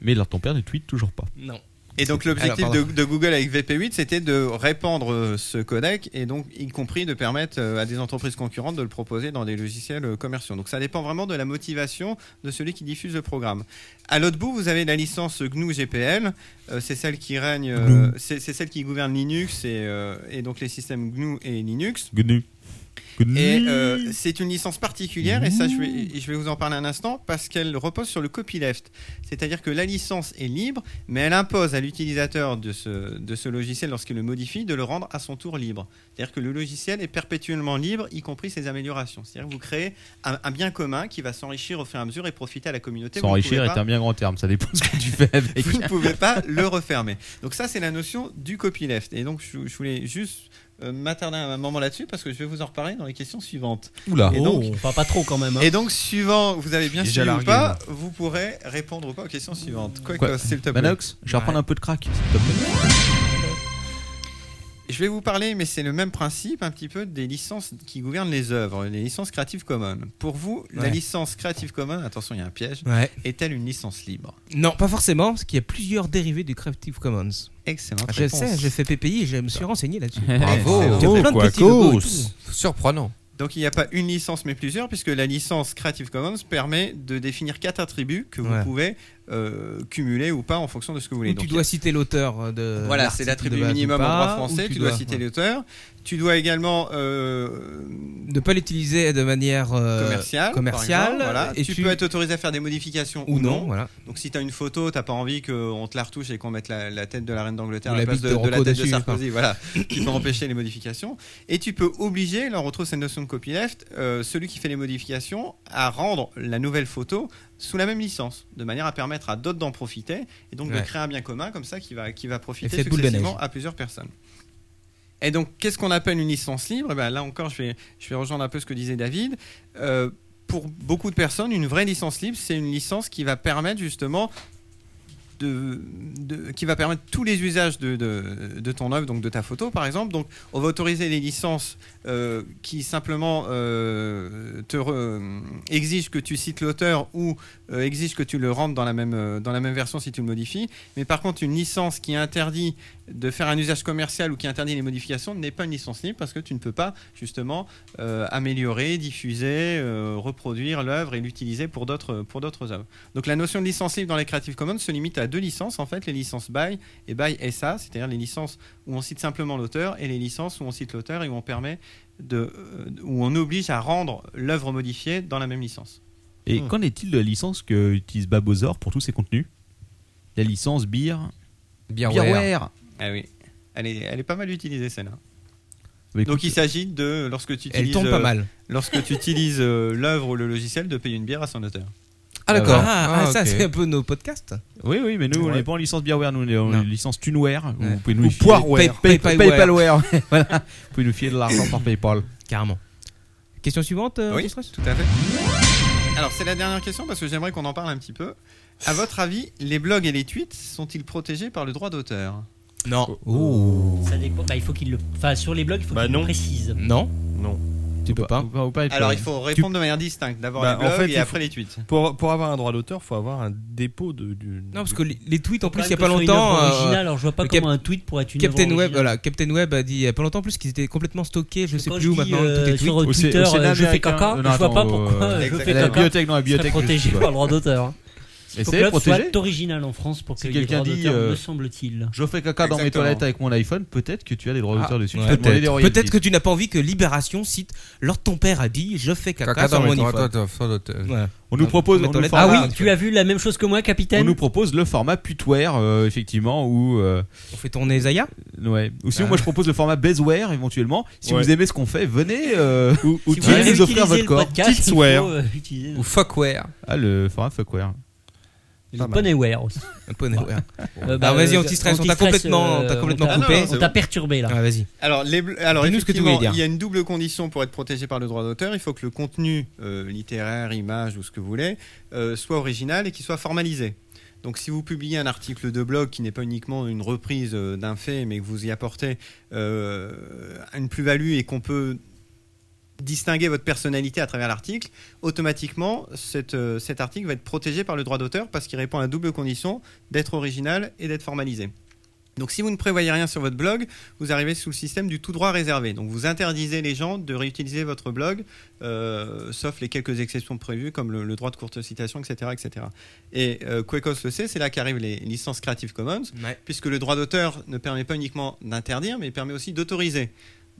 Speaker 3: Mais alors ton père ne tweet toujours pas.
Speaker 7: Non.
Speaker 5: Et donc l'objectif
Speaker 3: Alors,
Speaker 5: de,
Speaker 3: pardon.
Speaker 5: de Google avec VP8, c'était de répandre euh, ce codec et donc y compris de permettre euh, à des entreprises concurrentes de le proposer dans des logiciels euh, commerciaux. Donc ça dépend vraiment de la motivation de celui qui diffuse le programme. À l'autre bout, vous avez la licence GNU GPL. Euh, c'est celle qui règne, euh, c'est c'est celle qui gouverne Linux et, euh, et donc les systèmes GNU et Linux.
Speaker 3: GNU.
Speaker 5: Et euh, c'est une licence particulière, et ça je vais, je vais vous en parler un instant, parce qu'elle repose sur le copyleft. C'est-à-dire que la licence est libre, mais elle impose à l'utilisateur de ce, de ce logiciel, lorsqu'il le modifie, de le rendre à son tour libre. C'est-à-dire que le logiciel est perpétuellement libre, y compris ses améliorations. C'est-à-dire que vous créez un, un bien commun qui va s'enrichir au fur et à mesure et profiter à la communauté. Vous ne
Speaker 3: S'enrichir
Speaker 5: pouvez
Speaker 3: est
Speaker 5: pas-
Speaker 3: un bien grand terme. Ça dépend de ce que tu fais avec.
Speaker 5: vous ne
Speaker 6: [laughs]
Speaker 5: pouvez pas le refermer. Donc ça, c'est la notion du copyleft. Et donc, je, je voulais juste euh, m'attarder un moment là-dessus parce que je vais vous en reparler dans les questions suivantes.
Speaker 6: Oula.
Speaker 5: Et donc,
Speaker 6: Oh, pas- pas trop quand même, hein.
Speaker 5: Et donc, suivant, vous avez bien
Speaker 6: J'ai
Speaker 5: suivi
Speaker 6: déjà
Speaker 5: ou
Speaker 6: largué,
Speaker 5: pas,
Speaker 6: là.
Speaker 5: vous pourrez répondre ou pas aux questions suivantes. Quoi,
Speaker 3: Quoi
Speaker 5: que, s'il te plaît.
Speaker 3: Manox, je vais reprendre un peu de crack, s'il te plaît.
Speaker 5: Je vais vous parler, mais c'est le même principe un petit peu des licences qui gouvernent les œuvres, les licences Creative Commons. Pour vous, la
Speaker 7: Ouais.
Speaker 5: licence Creative Commons, attention, il y a un piège,
Speaker 7: Ouais.
Speaker 5: est-elle une licence libre
Speaker 7: Non, pas forcément, parce qu'il y a plusieurs dérivés du Creative Commons.
Speaker 5: Excellent.
Speaker 7: Je sais, j'ai fait PPI, je me suis
Speaker 5: [laughs]
Speaker 7: renseigné là-dessus.
Speaker 5: Excellent.
Speaker 7: Il y a plein de petits logos et tout.
Speaker 2: Surprenant.
Speaker 5: Donc il n'y a pas une licence mais plusieurs, puisque la licence Creative Commons permet de définir quatre attributs que vous
Speaker 7: Ouais.
Speaker 5: pouvez euh, cumuler ou pas en fonction de ce que vous voulez.
Speaker 7: Ou tu
Speaker 5: Donc,
Speaker 7: dois citer l'auteur de.
Speaker 5: [laughs] voilà,
Speaker 7: l'article
Speaker 5: c'est
Speaker 7: de
Speaker 5: l'attribut
Speaker 7: base ou
Speaker 5: minimum en
Speaker 7: pas,
Speaker 5: droit français.
Speaker 7: ou
Speaker 5: Tu, dois, citer l'auteur. Tu dois également euh,
Speaker 7: Ne pas l'utiliser de manière euh,
Speaker 5: commercial. par
Speaker 7: commerciale,
Speaker 5: exemple, voilà.
Speaker 7: Et
Speaker 5: tu, peux être autorisé à faire des modifications
Speaker 7: Ou
Speaker 5: ou,
Speaker 7: non, voilà.
Speaker 5: Donc si tu as une photo, t'as pas envie qu'on te la retouche et qu'on mette la, la tête de la reine d'Angleterre
Speaker 7: Ou
Speaker 5: à la
Speaker 7: la
Speaker 5: place
Speaker 7: bite
Speaker 5: de,
Speaker 7: de
Speaker 5: de la
Speaker 7: Rocco
Speaker 5: tête de
Speaker 7: dessus,
Speaker 5: Sarkozy.
Speaker 7: pardon.
Speaker 5: Voilà, [coughs] tu peux empêcher les modifications. Et tu peux obliger, là on retrouve cette notion de copyleft, euh, celui qui fait les modifications à rendre la nouvelle photo sous la même licence, de manière à permettre à d'autres d'en profiter et donc de
Speaker 7: Ouais.
Speaker 5: créer un bien commun comme ça qui va, qui va profiter
Speaker 7: Effet boule de
Speaker 5: successivement
Speaker 7: neige.
Speaker 5: à plusieurs personnes. Et donc, qu'est-ce qu'on appelle une licence libre Eh ben, Là encore, je vais, je vais rejoindre un peu ce que disait David. Euh, pour beaucoup de personnes, une vraie licence libre, c'est une licence qui va permettre justement de- de- qui va permettre tous les usages de, de- de ton œuvre, donc de ta photo par exemple. Donc on va autoriser les licences euh, qui simplement euh, te re- exigent que tu cites l'auteur ou euh, exigent que tu le rentres dans la, même, euh, dans la même version si tu le modifies. Mais par contre, une licence qui interdit de faire un usage commercial ou qui interdit les modifications n'est pas une licence libre parce que tu ne peux pas justement euh, améliorer, diffuser, euh, reproduire l'œuvre et l'utiliser pour d'autres pour d'autres œuvres. Donc la notion de licence libre dans les Creative Commons se limite à deux licences en fait, les licences by et by SA, c'est-à-dire les licences où on cite simplement l'auteur et les licences où on cite l'auteur et où on permet de euh, où on oblige à rendre l'œuvre modifiée dans la même licence.
Speaker 3: Et qu'en est-il de la licence que utilise Babozor pour tous ses contenus La licence Beer.
Speaker 5: Bioware. Ah oui. Elle est, elle est pas mal utilisée celle-là.
Speaker 3: Bah, écoute,
Speaker 5: Donc il s'agit de lorsque tu
Speaker 3: Elle
Speaker 5: utilises euh,
Speaker 3: tombe pas mal.
Speaker 5: lorsque tu utilises euh, l'œuvre ou le logiciel de payer une bière à son auteur. Euh,
Speaker 7: Ah, d'accord. Ah, ah, ça, c'est un peu nos podcasts.
Speaker 3: Oui, oui, mais nous, on
Speaker 7: Ouais.
Speaker 3: n'est pas en licence Bioware, nous, on est en
Speaker 7: Non.
Speaker 3: licence Tuneware. où
Speaker 7: Ouais.
Speaker 3: Vous pouvez nous
Speaker 7: Ou
Speaker 3: filer-
Speaker 7: Poireware.
Speaker 3: Pay- pay-
Speaker 7: Paypalware.
Speaker 3: Paypalware.
Speaker 7: [laughs]
Speaker 3: [laughs]
Speaker 5: [laughs]
Speaker 3: voilà. Vous pouvez nous filer de l'argent par PayPal.
Speaker 7: Carrément. Question suivante, euh,
Speaker 5: Oui,
Speaker 7: Ross Ross
Speaker 5: tout à fait. Alors, c'est la dernière question parce que j'aimerais qu'on en parle un petit peu. À votre avis, les blogs et les tweets sont-ils protégés par le droit d'auteur
Speaker 7: Non.
Speaker 6: Ça dépend. Bah, il faut qu'il le. Enfin, sur les blogs, il faut
Speaker 5: Bah,
Speaker 6: qu'il le précise.
Speaker 7: Non.
Speaker 14: Non.
Speaker 7: Tu peux pas.
Speaker 5: Alors, il faut répondre de manière distincte. D'abord
Speaker 14: euh, Bah,
Speaker 5: les blogs
Speaker 14: en fait,
Speaker 5: et
Speaker 14: il
Speaker 5: après
Speaker 14: faut-
Speaker 5: les tweets.
Speaker 14: Pour, pour avoir un droit d'auteur, faut avoir un dépôt de. du-
Speaker 7: Non, parce que les les tweets, en
Speaker 6: Faut
Speaker 7: plus, il
Speaker 6: quand
Speaker 7: n'y
Speaker 6: même
Speaker 7: a pas
Speaker 6: que ce soit une
Speaker 7: longtemps. euh,
Speaker 6: œuvre originale, alors je vois pas
Speaker 7: le Cap-
Speaker 6: comment un tweet pourrait être une œuvre
Speaker 7: Captain Web,
Speaker 6: originale.
Speaker 7: voilà, Captain Web a dit il n'y a pas longtemps en plus qu'ils étaient complètement stockés, je sais
Speaker 6: quand
Speaker 7: plus
Speaker 6: je
Speaker 7: où
Speaker 6: dis,
Speaker 7: maintenant,
Speaker 6: euh,
Speaker 7: tout est
Speaker 6: sur
Speaker 7: tweet.
Speaker 6: Twitter, euh, je fais caca, je vois pas pourquoi euh, je fais
Speaker 3: la
Speaker 6: caca.
Speaker 3: bibliothèque, non, la
Speaker 6: serait
Speaker 3: bibliothèque, je
Speaker 6: protégé
Speaker 3: sais pas.
Speaker 6: par le droit d'auteur.
Speaker 3: Et
Speaker 6: Il faut
Speaker 3: c'est
Speaker 6: que l'œuvre
Speaker 3: protégé
Speaker 6: soit originale en France pour
Speaker 3: Si
Speaker 6: qu'il y ait des
Speaker 3: quelqu'un
Speaker 6: droits
Speaker 3: dit,
Speaker 6: d'auteur,
Speaker 3: euh,
Speaker 6: me semble-t-il.
Speaker 3: Je fais caca dans mes
Speaker 6: Exactement.
Speaker 3: toilettes avec mon iPhone, peut-être que tu as des droits
Speaker 7: Ah,
Speaker 3: d'auteur dessus.
Speaker 7: ouais. Peut-être Peut-être que tu n'as pas envie que Libération cite Lors ton père a dit je fais caca,
Speaker 2: Caca
Speaker 7: sur
Speaker 2: dans
Speaker 7: mon
Speaker 2: mes
Speaker 7: iPhone.
Speaker 2: toilettes, sans d'auteur.
Speaker 7: Ouais.
Speaker 3: On nous propose-
Speaker 7: Dans mes
Speaker 3: on nous
Speaker 7: toilettes.
Speaker 3: fera-
Speaker 7: Ah oui,
Speaker 3: tu
Speaker 6: Tu as vu la même chose que moi,
Speaker 3: On
Speaker 6: capitaine
Speaker 3: nous propose le format putware, euh, effectivement, où. euh,
Speaker 7: on fait tourner Zaya
Speaker 3: Ouais. Ou sinon,
Speaker 7: Ah.
Speaker 3: moi, je propose le format Bezware, éventuellement. Si
Speaker 7: Ouais.
Speaker 3: vous aimez ce qu'on fait, venez. euh,
Speaker 7: ou
Speaker 3: [laughs] venez
Speaker 7: si vous voulez
Speaker 3: nous offrir
Speaker 7: utiliser
Speaker 3: votre
Speaker 7: le
Speaker 3: corps.
Speaker 7: podcast, il faut,
Speaker 3: Tiltware.
Speaker 7: euh, utiliser le- Ou fuckware.
Speaker 3: Ah, le format fuckware.
Speaker 6: Le Poneyware aussi.
Speaker 7: Un Poneyware.
Speaker 6: Euh,
Speaker 7: Ah, vas-y,
Speaker 6: euh,
Speaker 7: anti-stress, on t'a
Speaker 6: anti-stress,
Speaker 7: complètement- on t'a
Speaker 6: euh,
Speaker 7: complètement
Speaker 6: on t'a-
Speaker 7: coupé.
Speaker 6: On t'a perturbé là.
Speaker 7: Ah, vas-y.
Speaker 5: Alors, les bl- alors
Speaker 7: Dis-nous ce que tu
Speaker 5: effectivement,
Speaker 7: voulais dire.
Speaker 5: il y a une double condition pour être protégé par le droit d'auteur. Il faut que le contenu euh, littéraire, image ou ce que vous voulez euh, soit original et qu'il soit formalisé. Donc, si vous publiez un article de blog qui n'est pas uniquement une reprise euh, d'un fait, mais que vous y apportez euh, une plus-value et qu'on peut distinguer votre personnalité à travers l'article, automatiquement, cette, euh, cet article va être protégé par le droit d'auteur parce qu'il répond à la double condition d'être original et d'être formalisé. Donc si vous ne prévoyez rien sur votre blog, vous arrivez sous le système du tout droit réservé. Donc vous interdisez les gens de réutiliser votre blog, euh, sauf les quelques exceptions prévues comme le, le droit de courte citation, etc. etc. Et euh, Quacos le sait, c'est là qu'arrivent les licences Creative Commons,
Speaker 7: Ouais.
Speaker 5: puisque le droit d'auteur ne permet pas uniquement d'interdire, mais il permet aussi d'autoriser.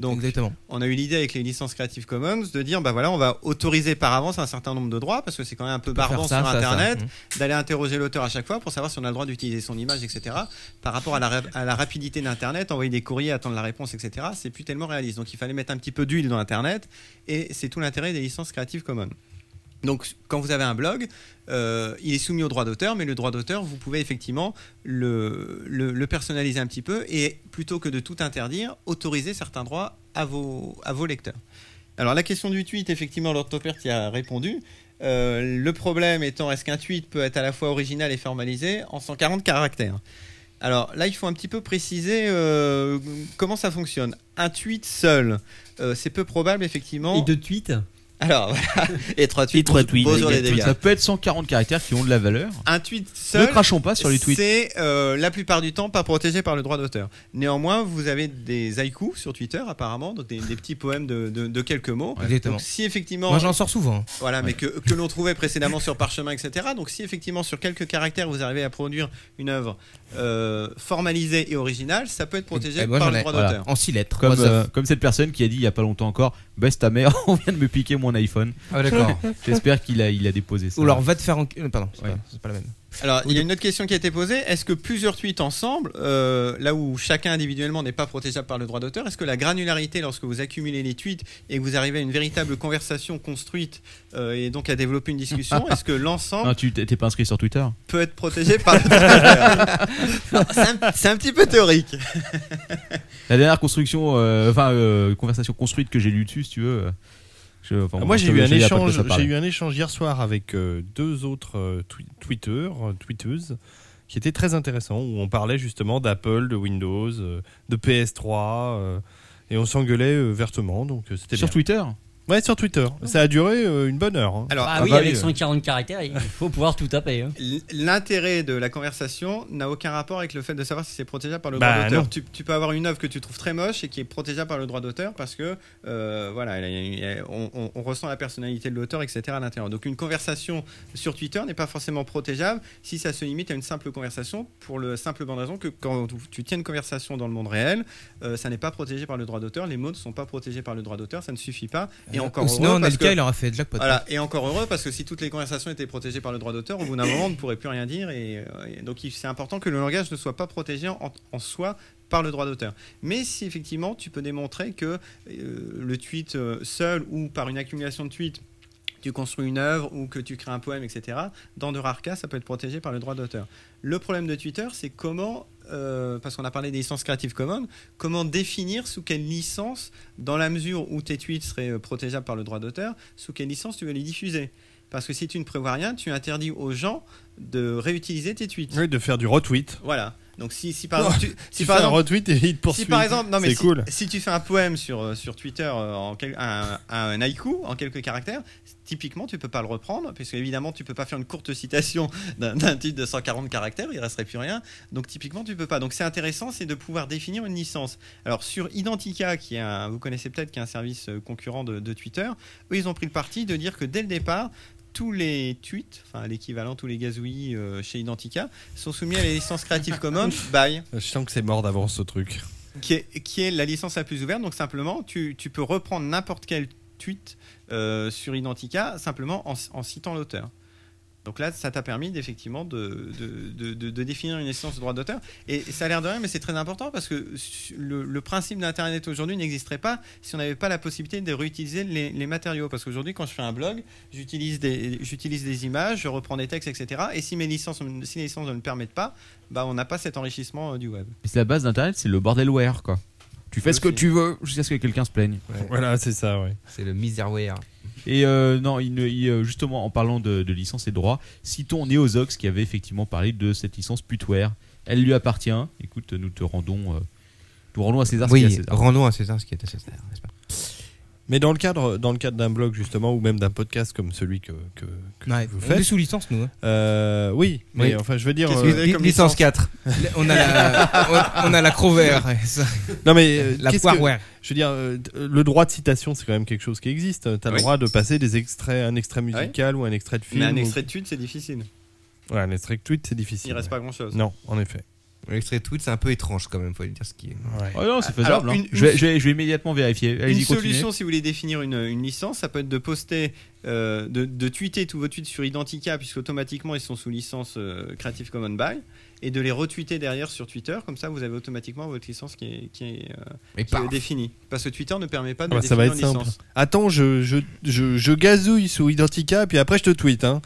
Speaker 5: Donc, on a eu l'idée avec les licences Creative Commons de dire, bah voilà, on va autoriser par avance un certain nombre de droits parce que c'est quand même un peu
Speaker 7: peut faire
Speaker 5: barbant
Speaker 7: ça,
Speaker 5: sur
Speaker 7: ça, ça.
Speaker 5: Internet
Speaker 7: Mhm.
Speaker 5: d'aller interroger l'auteur à chaque fois pour savoir si on a le droit d'utiliser son image, etc. Par rapport à la, ra- à la rapidité d'Internet, envoyer des courriers, attendre la réponse, etc. C'est plus tellement réaliste. Donc il fallait mettre un petit peu d'huile dans Internet et c'est tout l'intérêt des licences Creative Commons. Donc, quand vous avez un blog, euh, il est soumis au droit d'auteur, mais le droit d'auteur, vous pouvez effectivement le, le- le personnaliser un petit peu et plutôt que de tout interdire, autoriser certains droits à vos, à vos lecteurs. Alors, la question du tweet, effectivement, Lord Topert y a répondu. Euh, le problème étant, est-ce qu'un tweet peut être à la fois original et formalisé en 140 caractères alors là, il faut un petit peu préciser euh, comment ça fonctionne. Un tweet seul, euh, c'est peu probable effectivement.
Speaker 6: Et deux tweets
Speaker 5: Alors, voilà. et trois tweets. Bonjour les dégâts.
Speaker 3: Ça peut être 140 caractères qui ont de la valeur.
Speaker 5: Un tweet seul.
Speaker 3: Ne crachons pas sur les tweets.
Speaker 5: C'est euh, la plupart du temps pas protégé par le droit d'auteur. Néanmoins, vous avez des haïkus sur Twitter apparemment, donc des, des petits poèmes de, de- de quelques mots.
Speaker 7: Exactement.
Speaker 5: Donc, si effectivement.
Speaker 7: Moi, j'en sors souvent.
Speaker 5: Voilà, mais que, que l'on trouvait précédemment sur parchemin, etc. Donc si effectivement sur quelques caractères vous arrivez à produire une œuvre euh, formalisée et originale, ça peut être protégé
Speaker 7: Eh ben, moi,
Speaker 5: par
Speaker 7: j'en
Speaker 5: le
Speaker 7: ai.
Speaker 5: droit
Speaker 3: Voilà.
Speaker 5: d'auteur.
Speaker 3: Comme,
Speaker 7: What's up
Speaker 3: euh, comme cette personne qui a dit il y a pas longtemps encore Baisse ta mère, [laughs] on vient de me piquer mon iPhone.
Speaker 7: Ah, d'accord.
Speaker 3: [laughs] J'espère qu'il a, il a déposé ça.
Speaker 7: Ou alors va te faire en. euh, Pardon, c'est pas- c'est pas la même.
Speaker 5: Alors, il y a une autre question qui a été posée. Est-ce que plusieurs tweets ensemble, euh, là où chacun individuellement n'est pas protégeable par le droit d'auteur, est-ce que la granularité, lorsque vous accumulez les tweets et que vous arrivez à une véritable conversation construite euh, et donc à développer une discussion, est-ce que l'ensemble
Speaker 3: Non, tu t'es t'es pas inscrit sur Twitter
Speaker 5: peut être protégé par le droit d'auteur
Speaker 3: [laughs]
Speaker 5: Non, [laughs] c'est un- C'est un petit peu théorique.
Speaker 3: La dernière construction, euh, enfin euh, conversation construite que j'ai lue dessus, si tu veux. euh, je- enfin,
Speaker 14: Ah, moi
Speaker 3: je
Speaker 14: j'ai
Speaker 3: te-
Speaker 14: eu
Speaker 3: je
Speaker 14: un
Speaker 3: te dis après de quoi
Speaker 14: échange,
Speaker 3: ça parle.
Speaker 14: j'ai eu un échange hier soir avec euh, deux autres euh, twi- tweeteurs, euh, tweeteuses
Speaker 4: qui était très intéressant, où on parlait justement d'Apple, de Windows, euh, de PS3, euh, et on s'engueulait euh, vertement. Donc, euh, c'était
Speaker 3: Sur
Speaker 4: bien.
Speaker 3: Twitter
Speaker 4: Ouais, sur Twitter. Ça a duré euh, une bonne heure. hein.
Speaker 5: Alors, bah
Speaker 6: ah, oui, avec 140 caractères,
Speaker 4: [laughs]
Speaker 6: il faut pouvoir tout taper. hein.
Speaker 5: L- L'intérêt de la conversation n'a aucun rapport avec le fait de savoir si c'est protégé par le
Speaker 4: Bah,
Speaker 5: droit
Speaker 4: non.
Speaker 5: d'auteur. Tu, tu peux avoir une œuvre que tu trouves très moche et qui est protégée par le droit d'auteur parce que euh, voilà, elle a- elle- on, on- on ressent la personnalité de l'auteur, etc. à l'intérieur. Donc une conversation sur Twitter n'est pas forcément protégeable si ça se limite à une simple conversation pour le simple bonne raison que quand tu- tu tiens une conversation dans le monde réel, euh, ça n'est pas protégé par le droit d'auteur. Les mots ne sont pas protégés par le droit d'auteur, ça ne suffit pas. Et
Speaker 7: Euh,
Speaker 5: encore
Speaker 7: ou sinon,
Speaker 5: heureux parce
Speaker 7: Nelka,
Speaker 5: que-
Speaker 7: il aurait fait jackpot. hein.
Speaker 5: Voilà, et encore heureux parce que si toutes les conversations étaient protégées par le droit d'auteur, au bout d'un moment, on ne pourrait plus rien dire. Et, euh, et donc, il- c'est important que le langage ne soit pas protégé en, en soi par le droit d'auteur. Mais si effectivement tu peux démontrer que euh, le tweet euh, seul ou par une accumulation de tweets, tu construis une œuvre ou que tu crées un poème, etc., dans de rares cas, ça peut être protégé par le droit d'auteur. Le problème de Twitter, c'est comment, euh, parce qu'on a parlé des licences Creative Commons, comment définir sous quelle licence, dans la mesure où tes tweets seraient euh, protégeables par le droit d'auteur, sous quelle licence tu veux les diffuser parce que si tu ne prévois rien, tu interdis aux gens de réutiliser tes tweets.
Speaker 4: Oui, de faire du retweet.
Speaker 5: Voilà. Donc si, si par
Speaker 4: Oh, [laughs]
Speaker 5: exemple, tu, si
Speaker 4: tu
Speaker 5: par
Speaker 4: fais un
Speaker 5: exemple-
Speaker 4: retweet et il te poursuit.
Speaker 5: Si par exemple, non mais
Speaker 4: C'est
Speaker 5: si,
Speaker 4: cool.
Speaker 5: Euh, si tu fais un poème sur euh, sur Twitter euh, en quel- un, un haïku en quelques caractères, typiquement tu peux pas le reprendre puisque évidemment tu peux pas faire une courte citation [laughs] d'un- d'un titre de 140 caractères, il resterait plus rien. Donc typiquement tu peux pas. Donc c'est intéressant, c'est de pouvoir définir une licence. Alors sur Identica qui est un, vous connaissez peut-être qui est un service euh, concurrent de, de Twitter, eux ils ont pris le parti de dire que dès le départ tous les tweets, enfin l'équivalent, tous les gazouillis euh, chez Identica, sont soumis à la licence Creative Commons by
Speaker 4: Je sens que c'est mort d'avance ce truc. [laughs]
Speaker 5: qui est, qui est la licence la plus ouverte. Donc simplement, tu, tu peux reprendre n'importe quel tweet euh, sur Identica simplement en, en citant l'auteur. Donc là, ça t'a permis d'effectivement de, de- de- de- de définir une licence de droit d'auteur. Et ça a l'air de rien, mais c'est très important parce que su- le, le principe d'Internet aujourd'hui n'existerait pas si on n'avait pas la possibilité de réutiliser les, les matériaux. Parce qu'aujourd'hui, quand je fais un blog, j'utilise des, j'utilise des images, je reprends des textes, etc. Et si, mes licences, si les licences ne le permettent pas, bah, on n'a pas cet enrichissement euh, du web.
Speaker 3: Mais c'est la base d'Internet, c'est le bordelware, quoi. Tu fais ce que
Speaker 5: Aussi.
Speaker 3: tu veux jusqu'à ce que quelqu'un se plaigne.
Speaker 4: Voilà, c'est ça, ouais.
Speaker 2: C'est le miserware.
Speaker 3: Et euh, non, il ne- il, euh, justement, en parlant de, de licence et de droit, citons Neozox qui avait effectivement parlé de cette licence putware. Elle lui appartient. Écoute, nous te rendons, euh, nous rendons à César ce qu'il y a à
Speaker 2: Oui,
Speaker 3: César.
Speaker 2: rendons à César ce qui est à César, n'est-ce pas
Speaker 4: Mais dans le cadre, dans le cadre d'un blog justement, ou même d'un podcast comme celui que que, que
Speaker 7: Ouais,
Speaker 4: vous
Speaker 7: on
Speaker 4: faites.
Speaker 7: est sous licence, nous, hein.
Speaker 4: Euh, oui, mais
Speaker 7: Oui.
Speaker 4: enfin, je veux dire. euh,
Speaker 7: Qu'est-ce que vous avez comme Licence licence 4. [laughs] On a la- on- on a la Crowware, ouais, ça.
Speaker 4: Non mais euh,
Speaker 7: La
Speaker 4: qu'est-ce
Speaker 7: Poireware.
Speaker 4: que- Je veux dire, euh, t- le droit de citation, c'est quand même quelque chose qui existe. T'as le
Speaker 5: Oui.
Speaker 4: droit de passer des extraits, un extrait musical ou un extrait de film.
Speaker 5: Mais un
Speaker 4: ou-
Speaker 5: extrait de tweet, c'est difficile.
Speaker 4: Ouais, un extrait de tweet, c'est difficile.
Speaker 5: Il reste
Speaker 4: ouais.
Speaker 5: pas grand-chose.
Speaker 4: Non, en effet.
Speaker 2: L'extrait de tweet, c'est un peu étrange quand même, faut lui dire ce qui est.
Speaker 3: Oh non, c'est
Speaker 5: Alors,
Speaker 3: faisable. hein.
Speaker 5: une- une-
Speaker 3: Je, vais, je vais- je vais immédiatement vérifier.
Speaker 5: une
Speaker 3: Allez-y, continuez.
Speaker 5: solution, si vous voulez définir une, une licence, ça peut être de poster, euh, de, de tweeter tous vos tweets sur Identica, puisqu'automatiquement ils sont sous licence euh, Creative Commons by, et de les retweeter derrière sur Twitter, comme ça vous avez automatiquement votre licence qui est, qui est, euh,
Speaker 2: Mais
Speaker 5: qui est
Speaker 2: paf.
Speaker 5: définie. Parce que Twitter ne permet pas
Speaker 4: Ah
Speaker 5: de
Speaker 4: bah, ça
Speaker 5: définir
Speaker 4: va être
Speaker 5: une
Speaker 4: simple.
Speaker 5: licence.
Speaker 4: Attends, je, je, je, je gazouille sous Identica, puis après je te tweet. Hein.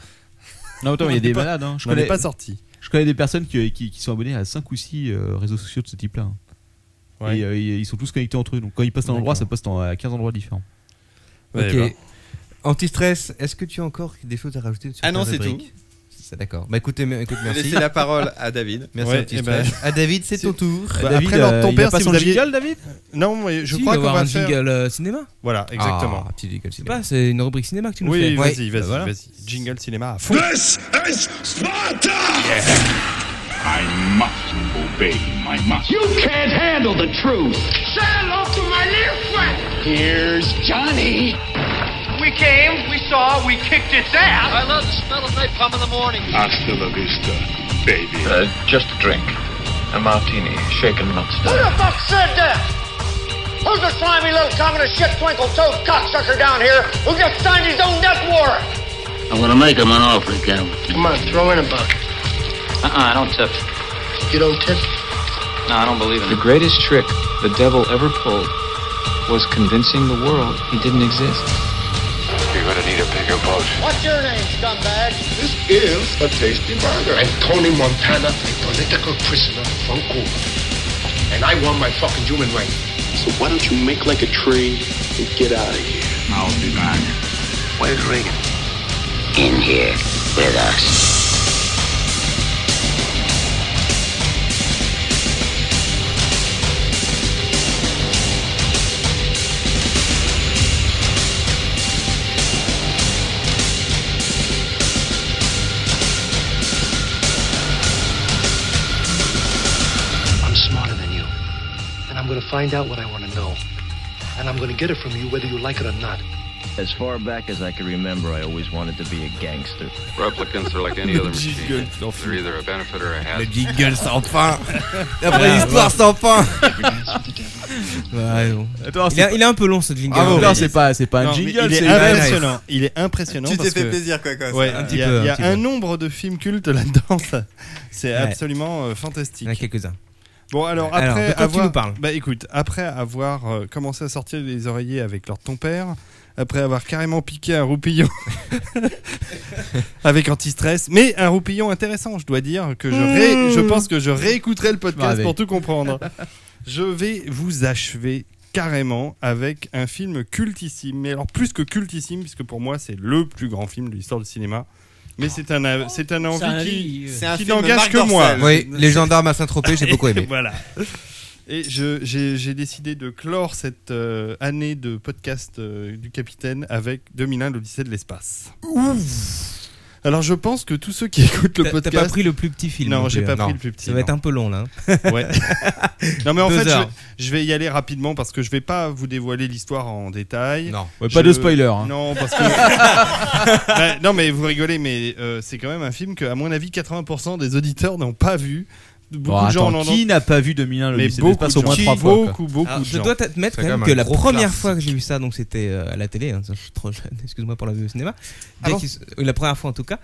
Speaker 3: Non, attends, mais il y
Speaker 4: [laughs] On est
Speaker 3: a des
Speaker 4: pas-
Speaker 3: malades. Hein. Je
Speaker 4: on est
Speaker 3: connais
Speaker 4: pas sorti.
Speaker 3: Je connais des personnes qui, qui, qui sont abonnées à 5 ou 6 réseaux sociaux de ce type-là. hein.
Speaker 4: Ouais.
Speaker 3: Et euh, ils ils sont tous connectés entre eux. Donc quand ils passent à un endroit, ça passe dans- à 15 endroits différents.
Speaker 2: Ok.
Speaker 4: bah.
Speaker 2: Anti-stress, est-ce que tu as encore des choses à rajouter sur
Speaker 5: Ah
Speaker 2: ta
Speaker 5: non, c'est
Speaker 2: rubrique
Speaker 5: tout.
Speaker 2: C'est ça, d'accord. Bah écoutez, mais- écoute, merci.
Speaker 5: Laissez la parole à David.
Speaker 2: [laughs] Merci
Speaker 4: Ouais, eh
Speaker 2: Anti-stress.
Speaker 4: ben-
Speaker 2: À David, c'est ton tour.
Speaker 4: Bah, après l'ordre de ton père, si vous aviez- Non, mais je
Speaker 7: Si, il
Speaker 4: crois
Speaker 7: va y
Speaker 4: qu'on
Speaker 7: avoir
Speaker 4: va
Speaker 7: un
Speaker 4: faire.
Speaker 7: jingle euh, cinéma.
Speaker 4: Voilà, exactement.
Speaker 2: Ah, petit jingle
Speaker 7: Je sais pas, c'est une rubrique cinéma que tu nous
Speaker 4: oui,
Speaker 7: fais.
Speaker 4: vas-y,
Speaker 7: Ouais.
Speaker 4: vas-y,
Speaker 7: Bah voilà.
Speaker 4: vas-y. Jingle cinéma à fond.
Speaker 1: This is Sparta! I must obey my master.
Speaker 9: You can't handle the truth. Say hello to my little friend. Here's Johnny. We came, we saw, we kicked its ass. I love the smell of napalm in the morning.
Speaker 5: Uh,
Speaker 1: Hasta la vista, baby.
Speaker 21: Uh, just a drink. A martini, shaken, not
Speaker 9: Who the fuck said that? Who's the slimy little communist shit twinkle toed cocksucker down here who just signed his own death warrant?
Speaker 21: I'm gonna make him an offer he can't
Speaker 9: Come on, throw in a buck.
Speaker 21: Uh-uh, I don't tip.
Speaker 9: You don't tip.
Speaker 21: No, I don't believe in
Speaker 22: The greatest trick the devil ever pulled was convincing the world he didn't exist.
Speaker 1: You're gonna need a bigger boat.
Speaker 9: What's your name, scumbag?
Speaker 1: This is a tasty burger. I'm Tony Montana, a political prisoner from Cuba. And I want my fucking human rights. So why don't you make like a tree and get out of here? I'll be back. Where's Reagan? In here with us.
Speaker 23: I'm going to find out what I want to know. And I'm going to get it from you whether you like it or not.
Speaker 24: As far back as I can remember,
Speaker 7: [laughs]
Speaker 24: I always wanted to be a gangster.
Speaker 25: Replicants are like any
Speaker 24: Le
Speaker 25: other machine.
Speaker 24: jingle
Speaker 25: They're either a benefit or a hazard. [laughs]
Speaker 2: Le jingle sans fin. La vraie histoire sans fin.
Speaker 7: [laughs] Ouais, bon.
Speaker 3: Attends,
Speaker 7: il,
Speaker 3: c'est
Speaker 7: est,
Speaker 3: pas-
Speaker 7: il est un peu long ce jingle.
Speaker 3: Bravo. Non, c'est pas- c'est pas un
Speaker 7: Non, mais
Speaker 3: jingle,
Speaker 7: il est
Speaker 3: c'est-
Speaker 7: un-
Speaker 4: impressionnant. Il est impressionnant.
Speaker 7: Tu t'es
Speaker 4: parce
Speaker 7: fait
Speaker 4: que-
Speaker 7: plaisir, quoi, quoi,
Speaker 4: Ouais,
Speaker 7: ça. Un
Speaker 4: Il
Speaker 7: petit
Speaker 4: y a,
Speaker 7: peu,
Speaker 4: il y a
Speaker 7: un petit
Speaker 4: un
Speaker 7: peu.
Speaker 4: nombre de films cultes là-dedans. ça. C'est
Speaker 7: Ouais.
Speaker 4: absolument euh, fantastique.
Speaker 7: Il y en a quelques-uns.
Speaker 4: Bon, alors
Speaker 7: Alors,
Speaker 4: après
Speaker 7: de quoi tu
Speaker 4: avoir,
Speaker 7: nous parles
Speaker 4: bah écoute, après avoir euh, commencé à sortir les oreillers avec leur ton père, après avoir carrément piqué un roupillon [laughs] avec anti-stress, mais un roupillon intéressant, je dois dire que je, ré-
Speaker 14: Mmh.
Speaker 4: je pense que je réécouterai le podcast
Speaker 14: Bravo.
Speaker 4: pour tout comprendre. Je vais vous achever carrément avec un film cultissime, mais alors plus que cultissime puisque pour moi c'est le plus grand film de l'histoire du cinéma. Mais c'est un, av- c'est un envie
Speaker 14: un
Speaker 4: qui,
Speaker 14: avis, euh, C'est un
Speaker 4: qui
Speaker 14: film
Speaker 4: n'engage
Speaker 14: Marc
Speaker 4: que moi.
Speaker 2: Oui, les gendarmes à Saint-Tropez,
Speaker 7: [laughs]
Speaker 2: j'ai beaucoup aimé.
Speaker 4: voilà. Et je- j'ai j'ai décidé de clore cette euh, année de podcast euh, du capitaine avec 2001, l'Odyssée de l'espace. Alors je pense que tous ceux qui [laughs] écoutent le
Speaker 7: T'as- t'as
Speaker 4: podcast...
Speaker 7: pas pris le plus petit film non
Speaker 4: Non,
Speaker 7: plus,
Speaker 4: j'ai pas
Speaker 7: hein.
Speaker 4: pris
Speaker 7: Non.
Speaker 4: le plus petit.
Speaker 7: Ça va être
Speaker 4: non.
Speaker 7: un peu long, là. [laughs]
Speaker 4: Ouais. non mais en
Speaker 7: Deux
Speaker 4: fait, je,
Speaker 7: heures.
Speaker 4: je vais y aller rapidement parce que je vais pas vous dévoiler l'histoire en détail.
Speaker 3: Non. Ouais, pas de spoiler, hein.
Speaker 4: Non, parce que...
Speaker 7: [laughs]
Speaker 4: Ouais, non mais vous rigolez, mais euh, c'est quand même un film que, à mon avis, 80% des auditeurs n'ont pas vu. Beaucoup
Speaker 3: Bon,
Speaker 4: de gens
Speaker 3: Oh, attends,
Speaker 4: l'ont
Speaker 3: qui n'a pas vu 2001 le
Speaker 4: Mais
Speaker 3: lycée de
Speaker 4: beaucoup
Speaker 3: l'espace
Speaker 4: de
Speaker 3: au moins
Speaker 4: gens.
Speaker 3: trois fois, quoi.
Speaker 4: Beaucoup, beaucoup
Speaker 7: Alors,
Speaker 4: de
Speaker 7: je
Speaker 4: gens.
Speaker 7: dois t'admettre
Speaker 4: C'est
Speaker 7: quand
Speaker 4: quand
Speaker 7: même
Speaker 4: même
Speaker 7: que
Speaker 4: un
Speaker 7: la
Speaker 4: gros
Speaker 7: première
Speaker 4: classe.
Speaker 7: fois que j'ai vu ça, donc c'était euh, à la télé, hein, je suis trop jeune, [laughs] excuse-moi pour la vue au cinéma. Dès
Speaker 4: bon
Speaker 7: qu'il s- oui, la première fois en tout cas,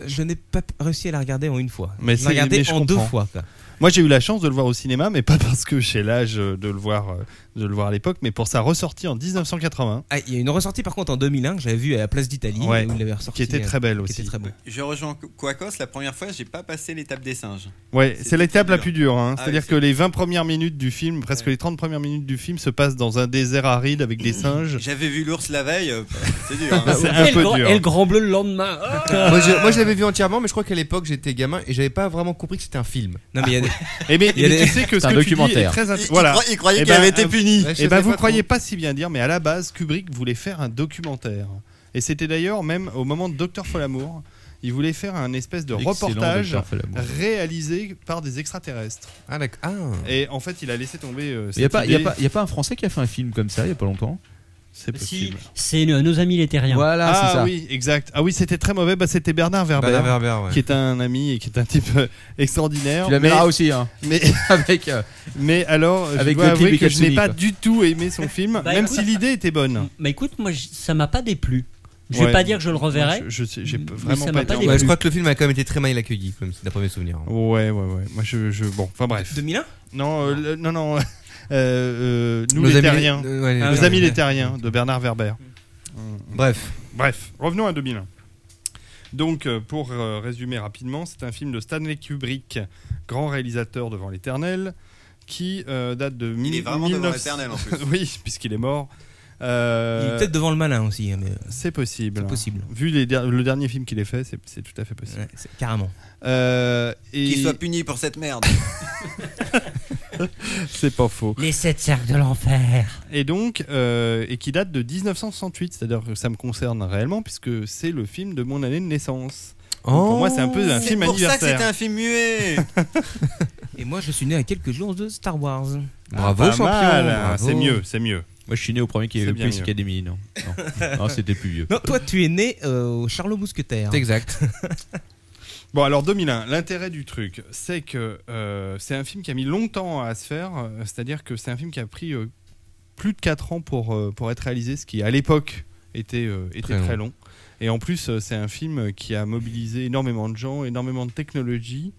Speaker 7: euh, je n'ai pas p- réussi à la regarder en une fois.
Speaker 4: Mais
Speaker 7: je
Speaker 4: c'est
Speaker 7: l'ai regardée
Speaker 4: mais je
Speaker 7: en deux
Speaker 4: comprends. [laughs]
Speaker 7: fois. quoi.
Speaker 4: Moi, j'ai eu la chance de le voir au cinéma, mais pas [laughs] parce que j'ai l'âge euh, de le voir, euh, de le voir à l'époque, mais pour sa ressortie en 1980.
Speaker 7: Ah, il y a une ressortie par contre en 2001 que j'avais vue à la place d'Italie,
Speaker 4: Ouais,
Speaker 7: où il avait ressorti,
Speaker 4: qui était
Speaker 7: euh,
Speaker 4: très belle
Speaker 7: qui était
Speaker 4: aussi.
Speaker 7: très beau.
Speaker 5: Je rejoins Quacos, la première fois, j'ai pas passé l'étape des singes.
Speaker 4: Ouais,
Speaker 5: C'était
Speaker 4: c'est l'étape la
Speaker 5: dur.
Speaker 4: plus dure. hein.
Speaker 5: Ah
Speaker 4: C'est-à-dire
Speaker 5: oui,
Speaker 4: que les 20 premières minutes du film, presque les 30 premières minutes du film, se passent dans un désert aride avec
Speaker 5: [coughs] [laughs]
Speaker 4: des singes.
Speaker 5: J'avais vu l'ours la veille, euh, c'est dur. hein.
Speaker 4: [laughs] C'est un
Speaker 6: Et le
Speaker 4: peu
Speaker 6: grand-
Speaker 4: dur.
Speaker 6: et le grand bleu le
Speaker 4: [laughs]
Speaker 6: lendemain. Ah
Speaker 2: moi, je, moi, je l'avais vu entièrement, mais je crois qu'à l'époque j'étais gamin et j'avais pas vraiment compris que c'était un film.
Speaker 7: Non, mais il y a des-
Speaker 4: Et Ah.
Speaker 3: [laughs]
Speaker 4: mais,
Speaker 2: Il y a
Speaker 4: Eh mais
Speaker 2: des-
Speaker 4: tu sais que
Speaker 2: C'est
Speaker 4: ce
Speaker 2: un
Speaker 4: que tu dis est
Speaker 2: documentaire.
Speaker 4: très int-
Speaker 2: Il- il
Speaker 4: voilà.
Speaker 2: croyait- il croyait
Speaker 4: Eh
Speaker 2: qu'il
Speaker 4: ben,
Speaker 2: avait été
Speaker 4: euh,
Speaker 2: puni. Ouais, je
Speaker 4: Eh ben
Speaker 2: sais
Speaker 4: vous
Speaker 2: pas
Speaker 4: croyez
Speaker 2: trop.
Speaker 4: pas si bien dire, mais à la base Kubrick voulait faire un documentaire. Et c'était d'ailleurs même au moment de Docteur Folamour, il voulait faire un espèce de
Speaker 14: Excellent
Speaker 4: reportage
Speaker 14: Dr. Folamour.
Speaker 4: réalisé par des extraterrestres.
Speaker 2: Ah d'accord.
Speaker 4: Et en fait, il a laissé tomber. euh,
Speaker 3: Il n'y a,
Speaker 4: cette
Speaker 3: pas- y a
Speaker 4: idée.
Speaker 3: pas- y a pas un Français qui a fait un film comme ça il n'y a pas longtemps
Speaker 4: C'est
Speaker 3: possible.
Speaker 6: C'est euh, nos amis les terriens.
Speaker 3: Voilà,
Speaker 4: ah oui, exact. Ah oui, c'était très mauvais. Bah, c'était Bernard Werber,
Speaker 3: Bernard Werber, ouais.
Speaker 4: qui est un ami et qui est un type euh, extraordinaire.
Speaker 3: Tu la
Speaker 4: Mais-
Speaker 3: verras aussi, hein.
Speaker 4: Mais
Speaker 3: [laughs] avec. euh,
Speaker 4: Mais alors, je
Speaker 3: Avec
Speaker 4: dois
Speaker 3: le clip
Speaker 4: avouer que je
Speaker 3: Bicalsoni,
Speaker 4: n'ai pas
Speaker 3: quoi.
Speaker 4: du tout aimé son film,
Speaker 6: Bah,
Speaker 4: même
Speaker 6: écoute-
Speaker 4: si l'idée était bonne.
Speaker 6: Bah écoute, moi je- ça m'a pas déplu. Je vais
Speaker 4: Ouais.
Speaker 6: pas dire que je le
Speaker 4: Moi,
Speaker 6: reverrai.
Speaker 4: je- je sais- j'ai
Speaker 6: mais ça
Speaker 4: vraiment pas
Speaker 6: m'a
Speaker 4: été-
Speaker 6: déplu.
Speaker 2: Ouais, je crois que le film a quand même été très mal accueilli, comme si- d'après mes souvenirs. hein.
Speaker 4: Ouais, ouais, ouais. Moi, je, je- bon, enfin bref.
Speaker 7: 2001
Speaker 4: Non, euh, le- non, non. [laughs] euh, euh, nous
Speaker 2: Nos
Speaker 4: les
Speaker 2: amis-
Speaker 4: terriens,
Speaker 2: euh, ouais, les-
Speaker 4: nos
Speaker 2: ouais.
Speaker 4: amis les terriens de Bernard Werber.
Speaker 7: Mm.
Speaker 2: Bref.
Speaker 4: Bref, revenons à 2001. Donc, euh, pour euh, résumer rapidement, c'est un film de Stanley Kubrick, grand réalisateur devant l'éternel, qui euh, date de
Speaker 5: Il est vraiment devant l'éternel, en plus.
Speaker 4: [laughs] oui, puisqu'il est mort. Euh,
Speaker 7: Il est peut-être devant le malin aussi. hein, mais, euh,
Speaker 4: C'est possible.
Speaker 7: C'est possible.
Speaker 4: Vu les der- le dernier film qu'il ait fait, c'est c'est tout à fait possible.
Speaker 7: carrément.
Speaker 4: Euh, et...
Speaker 5: Qu'il soit puni pour cette merde.
Speaker 4: [laughs] c'est pas faux.
Speaker 6: Les sept cercles de l'enfer.
Speaker 4: Et donc, euh, et qui date de 1968, c'est-à-dire que ça me concerne réellement puisque c'est le film de mon année de naissance. Donc, pour moi, c'est un peu un film anniversaire.
Speaker 5: film muet.
Speaker 7: Et moi, je suis né à quelques jours de Star Wars.
Speaker 4: Bravo, Ah, pas champion, mal, bravo. c'est mieux, c'est mieux.
Speaker 3: Moi, je suis né au premier qui
Speaker 7: C'est
Speaker 3: avait
Speaker 7: bien
Speaker 3: Police
Speaker 7: mieux.
Speaker 3: Academy, non.
Speaker 4: [laughs]
Speaker 3: Non, Non, c'était plus vieux.
Speaker 7: Non, toi, tu es né euh, au Charlot Mousquetaire.
Speaker 4: C'est exact. [laughs] Bon, alors 2001, l'intérêt du truc, c'est que euh, c'est un film qui a mis longtemps à se faire, euh, c'est-à-dire que c'est un film qui a pris euh, plus de 4 ans pour, euh, pour être réalisé, ce qui à l'époque était, euh, était
Speaker 2: Très
Speaker 4: très,
Speaker 2: long.
Speaker 4: long. Et en plus, euh, c'est un film qui a mobilisé énormément de gens, énormément de technologies.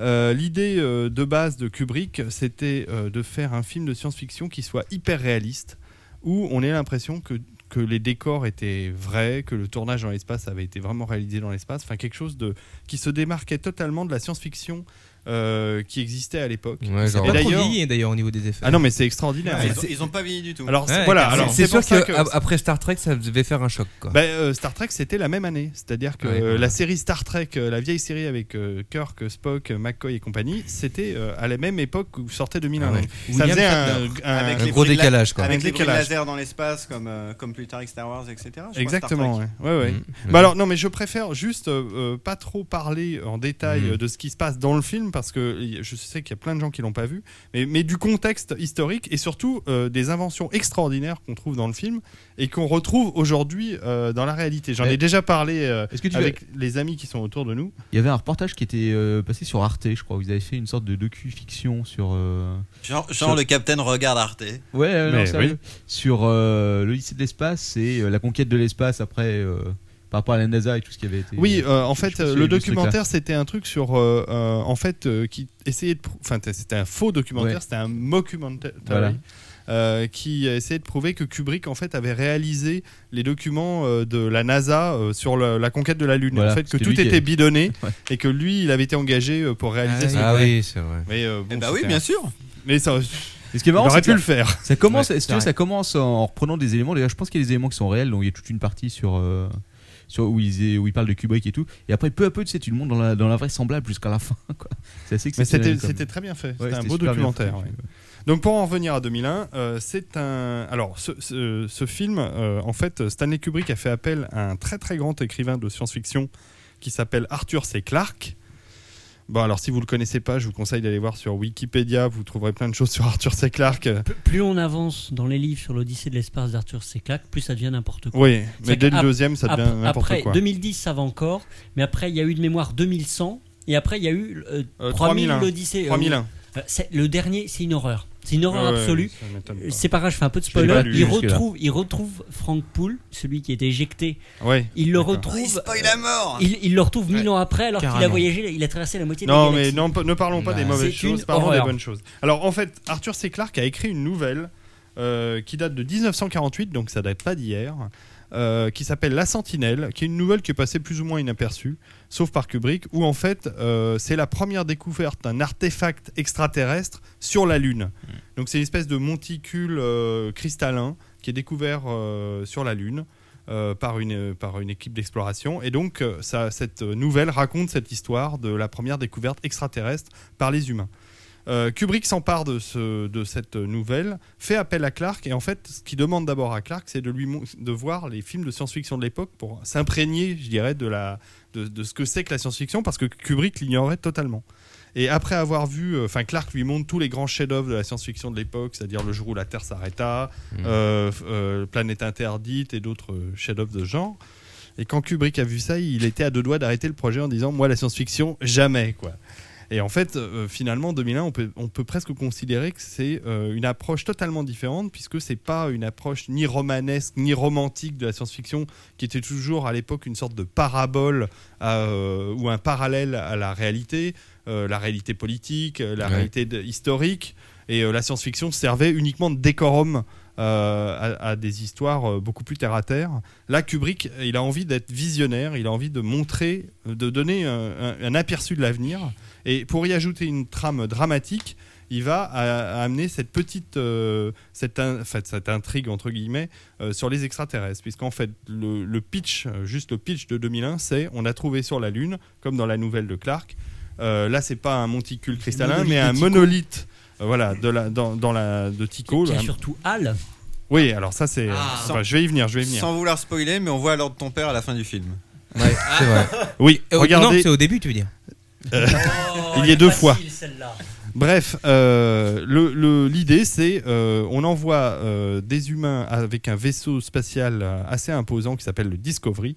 Speaker 4: Euh, L'idée euh, de base de Kubrick, c'était euh, de faire un film de science-fiction qui soit hyper réaliste, où on ait l'impression que, que les décors étaient vrais, que le tournage dans l'espace avait été vraiment réalisé dans l'espace, enfin quelque chose de, qui se démarquait totalement de la science-fiction euh, qui existait à l'époque.
Speaker 7: Ouais, genre-
Speaker 4: Et
Speaker 7: Pas trop vieilli, d'ailleurs, au niveau des effets.
Speaker 4: Ah non, mais c'est extraordinaire.
Speaker 7: Ouais,
Speaker 4: Et
Speaker 7: ils ont-
Speaker 4: c'est-
Speaker 7: ils ont pas vieilli du tout.
Speaker 4: Alors c'est-
Speaker 7: Ouais,
Speaker 4: voilà,
Speaker 7: carrément.
Speaker 4: alors,
Speaker 2: C'est
Speaker 4: c'est
Speaker 2: sûr
Speaker 4: pour ça que
Speaker 2: qu'après Star Trek, ça devait faire un choc. Quoi.
Speaker 4: bah, euh, Star Trek, c'était la même année. C'est-à-dire que
Speaker 2: Ouais.
Speaker 4: euh, la série Star Trek, euh, la vieille série avec euh, Kirk, Spock, euh, McCoy et compagnie, c'était euh, à la même époque où sortait 2001.
Speaker 2: Ah ouais.
Speaker 4: Donc, Ça
Speaker 2: William
Speaker 4: faisait un,
Speaker 2: Shatner.
Speaker 4: un-
Speaker 2: Avec
Speaker 4: un
Speaker 2: les gros décalage, quoi.
Speaker 5: Avec
Speaker 4: Un
Speaker 5: les bruits de
Speaker 4: décalage.
Speaker 5: laser dans l'espace, comme, euh, comme plus tard avec Star Wars, etc. hein, Je crois que
Speaker 4: Exactement.
Speaker 5: Star
Speaker 4: Ouais.
Speaker 5: Trek-
Speaker 4: Ouais, ouais.
Speaker 3: Mm.
Speaker 4: Bah alors non, mais je préfère juste euh, euh, pas trop parler en détail
Speaker 2: Mhm.
Speaker 3: Mm.
Speaker 4: euh, de ce qui se passe dans le film parce que y- je sais qu'il y a plein de gens qui l'ont pas vu, mais, mais du contexte historique et surtout euh, des inventions extraordinaires qu'on trouve dans le film et qu'on retrouve aujourd'hui euh, dans la réalité. J'en
Speaker 3: Mais-
Speaker 4: ai déjà parlé euh,
Speaker 3: Est-ce que tu
Speaker 4: avec les amis qui sont autour de nous.
Speaker 3: Il y avait un reportage qui était euh, passé sur Arte, je crois. où Ils avaient fait une sorte de docu-fiction sur. euh,
Speaker 5: Genre,
Speaker 3: sur-
Speaker 5: genre le capitaine regarde Arte.
Speaker 3: Ouais, euh, non,
Speaker 5: Mais
Speaker 3: sérieux.
Speaker 5: oui.
Speaker 3: sur euh, le lycée de l'espace et euh, la conquête de l'espace après, euh, par rapport à la NASA et tout ce qui avait été.
Speaker 4: Oui, euh, en
Speaker 3: Je sais
Speaker 4: fait,
Speaker 3: pas si
Speaker 4: euh, le
Speaker 3: j'ai vu ce truc-là.
Speaker 4: documentaire, c'était un truc sur, euh, euh, en fait, euh, qui essayait de, prou- enfin, t- c'était un faux documentaire,
Speaker 3: Ouais.
Speaker 4: c'était un mockumentary.
Speaker 3: Voilà.
Speaker 4: euh, qui essayait de prouver que Kubrick en fait avait réalisé les documents euh, de la NASA euh, sur la, la conquête de la Lune,
Speaker 3: Voilà,
Speaker 4: en fait que
Speaker 3: c'était
Speaker 4: tout
Speaker 3: lui qui
Speaker 4: était
Speaker 3: avait- [laughs]
Speaker 4: bidonné et que lui il avait été engagé euh, pour réaliser. ce
Speaker 3: Ah oui.
Speaker 4: projet.
Speaker 3: Ah oui, c'est vrai.
Speaker 4: Mais euh,
Speaker 5: Eh
Speaker 4: bon,
Speaker 5: bah oui,
Speaker 4: c'était
Speaker 5: bien
Speaker 4: un-
Speaker 5: sûr.
Speaker 4: Mais ça,
Speaker 3: Et ce qui est marrant,
Speaker 4: il aurait
Speaker 3: c'est
Speaker 4: pu
Speaker 3: que
Speaker 4: le
Speaker 3: ça-
Speaker 4: faire.
Speaker 3: Ça commence,
Speaker 4: Ouais,
Speaker 3: si tu veux,
Speaker 4: c'est
Speaker 3: ça
Speaker 4: vrai.
Speaker 3: commence en reprenant des éléments. D'ailleurs, je pense qu'il y a des éléments qui sont réels. Donc il y a toute une partie sur, euh, sur où ils où ils parlent de Kubrick et tout. Et après, peu à peu, tu sais, tu le montes dans la dans la vraisemblable jusqu'à la [laughs] fin. quoi. C'est assez
Speaker 4: Mais c'était
Speaker 3: exceptionnel. comme-
Speaker 4: c'était très bien fait.
Speaker 3: Ouais,
Speaker 4: c'était un beau
Speaker 3: super bien
Speaker 4: documentaire.
Speaker 3: fait.
Speaker 4: ouais. Donc pour en revenir à 2001, euh, c'est un. Alors ce, ce- ce film, euh, en fait, Stanley Kubrick a fait appel à un très très grand écrivain de science-fiction qui s'appelle Arthur C. Clarke. Bon alors si vous le connaissez pas, je vous conseille d'aller voir sur Wikipédia. Vous trouverez plein de choses sur Arthur C. Clarke.
Speaker 6: Plus on avance dans les livres sur l'Odyssée de l'espace d'Arthur C. Clarke, plus ça devient n'importe quoi.
Speaker 4: Oui,
Speaker 6: C'est-à-dire
Speaker 4: mais dès le
Speaker 6: qu'ap-
Speaker 4: deuxième, ça devient
Speaker 6: ap-
Speaker 4: n'importe
Speaker 6: après,
Speaker 4: quoi.
Speaker 6: 2010, ça va encore, mais après, il y a eu de mémoire 2100, et après, il y a eu euh, 3000
Speaker 4: 3001.
Speaker 6: l'Odyssée. euh,
Speaker 4: 3001.
Speaker 6: euh, c'est- le dernier, c'est une horreur. C'est une horreur
Speaker 4: Ouais,
Speaker 6: absolue.
Speaker 4: ça m'étonne pas.
Speaker 6: Euh, C'est pas grave, je fais un peu de
Speaker 4: Je l'ai
Speaker 6: spoiler.
Speaker 4: pas lu
Speaker 6: Il
Speaker 4: jusque-là.
Speaker 6: retrouve, il retrouve Frank Poole, celui qui était éjecté.
Speaker 4: Ouais,
Speaker 6: il le
Speaker 4: d'accord.
Speaker 6: retrouve.
Speaker 4: Il
Speaker 5: Ah, spoil à mort.
Speaker 6: Il, il le retrouve mille ans après, alors qu'il a
Speaker 4: Carrément. Bah,
Speaker 6: voyagé, il a traversé la moitié de la
Speaker 4: Non, mais
Speaker 6: galaxie.
Speaker 4: non, ne parlons pas des mauvaises
Speaker 6: C'est une
Speaker 4: choses, parlons des
Speaker 6: horreur.
Speaker 4: bonnes choses. Alors en fait, Arthur C. Clarke a écrit une nouvelle euh, qui date de 1948, donc ça date pas d'hier, euh, qui s'appelle La Sentinelle, qui est une nouvelle qui est passée plus ou moins inaperçue, sauf par Kubrick, où en fait euh, c'est la première découverte d'un artefact extraterrestre sur la Lune. Donc c'est une espèce de monticule euh, cristallin qui est découvert euh, sur la Lune. euh, par, une, euh, par une équipe d'exploration. Et donc, euh, ça, cette nouvelle raconte cette histoire de la première découverte extraterrestre par les humains. Euh, Kubrick s'empare de, ce- de cette nouvelle, fait appel à Clark, et en fait, ce qu'il demande d'abord à Clark, c'est de, lui mon- de voir les films de science-fiction de l'époque pour s'imprégner, je dirais, de, la, de, de ce que c'est que la science-fiction, parce que Kubrick l'ignorait totalement. Et après avoir vu, euh, enfin Clark lui montre tous les grands chefs-d'œuvre de la science-fiction de l'époque, c'est-à-dire Le jour où la Terre s'arrêta, euh, f- euh, Planète interdite et d'autres euh, chefs-d'œuvre de ce genre. Et quand Kubrick a vu ça, il était à deux doigts d'arrêter le projet en disant moi la science-fiction jamais quoi. Et en fait, euh, finalement, 2001, on peut, on peut presque considérer que c'est euh, une approche totalement différente, puisque c'est pas une approche ni romanesque ni romantique de la science-fiction, qui était toujours à l'époque une sorte de parabole à, euh, ou un parallèle à la réalité, euh, la réalité politique, euh, la
Speaker 3: Ouais.
Speaker 4: réalité de- historique. Et euh, la science-fiction servait uniquement de décorum euh, à, à des histoires euh, beaucoup plus terre à terre. Là, Kubrick, il a envie d'être visionnaire, il a envie de montrer, de donner euh, un, un aperçu de l'avenir. Et pour y ajouter une trame dramatique, il va à- à amener cette petite, euh, cette, in- en fait, cette intrigue entre guillemets euh, sur les extraterrestres, puisqu'en fait le, le pitch, euh, juste le pitch de 2001, c'est on a trouvé sur la Lune, comme dans la nouvelle de Clark. euh, là, c'est pas un monticule cristallin,
Speaker 6: monolithe
Speaker 4: mais
Speaker 6: de
Speaker 4: un
Speaker 6: Tycho.
Speaker 4: monolithe, euh, voilà, de la, dans, dans la de Tycho.
Speaker 6: Il y a
Speaker 4: là.
Speaker 6: surtout Hal.
Speaker 4: Oui, alors ça c'est. euh,
Speaker 26: Ah.
Speaker 4: enfin, je vais y venir, je vais y venir.
Speaker 5: Ah. Sans vouloir spoiler, mais on voit l'ordre de ton père à la fin du film.
Speaker 4: Ouais, c'est vrai. Oui,
Speaker 5: Et au-
Speaker 4: regardez.
Speaker 5: Ah. Euh, non, c'est au
Speaker 26: début, tu veux dire
Speaker 4: Euh, [laughs]
Speaker 26: Oh,
Speaker 4: Il
Speaker 26: elle
Speaker 4: y
Speaker 26: est
Speaker 4: a deux
Speaker 26: facile,
Speaker 4: fois.
Speaker 26: celle-là.
Speaker 4: Bref, euh, le- le- l'idée c'est euh, on envoie euh, des humains avec un vaisseau spatial euh, assez imposant qui s'appelle le Discovery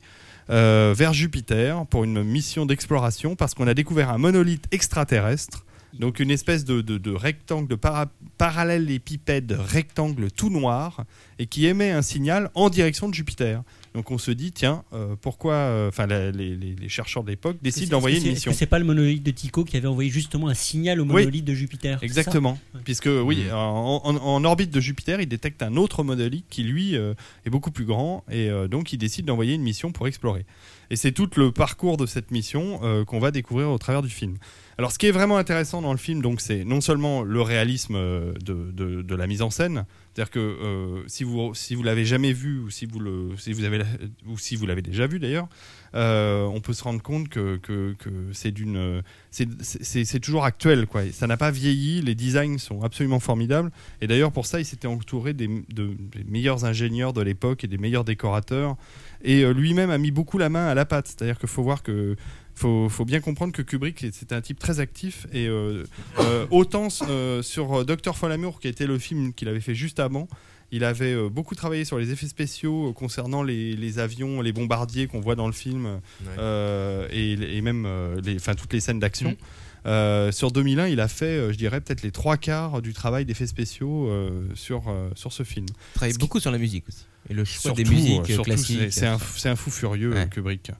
Speaker 4: euh, vers Jupiter pour une mission d'exploration parce qu'on a découvert un monolithe extraterrestre. Donc une espèce de, de- de rectangle, de para- parallélépipède rectangle tout noir et qui émet un signal en direction de Jupiter. Donc on se dit tiens euh, pourquoi euh, enfin la- les, les- les chercheurs de l'époque
Speaker 6: Est-ce que
Speaker 4: décident
Speaker 6: c'est-
Speaker 4: d'envoyer
Speaker 6: est-ce
Speaker 4: une
Speaker 6: que c'est-
Speaker 4: mission.
Speaker 6: Est-ce que c'est pas le monolithe de Tycho qui avait envoyé justement un signal au
Speaker 4: Oui.
Speaker 6: monolithe de Jupiter c'est ça
Speaker 4: Exactement, puisque oui, en, en- en orbite de Jupiter, il détecte un autre monolithe qui lui euh, est beaucoup plus grand et euh, donc il décide d'envoyer une mission pour explorer. Et c'est tout le parcours de cette mission euh, qu'on va découvrir au travers du film. Alors, ce qui est vraiment intéressant dans le film, donc, c'est non seulement le réalisme euh, de, de- de la mise en scène, c'est-à-dire que euh, si vous si vous l'avez jamais vu ou si vous le si vous avez la- ou si vous l'avez déjà vu d'ailleurs, euh, on peut se rendre compte que que, que c'est d'une c'est- c'est c'est toujours actuel quoi. Et Ça n'a pas vieilli, les designs sont absolument formidables. Et d'ailleurs pour ça, il s'était entouré des, de- des meilleurs ingénieurs de l'époque et des meilleurs décorateurs. Et euh, lui-même a mis beaucoup la main à la pâte, c'est-à-dire qu'il faut voir que faut, faut bien comprendre que Kubrick c'était un type très actif et euh, euh, autant euh, sur Docteur Folamour qui était le film qu'il avait fait juste avant. Il avait euh, beaucoup travaillé sur les effets spéciaux euh, concernant les, les avions, les bombardiers qu'on voit dans le film euh, et, et même euh, les, enfin, toutes les scènes d'action. Euh, sur 2001, il a fait, euh, je dirais, peut-être les trois quarts du travail d'effets spéciaux euh, sur, euh, sur ce film.
Speaker 7: Il travaille beaucoup sur la musique aussi. Et le choix des
Speaker 4: Surtout,
Speaker 7: musiques
Speaker 4: euh,
Speaker 7: euh,
Speaker 4: surtout,
Speaker 7: classiques.
Speaker 4: c'est- C'est un, fou- c'est un fou furieux, euh, Kubrick.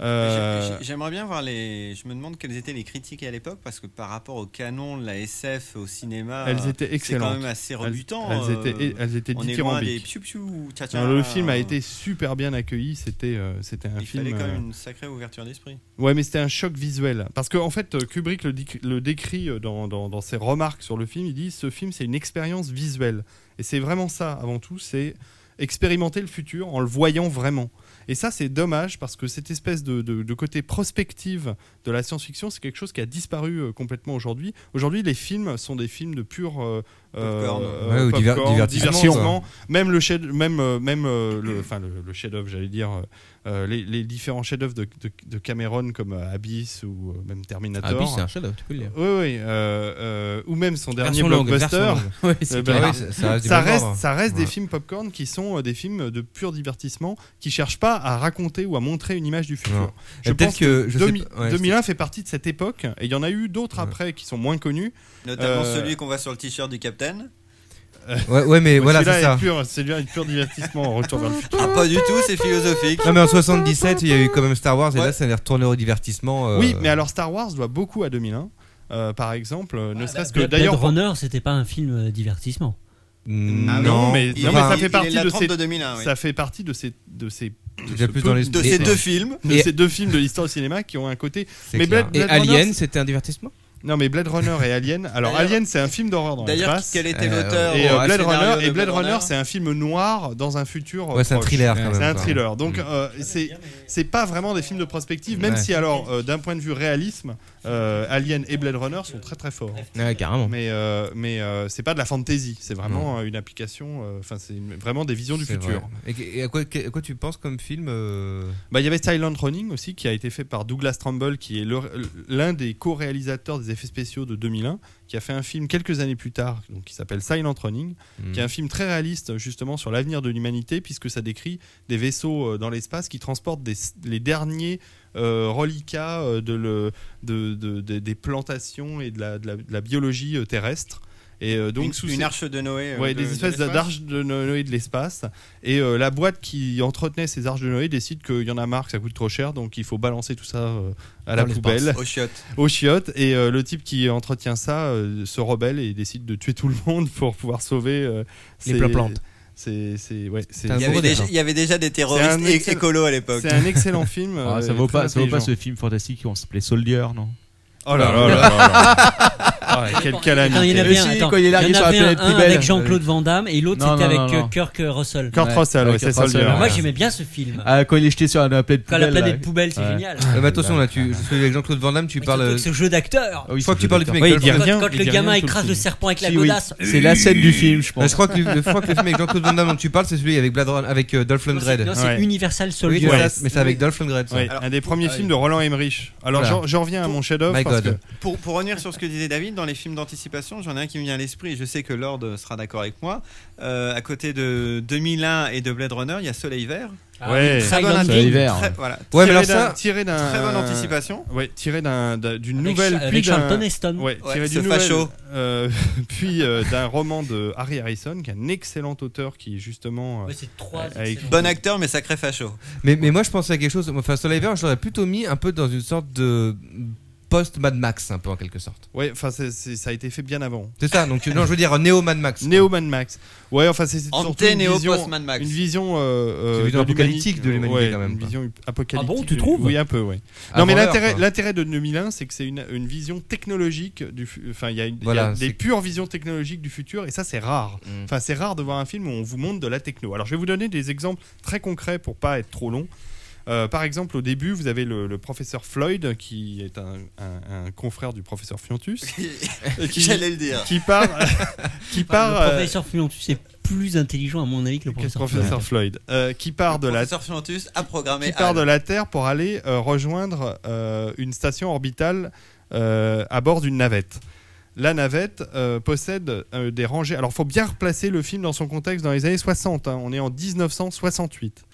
Speaker 5: J'ai-
Speaker 4: Euh,
Speaker 5: j'ai- J'aimerais bien voir les. Je me demande quelles étaient les critiques à l'époque parce que par rapport au canon de la SF au cinéma,
Speaker 4: Elles étaient
Speaker 5: C'est
Speaker 4: excellentes.
Speaker 5: quand même assez
Speaker 4: Elles-
Speaker 5: rebutant.
Speaker 4: elles
Speaker 5: euh,
Speaker 4: étaient- e- elles étaient
Speaker 5: On est loin des
Speaker 4: dithyrambiques.
Speaker 5: piou-piou, tcha-tcha.
Speaker 4: Non, le film a été super bien accueilli. C'était euh, c'était un
Speaker 5: Il
Speaker 4: film.
Speaker 5: fallait quand
Speaker 4: euh,
Speaker 5: même une sacrée ouverture d'esprit.
Speaker 4: Ouais, mais c'était un choc visuel. Parce qu'en en fait, euh, Kubrick le, dic- le décrit euh, dans, dans- dans ses remarques sur le film. Il dit ce film, c'est une expérience visuelle. Et c'est vraiment ça, avant tout. C'est expérimenter le futur en le voyant vraiment. Et ça, c'est dommage parce que cette espèce de, de- de côté prospective de la science-fiction, c'est quelque chose qui a disparu euh, complètement aujourd'hui. Aujourd'hui, les films sont des films de pure euh,
Speaker 14: Popcorn.
Speaker 4: euh,
Speaker 14: Ouais, ou diver-
Speaker 4: popcorn,
Speaker 14: divertissement,
Speaker 4: divertissement.
Speaker 14: quoi.
Speaker 4: Même le chef, même euh, même euh, le, enfin le, le chef-d'œuvre, j'allais dire, euh, euh, les, les différents chefs-d'œuvre de, de- de Cameron comme euh, Abyss ou euh, même Terminator.
Speaker 7: Abyss, c'est un chef-d'œuvre, tu peux le dire.
Speaker 4: Oui, oui. euh, euh, ou même son dernier
Speaker 7: Version longue,
Speaker 4: blockbuster.
Speaker 7: version longue. Ouais, c'est
Speaker 4: Euh, bah,
Speaker 7: clair.
Speaker 4: ça,
Speaker 7: Ouais, ça reste du bon
Speaker 4: reste,
Speaker 7: ordre.
Speaker 4: ça reste des
Speaker 7: Ouais.
Speaker 4: films popcorn qui sont euh, des films de pur divertissement, qui cherchent pas à raconter ou à montrer une image du
Speaker 2: Non.
Speaker 4: futur.
Speaker 2: Et peut-être que- je sais
Speaker 4: 2000
Speaker 2: pas- ouais,
Speaker 4: 2001 fait partie de cette époque, et il y en a eu d'autres après qui sont moins connus.
Speaker 5: Notamment
Speaker 4: Euh,
Speaker 5: celui qu'on voit sur le t-shirt du Captain.
Speaker 2: Ouais, ouais, mais voilà,
Speaker 4: celui-là
Speaker 2: c'est
Speaker 4: est
Speaker 2: ça.
Speaker 4: [laughs] pur- Celui-là est pur divertissement, retour vers le futur.
Speaker 5: Ah, pas du tout, c'est philosophique.
Speaker 2: Non, mais en 77, il y a eu quand même Star Wars, et là, ça allait retourner au divertissement. euh,
Speaker 4: Oui, mais alors Star Wars doit beaucoup à 2001, euh, par exemple, euh, ne serait-ce que
Speaker 6: Blade Ah, Blade
Speaker 4: d'ailleurs.
Speaker 6: Runner, c'était pas un film euh, divertissement.
Speaker 4: Ah non, mais, non, mais ça fait partie de ces ça fait partie de ces de ces de
Speaker 2: Il y a
Speaker 4: ce
Speaker 2: plus
Speaker 4: peu-
Speaker 2: dans les-
Speaker 4: de
Speaker 2: de
Speaker 4: ces
Speaker 2: ces
Speaker 4: deux films, de
Speaker 2: Et-
Speaker 4: ces deux films de l'histoire du cinéma qui ont un côté.
Speaker 2: C'est clair. Et Alien,
Speaker 7: c'était un divertissement.
Speaker 4: Non mais Blade Runner et Alien. Alors
Speaker 2: D'ailleurs-
Speaker 4: Alien, c'est un film d'horreur dans
Speaker 5: d'ailleurs,
Speaker 4: l'espace.
Speaker 5: quel était Euh, l'auteur
Speaker 4: Et euh,
Speaker 5: au
Speaker 4: Blade
Speaker 5: scénario
Speaker 4: Runner
Speaker 5: de
Speaker 4: et Blade
Speaker 5: Blade Runner
Speaker 4: Runner, c'est un film noir dans un futur. euh,
Speaker 2: Ouais, c'est un
Speaker 4: proche.
Speaker 2: thriller, quand
Speaker 4: C'est
Speaker 2: même,
Speaker 4: un
Speaker 2: quoi.
Speaker 4: thriller. Donc
Speaker 2: Mm.
Speaker 4: euh, c'est c'est pas vraiment des films de prospective, même
Speaker 2: Ouais.
Speaker 4: si alors euh, d'un point de vue réalisme, euh, Alien et Blade Runner sont très très forts.
Speaker 7: Ouais, carrément.
Speaker 4: Mais, euh, mais euh, c'est pas de la fantasy, c'est vraiment euh, une application, euh, enfin c'est une- vraiment des visions du
Speaker 2: c'est
Speaker 4: futur.
Speaker 2: vrai. Et, et à, quoi, à quoi tu penses comme film euh,
Speaker 4: Bah, Il y avait Silent Running aussi, qui a été fait par Douglas Trumbull, qui est le- l'un des co-réalisateurs des effets spéciaux de 2001, qui a fait un film quelques années plus tard, donc, qui s'appelle Silent Running,
Speaker 5: Hmm.
Speaker 2: Mm.
Speaker 4: qui est un film très réaliste justement sur l'avenir de l'humanité, puisque ça décrit des vaisseaux euh, dans l'espace qui transportent des- les derniers euh, reliquats euh, de le- de- de- de- des plantations et de la, de la- de la biologie euh, terrestre. Et euh, donc
Speaker 5: Une-
Speaker 4: sous
Speaker 5: une
Speaker 4: ces-
Speaker 5: arche de Noé, euh,
Speaker 4: Ouais,
Speaker 5: de-
Speaker 4: des
Speaker 5: de
Speaker 4: espèces
Speaker 5: l'espace.
Speaker 4: d'arches de Noé de l'espace. Et euh, la boîte qui entretenait ces arches de Noé décide qu'il y en a marre, que ça coûte trop cher, donc il faut balancer tout ça euh, à la
Speaker 5: Dans l'espace.
Speaker 4: poubelle.
Speaker 5: Aux chiottes.
Speaker 4: Aux chiottes. Et euh, le type qui entretient ça euh, se rebelle et décide de tuer tout le monde pour pouvoir sauver euh,
Speaker 5: Les
Speaker 4: ces-
Speaker 5: plantes.
Speaker 4: ces- ces- ouais, ces-
Speaker 5: Il y, avait déjà, il y avait déjà des terroristes
Speaker 4: C'est un
Speaker 5: é-
Speaker 4: excellent-
Speaker 5: écolos à l'époque.
Speaker 4: C'est un excellent film.
Speaker 3: Ah, ça
Speaker 4: euh,
Speaker 3: vaut
Speaker 4: très
Speaker 3: pas, ça vaut pas
Speaker 4: intelligent.
Speaker 3: ce film fantastique on se plaît Soldier, non
Speaker 4: Oh là là là là
Speaker 3: [laughs]
Speaker 4: là. Ah, quelle
Speaker 6: Attends, il y en avait
Speaker 3: Mais
Speaker 6: un,
Speaker 3: si,
Speaker 6: attends,
Speaker 3: quand il est largué
Speaker 6: il y en
Speaker 3: sur la
Speaker 6: avait un,
Speaker 3: planète
Speaker 6: un
Speaker 3: poubelle.
Speaker 6: avec Jean-Claude Van Damme et l'autre
Speaker 3: Non,
Speaker 6: c'était
Speaker 3: non,
Speaker 6: avec
Speaker 3: non,
Speaker 6: euh,
Speaker 3: non.
Speaker 6: Kirk Russell.
Speaker 4: Kurt Russell, ouais, c'est Soldier.
Speaker 6: Moi j'aimais bien ce film.
Speaker 3: Ah, quand il est jeté sur la planète
Speaker 6: Quand
Speaker 3: poubelle.
Speaker 6: la
Speaker 3: là,
Speaker 6: planète
Speaker 3: ouais.
Speaker 6: poubelle, c'est
Speaker 3: Ouais.
Speaker 6: génial.
Speaker 2: Ah, mais attention, là, tu, je suis avec Jean-Claude Van Damme, tu parles.
Speaker 6: avec ce jeu d'acteur.
Speaker 3: Ah
Speaker 2: je crois que tu parles du film
Speaker 6: Oui, il
Speaker 2: avec
Speaker 6: dit
Speaker 2: Jean-Claude
Speaker 6: rien,
Speaker 2: Van Damme.
Speaker 6: Quand il le dit gamin rien tout le écrase le film. serpent avec la godasse.
Speaker 3: C'est la scène du film, je pense.
Speaker 2: Euh, Je crois que le, je crois que le film avec Jean-Claude Van Damme dont tu parles, c'est celui avec, Blade Run- avec euh, Dolph Lundgren.
Speaker 6: non, c'est Ouais. Universal Soldier.
Speaker 2: Oui, c'est
Speaker 4: Ouais.
Speaker 2: ça, mais c'est avec Dolph Lundgren. ça.
Speaker 4: Ouais, un des premiers films de Roland Emmerich. Alors
Speaker 2: Voilà.
Speaker 4: j'en- j'en reviens à mon chef-d'œuvre.
Speaker 2: My
Speaker 4: parce
Speaker 2: God.
Speaker 4: que-
Speaker 5: Pour, pour revenir sur ce que disait David, dans les films d'anticipation, j'en ai un qui me vient à l'esprit, et je sais que Lord sera d'accord avec moi. Euh, à côté de 2001 et de Blade Runner, il y a Soleil Vert.
Speaker 4: Ouais.
Speaker 5: Ah,
Speaker 2: Ah,
Speaker 5: Très bonne anti- très- voilà.
Speaker 4: Ouais,
Speaker 5: Tiré
Speaker 4: mais alors
Speaker 5: d'un-
Speaker 4: ça, tiré d'un,
Speaker 5: Très bonne anticipation.
Speaker 4: Ouais, tiré d'un, d'un- d'une
Speaker 5: Avec
Speaker 4: nouvelle,
Speaker 5: Cha-
Speaker 4: puis
Speaker 5: avec
Speaker 4: d'un-
Speaker 5: Charlton Heston.
Speaker 4: Ouais,
Speaker 5: Ouais,
Speaker 4: tiré
Speaker 5: ce
Speaker 4: d'une nouvelle,
Speaker 5: facho. [laughs]
Speaker 4: euh, puis euh, d'un roman de Harry Harrison, qui est un excellent auteur, qui justement. euh, a écrit-
Speaker 5: Bon acteur, mais sacré facho.
Speaker 2: Mais, mais moi, je pensais à quelque chose. Enfin, Soleil Vert, je l'aurais plutôt mis un peu dans une sorte de post-Mad Max, un peu en quelque sorte.
Speaker 4: Ouais, enfin, c'est- c'est- ça a été fait bien avant.
Speaker 2: C'est ça, donc non, je veux dire néo-Mad Max.
Speaker 4: Néo-Mad Max. Ouais, enfin, c'est c'est
Speaker 2: Ante
Speaker 4: surtout une
Speaker 2: néo
Speaker 4: vision,
Speaker 2: post-Mad Max.
Speaker 4: une vision, euh, euh,
Speaker 2: C'est une vision
Speaker 4: de
Speaker 2: apocalyptique de l'humanité,
Speaker 4: Ouais,
Speaker 2: quand même,
Speaker 4: Une
Speaker 2: quoi.
Speaker 4: vision apocalyptique.
Speaker 2: Ah bon, tu
Speaker 4: de-
Speaker 2: trouves
Speaker 4: Oui, un peu, oui.
Speaker 2: Avant
Speaker 4: Non, mais
Speaker 2: l'heure,
Speaker 4: l'intérêt,
Speaker 2: quoi.
Speaker 4: l'intérêt de 2001, c'est que c'est une, une vision technologique du. fu- Enfin, il y a, une- il y a
Speaker 2: Voilà,
Speaker 4: des
Speaker 2: c'est- Mm.
Speaker 4: pures visions technologiques du futur, et ça, c'est rare. Enfin, c'est rare de voir un film où on vous montre de la techno. Alors, je vais vous donner des exemples très concrets pour pas être trop long. Euh, par exemple, au début, vous avez le, le professeur Floyd, qui est un, un- un confrère du professeur
Speaker 2: [laughs]
Speaker 4: Fiontus.
Speaker 6: [laughs]
Speaker 5: J'allais le dire.
Speaker 4: Qui part. qui part.
Speaker 6: Le
Speaker 4: euh,
Speaker 6: professeur Fillon, tu sais plus intelligent, à mon avis, que le professeur,
Speaker 4: Professeur Floyd, euh, qui part de la
Speaker 5: Professeur Fiontus a programmé.
Speaker 4: qui part
Speaker 5: Al.
Speaker 4: de la Terre pour aller euh, rejoindre euh, une station orbitale euh, à bord d'une navette. La navette euh, possède euh, des rangées. Alors, faut bien replacer le film dans son contexte dans les années 60. hein. On est en 1968.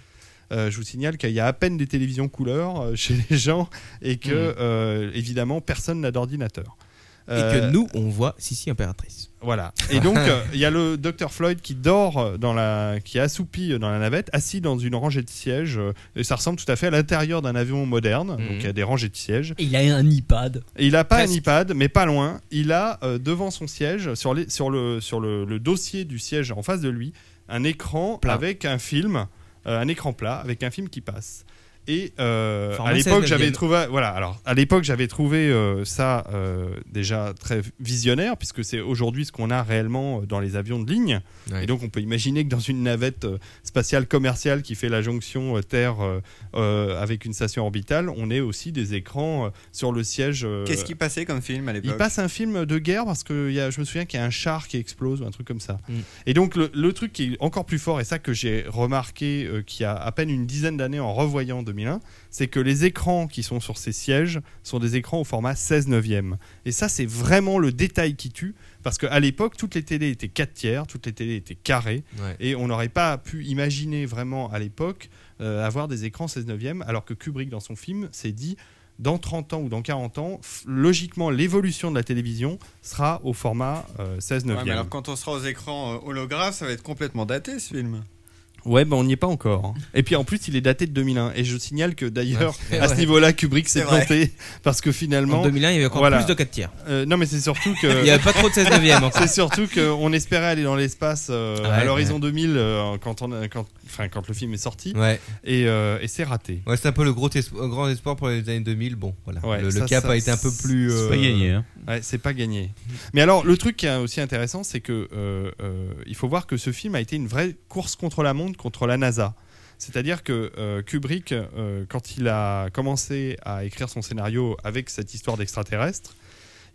Speaker 4: Euh, je vous signale qu'il y a à peine des télévisions couleur euh, [laughs] chez les gens et que,
Speaker 5: Hmm.
Speaker 4: euh, évidemment, personne n'a d'ordinateur.
Speaker 7: [laughs]
Speaker 4: Euh,
Speaker 7: Et que nous, on voit Sissi Impératrice.
Speaker 4: Voilà. Et donc, euh, il y a le docteur Floyd qui dort euh, dans la, qui est assoupi dans la navette, assis dans une rangée de sièges. euh, Et ça ressemble tout à fait à l'intérieur d'un avion moderne. Donc, il y a des rangées de sièges.
Speaker 6: il a un iPad.
Speaker 4: Et il a pas un
Speaker 6: Presque.
Speaker 4: iPad, mais pas loin. Il a euh, devant son siège, sur, les, sur, le, sur le, le dossier du siège en face de lui, un écran avec un film, euh, un écran plat avec un film qui passe. Et euh,
Speaker 14: Format
Speaker 4: à l'époque,
Speaker 14: 16,
Speaker 4: j'avais
Speaker 14: neuvième.
Speaker 4: trouvé, voilà. Alors, à l'époque, j'avais trouvé euh, ça euh, déjà très visionnaire, puisque c'est aujourd'hui ce qu'on a réellement euh, dans les avions de ligne.
Speaker 2: Ouais.
Speaker 4: Et donc, on peut imaginer que dans une navette euh, spatiale commerciale qui fait la jonction euh, Terre euh, euh, avec une station orbitale, on ait aussi des écrans euh, sur le siège. euh,
Speaker 5: Qu'est-ce qui passait comme film à l'époque
Speaker 4: il passe un film de guerre parce que il y a- je me souviens qu'il y a un char qui explose ou un truc comme ça.
Speaker 5: Mm.
Speaker 4: Et donc le, le truc qui est encore plus fort, et ça que j'ai remarqué euh, qu'il y a à peine une dizaine d'années en revoyant 2001, c'est que les écrans qui sont sur ces sièges sont des écrans au format 16 neuvième. Et ça c'est vraiment le détail qui tue, parce qu'à l'époque toutes les télés étaient 4 tiers, toutes les télés étaient carrées,
Speaker 2: Ouais.
Speaker 4: et on n'aurait pas pu imaginer vraiment à l'époque euh, avoir des écrans 16 neuvième, alors que Kubrick dans son film s'est dit dans 30 ans ou dans 40 ans, f- logiquement, l'évolution de la télévision sera au format euh, 16
Speaker 5: Ouais,
Speaker 4: 9
Speaker 5: mais alors quand on sera aux écrans euh, holographes, ça va être complètement daté ce film. [laughs]
Speaker 4: Ouais, ben on n'y est pas encore. hein. Et puis en plus, il est daté de 2001. Et je signale que d'ailleurs,
Speaker 5: Ouais.
Speaker 4: à ce
Speaker 5: Ouais.
Speaker 4: niveau-là, Kubrick s'est
Speaker 5: C'est vrai.
Speaker 4: planté. Parce que finalement.
Speaker 7: En 2001, il y avait encore plus de quatre tiers.
Speaker 4: Euh, non, mais c'est surtout que.
Speaker 7: Il n'y avait pas trop de 16 neuvième encore.
Speaker 4: C'est surtout qu'on espérait aller dans l'espace euh,
Speaker 7: Ah ouais,
Speaker 4: à l'horizon
Speaker 7: ouais.
Speaker 4: 2000 euh, quand, on a- quand, enfin, quand le film est sorti.
Speaker 2: Ouais.
Speaker 4: Et, euh, et c'est raté.
Speaker 2: Ouais, c'est un peu le gros espo- euh, grand espoir pour les années 2000. Bon, voilà.
Speaker 4: Ouais,
Speaker 2: le, le
Speaker 4: ça,
Speaker 2: cap
Speaker 4: ça,
Speaker 2: a été un peu plus.
Speaker 4: c'est
Speaker 2: euh,
Speaker 4: pas gagné, hein. Ouais, c'est pas gagné. Mais alors, le truc qui est aussi intéressant, c'est que euh, euh, il faut voir que ce film a été une vraie course contre la montre contre la NASA. C'est-à-dire que euh, Kubrick, euh, quand il a commencé à écrire son scénario avec cette histoire d'extraterrestre,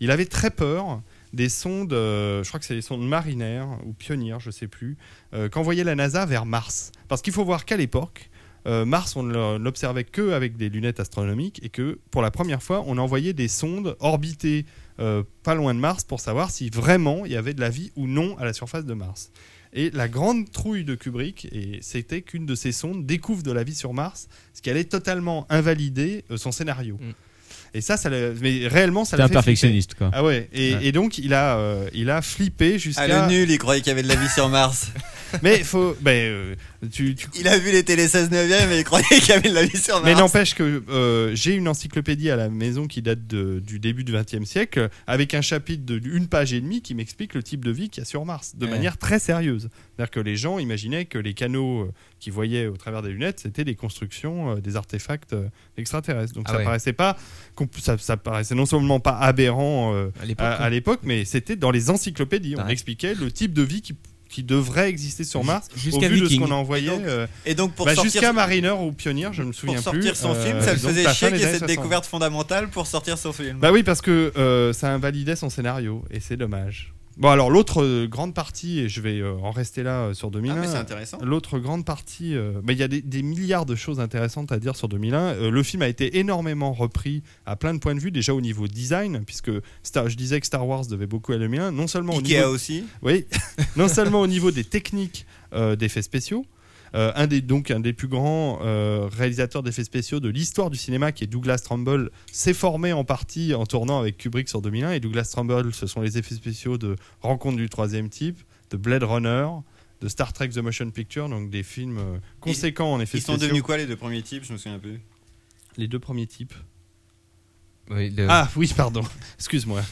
Speaker 4: il avait très peur des sondes, euh, je crois que c'est des sondes marinaires ou pionnières, je sais plus, euh, qu'envoyait la NASA vers Mars. Parce qu'il faut voir qu'à l'époque, euh, Mars, on ne l'observait que avec des lunettes astronomiques et que pour la première fois, on envoyait des sondes orbiter euh, pas loin de Mars pour savoir si vraiment il y avait de la vie ou non à la surface de Mars. Et la grande trouille de Kubrick, et c'était qu'une de ces sondes découvre de la vie sur Mars, ce qui allait totalement invalider euh, son scénario. Et ça, ça l'a- mais réellement, ça
Speaker 3: T'es
Speaker 4: l'a
Speaker 3: un
Speaker 4: fait flipper.
Speaker 3: perfectionniste, quoi.
Speaker 4: Ah ouais. Et,
Speaker 3: Ouais.
Speaker 4: et donc il a, euh, il a flippé jusqu'à.
Speaker 5: Ah, le nul, il croyait qu'il y avait de la vie sur Mars.
Speaker 4: [laughs] Mais faut. Mais, euh, tu, tu-
Speaker 5: Il a vu les télé 16 9 e et il croyait [laughs] qu'il y avait de la vie sur Mars.
Speaker 4: Mais n'empêche que euh, j'ai une encyclopédie à la maison qui date de- du début du XXe siècle, avec un chapitre d'une page et demie qui m'explique le type de vie qu'il y a sur Mars, de
Speaker 14: Ouais.
Speaker 4: manière très sérieuse. C'est-à-dire que les gens imaginaient que les canaux euh, qu'ils voyaient au travers des lunettes, c'était des constructions, euh, des artefacts euh, extraterrestres. Donc
Speaker 14: Ah
Speaker 4: ça
Speaker 14: ouais.
Speaker 4: paraissait pas, qu'on- ça, ça paraissait non seulement pas aberrant euh,
Speaker 14: l'époque,
Speaker 4: à
Speaker 14: hein.
Speaker 4: à l'époque, mais c'était dans les encyclopédies. On
Speaker 14: Ouais.
Speaker 4: expliquait le type de vie qui qui devrait exister sur Mars
Speaker 14: Jus-
Speaker 4: au
Speaker 14: jusqu'à
Speaker 4: vu de ce
Speaker 14: Viking.
Speaker 4: qu'on a envoyé
Speaker 5: Et donc-
Speaker 4: euh,
Speaker 5: et donc pour
Speaker 4: bah,
Speaker 5: sortir-
Speaker 4: jusqu'à Mariner ou Pionnier je me souviens
Speaker 5: Pour
Speaker 4: plus
Speaker 5: sortir son
Speaker 4: euh,
Speaker 5: film, ça le
Speaker 4: donc,
Speaker 5: faisait
Speaker 4: la
Speaker 5: chier
Speaker 4: fin
Speaker 5: qu'il
Speaker 4: des
Speaker 5: y ait
Speaker 4: années
Speaker 5: cette
Speaker 4: 60.
Speaker 5: découverte fondamentale pour sortir son film.
Speaker 4: Bah oui, parce que euh, ça invalidait son scénario et c'est dommage. Bon, alors l'autre euh, grande partie, et je vais euh, en rester là euh, sur 2001.
Speaker 5: Ah, mais c'est intéressant.
Speaker 4: L'autre grande partie, euh, bah, il y a des, des milliards de choses intéressantes à dire sur 2001. Euh, le film a été énormément repris à plein de points de vue, déjà au niveau design, puisque Star, je disais que Star Wars devait beaucoup à 2001, non seulement au
Speaker 5: Ikea
Speaker 4: niveau.
Speaker 5: aussi.
Speaker 4: Oui, [laughs] non seulement au niveau des techniques euh, d'effets spéciaux. Euh, un des, donc un des plus grands euh, réalisateurs d'effets spéciaux de l'histoire du cinéma, qui est Douglas Trumbull, s'est formé en partie en tournant avec Kubrick sur 2001. Et Douglas Trumbull, ce sont les effets spéciaux de Rencontre du troisième type, de Blade Runner, de Star Trek The Motion Picture, donc des films euh, conséquents en effets
Speaker 5: Ils sont
Speaker 4: spéciaux.
Speaker 5: devenus quoi les deux premiers types Je me souviens plus.
Speaker 4: Les deux premiers types.
Speaker 2: Oui, le-
Speaker 4: Ah oui, pardon.
Speaker 5: [laughs]
Speaker 4: Excuse-moi.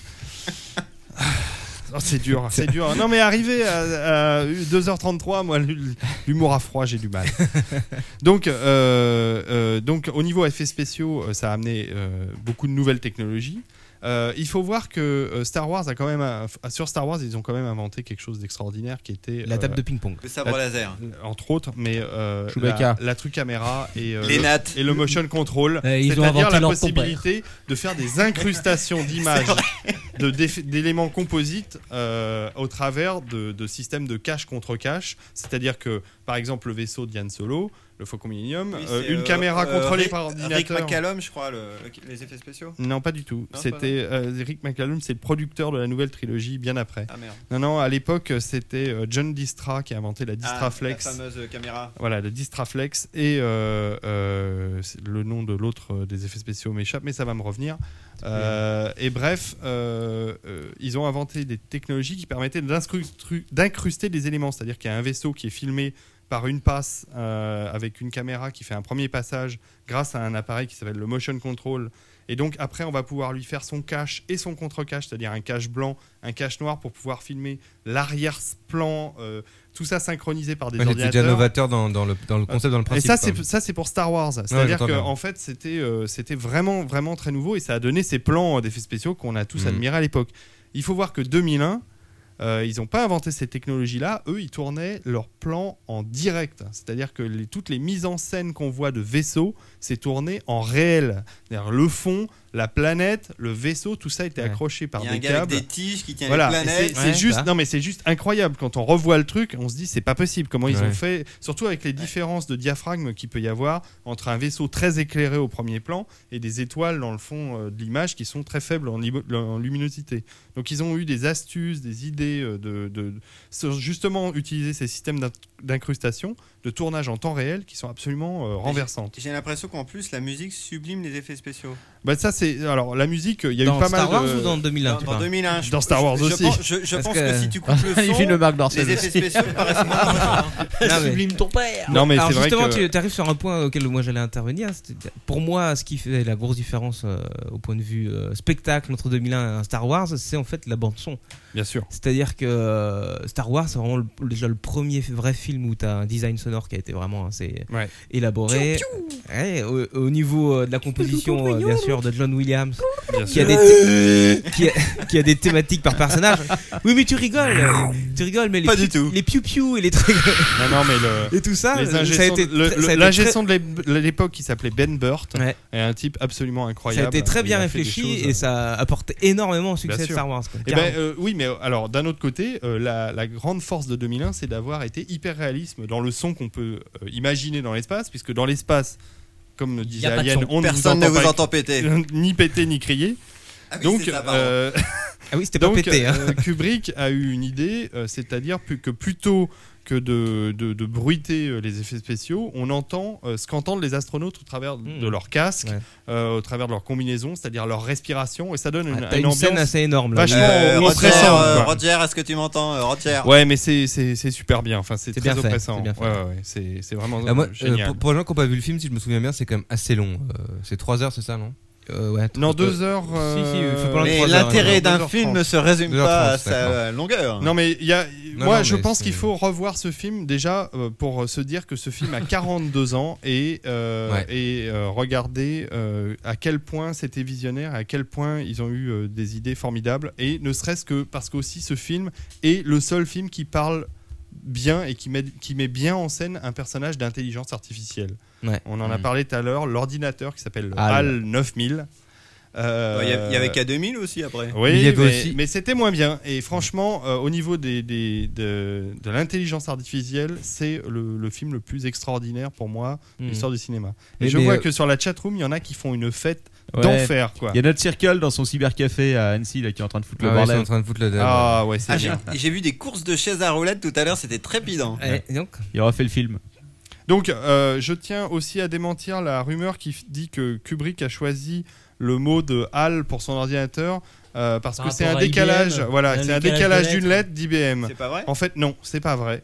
Speaker 4: Oh, c'est dur, c'est dur. Non mais arrivé à, à 2h33, moi l'hu- l'humour à froid, j'ai du mal. Donc, euh, euh, donc au niveau effets spéciaux, euh, ça a amené euh, beaucoup de nouvelles technologies. Euh, il faut voir que euh, Star Wars a quand même un- f- sur Star Wars ils ont quand même inventé quelque chose d'extraordinaire qui était euh,
Speaker 7: La table de ping-pong.
Speaker 5: Le sabre
Speaker 4: la-
Speaker 5: laser.
Speaker 4: entre autres mais euh,
Speaker 7: Chewbacca.
Speaker 4: la, la truc caméra et, euh,
Speaker 5: Les
Speaker 4: le-
Speaker 5: nattes.
Speaker 4: et le motion control
Speaker 6: Euh, ils ont
Speaker 4: c'est-à-dire
Speaker 6: inventé
Speaker 4: la
Speaker 6: leur compère.
Speaker 4: possibilité de faire des incrustations d'images de déf- d'éléments composites euh, au travers de, de systèmes de cache contre cache. C'est-à-dire que, par exemple, le vaisseau d'Yann Solo, le Faucon Millennium,
Speaker 5: Oui,
Speaker 4: euh,
Speaker 5: c'est,
Speaker 4: une
Speaker 5: euh,
Speaker 4: caméra
Speaker 5: euh,
Speaker 4: contrôlée
Speaker 5: Rick-
Speaker 4: par
Speaker 5: Rick
Speaker 4: ordinateur.
Speaker 5: McCallum, je crois, le- les effets spéciaux.
Speaker 4: Non, pas du tout.
Speaker 5: Non,
Speaker 4: c'était euh, Rick McCallum, c'est le producteur de la nouvelle trilogie bien après.
Speaker 5: Ah, merde.
Speaker 4: Non, non, à l'époque, c'était euh, John Distra qui a inventé la Distraflex.
Speaker 5: Ah, la fameuse caméra.
Speaker 4: Voilà, la Distraflex. Et euh, euh, c'est- le nom de l'autre euh, des effets spéciaux m'échappe, mais ça va me revenir. Euh, et bref, euh, euh, ils ont inventé des technologies qui permettaient d'incrustru- d'incruster des éléments. C'est-à-dire qu'il y a un vaisseau qui est filmé par une passe euh, avec une caméra qui fait un premier passage grâce à un appareil qui s'appelle le motion control. Et donc après, on va pouvoir lui faire son cache et son contre-cache, c'est-à-dire un cache blanc, un cache noir pour pouvoir filmer l'arrière-plan, euh, tout ça synchronisé par des
Speaker 2: Ouais, il était
Speaker 4: ordinateurs.
Speaker 2: déjà novateur dans- dans le- dans le concept, dans le principe,
Speaker 4: Et ça,
Speaker 2: quand
Speaker 4: c'est
Speaker 2: même.
Speaker 4: ça c'est pour Star Wars.
Speaker 2: Ouais,
Speaker 4: C'est-à-dire
Speaker 2: j'entends bien.
Speaker 4: qu'en fait, c'était euh, c'était vraiment, vraiment très nouveau et ça a donné ces plans euh, d'effets spéciaux qu'on a tous
Speaker 2: Mhm.
Speaker 4: admirés à l'époque. Il faut voir que 2001, euh, ils n'ont pas inventé ces technologies-là. Eux, ils tournaient leurs plans en direct. C'est-à-dire que les- toutes les mises en scène qu'on voit de vaisseaux, c'est tourné en réel. C'est-à-dire le fond, la planète, le vaisseau, tout ça était accroché par
Speaker 5: Il y a
Speaker 4: des
Speaker 5: un gars avec
Speaker 4: câbles.
Speaker 5: des tiges qui tient
Speaker 4: Voilà.
Speaker 5: les
Speaker 4: Et
Speaker 5: planètes.
Speaker 4: c'est- C'est
Speaker 5: Ouais,
Speaker 4: juste,
Speaker 2: Bah.
Speaker 5: ça.
Speaker 4: non mais c'est juste incroyable quand on revoit le truc, on se dit c'est pas possible comment ils
Speaker 2: Ouais.
Speaker 4: ont fait, surtout avec les différences de diaphragme qu'il peut y avoir entre un vaisseau très éclairé au premier plan et des étoiles dans le fond euh, de l'image qui sont très faibles en, libo- en luminosité. Donc ils ont eu des astuces, des idées euh, de, de- sur justement utiliser ces systèmes d'in- d'incrustation, de tournage en temps réel qui sont absolument euh, renversantes.
Speaker 5: J'ai l'impression qu'en plus, la musique sublime les effets spéciaux.
Speaker 4: Bah ça c'est alors la musique, il y a
Speaker 5: Dans
Speaker 4: eu pas
Speaker 5: Star
Speaker 4: mal de
Speaker 5: Wars ou dans 2001, tu
Speaker 4: Dans,
Speaker 5: parles
Speaker 4: 2001, je-
Speaker 5: Dans Star Wars
Speaker 4: je- je
Speaker 5: aussi.
Speaker 4: pense- Je, je
Speaker 5: Parce
Speaker 4: pense
Speaker 5: que-
Speaker 4: que si tu coupes
Speaker 7: [laughs]
Speaker 4: le son,
Speaker 5: [laughs] Il filme le Marc Dorcel
Speaker 4: les effets
Speaker 5: aussi.
Speaker 4: spéciaux
Speaker 5: [laughs]
Speaker 4: paraissent moins importants.
Speaker 7: Non, mais-
Speaker 4: Non mais
Speaker 7: Alors,
Speaker 4: c'est vrai
Speaker 7: justement,
Speaker 4: que
Speaker 7: tu arrives sur un point auquel moi j'allais intervenir. C'était- Pour moi, ce qui fait la grosse différence euh, au point de vue euh, spectacle entre 2001 et Star Wars, c'est en fait la bande son.
Speaker 4: Bien sûr.
Speaker 7: C'est-à-dire que euh, Star Wars, c'est vraiment le- déjà le premier vrai film où tu as un design sonore qui a été vraiment assez
Speaker 4: Ouais.
Speaker 7: élaboré. Ouais, au, au niveau euh, de la composition, euh, bien sûr, de John Williams,
Speaker 4: Bien
Speaker 7: qui
Speaker 4: sûr.
Speaker 7: a, des thé- qui, a, qui a des thématiques par personnage. Oui, mais tu rigoles, euh, tu rigoles, mais les
Speaker 4: Pas
Speaker 7: piou-
Speaker 4: du tout.
Speaker 7: les piou-piou et les trucs.
Speaker 4: [laughs] Non, non, mais le-
Speaker 7: et tout ça,
Speaker 4: les
Speaker 7: ça a
Speaker 4: ingé sons-
Speaker 7: été
Speaker 4: le-
Speaker 7: très-
Speaker 4: le-
Speaker 7: ça a été
Speaker 4: l'ingé
Speaker 7: très-
Speaker 4: son de l'ép- l'époque qui s'appelait Ben Burt est un type absolument
Speaker 7: Ça a
Speaker 4: incroyable.
Speaker 7: été très bien
Speaker 4: Il a fait des
Speaker 7: réfléchi
Speaker 4: choses, euh,
Speaker 7: et ça apporte énormément au succès
Speaker 4: Bien
Speaker 7: de
Speaker 4: sûr.
Speaker 7: Star Wars. quoi.
Speaker 4: Eh ben,
Speaker 7: Carrément.
Speaker 4: euh, oui, mais euh, alors d'un autre côté, euh, la, la grande force de 2001, c'est d'avoir été hyper réalisme dans le son qu'on peut euh, imaginer dans l'espace, puisque dans l'espace, comme le disait
Speaker 5: a pas de
Speaker 4: Alien,
Speaker 5: son.
Speaker 4: on
Speaker 5: Personne ne vous
Speaker 4: pas- [laughs]
Speaker 5: entend péter.
Speaker 4: ni péter ni crier.
Speaker 5: Ah oui,
Speaker 4: donc,
Speaker 5: c'est ça, pardon.
Speaker 4: euh,
Speaker 7: [laughs] Ah oui, c'était pas
Speaker 4: donc,
Speaker 7: pété, hein.
Speaker 4: euh, Kubrick a eu une idée, euh, c'est-à-dire pu- que plutôt que de, de, de bruiter euh, les effets spéciaux, on entend euh, ce qu'entendent les astronautes au travers
Speaker 7: Hmm.
Speaker 4: de leur casque, euh, au travers de leur combinaison, c'est-à-dire leur respiration, et ça donne une,
Speaker 7: Ah, t'as une
Speaker 4: ambiance
Speaker 7: scène assez énorme, là.
Speaker 4: Vachement
Speaker 7: Euh,
Speaker 5: Roger,
Speaker 4: oppressante,
Speaker 5: euh,
Speaker 4: quoi.
Speaker 5: Roger, est-ce que tu m'entends, euh, Roger
Speaker 4: Ouais, mais c'est c'est- c'est super bien. Enfin, c'est
Speaker 7: C'est
Speaker 4: très
Speaker 7: bien fait,
Speaker 4: oppressant.
Speaker 7: c'est bien fait. Bah,
Speaker 4: Ouais, ouais, ouais, c'est c'est vraiment
Speaker 2: Ah, moi,
Speaker 4: euh,
Speaker 2: euh,
Speaker 4: génial.
Speaker 2: pour, pour les gens qui n'ont pas vu le film, si je me souviens bien, c'est quand même assez long. Euh, c'est 3 heures, c'est ça, non
Speaker 4: Non, deux heures.
Speaker 2: Si, si, il faut pas
Speaker 4: euh,
Speaker 2: loin de trois heures, ouais. Deux heures trente, d'accord.
Speaker 4: Non, mais il y a.
Speaker 2: Non,
Speaker 4: moi,
Speaker 2: non,
Speaker 4: je
Speaker 2: mais
Speaker 4: pense
Speaker 2: c'est-
Speaker 4: qu'il faut revoir ce film déjà euh, pour euh, se dire que ce film
Speaker 2: [laughs]
Speaker 4: a 42 ans et, euh,
Speaker 2: Ouais.
Speaker 4: et euh, regarder euh, à quel point c'était visionnaire, à quel point ils ont eu euh, des idées formidables. Et ne serait-ce que parce qu'aussi ce film est le seul film qui parle bien et qui met, qui met bien en scène un personnage d'intelligence artificielle.
Speaker 7: Ouais.
Speaker 4: On en a
Speaker 7: Mm.
Speaker 4: parlé tout à l'heure, l'ordinateur qui s'appelle HAL,
Speaker 7: HAL.
Speaker 4: 9000. Euh,
Speaker 5: Ouais, il y a- il y avait K2000 aussi, après.
Speaker 4: Oui,
Speaker 5: Mais il y avait
Speaker 4: mais,
Speaker 5: aussi-
Speaker 4: mais c'était moins bien. Et franchement, euh, au niveau des, des- de, de l'intelligence artificielle, c'est le, le film le plus extraordinaire pour moi de
Speaker 3: Mm.
Speaker 4: l'histoire du cinéma. Et
Speaker 3: Mais-
Speaker 4: je
Speaker 3: mais,
Speaker 4: vois
Speaker 3: euh,
Speaker 4: que sur la chatroom, il y en a qui font une fête
Speaker 3: Ouais.
Speaker 4: d'enfer. quoi.
Speaker 3: Il y a notre circle dans son cybercafé à Annecy là, qui est en train de foutre le
Speaker 2: Ah ouais,
Speaker 3: bordel.
Speaker 2: ils sont en train de foutre le bordel.
Speaker 4: Ah ouais,
Speaker 5: Ah, j'ai- J'ai vu des courses de chaises à roulettes tout à l'heure, c'était trépidant.
Speaker 4: Ouais, et donc
Speaker 3: Il aura fait le film.
Speaker 4: Donc, euh, je tiens aussi à démentir la rumeur qui f- dit que Kubrick a choisi le mot de HAL pour son ordinateur. euh, parce
Speaker 5: Par
Speaker 4: que c'est un
Speaker 5: rapport à
Speaker 4: décalage,
Speaker 5: IBM,
Speaker 4: voilà,
Speaker 5: un
Speaker 4: c'est un
Speaker 5: décalage
Speaker 4: décalage
Speaker 5: de
Speaker 4: d'une lettre
Speaker 5: lettres.
Speaker 4: d'IBM.
Speaker 5: C'est pas vrai
Speaker 4: En fait, non, c'est pas vrai.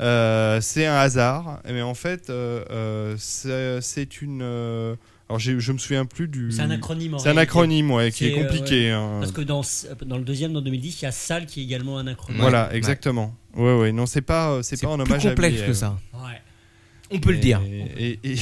Speaker 4: Euh, c'est un hasard, mais en fait, euh, euh, c'est c'est une. euh, alors, j'ai- je me souviens plus du.
Speaker 6: C'est un acronyme. en
Speaker 4: C'est un
Speaker 6: réalité.
Speaker 4: acronyme, ouais, qui est,
Speaker 6: C'est, euh,
Speaker 4: compliqué.
Speaker 6: ouais.
Speaker 4: hein.
Speaker 6: Parce que dans, dans le deuxième, dans 2010, il y a Salle qui est également un acronyme.
Speaker 4: Voilà, exactement. Ouais, ouais, non, c'est pas, euh, c'est pas en
Speaker 7: plus
Speaker 4: hommage à
Speaker 7: complexe
Speaker 4: lui,
Speaker 7: que
Speaker 4: euh.
Speaker 7: ça. On peut le
Speaker 4: Et-
Speaker 7: dire.
Speaker 4: Et, et-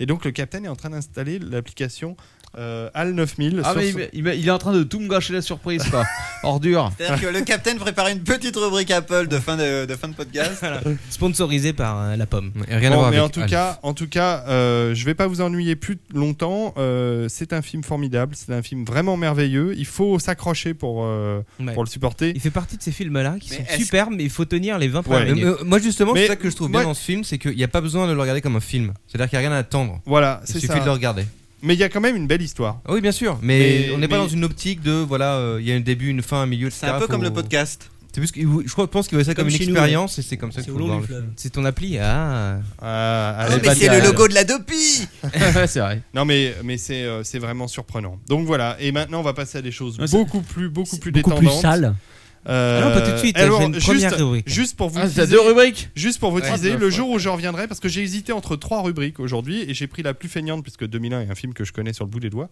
Speaker 4: et donc le capitaine est en train d'installer l'application euh, HAL 9000.
Speaker 3: Ah,
Speaker 4: sur
Speaker 3: mais
Speaker 4: son-
Speaker 3: il, il- il est en train de tout me gâcher la surprise,
Speaker 4: [laughs]
Speaker 3: quoi. Ordure.
Speaker 5: C'est-à-dire que [laughs] le capitaine préparait une petite rubrique Apple de fin de, de fin de podcast.
Speaker 7: Sponsorisé par euh, la pomme.
Speaker 4: Bon, mais en tout cas, en tout cas, euh, je vais pas vous ennuyer plus longtemps. Euh, c'est un film formidable, c'est un film vraiment merveilleux. Il faut s'accrocher pour euh,
Speaker 7: Ouais.
Speaker 4: pour le supporter.
Speaker 7: Il fait partie de ces films-là qui
Speaker 2: Mais
Speaker 7: sont
Speaker 2: est-ce-
Speaker 7: superbes, mais il faut tenir les 20
Speaker 2: Ouais,
Speaker 7: premières
Speaker 2: mais,
Speaker 7: minutes.
Speaker 2: euh, moi justement,
Speaker 7: Mais
Speaker 2: c'est ça que je trouve bien
Speaker 7: moi-
Speaker 2: dans ce film, c'est qu'il n'y a pas besoin de le regarder comme un film. C'est-à-dire qu'il n'y a rien à attendre.
Speaker 4: Voilà,
Speaker 2: il
Speaker 4: c'est
Speaker 2: suffit
Speaker 4: ça.
Speaker 2: de le regarder.
Speaker 4: Mais il y a quand même une belle histoire.
Speaker 2: Ah oui, bien sûr, mais on n'est pas dans une optique de voilà, euh, il y a un début, une fin, un milieu.
Speaker 5: C'est un peu comme le podcast.
Speaker 2: C'est plus que- je crois- pense qu'il voit ça comme,
Speaker 5: Comme
Speaker 2: une
Speaker 5: chez nous,
Speaker 2: expérience
Speaker 5: ouais.
Speaker 2: et c'est comme ça
Speaker 5: C'est
Speaker 2: qu'il
Speaker 5: au
Speaker 2: faut
Speaker 5: long
Speaker 2: voir
Speaker 5: du
Speaker 2: le
Speaker 5: fleuve.
Speaker 2: film.
Speaker 7: C'est ton appli, ah.
Speaker 5: [laughs]
Speaker 4: Ah,
Speaker 5: non, mais c'est le logo de la
Speaker 8: [laughs]
Speaker 5: Dopi
Speaker 3: c'est vrai.
Speaker 4: Non, mais, mais c'est euh, c'est vraiment surprenant. Donc voilà, et maintenant on va passer à des choses
Speaker 8: Ouais, c'est-
Speaker 4: beaucoup plus, beaucoup plus
Speaker 8: beaucoup plus
Speaker 4: détendantes.
Speaker 8: sales.
Speaker 4: Euh,
Speaker 8: Ah non, pas tout de suite,
Speaker 4: alors,
Speaker 8: j'ai une
Speaker 4: juste,
Speaker 8: première rubrique.
Speaker 4: Juste pour vous
Speaker 8: Ah, t'as
Speaker 4: teaser-
Speaker 8: deux rubriques
Speaker 4: Juste pour vous
Speaker 8: Ouais.
Speaker 4: teaser,
Speaker 8: Ah,
Speaker 4: le
Speaker 8: ouais.
Speaker 4: jour où je reviendrai, parce que j'ai hésité entre trois rubriques aujourd'hui et j'ai pris la plus feignante, puisque 2001 est un film que je connais sur le bout des doigts.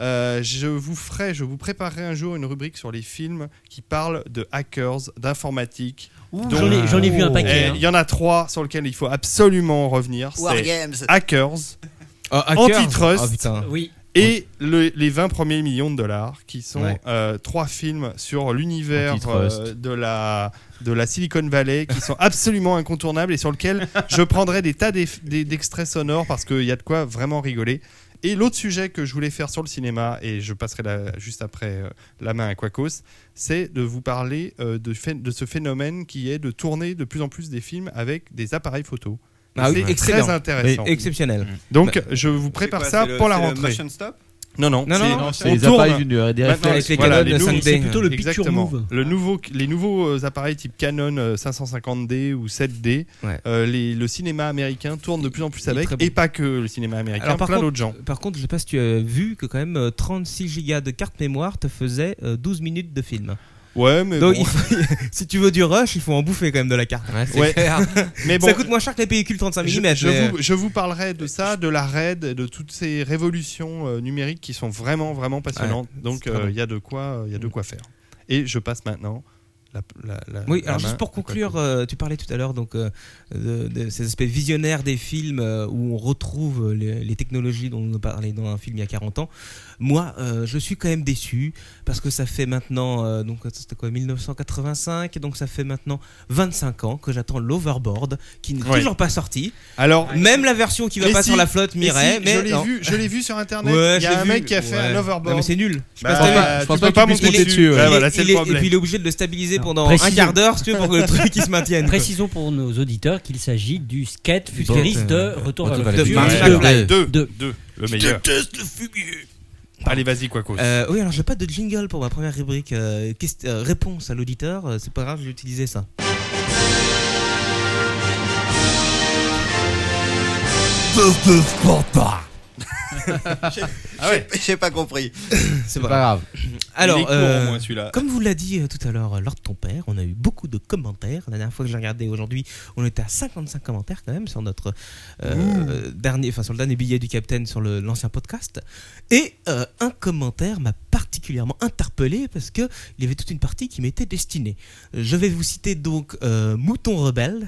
Speaker 4: Euh, je vous ferai, je vous préparerai un jour une rubrique sur les films qui parlent de hackers, d'informatique.
Speaker 6: Ouh.
Speaker 4: Donc-
Speaker 6: J'en ai- j'en ai vu un paquet,
Speaker 4: Et
Speaker 6: hein.
Speaker 4: Il y en a trois sur lesquels il faut absolument revenir.
Speaker 6: War
Speaker 4: C'est
Speaker 6: Games.
Speaker 4: Hackers,
Speaker 7: Ah, Hackers. Ah,
Speaker 4: Antitrust
Speaker 7: putain.
Speaker 6: Oui.
Speaker 4: et le- les 20 premiers millions de dollars, qui sont
Speaker 7: Ouais.
Speaker 4: euh, trois films sur l'univers
Speaker 7: Antitrust.
Speaker 4: euh, de, la, de la Silicon Valley, qui sont absolument incontournables et sur lesquels je prendrai des tas d'eff- des- d'extraits sonores parce qu'il y a de quoi vraiment rigoler. Et l'autre sujet que je voulais faire sur le cinéma, et je passerai la- juste après euh, la main à Quacos, c'est de vous parler euh, de, phé- de ce phénomène qui est de tourner de plus en plus des films avec des appareils photos. Et
Speaker 7: Ah oui,
Speaker 4: c'est
Speaker 7: excellent.
Speaker 4: très intéressant.
Speaker 7: Et exceptionnel.
Speaker 4: Donc,
Speaker 7: Bah,
Speaker 4: je vous
Speaker 5: C'est
Speaker 4: prépare
Speaker 5: quoi,
Speaker 4: ça
Speaker 5: c'est le-
Speaker 4: pour la
Speaker 5: c'est le
Speaker 4: rentrée.
Speaker 5: motion stop
Speaker 4: non, non,
Speaker 7: Non, non, non,
Speaker 4: on
Speaker 7: c'est les
Speaker 4: tourne.
Speaker 7: appareils du- euh, des
Speaker 4: Maintenant,
Speaker 7: réflex- avec
Speaker 4: voilà,
Speaker 7: les
Speaker 4: les
Speaker 7: canons
Speaker 4: nouveaux-
Speaker 7: 5D. C'est plutôt le picture
Speaker 4: Exactement.
Speaker 7: move.
Speaker 4: Le nouveau, les nouveaux euh, appareils type Canon euh, 550D ou 7D, euh, les- le cinéma américain tourne de plus en plus avec,
Speaker 7: très bon.
Speaker 4: et pas que le cinéma américain,
Speaker 7: Alors, par
Speaker 4: plein
Speaker 7: contre-
Speaker 4: d'autres gens.
Speaker 7: Par contre, je sais pas si tu as vu que quand même euh, 36 gigas de carte mémoire te faisait euh, 12 minutes de film.
Speaker 4: Ouais, mais
Speaker 7: Donc,
Speaker 4: bon.
Speaker 7: il faut- [laughs] si tu veux du rush, il faut en bouffer quand même de la carte.
Speaker 4: c'est Ouais.
Speaker 7: [laughs]
Speaker 4: clair. [laughs] Mais bon.
Speaker 7: ça coûte moins cher que les pellicules 35 mm.
Speaker 4: Je, je vous, je vous parlerai de ça, de la RAID, et de toutes ces révolutions euh, numériques qui sont vraiment, vraiment passionnantes.
Speaker 7: Ouais,
Speaker 4: Donc,
Speaker 7: c'est très
Speaker 4: euh,
Speaker 7: bon.
Speaker 4: il y a de quoi, euh, il y a de quoi faire. Et je passe maintenant. La, la- la-
Speaker 7: Oui,
Speaker 4: la
Speaker 7: alors
Speaker 4: main
Speaker 7: juste pour
Speaker 4: à Quacos.
Speaker 7: conclure, euh, tu parlais tout à l'heure donc euh, de, de ces aspects visionnaires des films euh, où on retrouve les, les technologies dont on parlait dans un film il y a 40 ans. Moi, euh, je suis quand même déçu parce que ça fait maintenant euh, donc c'était quoi 1985 donc ça fait maintenant 25 ans que j'attends l'Overboard qui n'est
Speaker 4: Ouais.
Speaker 7: toujours pas sorti.
Speaker 4: Alors
Speaker 7: même la version qui va
Speaker 4: Mais
Speaker 7: pas
Speaker 4: si,
Speaker 7: sur la flotte
Speaker 4: mais
Speaker 7: Mireille,
Speaker 4: si,
Speaker 7: mais
Speaker 4: je l'ai
Speaker 7: non.
Speaker 4: vu, je l'ai vu sur internet.
Speaker 7: Ouais,
Speaker 4: il y
Speaker 7: je l'ai
Speaker 4: a un
Speaker 7: vu.
Speaker 4: mec qui a fait
Speaker 7: Ouais.
Speaker 4: un overboard.
Speaker 7: Non, mais c'est nul. Je
Speaker 4: Bah,
Speaker 7: pense Euh, pas-
Speaker 4: bah,
Speaker 7: je pense
Speaker 4: tu peux
Speaker 7: que
Speaker 4: pas
Speaker 7: puisses
Speaker 4: monter
Speaker 7: il est-
Speaker 4: dessus, ouais.
Speaker 7: il est-
Speaker 4: Ouais, voilà, c'est
Speaker 7: il
Speaker 4: le
Speaker 7: est-
Speaker 4: problème.
Speaker 7: Et puis il est obligé de le stabiliser
Speaker 6: Non,
Speaker 7: pendant
Speaker 6: précisons.
Speaker 7: un quart d'heure, si tu veux, pour que le truc il se maintienne. quoi.
Speaker 6: Précisons pour nos auditeurs qu'il s'agit du skate futuriste de
Speaker 7: euh,
Speaker 6: Retour vers
Speaker 7: Retour
Speaker 6: le
Speaker 7: vers le
Speaker 6: futur.
Speaker 7: futur.
Speaker 6: Deux.
Speaker 7: Ouais.
Speaker 6: Deux.
Speaker 4: Deux. Deux. Le meilleur. Allez, vas-y, quoi
Speaker 7: Euh, oui, alors j'ai pas de jingle pour ma première rubrique. euh, quest- euh, réponse à l'auditeur, euh, c'est pas grave, je vais utiliser ça.
Speaker 5: [laughs]
Speaker 4: [laughs] Ah
Speaker 5: J'ai- j'ai- J'ai pas compris.
Speaker 7: C'est
Speaker 5: Ah pas grave.
Speaker 7: Alors,
Speaker 5: Il est court,
Speaker 7: euh,
Speaker 5: au moins, celui-là.
Speaker 7: comme vous l'a dit euh, tout à l'heure euh, lors de ton père, on a eu beaucoup de commentaires. La dernière fois que j'ai regardé aujourd'hui, on était à 55 commentaires quand même sur notre euh, dernier, enfin sur le dernier billet du Capitaine sur le- l'ancien podcast. Et euh, un commentaire m'a particulièrement interpellé parce que il y avait toute une partie qui m'était destinée. Euh, Je vais vous citer donc euh, Mouton Rebelle,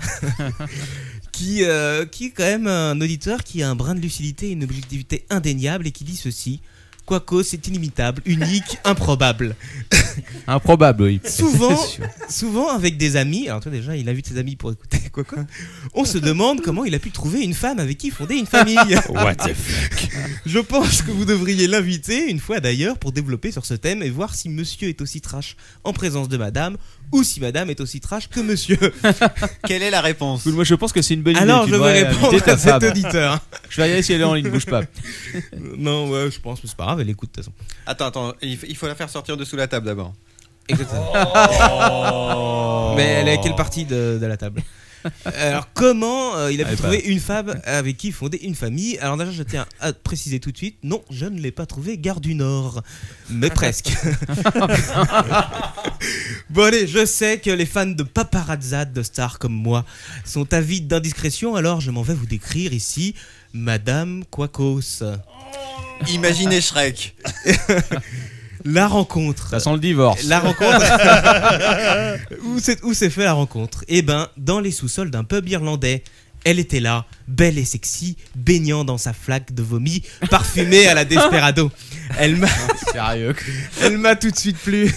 Speaker 7: qui euh, qui est quand même un auditeur qui a un brin de lucidité et une objectivité indéniable et qui dit ceci. Quaco, c'est inimitable, unique, improbable.
Speaker 3: Improbable, oui.
Speaker 7: Souvent,
Speaker 3: [laughs] C'est sûr.
Speaker 7: souvent avec des amis, alors toi déjà, il invite ses amis pour écouter [laughs] Quaco, on se demande comment il a pu trouver une femme avec qui fonder une
Speaker 3: [laughs]
Speaker 7: famille.
Speaker 1: What the
Speaker 7: fuck Je pense que vous devriez l'inviter, une fois d'ailleurs, pour développer sur ce thème et voir si monsieur est aussi trash en présence de madame ou si madame est aussi trash que monsieur.
Speaker 5: [laughs] Quelle est la réponse
Speaker 3: Moi, je pense que c'est une bonne idée.
Speaker 7: Alors,
Speaker 3: Tu
Speaker 7: je
Speaker 3: devrais
Speaker 7: vais répondre
Speaker 3: inviter ta
Speaker 7: à cet
Speaker 3: femme.
Speaker 7: auditeur.
Speaker 3: Je vais regarder si elle est en ligne, bouge pas.
Speaker 7: non, ouais, je pense, mais c'est pas grave, elle écoute de toute façon.
Speaker 5: Attends, attends, il f- il faut la faire sortir de sous la table d'abord. Oh.
Speaker 7: Exactement. [laughs] Mais elle est à quelle partie de, de la table [laughs] Alors comment euh, il a pu
Speaker 3: Elle est
Speaker 7: trouver
Speaker 3: pas-
Speaker 7: une femme avec qui fonder une famille Alors déjà je tiens à te préciser tout de suite, non, je ne l'ai pas trouvé Gare du Nord, mais presque. [laughs] bon allez, je sais que les fans de paparazzade de stars comme moi sont avides d'indiscrétion, alors je m'en vais vous décrire ici Madame Quacos.
Speaker 5: Imaginez Shrek.
Speaker 7: [laughs] La rencontre.
Speaker 3: Ça sent le divorce.
Speaker 7: La [laughs] rencontre. où s'est où s'est fait la rencontre Eh ben, dans les sous-sols d'un pub irlandais. Elle était là, belle et sexy, baignant dans sa flaque de vomi, parfumée à la desperado. Elle m'a.
Speaker 14: Sérieux
Speaker 7: Elle m'a tout de suite plu.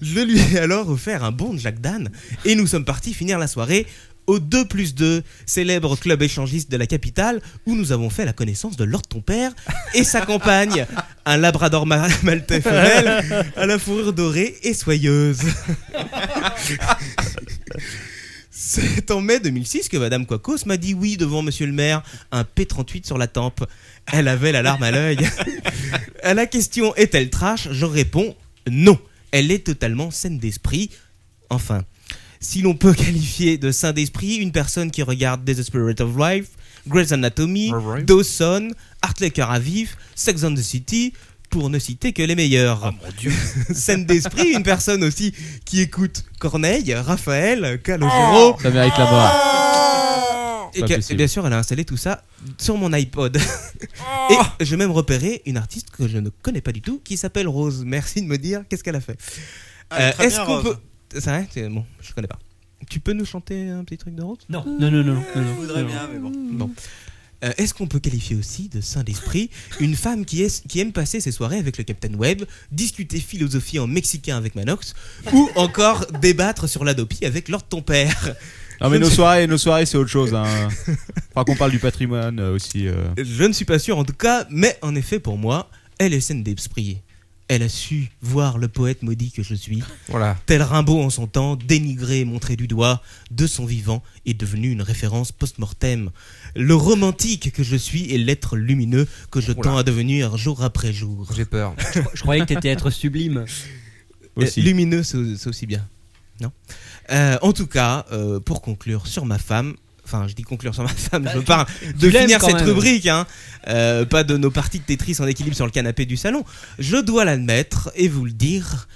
Speaker 7: Je lui ai alors offert un bon Jack Dan et nous sommes partis finir la soirée au 2 plus 2, célèbre club échangiste de la capitale, où nous avons fait la connaissance de Lord Ton Père et sa compagne, un labrador ma- maltais femelle à la fourrure dorée et soyeuse. C'est en mai 2006 que Madame Quacos m'a dit oui devant Monsieur le maire, un P38 sur la tempe. Elle avait la larme à l'œil. à la question est-elle trash Je réponds non. Elle est totalement saine d'esprit. Enfin, si l'on peut [laughs] qualifier de sain d'esprit une personne qui regarde Desperate of Life, Grey's Anatomy, Dawson, Heartlaker à vif, Sex and the City, pour ne citer que les meilleurs. Ah, mon Dieu [laughs] Saine d'esprit, une personne aussi qui écoute Corneille, Raphaël, Calogero.
Speaker 27: Ça mérite la mort.
Speaker 7: Et,
Speaker 27: Pas
Speaker 7: que-
Speaker 27: possible.
Speaker 7: et bien sûr, elle a installé tout ça sur mon iPod. [laughs]
Speaker 5: Oh.
Speaker 7: et j'ai même repéré une artiste que je ne connais pas du tout qui s'appelle Rose. Merci de me dire qu'est-ce qu'elle a fait. Euh,
Speaker 5: Ah, très
Speaker 7: Est-ce
Speaker 5: bien,
Speaker 7: qu'on peut.
Speaker 5: Rose.
Speaker 7: C'est vrai C'est- Bon, je connais pas. Tu peux nous chanter un petit truc de Rose
Speaker 6: Non. Non, non, non, non, non, non.
Speaker 5: voudrais bien, mais bon.
Speaker 7: Euh, Est-ce qu'on peut qualifier aussi de saint d'esprit une femme qui, est- qui aime passer ses soirées avec le Captain Web, discuter philosophie en mexicain avec Manox, ou encore débattre sur l'adopie avec Lord ton père
Speaker 3: Non mais
Speaker 7: Je ne
Speaker 3: nos
Speaker 7: sais-
Speaker 3: soirées, nos soirées c'est autre
Speaker 7: [laughs]
Speaker 3: chose. Hein. Faudra qu'on parle du patrimoine euh, aussi. euh.
Speaker 7: Je ne suis pas sûr en tout cas, mais en effet pour moi, elle est saine d'esprit. Elle a su voir le poète maudit que je suis.
Speaker 2: Voilà.
Speaker 7: Tel Rimbaud en son temps, dénigré et montré du doigt, de son vivant est devenu une référence post-mortem. Le romantique que je suis est l'être lumineux que je
Speaker 2: Oula.
Speaker 7: tends à devenir jour après jour.
Speaker 2: J'ai peur.
Speaker 7: je
Speaker 6: croyais que t'étais être
Speaker 7: [laughs]
Speaker 6: sublime.
Speaker 7: Aussi.
Speaker 6: Aussi.
Speaker 7: Euh, lumineux, c'est c'est aussi bien. Non Euh, En tout cas, euh, pour conclure sur ma femme, enfin, je dis conclure sur ma femme, je parle de
Speaker 6: Bah, tu l'aimes
Speaker 7: finir
Speaker 6: quand
Speaker 7: cette
Speaker 6: même.
Speaker 7: rubrique, hein. Euh, pas de nos parties de Tetris en équilibre sur le canapé du salon. Je dois l'admettre et vous le dire,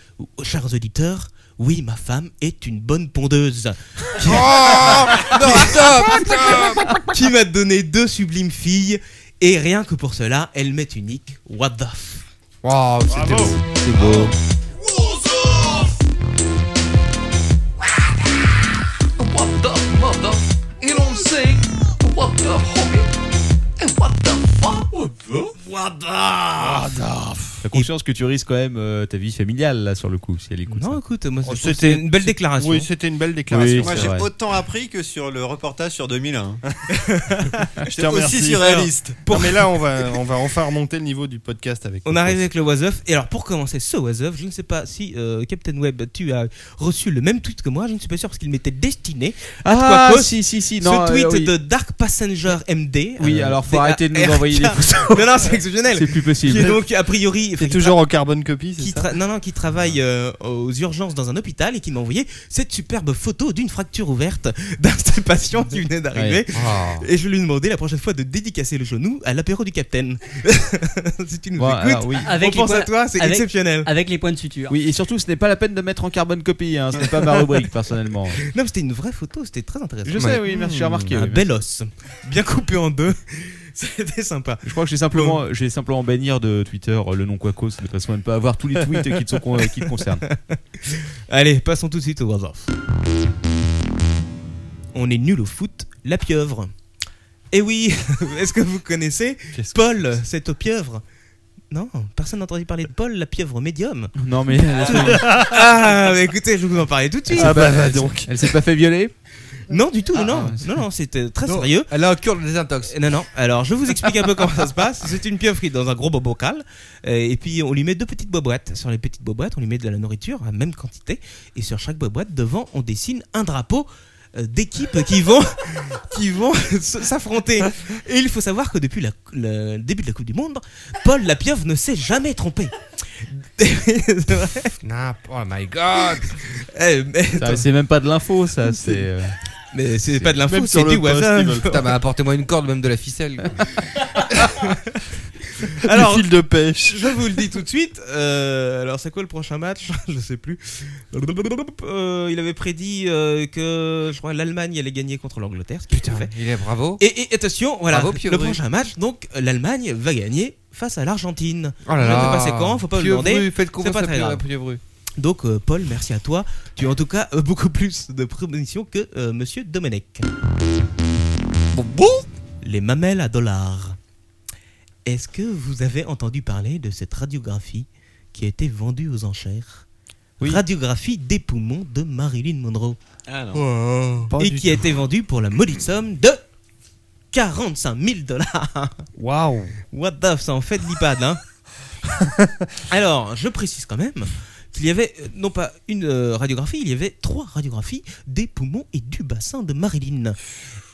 Speaker 7: chers auditeurs. Oui, ma femme est une bonne pondeuse.
Speaker 6: Oh,
Speaker 7: Qui- qui m'a donné deux sublimes filles. Et rien que pour cela, elle m'est unique. What the f.
Speaker 2: Wow, c'était beau.
Speaker 7: C'est beau.
Speaker 1: What the mother? You don't say what the hobby? And what the fuck? What the? What the?
Speaker 3: T'as conscience que tu risques quand même euh, ta vie familiale là sur le coup si elle écoute.
Speaker 7: Non, écoute, moi
Speaker 3: Oh,
Speaker 7: c'est-
Speaker 3: c'était-
Speaker 7: c'était une belle déclaration.
Speaker 3: oui, c'était une belle déclaration. Oui,
Speaker 5: Moi,
Speaker 3: c'est
Speaker 5: j'ai
Speaker 3: vrai.
Speaker 5: autant appris que sur le reportage sur [laughs] 2001.
Speaker 14: Je
Speaker 5: J'étais aussi surréaliste.
Speaker 14: Non, mais là, on va, on va enfin remonter le niveau du podcast avec.
Speaker 7: On arrive avec le was of. Et alors pour commencer ce was of, je ne sais pas si euh, Captain Web, tu as reçu le même tweet que moi. Je ne suis pas sûr parce qu'il m'était destiné. à
Speaker 3: Ah,
Speaker 7: toi, Cos.
Speaker 3: si, si, si,
Speaker 7: ce
Speaker 3: non,
Speaker 7: tweet
Speaker 3: euh, oui.
Speaker 7: de Dark Passenger Euh, MD.
Speaker 3: Oui, alors, faut arrêter de nous
Speaker 7: DARK.
Speaker 3: envoyer des photos.
Speaker 7: [laughs] non, non, c'est exceptionnel.
Speaker 3: C'est plus possible.
Speaker 7: Qui est donc a priori.
Speaker 14: T'es
Speaker 7: enfin,
Speaker 14: toujours en carbone copy, c'est
Speaker 7: qui
Speaker 14: ça
Speaker 7: tra- non, non, qui travaille euh, aux urgences dans un hôpital et qui m'a envoyé cette superbe photo d'une fracture ouverte [laughs] d'un de ses patients qui venait d'arriver.
Speaker 2: Ouais. Ah.
Speaker 7: Et je lui ai demandé la prochaine fois de dédicacer le genou à l'apéro du capitaine. [laughs] si tu nous
Speaker 3: Bon,
Speaker 7: écoutes,
Speaker 3: alors, oui.
Speaker 7: on pense à toi, c'est exceptionnel.
Speaker 6: Avec les points de suture.
Speaker 3: Oui, et surtout, ce n'est pas la peine de mettre en carbone copie, hein, ce n'est pas ma rubrique personnellement.
Speaker 7: Non, mais c'était une vraie photo, c'était très intéressant.
Speaker 3: Je sais, oui, merci, j'ai remarqué,
Speaker 7: Un
Speaker 3: oui, [laughs]
Speaker 7: bel os, bien coupé en deux. C'était sympa.
Speaker 3: Je crois que j'ai simplement, j'ai simplement bannir de Twitter euh, le nom Quacos de façon à ne pas avoir tous les tweets qui te, sont con- euh, qui
Speaker 7: [laughs]
Speaker 3: te concernent.
Speaker 7: Allez, passons tout de suite au World of. On est nul au foot, la pieuvre. Eh oui, [laughs] est-ce que vous connaissez Paul, cette pieuvre Non, personne n'a entendu parler de Paul, la pieuvre médium.
Speaker 3: Non, mais-
Speaker 7: [laughs] ah, bah, écoutez, je vais vous en parler tout de suite.
Speaker 3: Ah, bah, bah, donc. Elle s'est pas fait violer
Speaker 7: Non, du tout, non, non, non, non, c'était très
Speaker 2: Non,
Speaker 7: sérieux. Euh,
Speaker 2: Elle a un cure de désintox.
Speaker 7: Non, non. Alors, je vous explique un peu comment ça se passe. C'est une pieuvre qui est dans un gros bocal. euh, Et puis, on lui met deux petites boîtes. Sur les petites boîtes, on lui met de la nourriture à même quantité. Et sur chaque boîte, devant, on dessine un drapeau euh, d'équipes qui vont [laughs] qui vont s- s'affronter. Et il faut savoir que depuis la- le début de la Coupe du Monde, Paul la pieuvre ne s'est jamais trompé. C'est vrai.
Speaker 2: Oh my god!
Speaker 7: Eh, mais-
Speaker 3: Ça, C'est même pas de
Speaker 2: [laughs]
Speaker 3: l'info, ça. C'est. euh,
Speaker 7: Mais c'est pas de l'info,
Speaker 2: Même
Speaker 7: c'est
Speaker 2: sur le
Speaker 7: du
Speaker 2: poste,
Speaker 7: WhatsApp.
Speaker 2: ils veulent- Putain, bah, apportez-moi une corde, même de la ficelle.
Speaker 3: [laughs]
Speaker 14: [laughs]
Speaker 7: Alors,
Speaker 14: fil de pêche.
Speaker 7: Je vous le dis tout de suite. euh, alors, c'est quoi le prochain match [laughs] Je sais plus. Euh, il avait prédit euh, que je crois l'Allemagne allait gagner contre l'Angleterre. ce qui
Speaker 2: Putain,
Speaker 7: est fait.
Speaker 2: il est bravo.
Speaker 7: Et, et attention, voilà,
Speaker 2: Bravo,
Speaker 7: le
Speaker 2: Pieuvru.
Speaker 7: prochain match. Donc, l'Allemagne va gagner face à l'Argentine.
Speaker 2: Oh là
Speaker 7: Je
Speaker 2: là.
Speaker 7: sais pas c'est quand, faut pas
Speaker 2: Pieuvru,
Speaker 7: le demander.
Speaker 2: faites confiance
Speaker 7: c'est pas
Speaker 2: à
Speaker 7: très
Speaker 2: Pie- à
Speaker 7: grave. Donc, euh, Paul, merci à toi. Tu as en tout cas euh, beaucoup plus de prémonitions que euh, Monsieur Domenech. Les mamelles à dollars. Est-ce que vous avez entendu parler de cette radiographie qui a été vendue aux enchères Radiographie des poumons de Marilyn Monroe.
Speaker 5: Ah non.
Speaker 2: Oh. Pas
Speaker 7: Et
Speaker 2: du
Speaker 7: qui a
Speaker 2: tout.
Speaker 7: été vendue pour la modique somme de 45 000 dollars.
Speaker 8: Waouh
Speaker 7: What the, ça en fait de
Speaker 14: [laughs]
Speaker 7: l'IPAD, hein Alors, je précise quand même qu'il y avait, euh, non pas une euh, radiographie, il y avait trois radiographies des poumons et du bassin de Marilyn.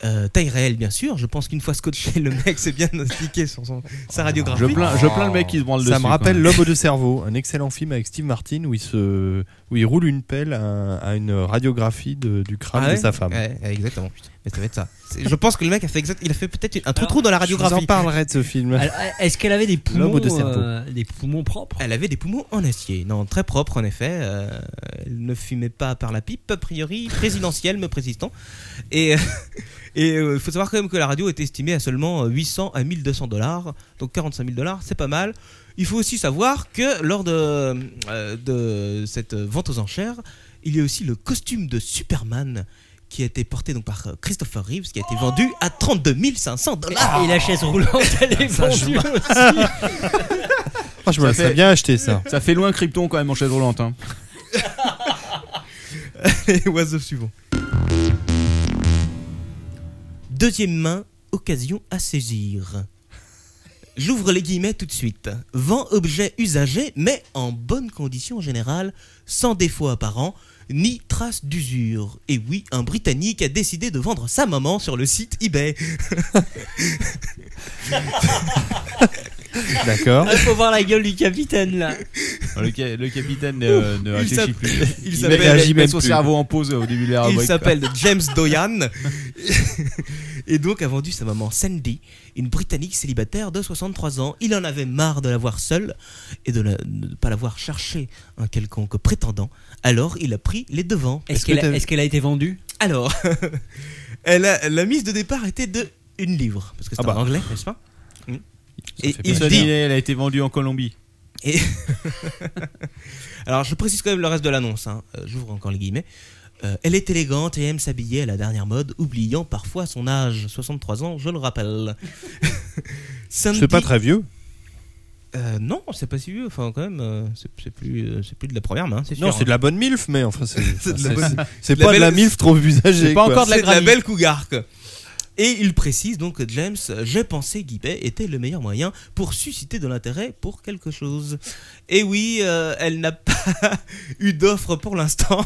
Speaker 7: Euh, taille réelle, bien sûr. Je pense qu'une fois scotché, le mec s'est bien expliqué sur son, sa radiographie.
Speaker 14: Je plains- je plains le mec qui se branle
Speaker 7: Ça
Speaker 14: Oh. Ça me rappelle
Speaker 7: l'homme
Speaker 14: L'homme de cerveau, un excellent film avec Steve Martin où il, se, où il roule une pelle à, à une radiographie de- du crâne
Speaker 7: Ah ouais
Speaker 14: de sa femme.
Speaker 7: Ouais, ouais, exactement. Mais ça va être ça. C'est- Je pense que le mec a fait exact- il a fait peut-être un trou trou dans la
Speaker 14: je vous en
Speaker 7: radiographie.
Speaker 14: parlerai de ce film.
Speaker 7: Alors,
Speaker 6: Est-ce qu'elle avait des poumons,
Speaker 7: L'homme de cerveau.
Speaker 6: euh, des poumons propres
Speaker 7: Elle avait des poumons en acier, non, très propre en effet. Euh, elle ne fumait pas par la pipe, a priori présidentielle, me précisant. Et [laughs] et euh, faut savoir quand même que la radio est estimée à seulement 800 à 1200 dollars, donc 45 000 dollars, c'est pas mal. Il faut aussi savoir que lors de euh, de cette vente aux enchères, il y a aussi le costume de Superman qui a été porté donc par euh, Christopher Reeves, qui a été vendu à 32 500 dollars.
Speaker 6: Et la chaise roulante, elle est
Speaker 7: Ça, je [laughs]
Speaker 6: vendue
Speaker 7: m'en-
Speaker 6: aussi.
Speaker 14: Ah, je me serais
Speaker 3: Ça
Speaker 7: [laughs]
Speaker 3: fait-
Speaker 14: bien acheté ça.
Speaker 3: Ça fait loin Krypton quand même en chaise roulante. Hein.
Speaker 7: Allez, oiseau suivant. Deuxième main, occasion à saisir. J'ouvre les guillemets tout de suite. Vend objet usagé, mais en bonne condition générale, sans défaut apparent, ni trace d'usure. Et oui, un Britannique a décidé de vendre sa maman sur le site eBay. Ah,
Speaker 14: D'accord.
Speaker 6: Il Ah, faut voir la gueule du capitaine là.
Speaker 3: Le, ca- le capitaine euh, ne
Speaker 7: Il
Speaker 3: réfléchit
Speaker 7: s'appelle-
Speaker 3: [laughs] plus.
Speaker 7: [laughs] il
Speaker 3: met-
Speaker 7: s'appelle-
Speaker 3: met-
Speaker 7: il
Speaker 3: met
Speaker 7: même
Speaker 3: son
Speaker 7: plus.
Speaker 3: cerveau en pause euh, au début de la
Speaker 7: Il
Speaker 3: rubrique, quoi. [laughs]
Speaker 7: s'appppelle James Doyan et donc a vendu sa maman Sandy, une Britannique célibataire de 63 ans. Il en avait marre de la voir seule et de la- de ne pas la voir chercher un quelconque prétendant. Alors il a pris les devants.
Speaker 6: Est-ce Est-ce qu'elle que a- t'as- est-ce qu'elle a été vendue
Speaker 7: Alors, [laughs] elle a- la mise de départ était de une livre parce que c'est
Speaker 3: Ah bah.
Speaker 7: en anglais, n'est-ce pas Mm.
Speaker 3: Ça fait plaisir.
Speaker 7: se
Speaker 3: Cela dit, elle a été vendue en Colombie.
Speaker 7: Et [laughs] Alors, je précise quand même le reste de l'annonce. hein. Euh, J'ouvre encore les guillemets. Euh, elle est élégante et aime s'habiller à la dernière mode, oubliant parfois son âge. 63 ans, je le rappelle. [laughs]
Speaker 14: C'est pas très vieux.
Speaker 7: Euh, non, c'est pas si vieux. Enfin, quand même, euh, c'est c'est plus, euh, c'est plus de la première main.
Speaker 14: Non,
Speaker 7: sûr,
Speaker 14: c'est de
Speaker 7: hein.
Speaker 14: la bonne MILF, mais enfin, c'est
Speaker 7: [laughs] Ah, C'est de la
Speaker 14: c'est-
Speaker 7: bonne-
Speaker 14: c'est pas de la
Speaker 7: belle-
Speaker 14: MILF trop usagée.
Speaker 7: C'est pas
Speaker 14: quoi.
Speaker 7: encore de la, belle cougar. quoi. Et il précise donc que James, j'ai pensé Guibet était le meilleur moyen pour susciter de l'intérêt pour quelque chose. Et oui, euh, elle n'a pas [laughs] eu d'offre pour [laughs] l'instant.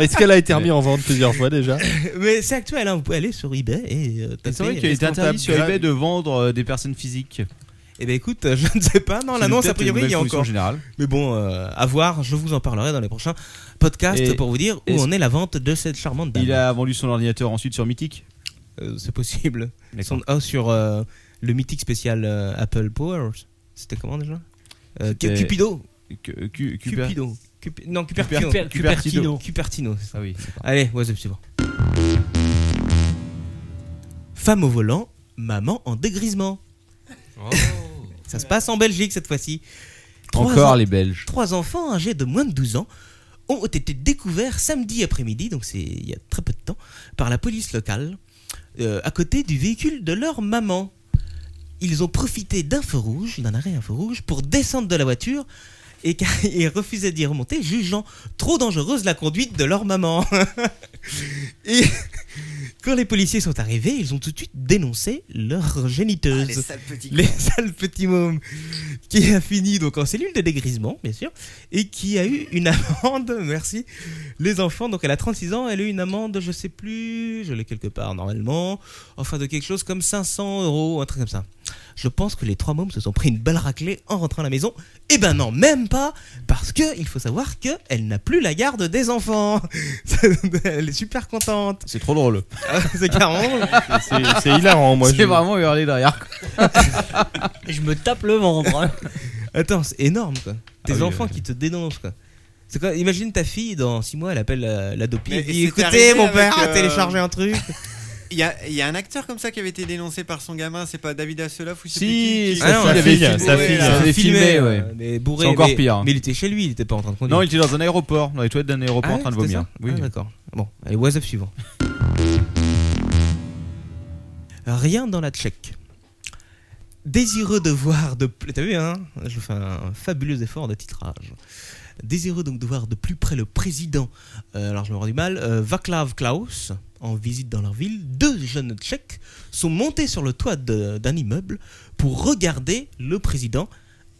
Speaker 14: Est-ce qu'elle a été
Speaker 7: [laughs]
Speaker 14: remise en vente plusieurs fois déjà
Speaker 7: Mais c'est actuel, hein, vous pouvez aller sur eBay et euh, taper.
Speaker 3: C'est vrai qu'il est interdit sur eBay de vendre euh, des personnes physiques.
Speaker 7: Eh ben écoute, [laughs] euh, je ne sais pas. Non,
Speaker 3: C'est
Speaker 7: l'annonce
Speaker 3: peut-être
Speaker 7: a priori
Speaker 3: une
Speaker 7: il y a
Speaker 3: solution
Speaker 7: encore.
Speaker 3: générale.
Speaker 7: Mais bon, euh, à voir. Je vous en parlerai dans les prochains podcasts
Speaker 3: Et-
Speaker 7: pour vous dire où
Speaker 3: est-ce-
Speaker 7: en est la vente de cette charmante dame. Euh,
Speaker 3: Il a vendu son ordinateur ensuite sur Mythic
Speaker 7: C'est possible. Son- oh, sur euh, le mythique spécial euh, Apple Powers. C'était comment déjà Euh,
Speaker 3: C'était-
Speaker 7: Cupido.
Speaker 3: Cu- cu- Cuper-
Speaker 7: Cupido. Cupi- Non,
Speaker 3: Cuper-
Speaker 7: Cupertino.
Speaker 3: Cuper- Cupertino.
Speaker 7: Cupertino, c'est ça.
Speaker 3: Ah oui.
Speaker 7: [laughs] Allez, what's up suivant. Femme au volant, maman en dégrisement. Ça se passe en Belgique cette fois-ci. Trois
Speaker 3: Encore les Belges.
Speaker 7: Trois enfants âgés de moins de 12 ans ont été découverts samedi après-midi, donc c'est il y a très peu de temps, par la police locale, euh, à côté du véhicule de leur maman. Ils ont profité d'un feu rouge, d'un arrêt à feu rouge, pour descendre de la voiture et, [laughs] ca- et refusaient d'y remonter, jugeant trop dangereuse la conduite de leur maman. [laughs] et [laughs] quand les policiers sont arrivés, ils ont tout de suite dénoncé leur géniteuse.
Speaker 1: Ah, les sales petits
Speaker 7: Les
Speaker 1: cons.
Speaker 7: sales petits mômes. Qui a fini donc en cellule de dégrisement, bien sûr, et qui a eu une amende, [laughs] merci, les enfants. Donc elle a 36 ans, elle a eu une amende, je sais plus, je l'ai quelque part normalement, enfin de quelque chose comme 500 euros, un truc comme ça. Je pense que les trois mômes se sont pris une belle raclée en rentrant à la maison. Eh ben non, même pas, parce que il faut savoir que elle n'a plus la garde des enfants. [laughs] elle est super contente. Ah,
Speaker 3: C'est trop drôle.
Speaker 7: C'est carrément drôle.
Speaker 14: [laughs] C'est- c'est hilarant, moi,
Speaker 3: C'est
Speaker 14: je-
Speaker 3: vraiment hurler derrière.
Speaker 6: Je me tape le ventre. hein.
Speaker 7: Attends, c'est énorme quoi. Tes
Speaker 3: Ah oui,
Speaker 7: enfants
Speaker 3: oui.
Speaker 7: qui te dénoncent quoi. C'est quoi Imagine ta fille dans 6 mois, elle appelle euh, l'adopie.
Speaker 5: Mais
Speaker 7: Elle dit
Speaker 5: c'est
Speaker 7: écoutez,
Speaker 5: arrivé
Speaker 7: mon
Speaker 5: avec,
Speaker 7: père a
Speaker 5: euh,
Speaker 7: téléchargé Ah, un truc.
Speaker 5: Il y a, il y a un acteur comme ça qui avait été dénoncé par son gamin, c'est pas David Asseloff ou je sais
Speaker 3: Si,
Speaker 5: plus qui, qui-
Speaker 3: sa Ah non, fille,
Speaker 5: Ouais,
Speaker 3: sa
Speaker 5: ouais,
Speaker 3: fille,
Speaker 5: là.
Speaker 3: sa fille. filmé,
Speaker 7: euh,
Speaker 3: ouais.
Speaker 7: Mais bourré.
Speaker 3: C'est encore
Speaker 7: mais-
Speaker 3: pire.
Speaker 7: Mais il était chez lui, il était pas en train de conduire.
Speaker 3: Non, il était dans un aéroport, dans les toilettes d'un aéroport
Speaker 7: Ah
Speaker 3: en train de
Speaker 7: ouais, c'était ça
Speaker 3: vomir.
Speaker 7: Ah, d'accord. Bon, allez, what's up suivant. Rien dans la Tchèque. Désireux de voir de plus. T'as vu, hein Je fais un fabuleux effort de titrage. Désireux donc de voir de plus près le président, euh, alors je me rends du mal, euh, Vaclav Klaus, en visite dans leur ville, deux jeunes Tchèques sont montés sur le toit de- d'un immeuble pour regarder le président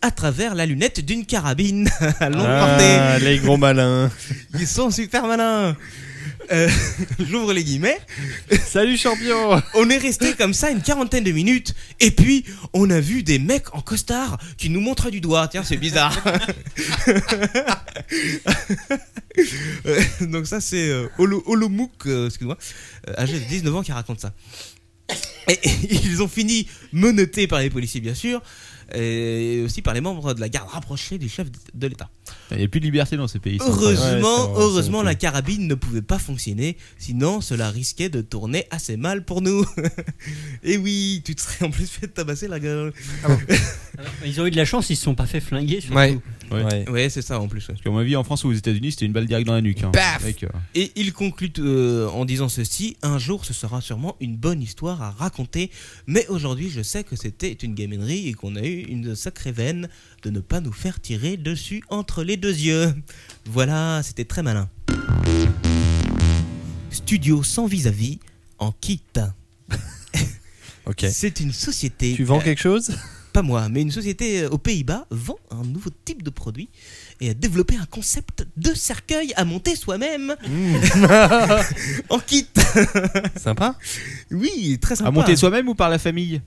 Speaker 7: à travers la lunette d'une carabine [laughs] à longue
Speaker 14: Ah,
Speaker 7: portée.
Speaker 14: les gros malins.
Speaker 7: Ils sont super malins. Euh, [laughs] J'ouvre les guillemets.
Speaker 14: Salut champion.
Speaker 7: On est resté comme ça une quarantaine de minutes et puis on a vu des mecs en costard qui nous montraient du doigt. Tiens, c'est bizarre. [laughs] Euh, Donc ça c'est euh, Holo- Holomouk, euh, excuse-moi, euh, âgé de 19 ans qui raconte ça. Et ils ont fini menottés par les policiers bien sûr et aussi par les membres de la garde rapprochée du chef de l'État.
Speaker 3: Il n'y a plus de liberté dans ces pays. c'est incroyable.
Speaker 7: Heureusement, heureusement la carabine ne pouvait pas fonctionner, sinon cela risquait de tourner assez mal pour nous. [laughs] Et oui, tu te serais en plus fait tabasser la gueule.
Speaker 6: Ah [laughs] Ils ont eu de la chance, ils se sont pas fait flinguer. Surtout.
Speaker 7: Ouais, ouais c'est ça en plus. ouais.
Speaker 3: Parce qu'à mon avis, en France ou aux États-Unis, c'était une balle directe dans la nuque. hein.
Speaker 7: Paf
Speaker 3: Mec, euh,
Speaker 7: Et il conclut euh, en disant ceci un jour, ce sera sûrement une bonne histoire à raconter, mais aujourd'hui, je sais que c'était une gaminerie et qu'on a eu une sacrée veine de ne pas nous faire tirer dessus entre les deux yeux. Voilà, c'était très malin. Studio sans vis-à-vis en kit.
Speaker 14: Ok.
Speaker 7: C'est une société.
Speaker 14: Tu vends quelque
Speaker 7: chose Pas moi, mais une société euh, aux Pays-Bas vend un nouveau type de produit et a développé un concept de cercueil à monter soi-même
Speaker 3: Hmm.
Speaker 7: [laughs] en kit.
Speaker 14: Sympa.
Speaker 7: Oui, très sympa.
Speaker 3: À monter soi-même ou par la famille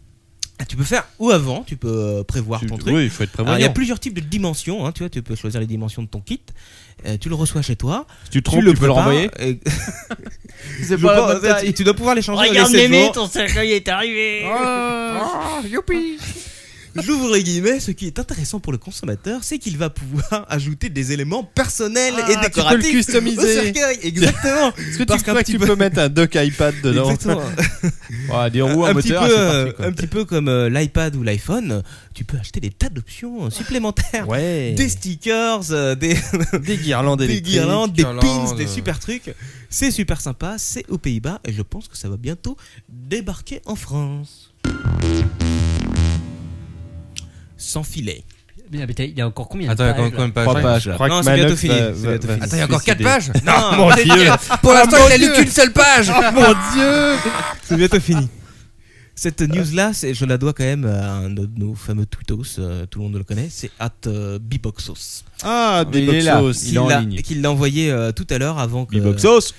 Speaker 7: Ah, Tu peux faire ou avant, tu peux euh, prévoir
Speaker 3: Tu-
Speaker 7: ton truc.
Speaker 3: oui, il faut être prévoyant.
Speaker 7: Alors, Il y a plusieurs types de dimensions, hein, tu vois, tu peux choisir les dimensions de ton kit. Euh, tu le reçois chez toi.
Speaker 3: Si tu te trompes, tu peux le
Speaker 7: prépares,
Speaker 3: renvoyer.
Speaker 7: [laughs] euh,
Speaker 3: C'est
Speaker 7: je
Speaker 3: pas la
Speaker 7: pense-
Speaker 3: bonne taille. Oh,
Speaker 7: tu- Tu dois pouvoir les changer.
Speaker 6: Regarde
Speaker 7: tous les sept
Speaker 6: Mémé,
Speaker 7: jours. Oh,
Speaker 6: ton cercueil est arrivé. Ah,
Speaker 20: youpi
Speaker 7: J'ouvre les guillemets, ce qui est intéressant pour le consommateur, c'est qu'il va pouvoir [laughs] ajouter des éléments personnels
Speaker 14: Ah,
Speaker 7: et
Speaker 14: tu peux
Speaker 7: décoratifs
Speaker 14: le customiser.
Speaker 7: au cercueil. Exactement.
Speaker 14: [laughs] Est-ce que tu
Speaker 7: Parce
Speaker 14: crois
Speaker 7: qu'un
Speaker 14: que tu peux mettre un dock
Speaker 7: [laughs]
Speaker 14: iPad dedans [laughs]
Speaker 7: Exactement.
Speaker 3: des
Speaker 14: roues, un
Speaker 7: petit
Speaker 14: moteur,
Speaker 7: peu,
Speaker 14: c'est parti,
Speaker 7: euh,
Speaker 14: quoi.
Speaker 7: un petit peu comme euh, l'iPad ou l'iPhone, euh, tu peux acheter des tas d'options euh, supplémentaires.
Speaker 14: Ouais.
Speaker 7: Des stickers, euh, des,
Speaker 14: [laughs] Des guirlandes
Speaker 7: [laughs] des
Speaker 14: électriques.
Speaker 7: guirlandes, des pins,
Speaker 14: Guirlandes,
Speaker 7: des
Speaker 14: euh.
Speaker 7: super trucs. C'est super sympa, c'est aux Pays-Bas et je pense que ça va bientôt débarquer en France. Sans filet.
Speaker 6: Mais attends, Il y a encore combien de
Speaker 7: Attends, il y a
Speaker 6: pages,
Speaker 7: encore
Speaker 6: là
Speaker 7: combien de pages Trois pages, là.
Speaker 6: Non,
Speaker 7: Croque
Speaker 6: c'est bientôt
Speaker 7: Manox
Speaker 6: fini.
Speaker 7: va-
Speaker 6: C'est
Speaker 7: va-
Speaker 6: bientôt
Speaker 7: va-
Speaker 6: fini.
Speaker 7: Attends, il y a encore
Speaker 6: Suicider.
Speaker 7: quatre pages
Speaker 6: Non,
Speaker 7: Mon
Speaker 6: c'est-
Speaker 7: Dieu.
Speaker 6: Pour l'instant,
Speaker 7: il a lu qu'une seule page.
Speaker 14: [laughs] Oh mon dieu
Speaker 7: C'est bientôt fini. Cette news-là, c'est- je la dois quand même à un de nos fameux tweetos, euh, tout le monde le connaît, c'est at euh, Biboxos.
Speaker 14: Ah,
Speaker 7: Il est
Speaker 14: Biboxos. Il
Speaker 7: là, Qu'il
Speaker 14: est en
Speaker 7: l'a-
Speaker 14: ligne.
Speaker 7: qu'il l'a envoyé euh, tout à l'heure avant que.
Speaker 14: Biboxos.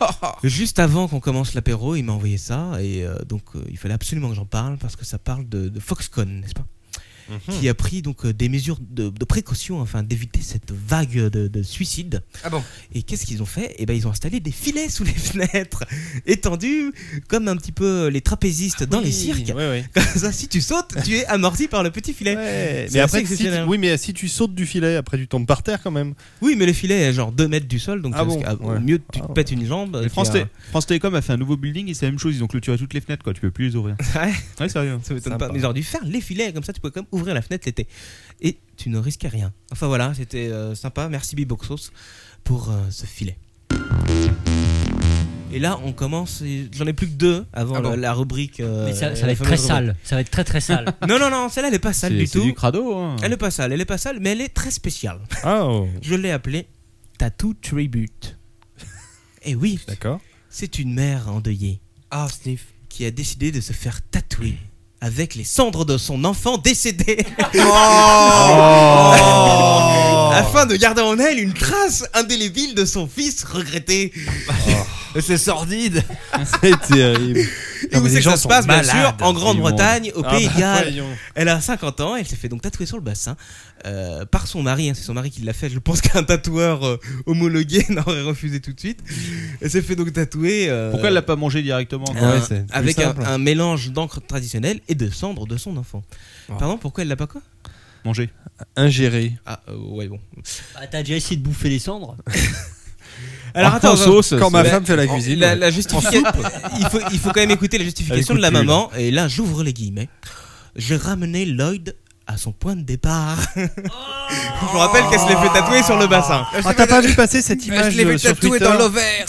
Speaker 7: [laughs] Juste avant qu'on commence l'apéro, il m'a envoyé ça et euh, donc euh, il fallait absolument que j'en parle parce que ça parle de, de Foxconn, n'est-ce pas
Speaker 14: Mhm.
Speaker 1: Mm-hmm.
Speaker 7: Qui a pris donc euh, des mesures de, de précaution afin d'éviter cette vague de, de suicides.
Speaker 2: Ah bon
Speaker 7: Et qu'est-ce qu'ils ont fait Eh ben ils ont installé des filets sous les [laughs] fenêtres, étendus comme un petit peu les trapézistes
Speaker 14: Ah
Speaker 7: dans les cirques. Comme ça, si tu sautes, tu es amorti par le petit filet.
Speaker 14: Ouais,
Speaker 7: C'est
Speaker 14: mais
Speaker 7: assez
Speaker 14: après, si tu-
Speaker 7: exceptionnel.
Speaker 14: oui, mais si tu sautes du filet, après tu tombes par terre quand même.
Speaker 7: Oui, mais le filet est genre 2 mètres du sol, donc
Speaker 14: Ah
Speaker 7: parce
Speaker 14: bon,
Speaker 7: qu'à- au
Speaker 14: ouais.
Speaker 7: mieux tu te
Speaker 14: Ah ouais.
Speaker 7: pètes une jambe. euh,
Speaker 3: Mais
Speaker 7: tu
Speaker 3: France,
Speaker 7: as-
Speaker 3: Télé- France Télécom a fait un nouveau building et c'est la même chose. Ils ont clôturé toutes les fenêtres, quoi. Tu peux plus
Speaker 7: [laughs]
Speaker 3: les ouvrir.
Speaker 7: Ouais,
Speaker 6: hein.
Speaker 3: sérieux.
Speaker 7: Ça m'étonne
Speaker 3: Sympa.
Speaker 7: pas. Mais Ils auraient dû faire les filets, comme ça tu pouvais quand même ouvrir la fenêtre l'été. Et tu ne risquais rien. Enfin voilà, c'était euh, sympa. Merci Biboxos pour euh, ce filet. Et là, on commence. et J'en ai plus que deux avant
Speaker 6: Ah bon.
Speaker 7: la, la rubrique. euh,
Speaker 6: Mais ça, ça
Speaker 7: la
Speaker 6: va être très
Speaker 7: fameuse rubrique.
Speaker 6: sale. Ça va être très très
Speaker 7: [laughs]
Speaker 6: sale.
Speaker 7: Non, non, non, celle-là, elle est pas sale
Speaker 6: C'est-
Speaker 7: du
Speaker 6: c'est
Speaker 7: tout.
Speaker 6: du crado, hein.
Speaker 7: Elle est pas sale, elle est pas sale, mais elle est très spéciale.
Speaker 13: Oh.
Speaker 7: Je l'ai appelée Tattoo Tribute. Et oui.
Speaker 14: D'accord.
Speaker 7: C'est une mère endeuillée. Ah, Sniff. Qui a décidé de se faire tatouer avec les cendres de son enfant
Speaker 14: [laughs]
Speaker 7: décédé.
Speaker 14: Oh.
Speaker 7: Oh. Afin de garder en elle une trace indélébile de son fils regretté.
Speaker 14: Oh.
Speaker 7: C'est sordide.
Speaker 14: C'est terrible.
Speaker 7: Et
Speaker 14: Non,
Speaker 7: où
Speaker 14: mais les
Speaker 7: c'est que
Speaker 14: gens
Speaker 7: ça se
Speaker 14: sont
Speaker 7: passe, bien sûr,
Speaker 14: malades,
Speaker 7: en Grande-Bretagne,
Speaker 14: immonde.
Speaker 7: au
Speaker 14: Ah
Speaker 7: Pays
Speaker 14: bah,
Speaker 7: de Galles.
Speaker 14: voyons.
Speaker 7: Elle a 50 ans, elle s'est fait donc tatouer sur le bassin euh, par son mari. hein, c'est son mari qui l'a fait. Je pense [laughs] qu'un tatoueur euh, homologué [laughs] n'aurait refusé tout de suite. Elle s'est fait donc tatouer. euh,
Speaker 3: Pourquoi elle l'a pas mangé directement
Speaker 7: un-
Speaker 3: Ouais, c'est plus
Speaker 7: Avec un,
Speaker 3: simple.
Speaker 7: un mélange d'encre traditionnelle et de cendres de son enfant. Pardon, pourquoi elle l'a pas quoi
Speaker 3: Ah. Manger.
Speaker 14: Ingérer.
Speaker 7: Ah, euh, ouais, bon.
Speaker 6: Ah, T'as déjà essayé de bouffer les
Speaker 7: [laughs]
Speaker 6: cendres
Speaker 7: Alors
Speaker 14: Ah,
Speaker 7: attends,
Speaker 14: en
Speaker 7: attends.
Speaker 14: sauce, Quand ma
Speaker 7: Bah,
Speaker 14: femme fait la
Speaker 7: en-
Speaker 14: cuisine,
Speaker 7: La,
Speaker 14: ouais.
Speaker 7: la justification-
Speaker 14: En soupe.
Speaker 7: [laughs] il, faut, il faut quand même écouter la justification
Speaker 14: Elle
Speaker 7: de la
Speaker 14: écoute plus,
Speaker 7: maman. Et là, j'ouvre les guillemets. J'ai ramené Lloyd à son point
Speaker 14: [laughs]
Speaker 7: de départ. Je vous rappelle qu'elle se l'est fait tatouer sur le bassin.
Speaker 14: Ah, t'as pas vu passer cette
Speaker 7: Je
Speaker 14: image
Speaker 7: l'ai fait
Speaker 14: euh, sur
Speaker 7: tatouer Ah.
Speaker 14: Twitter Ah.
Speaker 7: dans l'ovaire.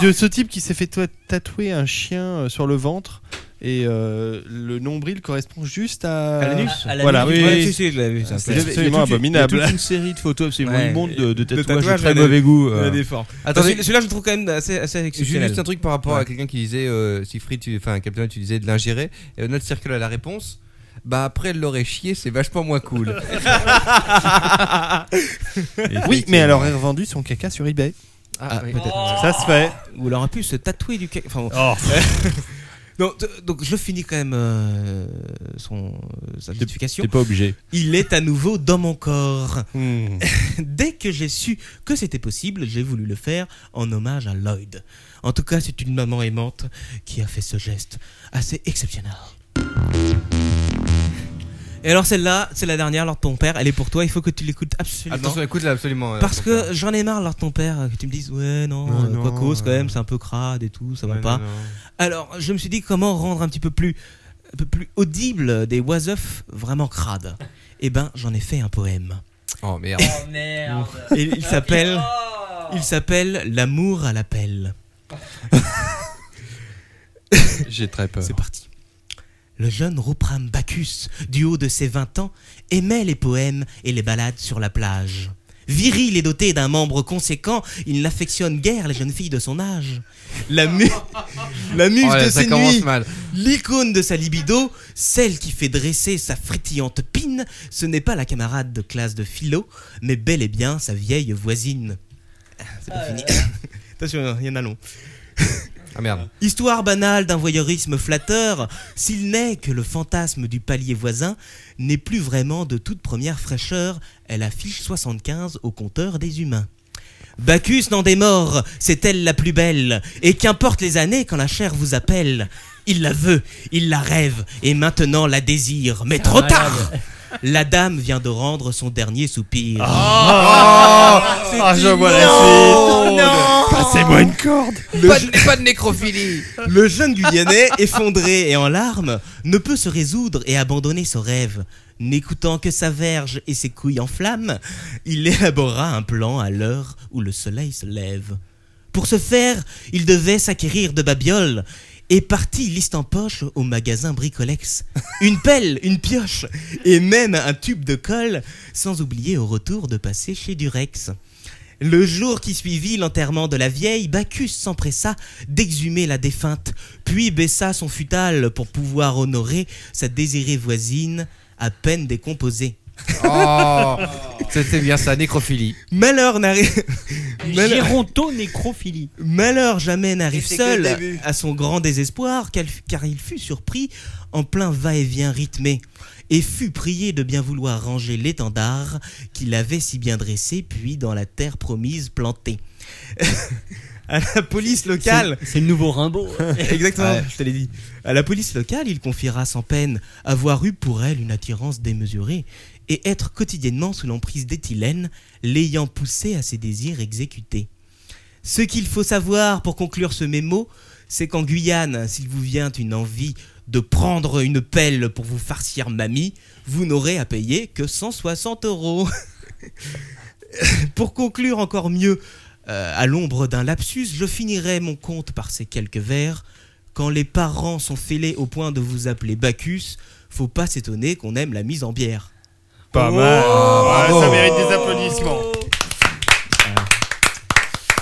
Speaker 14: de, de ce type qui s'est fait toi- tatouer un chien euh, sur le ventre Et euh, le nombril correspond juste à,
Speaker 3: À l'anus. À- à l'anus.
Speaker 14: Voilà,
Speaker 3: Oui,
Speaker 14: oui,
Speaker 3: oui,
Speaker 14: oui.
Speaker 3: si, si, je l'avais vu, ça.
Speaker 14: C'est
Speaker 3: Il y a- il y a
Speaker 14: absolument
Speaker 3: toute une-
Speaker 14: abominable.
Speaker 3: il y a toute une série de photos absolument
Speaker 7: Ouais.
Speaker 3: immondes de- de tatouages de très
Speaker 7: à la-
Speaker 3: mauvais goût, euh.
Speaker 7: à l'effort. Attendez,
Speaker 2: Attendez.
Speaker 7: celui- celui-là je le trouve quand même assez, assez exceptionnel.
Speaker 2: Juste un truc par rapport
Speaker 7: Ouais.
Speaker 2: à quelqu'un qui disait, euh, Siegfried, tu- enfin Captain, tu disais de l'ingérer, et notre circule à la réponse. Bah après elle l'aurait chié, c'est vachement
Speaker 7: [laughs]
Speaker 2: moins cool.
Speaker 14: oui, mais elle aurait revendu son caca sur eBay.
Speaker 7: Ah, oui.
Speaker 14: peut-être. Ça se fait.
Speaker 7: Ou elle aurait pu se tatouer du caca. Enfin, bon.
Speaker 14: Oh.
Speaker 7: Non, t- [laughs] donc je finis quand même euh, son, euh, sa justification.
Speaker 3: t'es pas obligé.
Speaker 7: Il est à nouveau dans mon corps.
Speaker 14: Hmm.
Speaker 7: [laughs] Dès que j'ai su que c'était possible, j'ai voulu le faire en hommage à Lloyd. En tout cas, c'est une maman aimante qui a fait ce geste assez exceptionnel. Et alors celle-là, c'est la dernière, Lord ton père, elle est pour toi, il faut que tu l'écoutes absolument. euh.
Speaker 2: Attention, écoute-la absolument, Lord
Speaker 7: Parce [laughs]
Speaker 2: ton
Speaker 7: que j'en ai marre, Lord ton père, euh, que tu me dises, ouais, non,
Speaker 2: Non,
Speaker 7: euh,
Speaker 2: non,
Speaker 7: quoi cause quand
Speaker 2: euh,
Speaker 7: même, c'est un peu crade et tout, ça va
Speaker 2: ouais,
Speaker 7: pas.
Speaker 2: non, non.
Speaker 7: Alors, je me suis dit comment rendre un petit peu plus, un peu plus audible des oiseufs vraiment crades. Eh ben, j'en ai fait un poème.
Speaker 2: Oh merde.
Speaker 7: Oh merde. Oh. Et il s'appelle, il s'appelle l'amour à [laughs] l'appel.
Speaker 14: [laughs] J'ai très peur.
Speaker 7: C'est parti. Le jeune Rupram Bacchus, du haut de ses 20 ans, aimait les poèmes et les balades sur la plage. Viril et doté d'un membre conséquent, il n'affectionne guère les jeunes filles de son âge. La,
Speaker 2: [laughs]
Speaker 7: mu- la muse
Speaker 2: Oh là,
Speaker 7: de
Speaker 2: ça
Speaker 7: ses
Speaker 2: commence
Speaker 7: nuits,
Speaker 2: mal.
Speaker 7: l'icône de sa libido, celle qui fait dresser sa frétillante pine, ce n'est pas la camarade de classe de philo, mais bel et bien sa vieille voisine. Ah, C'est pas fini. Attention, il y en a long.
Speaker 2: Ah merde.
Speaker 7: Histoire banale d'un voyeurisme flatteur, s'il n'est que le fantasme du palier voisin n'est plus vraiment de toute première fraîcheur, elle affiche 75 au compteur des humains. Bacchus n'en démord, c'est elle la plus belle, et qu'importe les années quand la chair vous appelle, il la veut, il la rêve, et maintenant la désire, mais trop tard La dame vient de rendre son dernier soupir.
Speaker 4: oh,
Speaker 7: C'est
Speaker 14: Ah, je vois la
Speaker 7: immonde.
Speaker 14: suite. Passez-moi une corde.
Speaker 7: Oh. Pas de- pas de nécrophilie. [laughs] Le jeune Guyanais, effondré et en larmes, ne peut se résoudre et abandonner son rêve. N'écoutant que sa verge et ses couilles en flammes, il élabora un plan à l'heure où le soleil se lève. Pour ce faire, il devait s'acquérir de babioles et partit liste en poche au magasin Bricolex. Une pelle, une pioche et même un tube de colle, sans oublier au retour de passer chez Durex. Le jour qui suivit l'enterrement de la vieille, Bacchus s'empressa d'exhumer la défunte, puis baissa son futal pour pouvoir honorer sa désirée voisine à peine décomposée.
Speaker 2: Oh, c'était bien ça, nécrophilie.
Speaker 7: Malheur n'arrive.
Speaker 6: nécrophilie.
Speaker 7: Malheur jamais
Speaker 6: Et
Speaker 7: n'arrive
Speaker 6: c'est que le
Speaker 7: seul
Speaker 6: début.
Speaker 7: à son grand désespoir, car- car il fut surpris en plein va-et-vient rythmé et fut prié de bien vouloir ranger l'étendard qu'il avait si bien dressé, puis dans la terre promise plantée. [laughs] à la police locale.
Speaker 6: C'est le nouveau Rimbaud.
Speaker 7: [laughs] Exactement,
Speaker 6: Ouais.
Speaker 7: je te l'ai dit. À la police locale, il confiera sans peine avoir eu pour elle une attirance démesurée et être quotidiennement sous l'emprise d'éthylène, l'ayant poussé à ses désirs exécutés. Ce qu'il faut savoir pour conclure ce mémo, c'est qu'en Guyane, s'il vous vient une envie de prendre une pelle pour vous farcir mamie, vous n'aurez à payer que 160 euros. [laughs] pour conclure encore mieux, euh, à l'ombre d'un lapsus, je finirai mon compte par ces quelques vers. Quand les parents sont fêlés au point de vous appeler Bacchus, faut pas s'étonner qu'on aime la mise en bière. Oh,
Speaker 14: Pas mal.
Speaker 7: Ah,
Speaker 14: Ouais, ça mérite des applaudissements.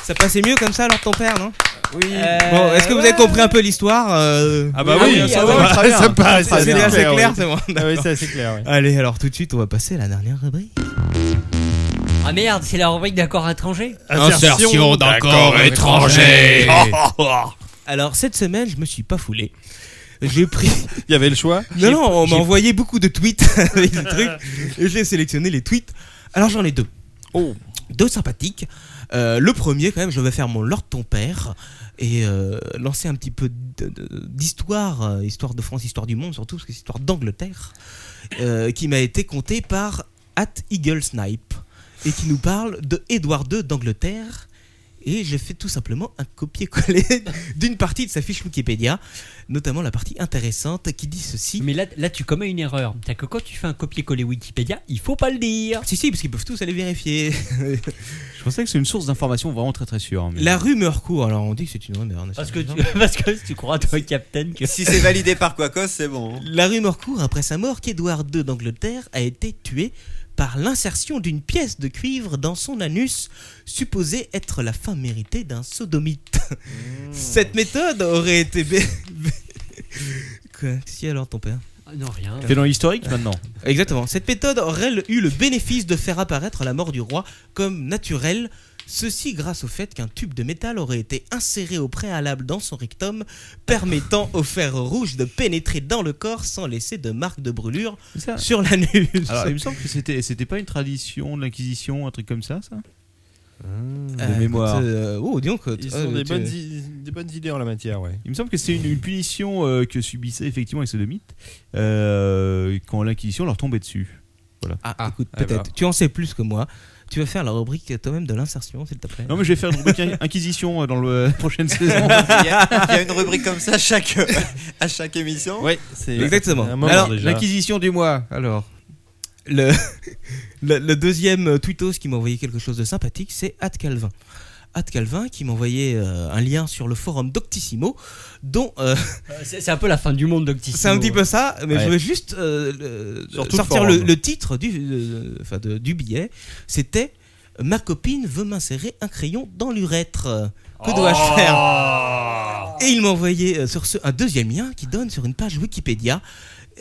Speaker 7: Ça passait mieux comme ça alors ton père, non Oui.
Speaker 14: Euh,
Speaker 7: Bon, est-ce que vous avez compris un peu l'histoire euh
Speaker 14: Ah bah oui, ça va, très bien.
Speaker 7: ça passe.
Speaker 14: Ça,
Speaker 7: C'est
Speaker 14: c'est
Speaker 7: assez
Speaker 14: clair,
Speaker 7: clair,
Speaker 14: oui.
Speaker 7: c'est bon.
Speaker 14: Ah oui,
Speaker 7: d'accord.
Speaker 14: c'est assez clair, oui.
Speaker 7: Allez, alors tout de suite, on va passer à la dernière rubrique.
Speaker 6: Ah merde, c'est la rubrique d'accord étranger.
Speaker 7: Insertion d'un corps étranger. [laughs] Alors cette semaine, je me suis pas foulé. J'ai pris.
Speaker 14: [laughs] Il y avait le choix.
Speaker 7: Non, non, on m'a
Speaker 14: J'ai-
Speaker 7: envoyé beaucoup de tweets [laughs] avec des trucs. Et j'ai sélectionné les tweets. Alors j'en ai deux. Deux sympathiques. Euh, le premier, quand même, je vais faire mon Lord ton père et euh, lancer un petit peu d- d- d'histoire, euh, histoire de France, histoire du monde surtout, parce que c'est histoire d'Angleterre, euh, qui m'a été contée par At Eagle Snipe et qui nous parle de Édouard II d'Angleterre Et j'ai fait tout simplement un copier-coller [laughs] d'une partie de sa fiche Wikipédia, notamment la partie intéressante qui dit ceci.
Speaker 6: Mais là, là tu commets une erreur. C'est que quand tu fais un copier-coller Wikipédia, il faut pas le dire.
Speaker 7: Si, si, parce qu'ils peuvent tous aller vérifier.
Speaker 3: [laughs] Je pensais que c'est une source d'information vraiment très très sûre. mais-
Speaker 7: La rumeur court, alors on dit que c'est une rumeur. n'est-ce
Speaker 6: Parce que,
Speaker 7: pas
Speaker 6: tu, [laughs] parce que tu crois, toi, Captain, que.
Speaker 5: Si c'est validé par Quacos, c'est bon.
Speaker 7: La rumeur court après sa mort qu'Édouard II d'Angleterre a été tué par l'insertion d'une pièce de cuivre dans son anus, supposée être la fin méritée d'un sodomite. [laughs] Cette méthode aurait été... bé- [laughs] Quoi Si alors ton père
Speaker 6: Ah Non, rien.
Speaker 3: T'es dans l'historique maintenant
Speaker 7: Exactement. Cette méthode aurait eu le bénéfice de faire apparaître la mort du roi comme naturelle. Ceci grâce au fait qu'un tube de métal aurait été inséré au préalable dans son rectum, permettant au fer rouge de pénétrer dans le corps sans laisser de marque de brûlure
Speaker 3: Ça-
Speaker 7: sur l'anus.
Speaker 3: Alors, il me semble que c'était, c'était pas une tradition de l'Inquisition, un truc comme ça, ça Ah, De
Speaker 7: écoute,
Speaker 3: mémoire.
Speaker 7: euh, oh, dis donc,
Speaker 14: Ils
Speaker 7: euh,
Speaker 14: ont des,
Speaker 7: tu-
Speaker 14: bonnes i- des bonnes idées en la matière, ouais.
Speaker 3: Il me semble que c'est une, une punition euh, que subissaient effectivement les sodomites euh, quand l'Inquisition leur tombait dessus. Voilà.
Speaker 7: Ah, écoute, peut-être. Tu en sais plus que moi. Tu vas faire la rubrique toi-même de l'insertion, s'il te plaît.
Speaker 3: Non, mais je vais faire une rubrique Inquisition euh, [laughs] dans le- la
Speaker 7: [laughs]
Speaker 3: prochaine
Speaker 5: [laughs]
Speaker 3: saison.
Speaker 5: Il y, a, il y a une rubrique comme ça à chaque, [laughs] à chaque émission.
Speaker 3: Oui,
Speaker 7: Exactement. Alors,
Speaker 3: Alors, l'Inquisition du mois, alors.
Speaker 7: le, [laughs] le, le deuxième euh, tweetos qui m'a envoyé quelque chose de sympathique, c'est Ad Calvin. Ad Calvin qui m'a envoyé euh, un lien sur le forum Doctissimo, dont. euh,
Speaker 6: C'est c'est un peu la fin du monde, Doctissimo.
Speaker 7: C'est un petit peu ça, mais
Speaker 6: Ouais.
Speaker 7: je voulais juste euh, le-
Speaker 6: Sur tout le
Speaker 7: sortir le,
Speaker 6: forum.
Speaker 7: le titre du, euh, enfin, de- du billet. C'était Ma copine veut m'insérer un crayon dans l'urètre. Que
Speaker 6: Oh.
Speaker 7: dois-je faire Et il m'a envoyé euh, sur ce un deuxième lien qui donne sur une page Wikipédia.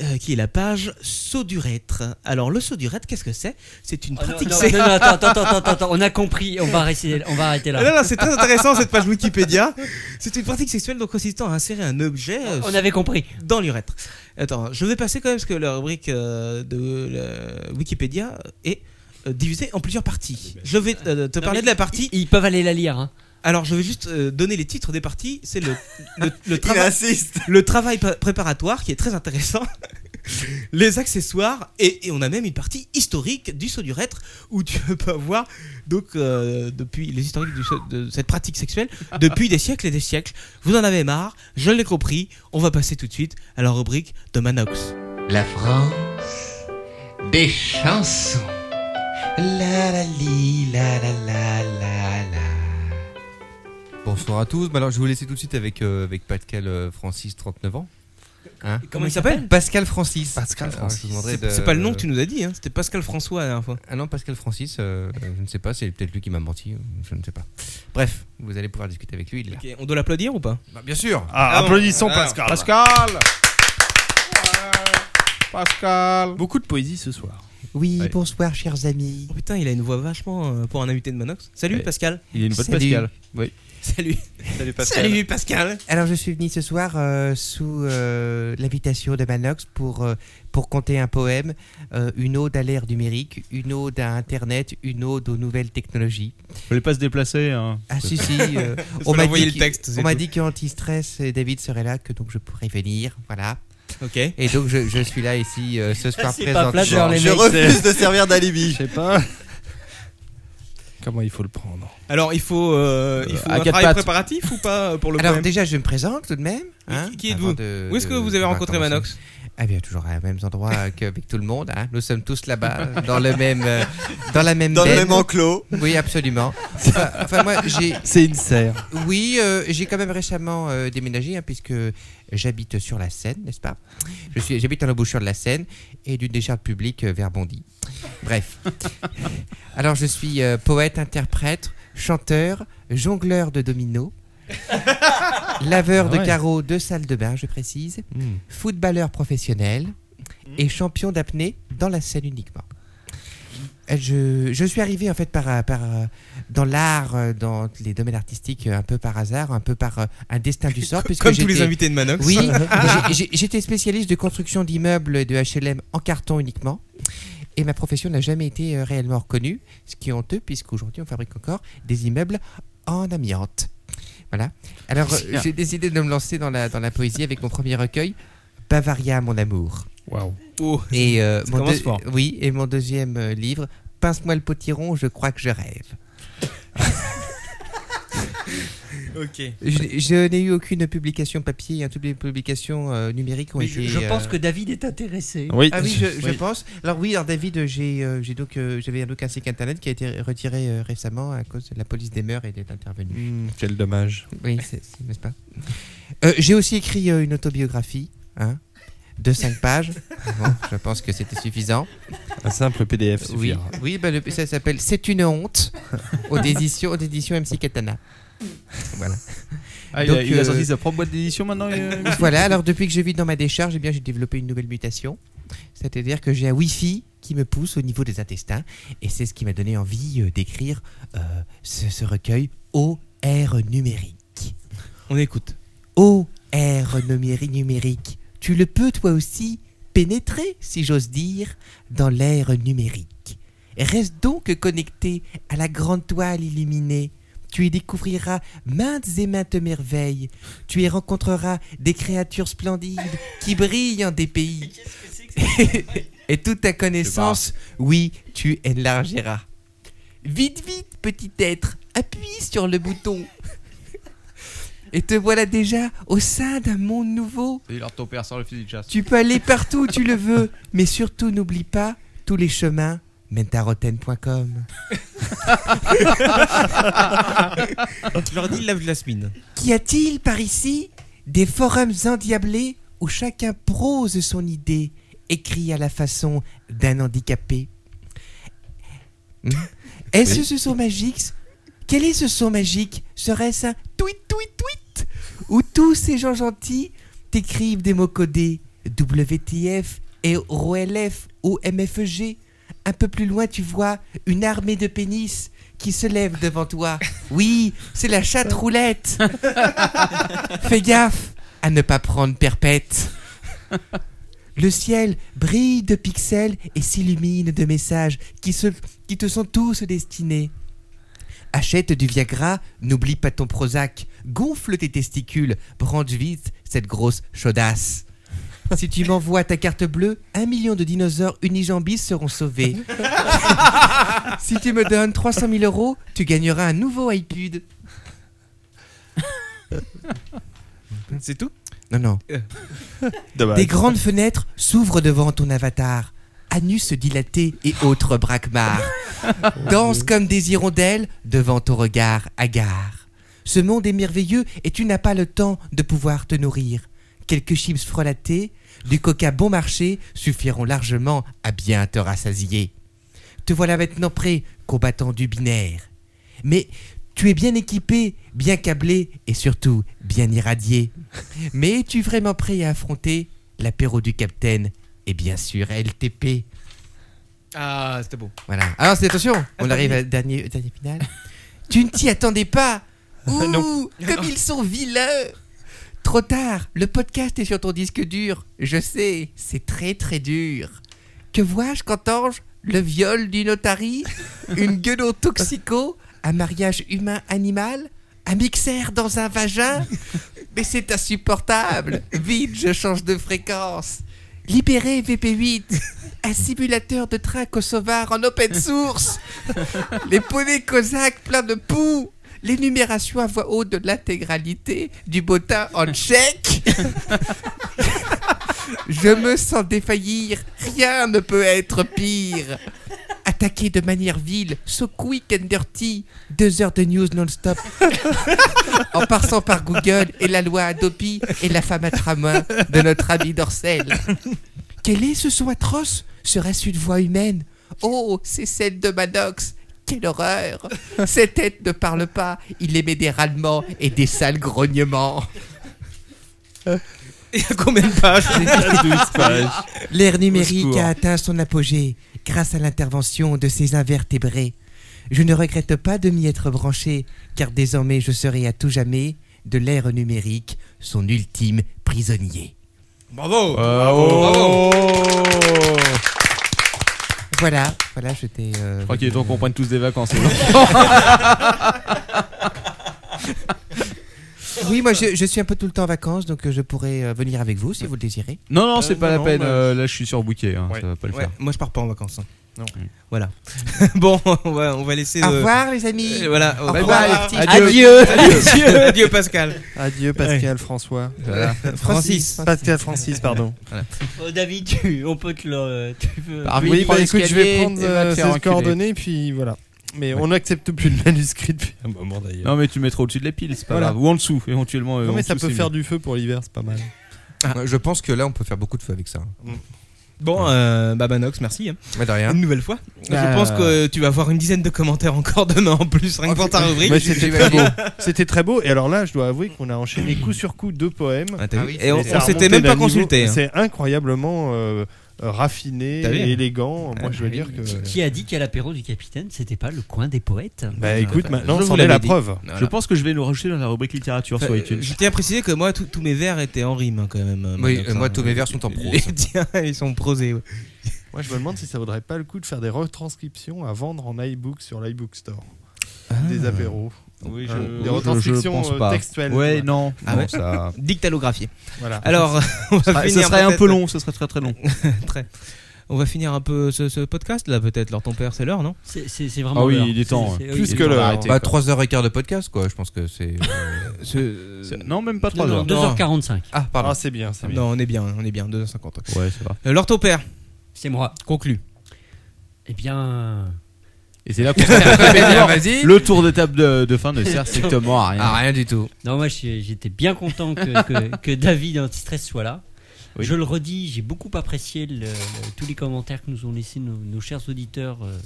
Speaker 7: euh, qui est la page saut d'urètre. Alors le saut d'urètre, qu'est-ce que c'est [laughs] C'est une
Speaker 6: Oh, non,
Speaker 7: pratique.
Speaker 6: non, non, non, attends, attends, attends, attends, attends, on a compris, on va arrêter- on va arrêter là.
Speaker 7: Ah, Non, non, c'est très intéressant cette page Wikipédia. C'est une pratique sexuelle donc consistant à insérer un objet. euh,
Speaker 6: On avait compris.
Speaker 7: Dans l'urètre. Attends, je vais passer quand même parce que la rubrique euh, de la Wikipédia est euh, divisée en plusieurs parties. Je vais euh, te
Speaker 6: Non,
Speaker 7: parler
Speaker 6: mais
Speaker 7: de la partie.
Speaker 6: Ils peuvent aller la lire. hein.
Speaker 7: Alors, je vais juste euh, donner les titres des parties. C'est le,
Speaker 6: [laughs]
Speaker 7: le, le
Speaker 6: Il
Speaker 7: travail,
Speaker 6: insiste.
Speaker 7: le travail pa- préparatoire qui est très intéressant. [laughs] Les accessoires et, et on a même une partie historique du saut d'urètre où tu peux avoir donc euh, depuis les historiques du saut- de cette pratique sexuelle depuis des siècles et des siècles. Vous en avez marre, je l'ai compris. On va passer tout de suite à la rubrique de Manox.
Speaker 27: La France des chansons. La la li, la la la la la.
Speaker 2: Bonsoir à tous. Bah alors, je vous laisser tout de suite avec, euh, avec Pascal euh, Francis, 39 ans. Hein
Speaker 7: Comment il s'appelle
Speaker 2: Pascal Francis.
Speaker 7: Pascal
Speaker 2: Alors,
Speaker 7: Francis.
Speaker 2: je vous demanderai
Speaker 7: C'est-
Speaker 2: de-
Speaker 7: c'est pas le nom que tu nous as dit, hein. C'était Pascal François la dernière fois.
Speaker 2: Ah non, Pascal Francis, euh, euh, je ne sais pas, c'est peut-être lui qui m'a menti, euh, je ne sais pas. Bref, vous allez pouvoir discuter avec lui. Il est là.
Speaker 7: Ok, on doit l'applaudir ou pas
Speaker 2: Bah, bien sûr.
Speaker 14: Ah,
Speaker 2: bon
Speaker 14: applaudissons
Speaker 2: Alors,
Speaker 14: Pascal.
Speaker 7: Ah,
Speaker 3: Pascal Pascal
Speaker 14: Beaucoup de poésie ce soir.
Speaker 13: Oui, bonsoir chers amis.
Speaker 7: Oh putain, il a une voix vachement euh, pour un invité de Manox. Salut
Speaker 3: Ouais.
Speaker 7: Pascal.
Speaker 3: Il a une voix de
Speaker 7: Salut.
Speaker 3: Pascal. Oui.
Speaker 7: Salut.
Speaker 3: Salut, Pascal. Salut, [laughs] Pascal.
Speaker 13: Alors je suis venu ce soir euh, sous euh, l'invitation de Manox pour, euh, pour conter un poème, euh, une ode à l'ère numérique, une ode à Internet, une ode aux nouvelles technologies.
Speaker 3: Fallait pas se déplacer. Hein.
Speaker 13: Ah si si,
Speaker 3: [laughs]
Speaker 13: euh, on m'a dit, que- on m'a dit qu'anti-stress et David serait là, que donc je pourrais venir, voilà.
Speaker 7: Ok.
Speaker 13: Et donc je, je suis là ici euh, ce soir
Speaker 5: C'est pas
Speaker 13: présent.
Speaker 5: flatteur, les Je mecs. refuse de servir d'alibi.
Speaker 14: Je sais pas. Comment il faut le prendre
Speaker 7: Alors, il faut, euh, il faut
Speaker 14: à
Speaker 7: un
Speaker 14: quatre
Speaker 7: travail
Speaker 14: pattes.
Speaker 7: préparatif ou pas euh, pour le
Speaker 13: Alors
Speaker 7: poème
Speaker 13: déjà, je me présente tout de même. hein,
Speaker 7: qui
Speaker 13: avant
Speaker 7: êtes-vous
Speaker 13: de-
Speaker 7: Où est-ce que
Speaker 13: de-
Speaker 7: vous avez
Speaker 13: on va
Speaker 7: rencontré
Speaker 13: commencer.
Speaker 7: Manox
Speaker 13: Ah bien, toujours à mêmes
Speaker 7: [laughs]
Speaker 13: endroits qu'avec tout le monde. hein. Nous sommes tous là-bas, dans le même, euh, dans la même,
Speaker 5: Dans le
Speaker 13: benne.
Speaker 5: même enclos.
Speaker 13: Oui, absolument. Enfin, enfin, moi, j'ai.
Speaker 14: [laughs] C'est une serre.
Speaker 13: Oui, euh, j'ai quand même récemment euh, déménagé hein, puisque j'habite sur la Seine, n'est-ce pas Je suis, j'habite à l'embouchure de la Seine et d'une décharge publique euh, vers Bondy.
Speaker 7: [laughs]
Speaker 13: Bref. Alors, je suis euh, poète, interprète, chanteur, jongleur de dominos. Laveur
Speaker 7: Ah ouais.
Speaker 13: de carreaux de salle de bain, je précise.
Speaker 7: Mm.
Speaker 13: Footballeur professionnel et champion d'apnée dans la Seine uniquement. Euh, Je, je suis arrivé en fait par, par euh, dans l'art, euh, dans les domaines artistiques, euh, un peu par hasard, un peu par euh, un destin
Speaker 7: [laughs]
Speaker 13: du sort. puisque
Speaker 7: Comme tous les
Speaker 13: j'étais-
Speaker 7: invités de Manox. [laughs]
Speaker 13: Oui, j'ai- j'ai- j'étais spécialiste de construction d'immeubles et de HLM en carton uniquement. Et ma profession n'a jamais été euh, réellement reconnue, ce qui est honteux, puisqu'aujourd'hui on fabrique encore des immeubles en amiante. Voilà. Alors euh,
Speaker 2: Bien.
Speaker 13: j'ai décidé de me lancer dans la, dans la poésie avec mon premier recueil, Bavaria, mon amour.
Speaker 14: Waouh.
Speaker 13: Et euh,
Speaker 7: Oh. Ça
Speaker 13: mon
Speaker 7: commence
Speaker 13: deux-
Speaker 7: fort.
Speaker 13: oui, et mon deuxième euh, livre, Pince-moi le potiron, je crois que je rêve.
Speaker 7: Ok.
Speaker 13: Je, je n'ai eu aucune publication papier, hein, toutes les publications euh, numériques ont
Speaker 6: Mais je-
Speaker 13: été.
Speaker 6: je pense
Speaker 13: euh,
Speaker 6: que David est intéressé.
Speaker 13: Ah oui, je, je pense. Alors oui, alors David, euh, j'ai, euh, j'ai donc, euh, j'avais donc un site internet qui a été retiré euh, récemment à cause de la police des mœurs et d'être intervenue.
Speaker 3: Mmh.
Speaker 2: quel dommage.
Speaker 13: Oui, c'est- c'est- n'est-ce pas Euh, J'ai aussi écrit euh, une autobiographie, hein, de 5 pages. Bon, je pense que c'était suffisant.
Speaker 2: Un simple PDF
Speaker 13: Oui,
Speaker 2: suffira.
Speaker 13: oui bah, le- ça s'appelle C'est une honte aux éditions, aux éditions MC Katana. Voilà.
Speaker 3: Ah, il a- il a sorti
Speaker 13: euh,
Speaker 3: sa propre boîte d'édition maintenant
Speaker 13: [laughs]
Speaker 3: euh,
Speaker 13: voilà, alors depuis que je vis dans ma décharge, eh bien j'ai développé une nouvelle mutation. C'est-à-dire que j'ai un Wi-Fi qui me pousse au niveau des intestins. Et c'est ce qui m'a donné envie euh, d'écrire euh, ce, ce recueil OR numérique.
Speaker 7: On écoute.
Speaker 13: OR numéri- numérique. Tu le peux toi aussi pénétrer, si j'ose dire, dans l'ère numérique. Reste donc connecté à la grande toile illuminée. Tu y découvriras maintes et maintes merveilles. Tu y rencontreras des créatures splendides qui brillent en des pays. [laughs] et toute ta connaissance, oui, tu élargiras. Vite, vite, petit être, appuie sur le bouton. Et te voilà déjà au sein d'un monde nouveau.
Speaker 3: Et alors ton père sort le fusil de chasse.
Speaker 13: Tu peux aller partout où tu le veux, mais surtout n'oublie pas, tous les chemins mènent à
Speaker 3: [laughs]
Speaker 13: roten.com.
Speaker 7: Je leur dis lave la semaine.
Speaker 13: Qu'y a-t-il par ici Des forums endiablés où chacun prose son idée, écrit à la façon d'un handicapé. Hmm Est-ce
Speaker 28: Oui.
Speaker 13: ce son magique Quel est ce son magique Serait-ce un tweet, tweet, tweet Où tous ces gens gentils t'écrivent des mots codés WTF, ROLF ou MFG. Un peu plus loin, tu vois une armée de pénis qui se lève devant toi. Oui, c'est la chatte roulette. Fais gaffe à ne pas prendre perpète. Le ciel brille de pixels et s'illumine de messages qui, se, qui te sont tous destinés. Achète du Viagra, n'oublie pas ton Prozac, gonfle tes testicules, branche vite cette grosse
Speaker 7: [laughs]
Speaker 13: chaudasse. Si tu m'envoies ta carte bleue, un million de dinosaures unijambistes
Speaker 7: [laughs]
Speaker 13: seront sauvés. si tu me donnes 300 000 euros, tu gagneras un nouveau iPod.
Speaker 7: C'est
Speaker 13: [laughs]
Speaker 7: tout
Speaker 13: Non, non.
Speaker 2: [laughs]
Speaker 7: Dommage.
Speaker 13: Des grandes fenêtres s'ouvrent devant ton avatar. Anus dilaté et autres braquemars. Danse comme des hirondelles devant ton regard hagard. Ce monde est merveilleux et tu n'as pas le temps de pouvoir te nourrir. Quelques chips frelatées, du coca bon marché suffiront largement à bien te rassasier. Te voilà maintenant prêt, combattant du binaire. Mais tu es bien équipé, bien câblé et surtout bien irradié. Mais es-tu vraiment prêt à affronter l'apéro du capitaine et bien sûr LTP
Speaker 7: Ah, c'était beau.
Speaker 13: Voilà. Alors c'est attention, on
Speaker 7: Attends,
Speaker 13: arrive
Speaker 7: mais-
Speaker 13: à dernier dernier final. tu ne t'y attendais pas. Ouh,
Speaker 7: Non.
Speaker 13: comme ils sont vilains. Trop tard, le podcast est sur ton disque dur. Je sais, c'est très très dur. Que vois-je, qu'entends-je Le viol d'une otarie Une gueule toxico Un mariage humain-animal Un mixer dans un vagin Mais c'est insupportable Vite, je change de fréquence Libéré VP8 [laughs] Un simulateur de train kosovar en open source Les poneys cosaques pleins de poux L'énumération à voix haute de l'intégralité du botin en tchèque je me sens défaillir, rien ne peut être pire. Attaqué de manière vile, so quick and dirty, deux heures de news non-stop, en passant par Google et la loi Adopi et la femme à tramway de notre ami Dorcel. Quel est ce son atroce Serait-ce une voix humaine Oh, c'est celle de Manox quelle horreur Cette tête ne parle pas, il émet des râlements et des sales grognements.
Speaker 7: [laughs] Il y a combien de pages Douze pages.
Speaker 13: L'ère
Speaker 7: Au
Speaker 13: numérique
Speaker 7: secours.
Speaker 13: a atteint son apogée grâce à l'intervention de ces invertébrés. Je ne regrette pas de m'y être branché, car désormais je serai à tout jamais de l'ère numérique son ultime prisonnier.
Speaker 7: Bravo
Speaker 3: Bravo.
Speaker 13: Voilà, voilà, je t'ai. euh,
Speaker 3: Je crois qu'il est temps qu'on prenne tous des vacances.
Speaker 13: [laughs] Oui, moi je, je suis un peu tout le temps en vacances, donc euh, je pourrais euh, venir avec vous si vous le désirez.
Speaker 3: non, non, c'est
Speaker 13: Euh,
Speaker 3: pas la
Speaker 13: non,
Speaker 3: peine.
Speaker 13: bah,
Speaker 3: euh, là, je suis sur bouquet. hein, Ça va pas le
Speaker 7: Ouais,
Speaker 3: faire.
Speaker 7: Moi, je pars pas en vacances. hein.
Speaker 4: Non.
Speaker 7: Voilà. [laughs] bon, on va, on va laisser.
Speaker 2: Au
Speaker 7: euh,
Speaker 2: revoir, les amis.
Speaker 7: euh, voilà.
Speaker 2: Au
Speaker 7: Bye
Speaker 2: revoir,
Speaker 7: bye.
Speaker 2: les petits.
Speaker 7: Adieu.
Speaker 2: Adieu.
Speaker 7: Adieu. Adieu, Pascal.
Speaker 4: Adieu, Pascal, François.
Speaker 7: Voilà.
Speaker 4: Francis.
Speaker 7: Francis.
Speaker 4: Pascal Francis, pardon.
Speaker 7: [laughs] Voilà.
Speaker 6: Oh, David, tu- on peut te le. tu peux-
Speaker 4: oui, bah, écoute, je vais prendre euh, ses coordonnées, puis voilà. Mais on n'accepte plus le manuscrit depuis un moment d'ailleurs.
Speaker 3: Non, mais tu le mettras au-dessus de la pile, c'est pas
Speaker 4: Voilà.
Speaker 3: grave. Ou en dessous, éventuellement. euh,
Speaker 4: Non,
Speaker 3: en
Speaker 4: mais ça
Speaker 3: dessous,
Speaker 4: peut
Speaker 3: c'est
Speaker 4: faire
Speaker 3: mieux.
Speaker 4: du feu pour l'hiver, c'est pas mal.
Speaker 13: Ah.
Speaker 2: Ouais, Je pense que là, on peut faire beaucoup de feu avec ça.
Speaker 7: Bon, euh, Babanox, merci. hein.
Speaker 2: Mais de rien.
Speaker 7: Une nouvelle fois.
Speaker 2: Ah.
Speaker 7: Je pense que tu vas avoir une dizaine de commentaires encore demain en plus, rien que pour ta rubrique. Euh,
Speaker 4: Mais c'était très beau. C'était très beau. Et alors là, je dois avouer qu'on a enchaîné coup sur coup deux poèmes.
Speaker 7: Ah, t'as vu
Speaker 4: oui,
Speaker 7: Et on-
Speaker 4: ça a
Speaker 7: on s'était
Speaker 4: remonté
Speaker 7: même
Speaker 4: d'un
Speaker 7: pas
Speaker 4: niveau-
Speaker 7: consulté, hein.
Speaker 4: C'est incroyablement euh, euh, raffiné
Speaker 7: T'as vu
Speaker 4: et élégant. Moi,
Speaker 7: Ah,
Speaker 4: je dois
Speaker 7: oui.
Speaker 4: dire que.
Speaker 6: Qui, qui a dit qu'à l'apéro du capitaine, c'était pas le coin des poètes Ah,
Speaker 4: Bah écoute, maintenant,
Speaker 7: Je vous
Speaker 4: c'en est
Speaker 7: l'avais
Speaker 4: la
Speaker 7: dit.
Speaker 4: preuve.
Speaker 7: Voilà.
Speaker 3: Je pense que je vais nous rajouter dans la rubrique littérature
Speaker 7: Enfin,
Speaker 3: sur
Speaker 7: euh,
Speaker 3: iTunes. [laughs]
Speaker 7: je tiens à préciser que moi, tout- tous mes vers étaient en rime hein, quand même. euh,
Speaker 2: Oui,
Speaker 7: Babanox,
Speaker 2: euh, moi,
Speaker 7: hein.
Speaker 2: tous mes vers sont en prose.
Speaker 7: Les tiens, ils sont prosés. ouais.
Speaker 4: Moi, je me demande si ça vaudrait pas le coup de faire des retranscriptions à vendre en iBook sur l'iBook Store. Des apéros.
Speaker 3: Oui,
Speaker 4: Hein,
Speaker 3: je-
Speaker 4: des
Speaker 3: je-
Speaker 4: retranscriptions
Speaker 3: je pense
Speaker 4: euh,
Speaker 3: pas.
Speaker 4: textuelles.
Speaker 3: Ouais,
Speaker 4: quoi.
Speaker 3: non.
Speaker 7: Ah
Speaker 3: non,
Speaker 7: ouais. [laughs]
Speaker 3: ça-
Speaker 7: Dictalographié.
Speaker 4: Voilà.
Speaker 7: Alors, euh, on
Speaker 3: Ça
Speaker 7: va
Speaker 3: serait- ça
Speaker 7: finir
Speaker 3: serait un
Speaker 7: peut-être-
Speaker 3: peu long, ça serait très, très long.
Speaker 7: [laughs] Très. On va finir un peu ce, ce podcast là, peut-être. Alors, ton père, c'est l'heure, non
Speaker 6: C'est- c'est- c'est vraiment Ah oui, l'heure. il est temps, C'est- hein.
Speaker 2: Plus que l'heure. Bah, 3h15 de podcast, quoi. Je pense que c'est. euh,
Speaker 6: [laughs]
Speaker 3: C'est- Non, même pas 3
Speaker 7: non,
Speaker 3: heures.
Speaker 7: deux heures quarante.
Speaker 6: 45.
Speaker 2: Ah, pardon.
Speaker 4: Ah, c'est bien, c'est bien.
Speaker 7: Non, on est bien, on est bien, 2h50.
Speaker 3: Ouais, ça va.
Speaker 7: Alors, ton père,
Speaker 6: C'est moi.
Speaker 7: conclu.
Speaker 6: Eh
Speaker 7: Ah.
Speaker 6: bien.
Speaker 3: Et
Speaker 7: [laughs]
Speaker 3: [laughs] c'est là qu'on
Speaker 7: Eh
Speaker 3: Vas-y. Le tour de table de, de fin ne sert strictement à rien.
Speaker 2: Ah, rien du tout.
Speaker 6: Non, moi j'ai- j'étais bien content que,
Speaker 5: [laughs]
Speaker 6: que, [laughs] que David Antistress soit là.
Speaker 2: Oui.
Speaker 6: Je le redis, j'ai beaucoup apprécié le- le- tous les commentaires que nous ont laissés nos, nos chers auditeurs. euh,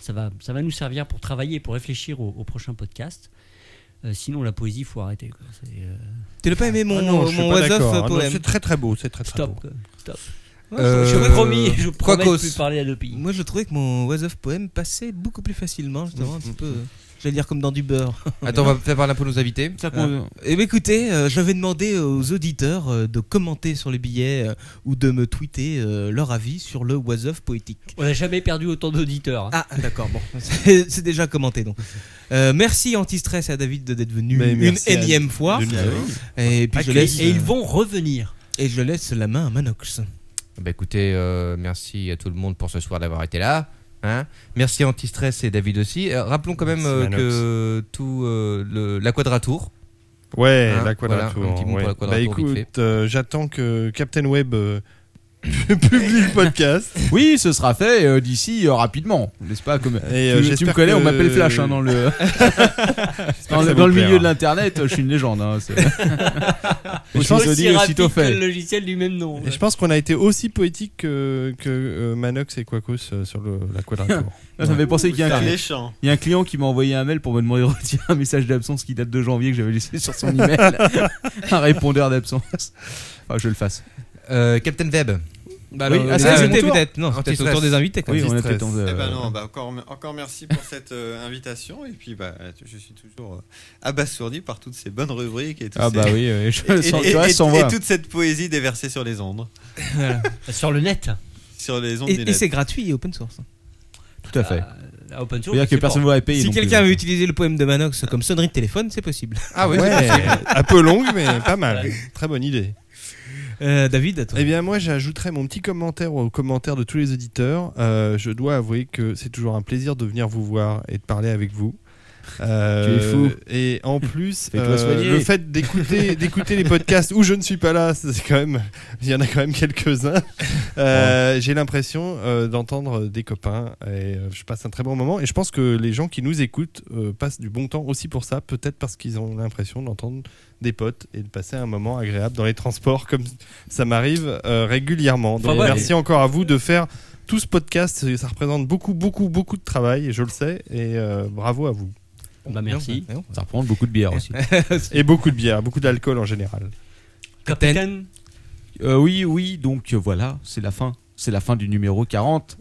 Speaker 6: ça, va, ça va nous servir pour travailler, pour réfléchir au, au prochain podcast. Euh, sinon, la poésie, il faut arrêter. quoi. C'est, euh,
Speaker 7: Tu l'as pas aimé mon,
Speaker 4: Ah non, je suis
Speaker 7: mon
Speaker 4: pas
Speaker 7: was
Speaker 4: d'accord. Ah
Speaker 7: of
Speaker 4: non,
Speaker 7: poème
Speaker 4: C'est très très beau, c'est très très
Speaker 6: Stop.
Speaker 4: beau.
Speaker 6: quoi. Stop.
Speaker 7: Ouais, je-
Speaker 6: je
Speaker 7: je-
Speaker 6: promis, je
Speaker 7: Euh, Quacos.
Speaker 6: promets de plus parler à deux pays.
Speaker 7: Moi, je trouvais que mon was of poème passait beaucoup plus facilement, justement, un petit peu. euh, J'allais dire comme dans du beurre.
Speaker 2: Attends, on va faire parler un peu nos invités.
Speaker 7: Euh, eh bien, écoutez, euh, je vais demander aux auditeurs euh, de commenter sur les billets euh, ou de me tweeter euh, leur avis sur le was of poétique.
Speaker 6: On n'a jamais perdu autant d'auditeurs. hein.
Speaker 7: Ah, d'accord, bon, c'est c'est déjà commenté donc. Euh, merci Antistress à David d'être venu
Speaker 4: Mais
Speaker 7: une
Speaker 4: merci à-
Speaker 7: énième fois.
Speaker 4: de nous avoir-
Speaker 7: Et puis je
Speaker 6: Et-
Speaker 7: laisse.
Speaker 6: et ils vont revenir.
Speaker 7: Et je laisse la main à Manox.
Speaker 2: Bah écoutez, euh, merci à tout le monde pour ce soir d'avoir été là. Hein merci Antistress et David aussi. Euh, rappelons quand même
Speaker 4: Merci,
Speaker 2: euh,
Speaker 4: Manox.
Speaker 2: que tout euh, le- la quadrature.
Speaker 4: Ouais,
Speaker 2: Hein,
Speaker 4: la quadrature.
Speaker 2: voilà, un petit mot
Speaker 4: ouais.
Speaker 2: pour
Speaker 4: bah
Speaker 2: la quadrature vite fait.
Speaker 4: écoute, euh, j'attends que Captain Web euh, [laughs] publie le podcast.
Speaker 3: [laughs] Oui, ce sera fait euh, d'ici euh, rapidement, n'est-ce pas comme...
Speaker 4: Et, euh,
Speaker 3: tu, tu
Speaker 4: j'espère
Speaker 3: me connais,
Speaker 4: que-
Speaker 3: on m'appelle Flash hein,
Speaker 4: [laughs]
Speaker 3: dans le, dans,
Speaker 4: que ça
Speaker 3: le-
Speaker 4: vous
Speaker 3: dans le
Speaker 4: plaira.
Speaker 3: milieu de l'internet. Je suis une légende. Hein,
Speaker 6: [laughs]
Speaker 3: c'est- je suis
Speaker 6: aussi
Speaker 3: aussi aussitôt
Speaker 6: rapide que le
Speaker 3: fait.
Speaker 6: logiciel du même nom.
Speaker 4: Et je pense qu'on a été aussi poétique que, que euh, Manox et Quacos euh, sur le- la quadrature.
Speaker 3: Là, [laughs] ça me fait penser qu'il y, a un
Speaker 5: C'est
Speaker 3: client-
Speaker 5: méchant.
Speaker 3: il y a un client qui m'a envoyé un mail pour me demander de [laughs] retirer un message d'absence qui date de janvier que j'avais laissé sur [laughs] son email. un répondeur d'absence. Enfin, je le fasse.
Speaker 2: Euh, Captain Web.
Speaker 7: Bah,
Speaker 3: Oui,
Speaker 7: alors,
Speaker 3: ah,
Speaker 7: les
Speaker 3: ça, c'est mon
Speaker 7: invités,
Speaker 3: tour.
Speaker 7: peut-être. Non, c'est peut-être au
Speaker 2: Antistress.
Speaker 7: tour des invités. quoi.
Speaker 3: Oui, on est
Speaker 4: Antistress.
Speaker 3: peut-être dans, euh,
Speaker 5: Eh ben non, bah encore, encore merci pour cette euh, invitation. Et puis, bah, je suis toujours euh, abasourdi par toutes ces bonnes rubriques et tout
Speaker 3: Ah
Speaker 5: ces-
Speaker 3: bah oui, oui,
Speaker 5: [laughs]
Speaker 3: je
Speaker 5: et,
Speaker 3: sens-
Speaker 5: et-
Speaker 3: tu vois,
Speaker 5: et-
Speaker 3: sans
Speaker 5: et
Speaker 3: voix.
Speaker 5: toute cette poésie déversée sur les ondes.
Speaker 6: Sur le net.
Speaker 5: Sur les ondes
Speaker 7: Et,
Speaker 5: des
Speaker 7: et
Speaker 5: nets.
Speaker 7: c'est gratuit et open source.
Speaker 3: Tout à fait.
Speaker 6: La Ah, open source.
Speaker 3: C'est-à-dire que
Speaker 6: c'est
Speaker 3: personne ne
Speaker 6: pas-
Speaker 3: va payer.
Speaker 7: si
Speaker 3: non plus.
Speaker 7: quelqu'un veut utiliser le poème de Manox comme sonnerie de téléphone, c'est possible.
Speaker 2: Ah oui,
Speaker 4: Ouais, un peu longue, mais pas mal. Très bonne idée.
Speaker 7: Euh, David, à toi.
Speaker 4: Eh bien, moi, j'ajouterai mon petit commentaire aux commentaires de tous les auditeurs. Euh, je dois avouer que c'est toujours un plaisir de venir vous voir et de parler avec vous. Euh,
Speaker 3: Tu es fou.
Speaker 4: Et en plus,
Speaker 3: [laughs] Fais-toi
Speaker 4: euh,
Speaker 3: soigner.
Speaker 4: le fait
Speaker 3: [laughs]
Speaker 6: [laughs]
Speaker 4: d'écouter d'écouter les podcasts où je ne suis pas là, c'est quand même, il y en a quand même quelques-uns. Euh, J'ai l'impression euh, d'entendre des copains et euh, je passe un très bon moment. Et je pense que les gens qui nous écoutent euh, passent du bon temps aussi pour ça, peut-être parce qu'ils ont l'impression d'entendre des potes et de passer un moment agréable dans les transports comme ça m'arrive euh, régulièrement. Donc
Speaker 6: Enfin, ouais.
Speaker 4: merci encore à vous de faire tout ce podcast. Ça représente beaucoup, beaucoup, beaucoup de travail, et je le sais. Et euh, bravo à vous.
Speaker 6: Bah, merci.
Speaker 7: Non, non.
Speaker 3: Ça reprend beaucoup de
Speaker 4: [laughs]
Speaker 3: bière aussi.
Speaker 4: Et beaucoup de bière, beaucoup d'alcool en général.
Speaker 6: Capitaine.
Speaker 3: Euh, oui, oui, donc euh, voilà, c'est la fin. C'est la fin du numéro 40.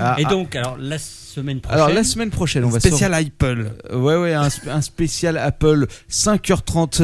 Speaker 3: Ah,
Speaker 6: Et
Speaker 3: ah,
Speaker 6: donc, alors, la semaine prochaine.
Speaker 3: alors la semaine prochaine, on va
Speaker 4: Spécial
Speaker 3: sortir-
Speaker 4: Apple.
Speaker 3: Euh, Ouais, ouais, un, sp- un spécial Apple 5h30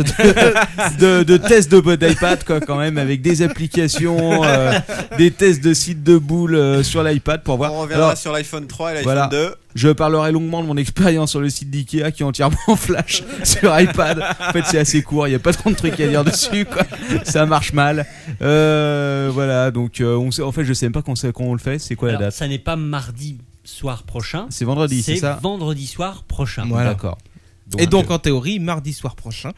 Speaker 3: de, [laughs] de, de tests de d'iPad, quoi, quand même, avec des applications, euh, des tests de sites de boules euh, sur l'iPad pour voir.
Speaker 5: On reviendra
Speaker 3: Alors,
Speaker 5: sur l'iPhone 3 et l'iPhone
Speaker 3: voilà.
Speaker 5: 2.
Speaker 3: Je parlerai longuement de mon expérience sur le site d'IKEA qui est entièrement en flash [laughs] sur iPad. En fait, c'est assez court, il n'y a pas trop de trucs à dire dessus, quoi. Ça marche mal. Euh, voilà, donc euh, on sait, en fait, je sais même pas quand, c'est- quand on le fait, c'est quoi la
Speaker 6: Alors,
Speaker 3: date
Speaker 6: ça n'est pas mardi soir prochain.
Speaker 3: C'est vendredi, c'est ça euh,
Speaker 6: vendredi soir prochain.
Speaker 7: Voilà.
Speaker 3: D'accord.
Speaker 7: et donc, en théorie, mardi soir prochain,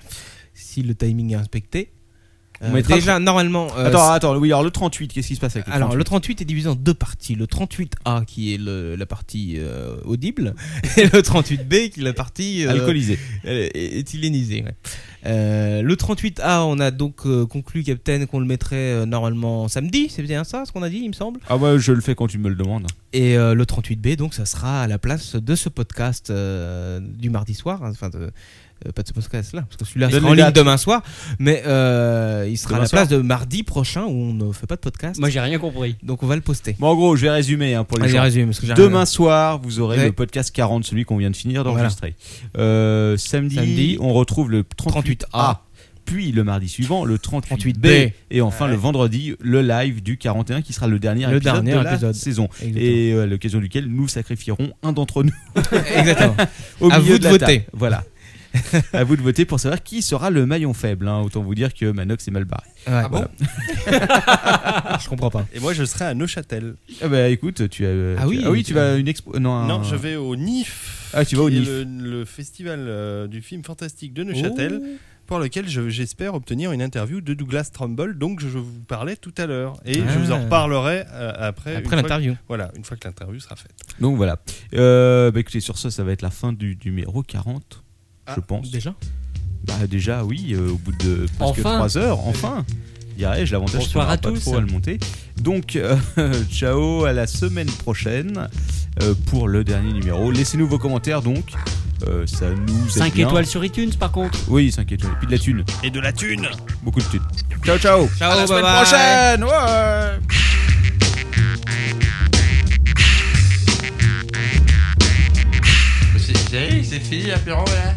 Speaker 7: si le timing est respecté.
Speaker 3: On
Speaker 7: euh,
Speaker 3: mettra-
Speaker 7: déjà, normalement. euh,
Speaker 3: attends,
Speaker 7: c'est-
Speaker 3: attends, oui, alors le 38, qu'est-ce qui se passe avec le
Speaker 7: Alors, le 38 est divisé en deux parties. Le 38A qui est le- la partie euh, audible [laughs] et le 38B qui est la partie euh,
Speaker 3: Alcoolisée.
Speaker 7: euh, éthylénisée. ouais. Euh, le 38A, on a donc euh, conclu, Captain, qu'on le mettrait euh, normalement samedi. C'est bien ça, ce qu'on a dit, il me semble.
Speaker 3: Ah ouais, je le fais quand tu me le demandes.
Speaker 7: Et euh, le 38B, donc, ça sera à la place de ce podcast euh, du mardi soir. hein, Enfin, de- euh, pas de ce podcast-là, parce que celui-là
Speaker 3: Donne
Speaker 7: sera en
Speaker 3: les
Speaker 7: ligne
Speaker 3: dates.
Speaker 7: demain soir. Mais euh, il sera à
Speaker 3: Demain
Speaker 7: la
Speaker 3: soir.
Speaker 7: place de mardi prochain où on ne fait pas de podcast.
Speaker 6: Moi, j'ai rien compris.
Speaker 7: Donc, on va le poster.
Speaker 3: Bon, en gros, je vais résumer hein, pour les
Speaker 7: Allez,
Speaker 3: gens.
Speaker 7: résume, parce que j'ai
Speaker 3: Demain
Speaker 7: rien-
Speaker 3: soir, vous aurez
Speaker 7: Ouais.
Speaker 3: le podcast 40, celui qu'on vient de finir d'enregistrer. Euh, samedi,
Speaker 7: Samedi.
Speaker 3: on retrouve le 38A. Puis le mardi suivant, le 38B.
Speaker 7: 38B.
Speaker 3: Et enfin le vendredi, le live du 41 qui sera le dernier
Speaker 7: Le
Speaker 3: épisode
Speaker 7: dernier
Speaker 3: de la
Speaker 7: épisode.
Speaker 3: saison.
Speaker 7: Exactement.
Speaker 3: Et euh, à l'occasion duquel nous sacrifierons un d'entre nous.
Speaker 7: [laughs] Exactement.
Speaker 3: [laughs] Au
Speaker 7: À
Speaker 3: milieu
Speaker 7: vous de
Speaker 3: la
Speaker 7: voter.
Speaker 3: table. Voilà. à vous de voter pour savoir qui sera le maillon faible. hein. Autant vous dire que Manox est mal barré.
Speaker 7: Ah
Speaker 3: Voilà. [laughs]
Speaker 7: [laughs] Je comprends pas.
Speaker 4: Et moi, je serai à Neuchâtel.
Speaker 3: Ah bah écoute, tu as.
Speaker 4: Ah
Speaker 3: tu-
Speaker 4: oui,
Speaker 3: ah oui, tu
Speaker 4: tu-
Speaker 3: vas à une expo. Non, un-
Speaker 4: Non, je vais au NIF.
Speaker 3: Ah, tu vas au
Speaker 4: qui est
Speaker 3: NIF.
Speaker 4: Le, le festival euh, du film fantastique de Neuchâtel.
Speaker 3: Oh.
Speaker 4: Pour lequel je- j'espère obtenir une interview de Douglas Trumbull, donc je vous parlais tout à l'heure. Et je vous
Speaker 7: Ah.
Speaker 4: en reparlerai euh, après.
Speaker 7: Après
Speaker 4: une fois que-
Speaker 7: l'interview.
Speaker 4: Voilà, une fois que l'interview sera faite.
Speaker 3: Donc voilà. Euh, bah écoutez, sur ça, ça va être la fin du du numéro 40, je
Speaker 4: Ah,
Speaker 3: pense.
Speaker 7: déjà
Speaker 3: Bah déjà, oui, euh, au bout de presque
Speaker 6: Enfin.
Speaker 3: 3 heures, enfin Dirais-je, l'avantage c'est qu'on
Speaker 6: Bonsoir
Speaker 3: n'aura
Speaker 6: à
Speaker 3: pas
Speaker 6: tous.
Speaker 3: trop à le monter. Donc, euh, [laughs] ciao, à la semaine prochaine euh, pour le dernier numéro. Laissez-nous vos commentaires donc. Euh, ça nous aide
Speaker 6: 5
Speaker 3: bien.
Speaker 6: étoiles sur iTunes, par contre.
Speaker 3: Oui, 5 étoiles. Et puis de la thune.
Speaker 4: Et de la thune
Speaker 3: Beaucoup de thune. Ciao, ciao
Speaker 7: Ciao,
Speaker 3: À la semaine
Speaker 7: bye bye.
Speaker 3: prochaine Ouais.
Speaker 27: C'est c'est- c'est fini l'apéro là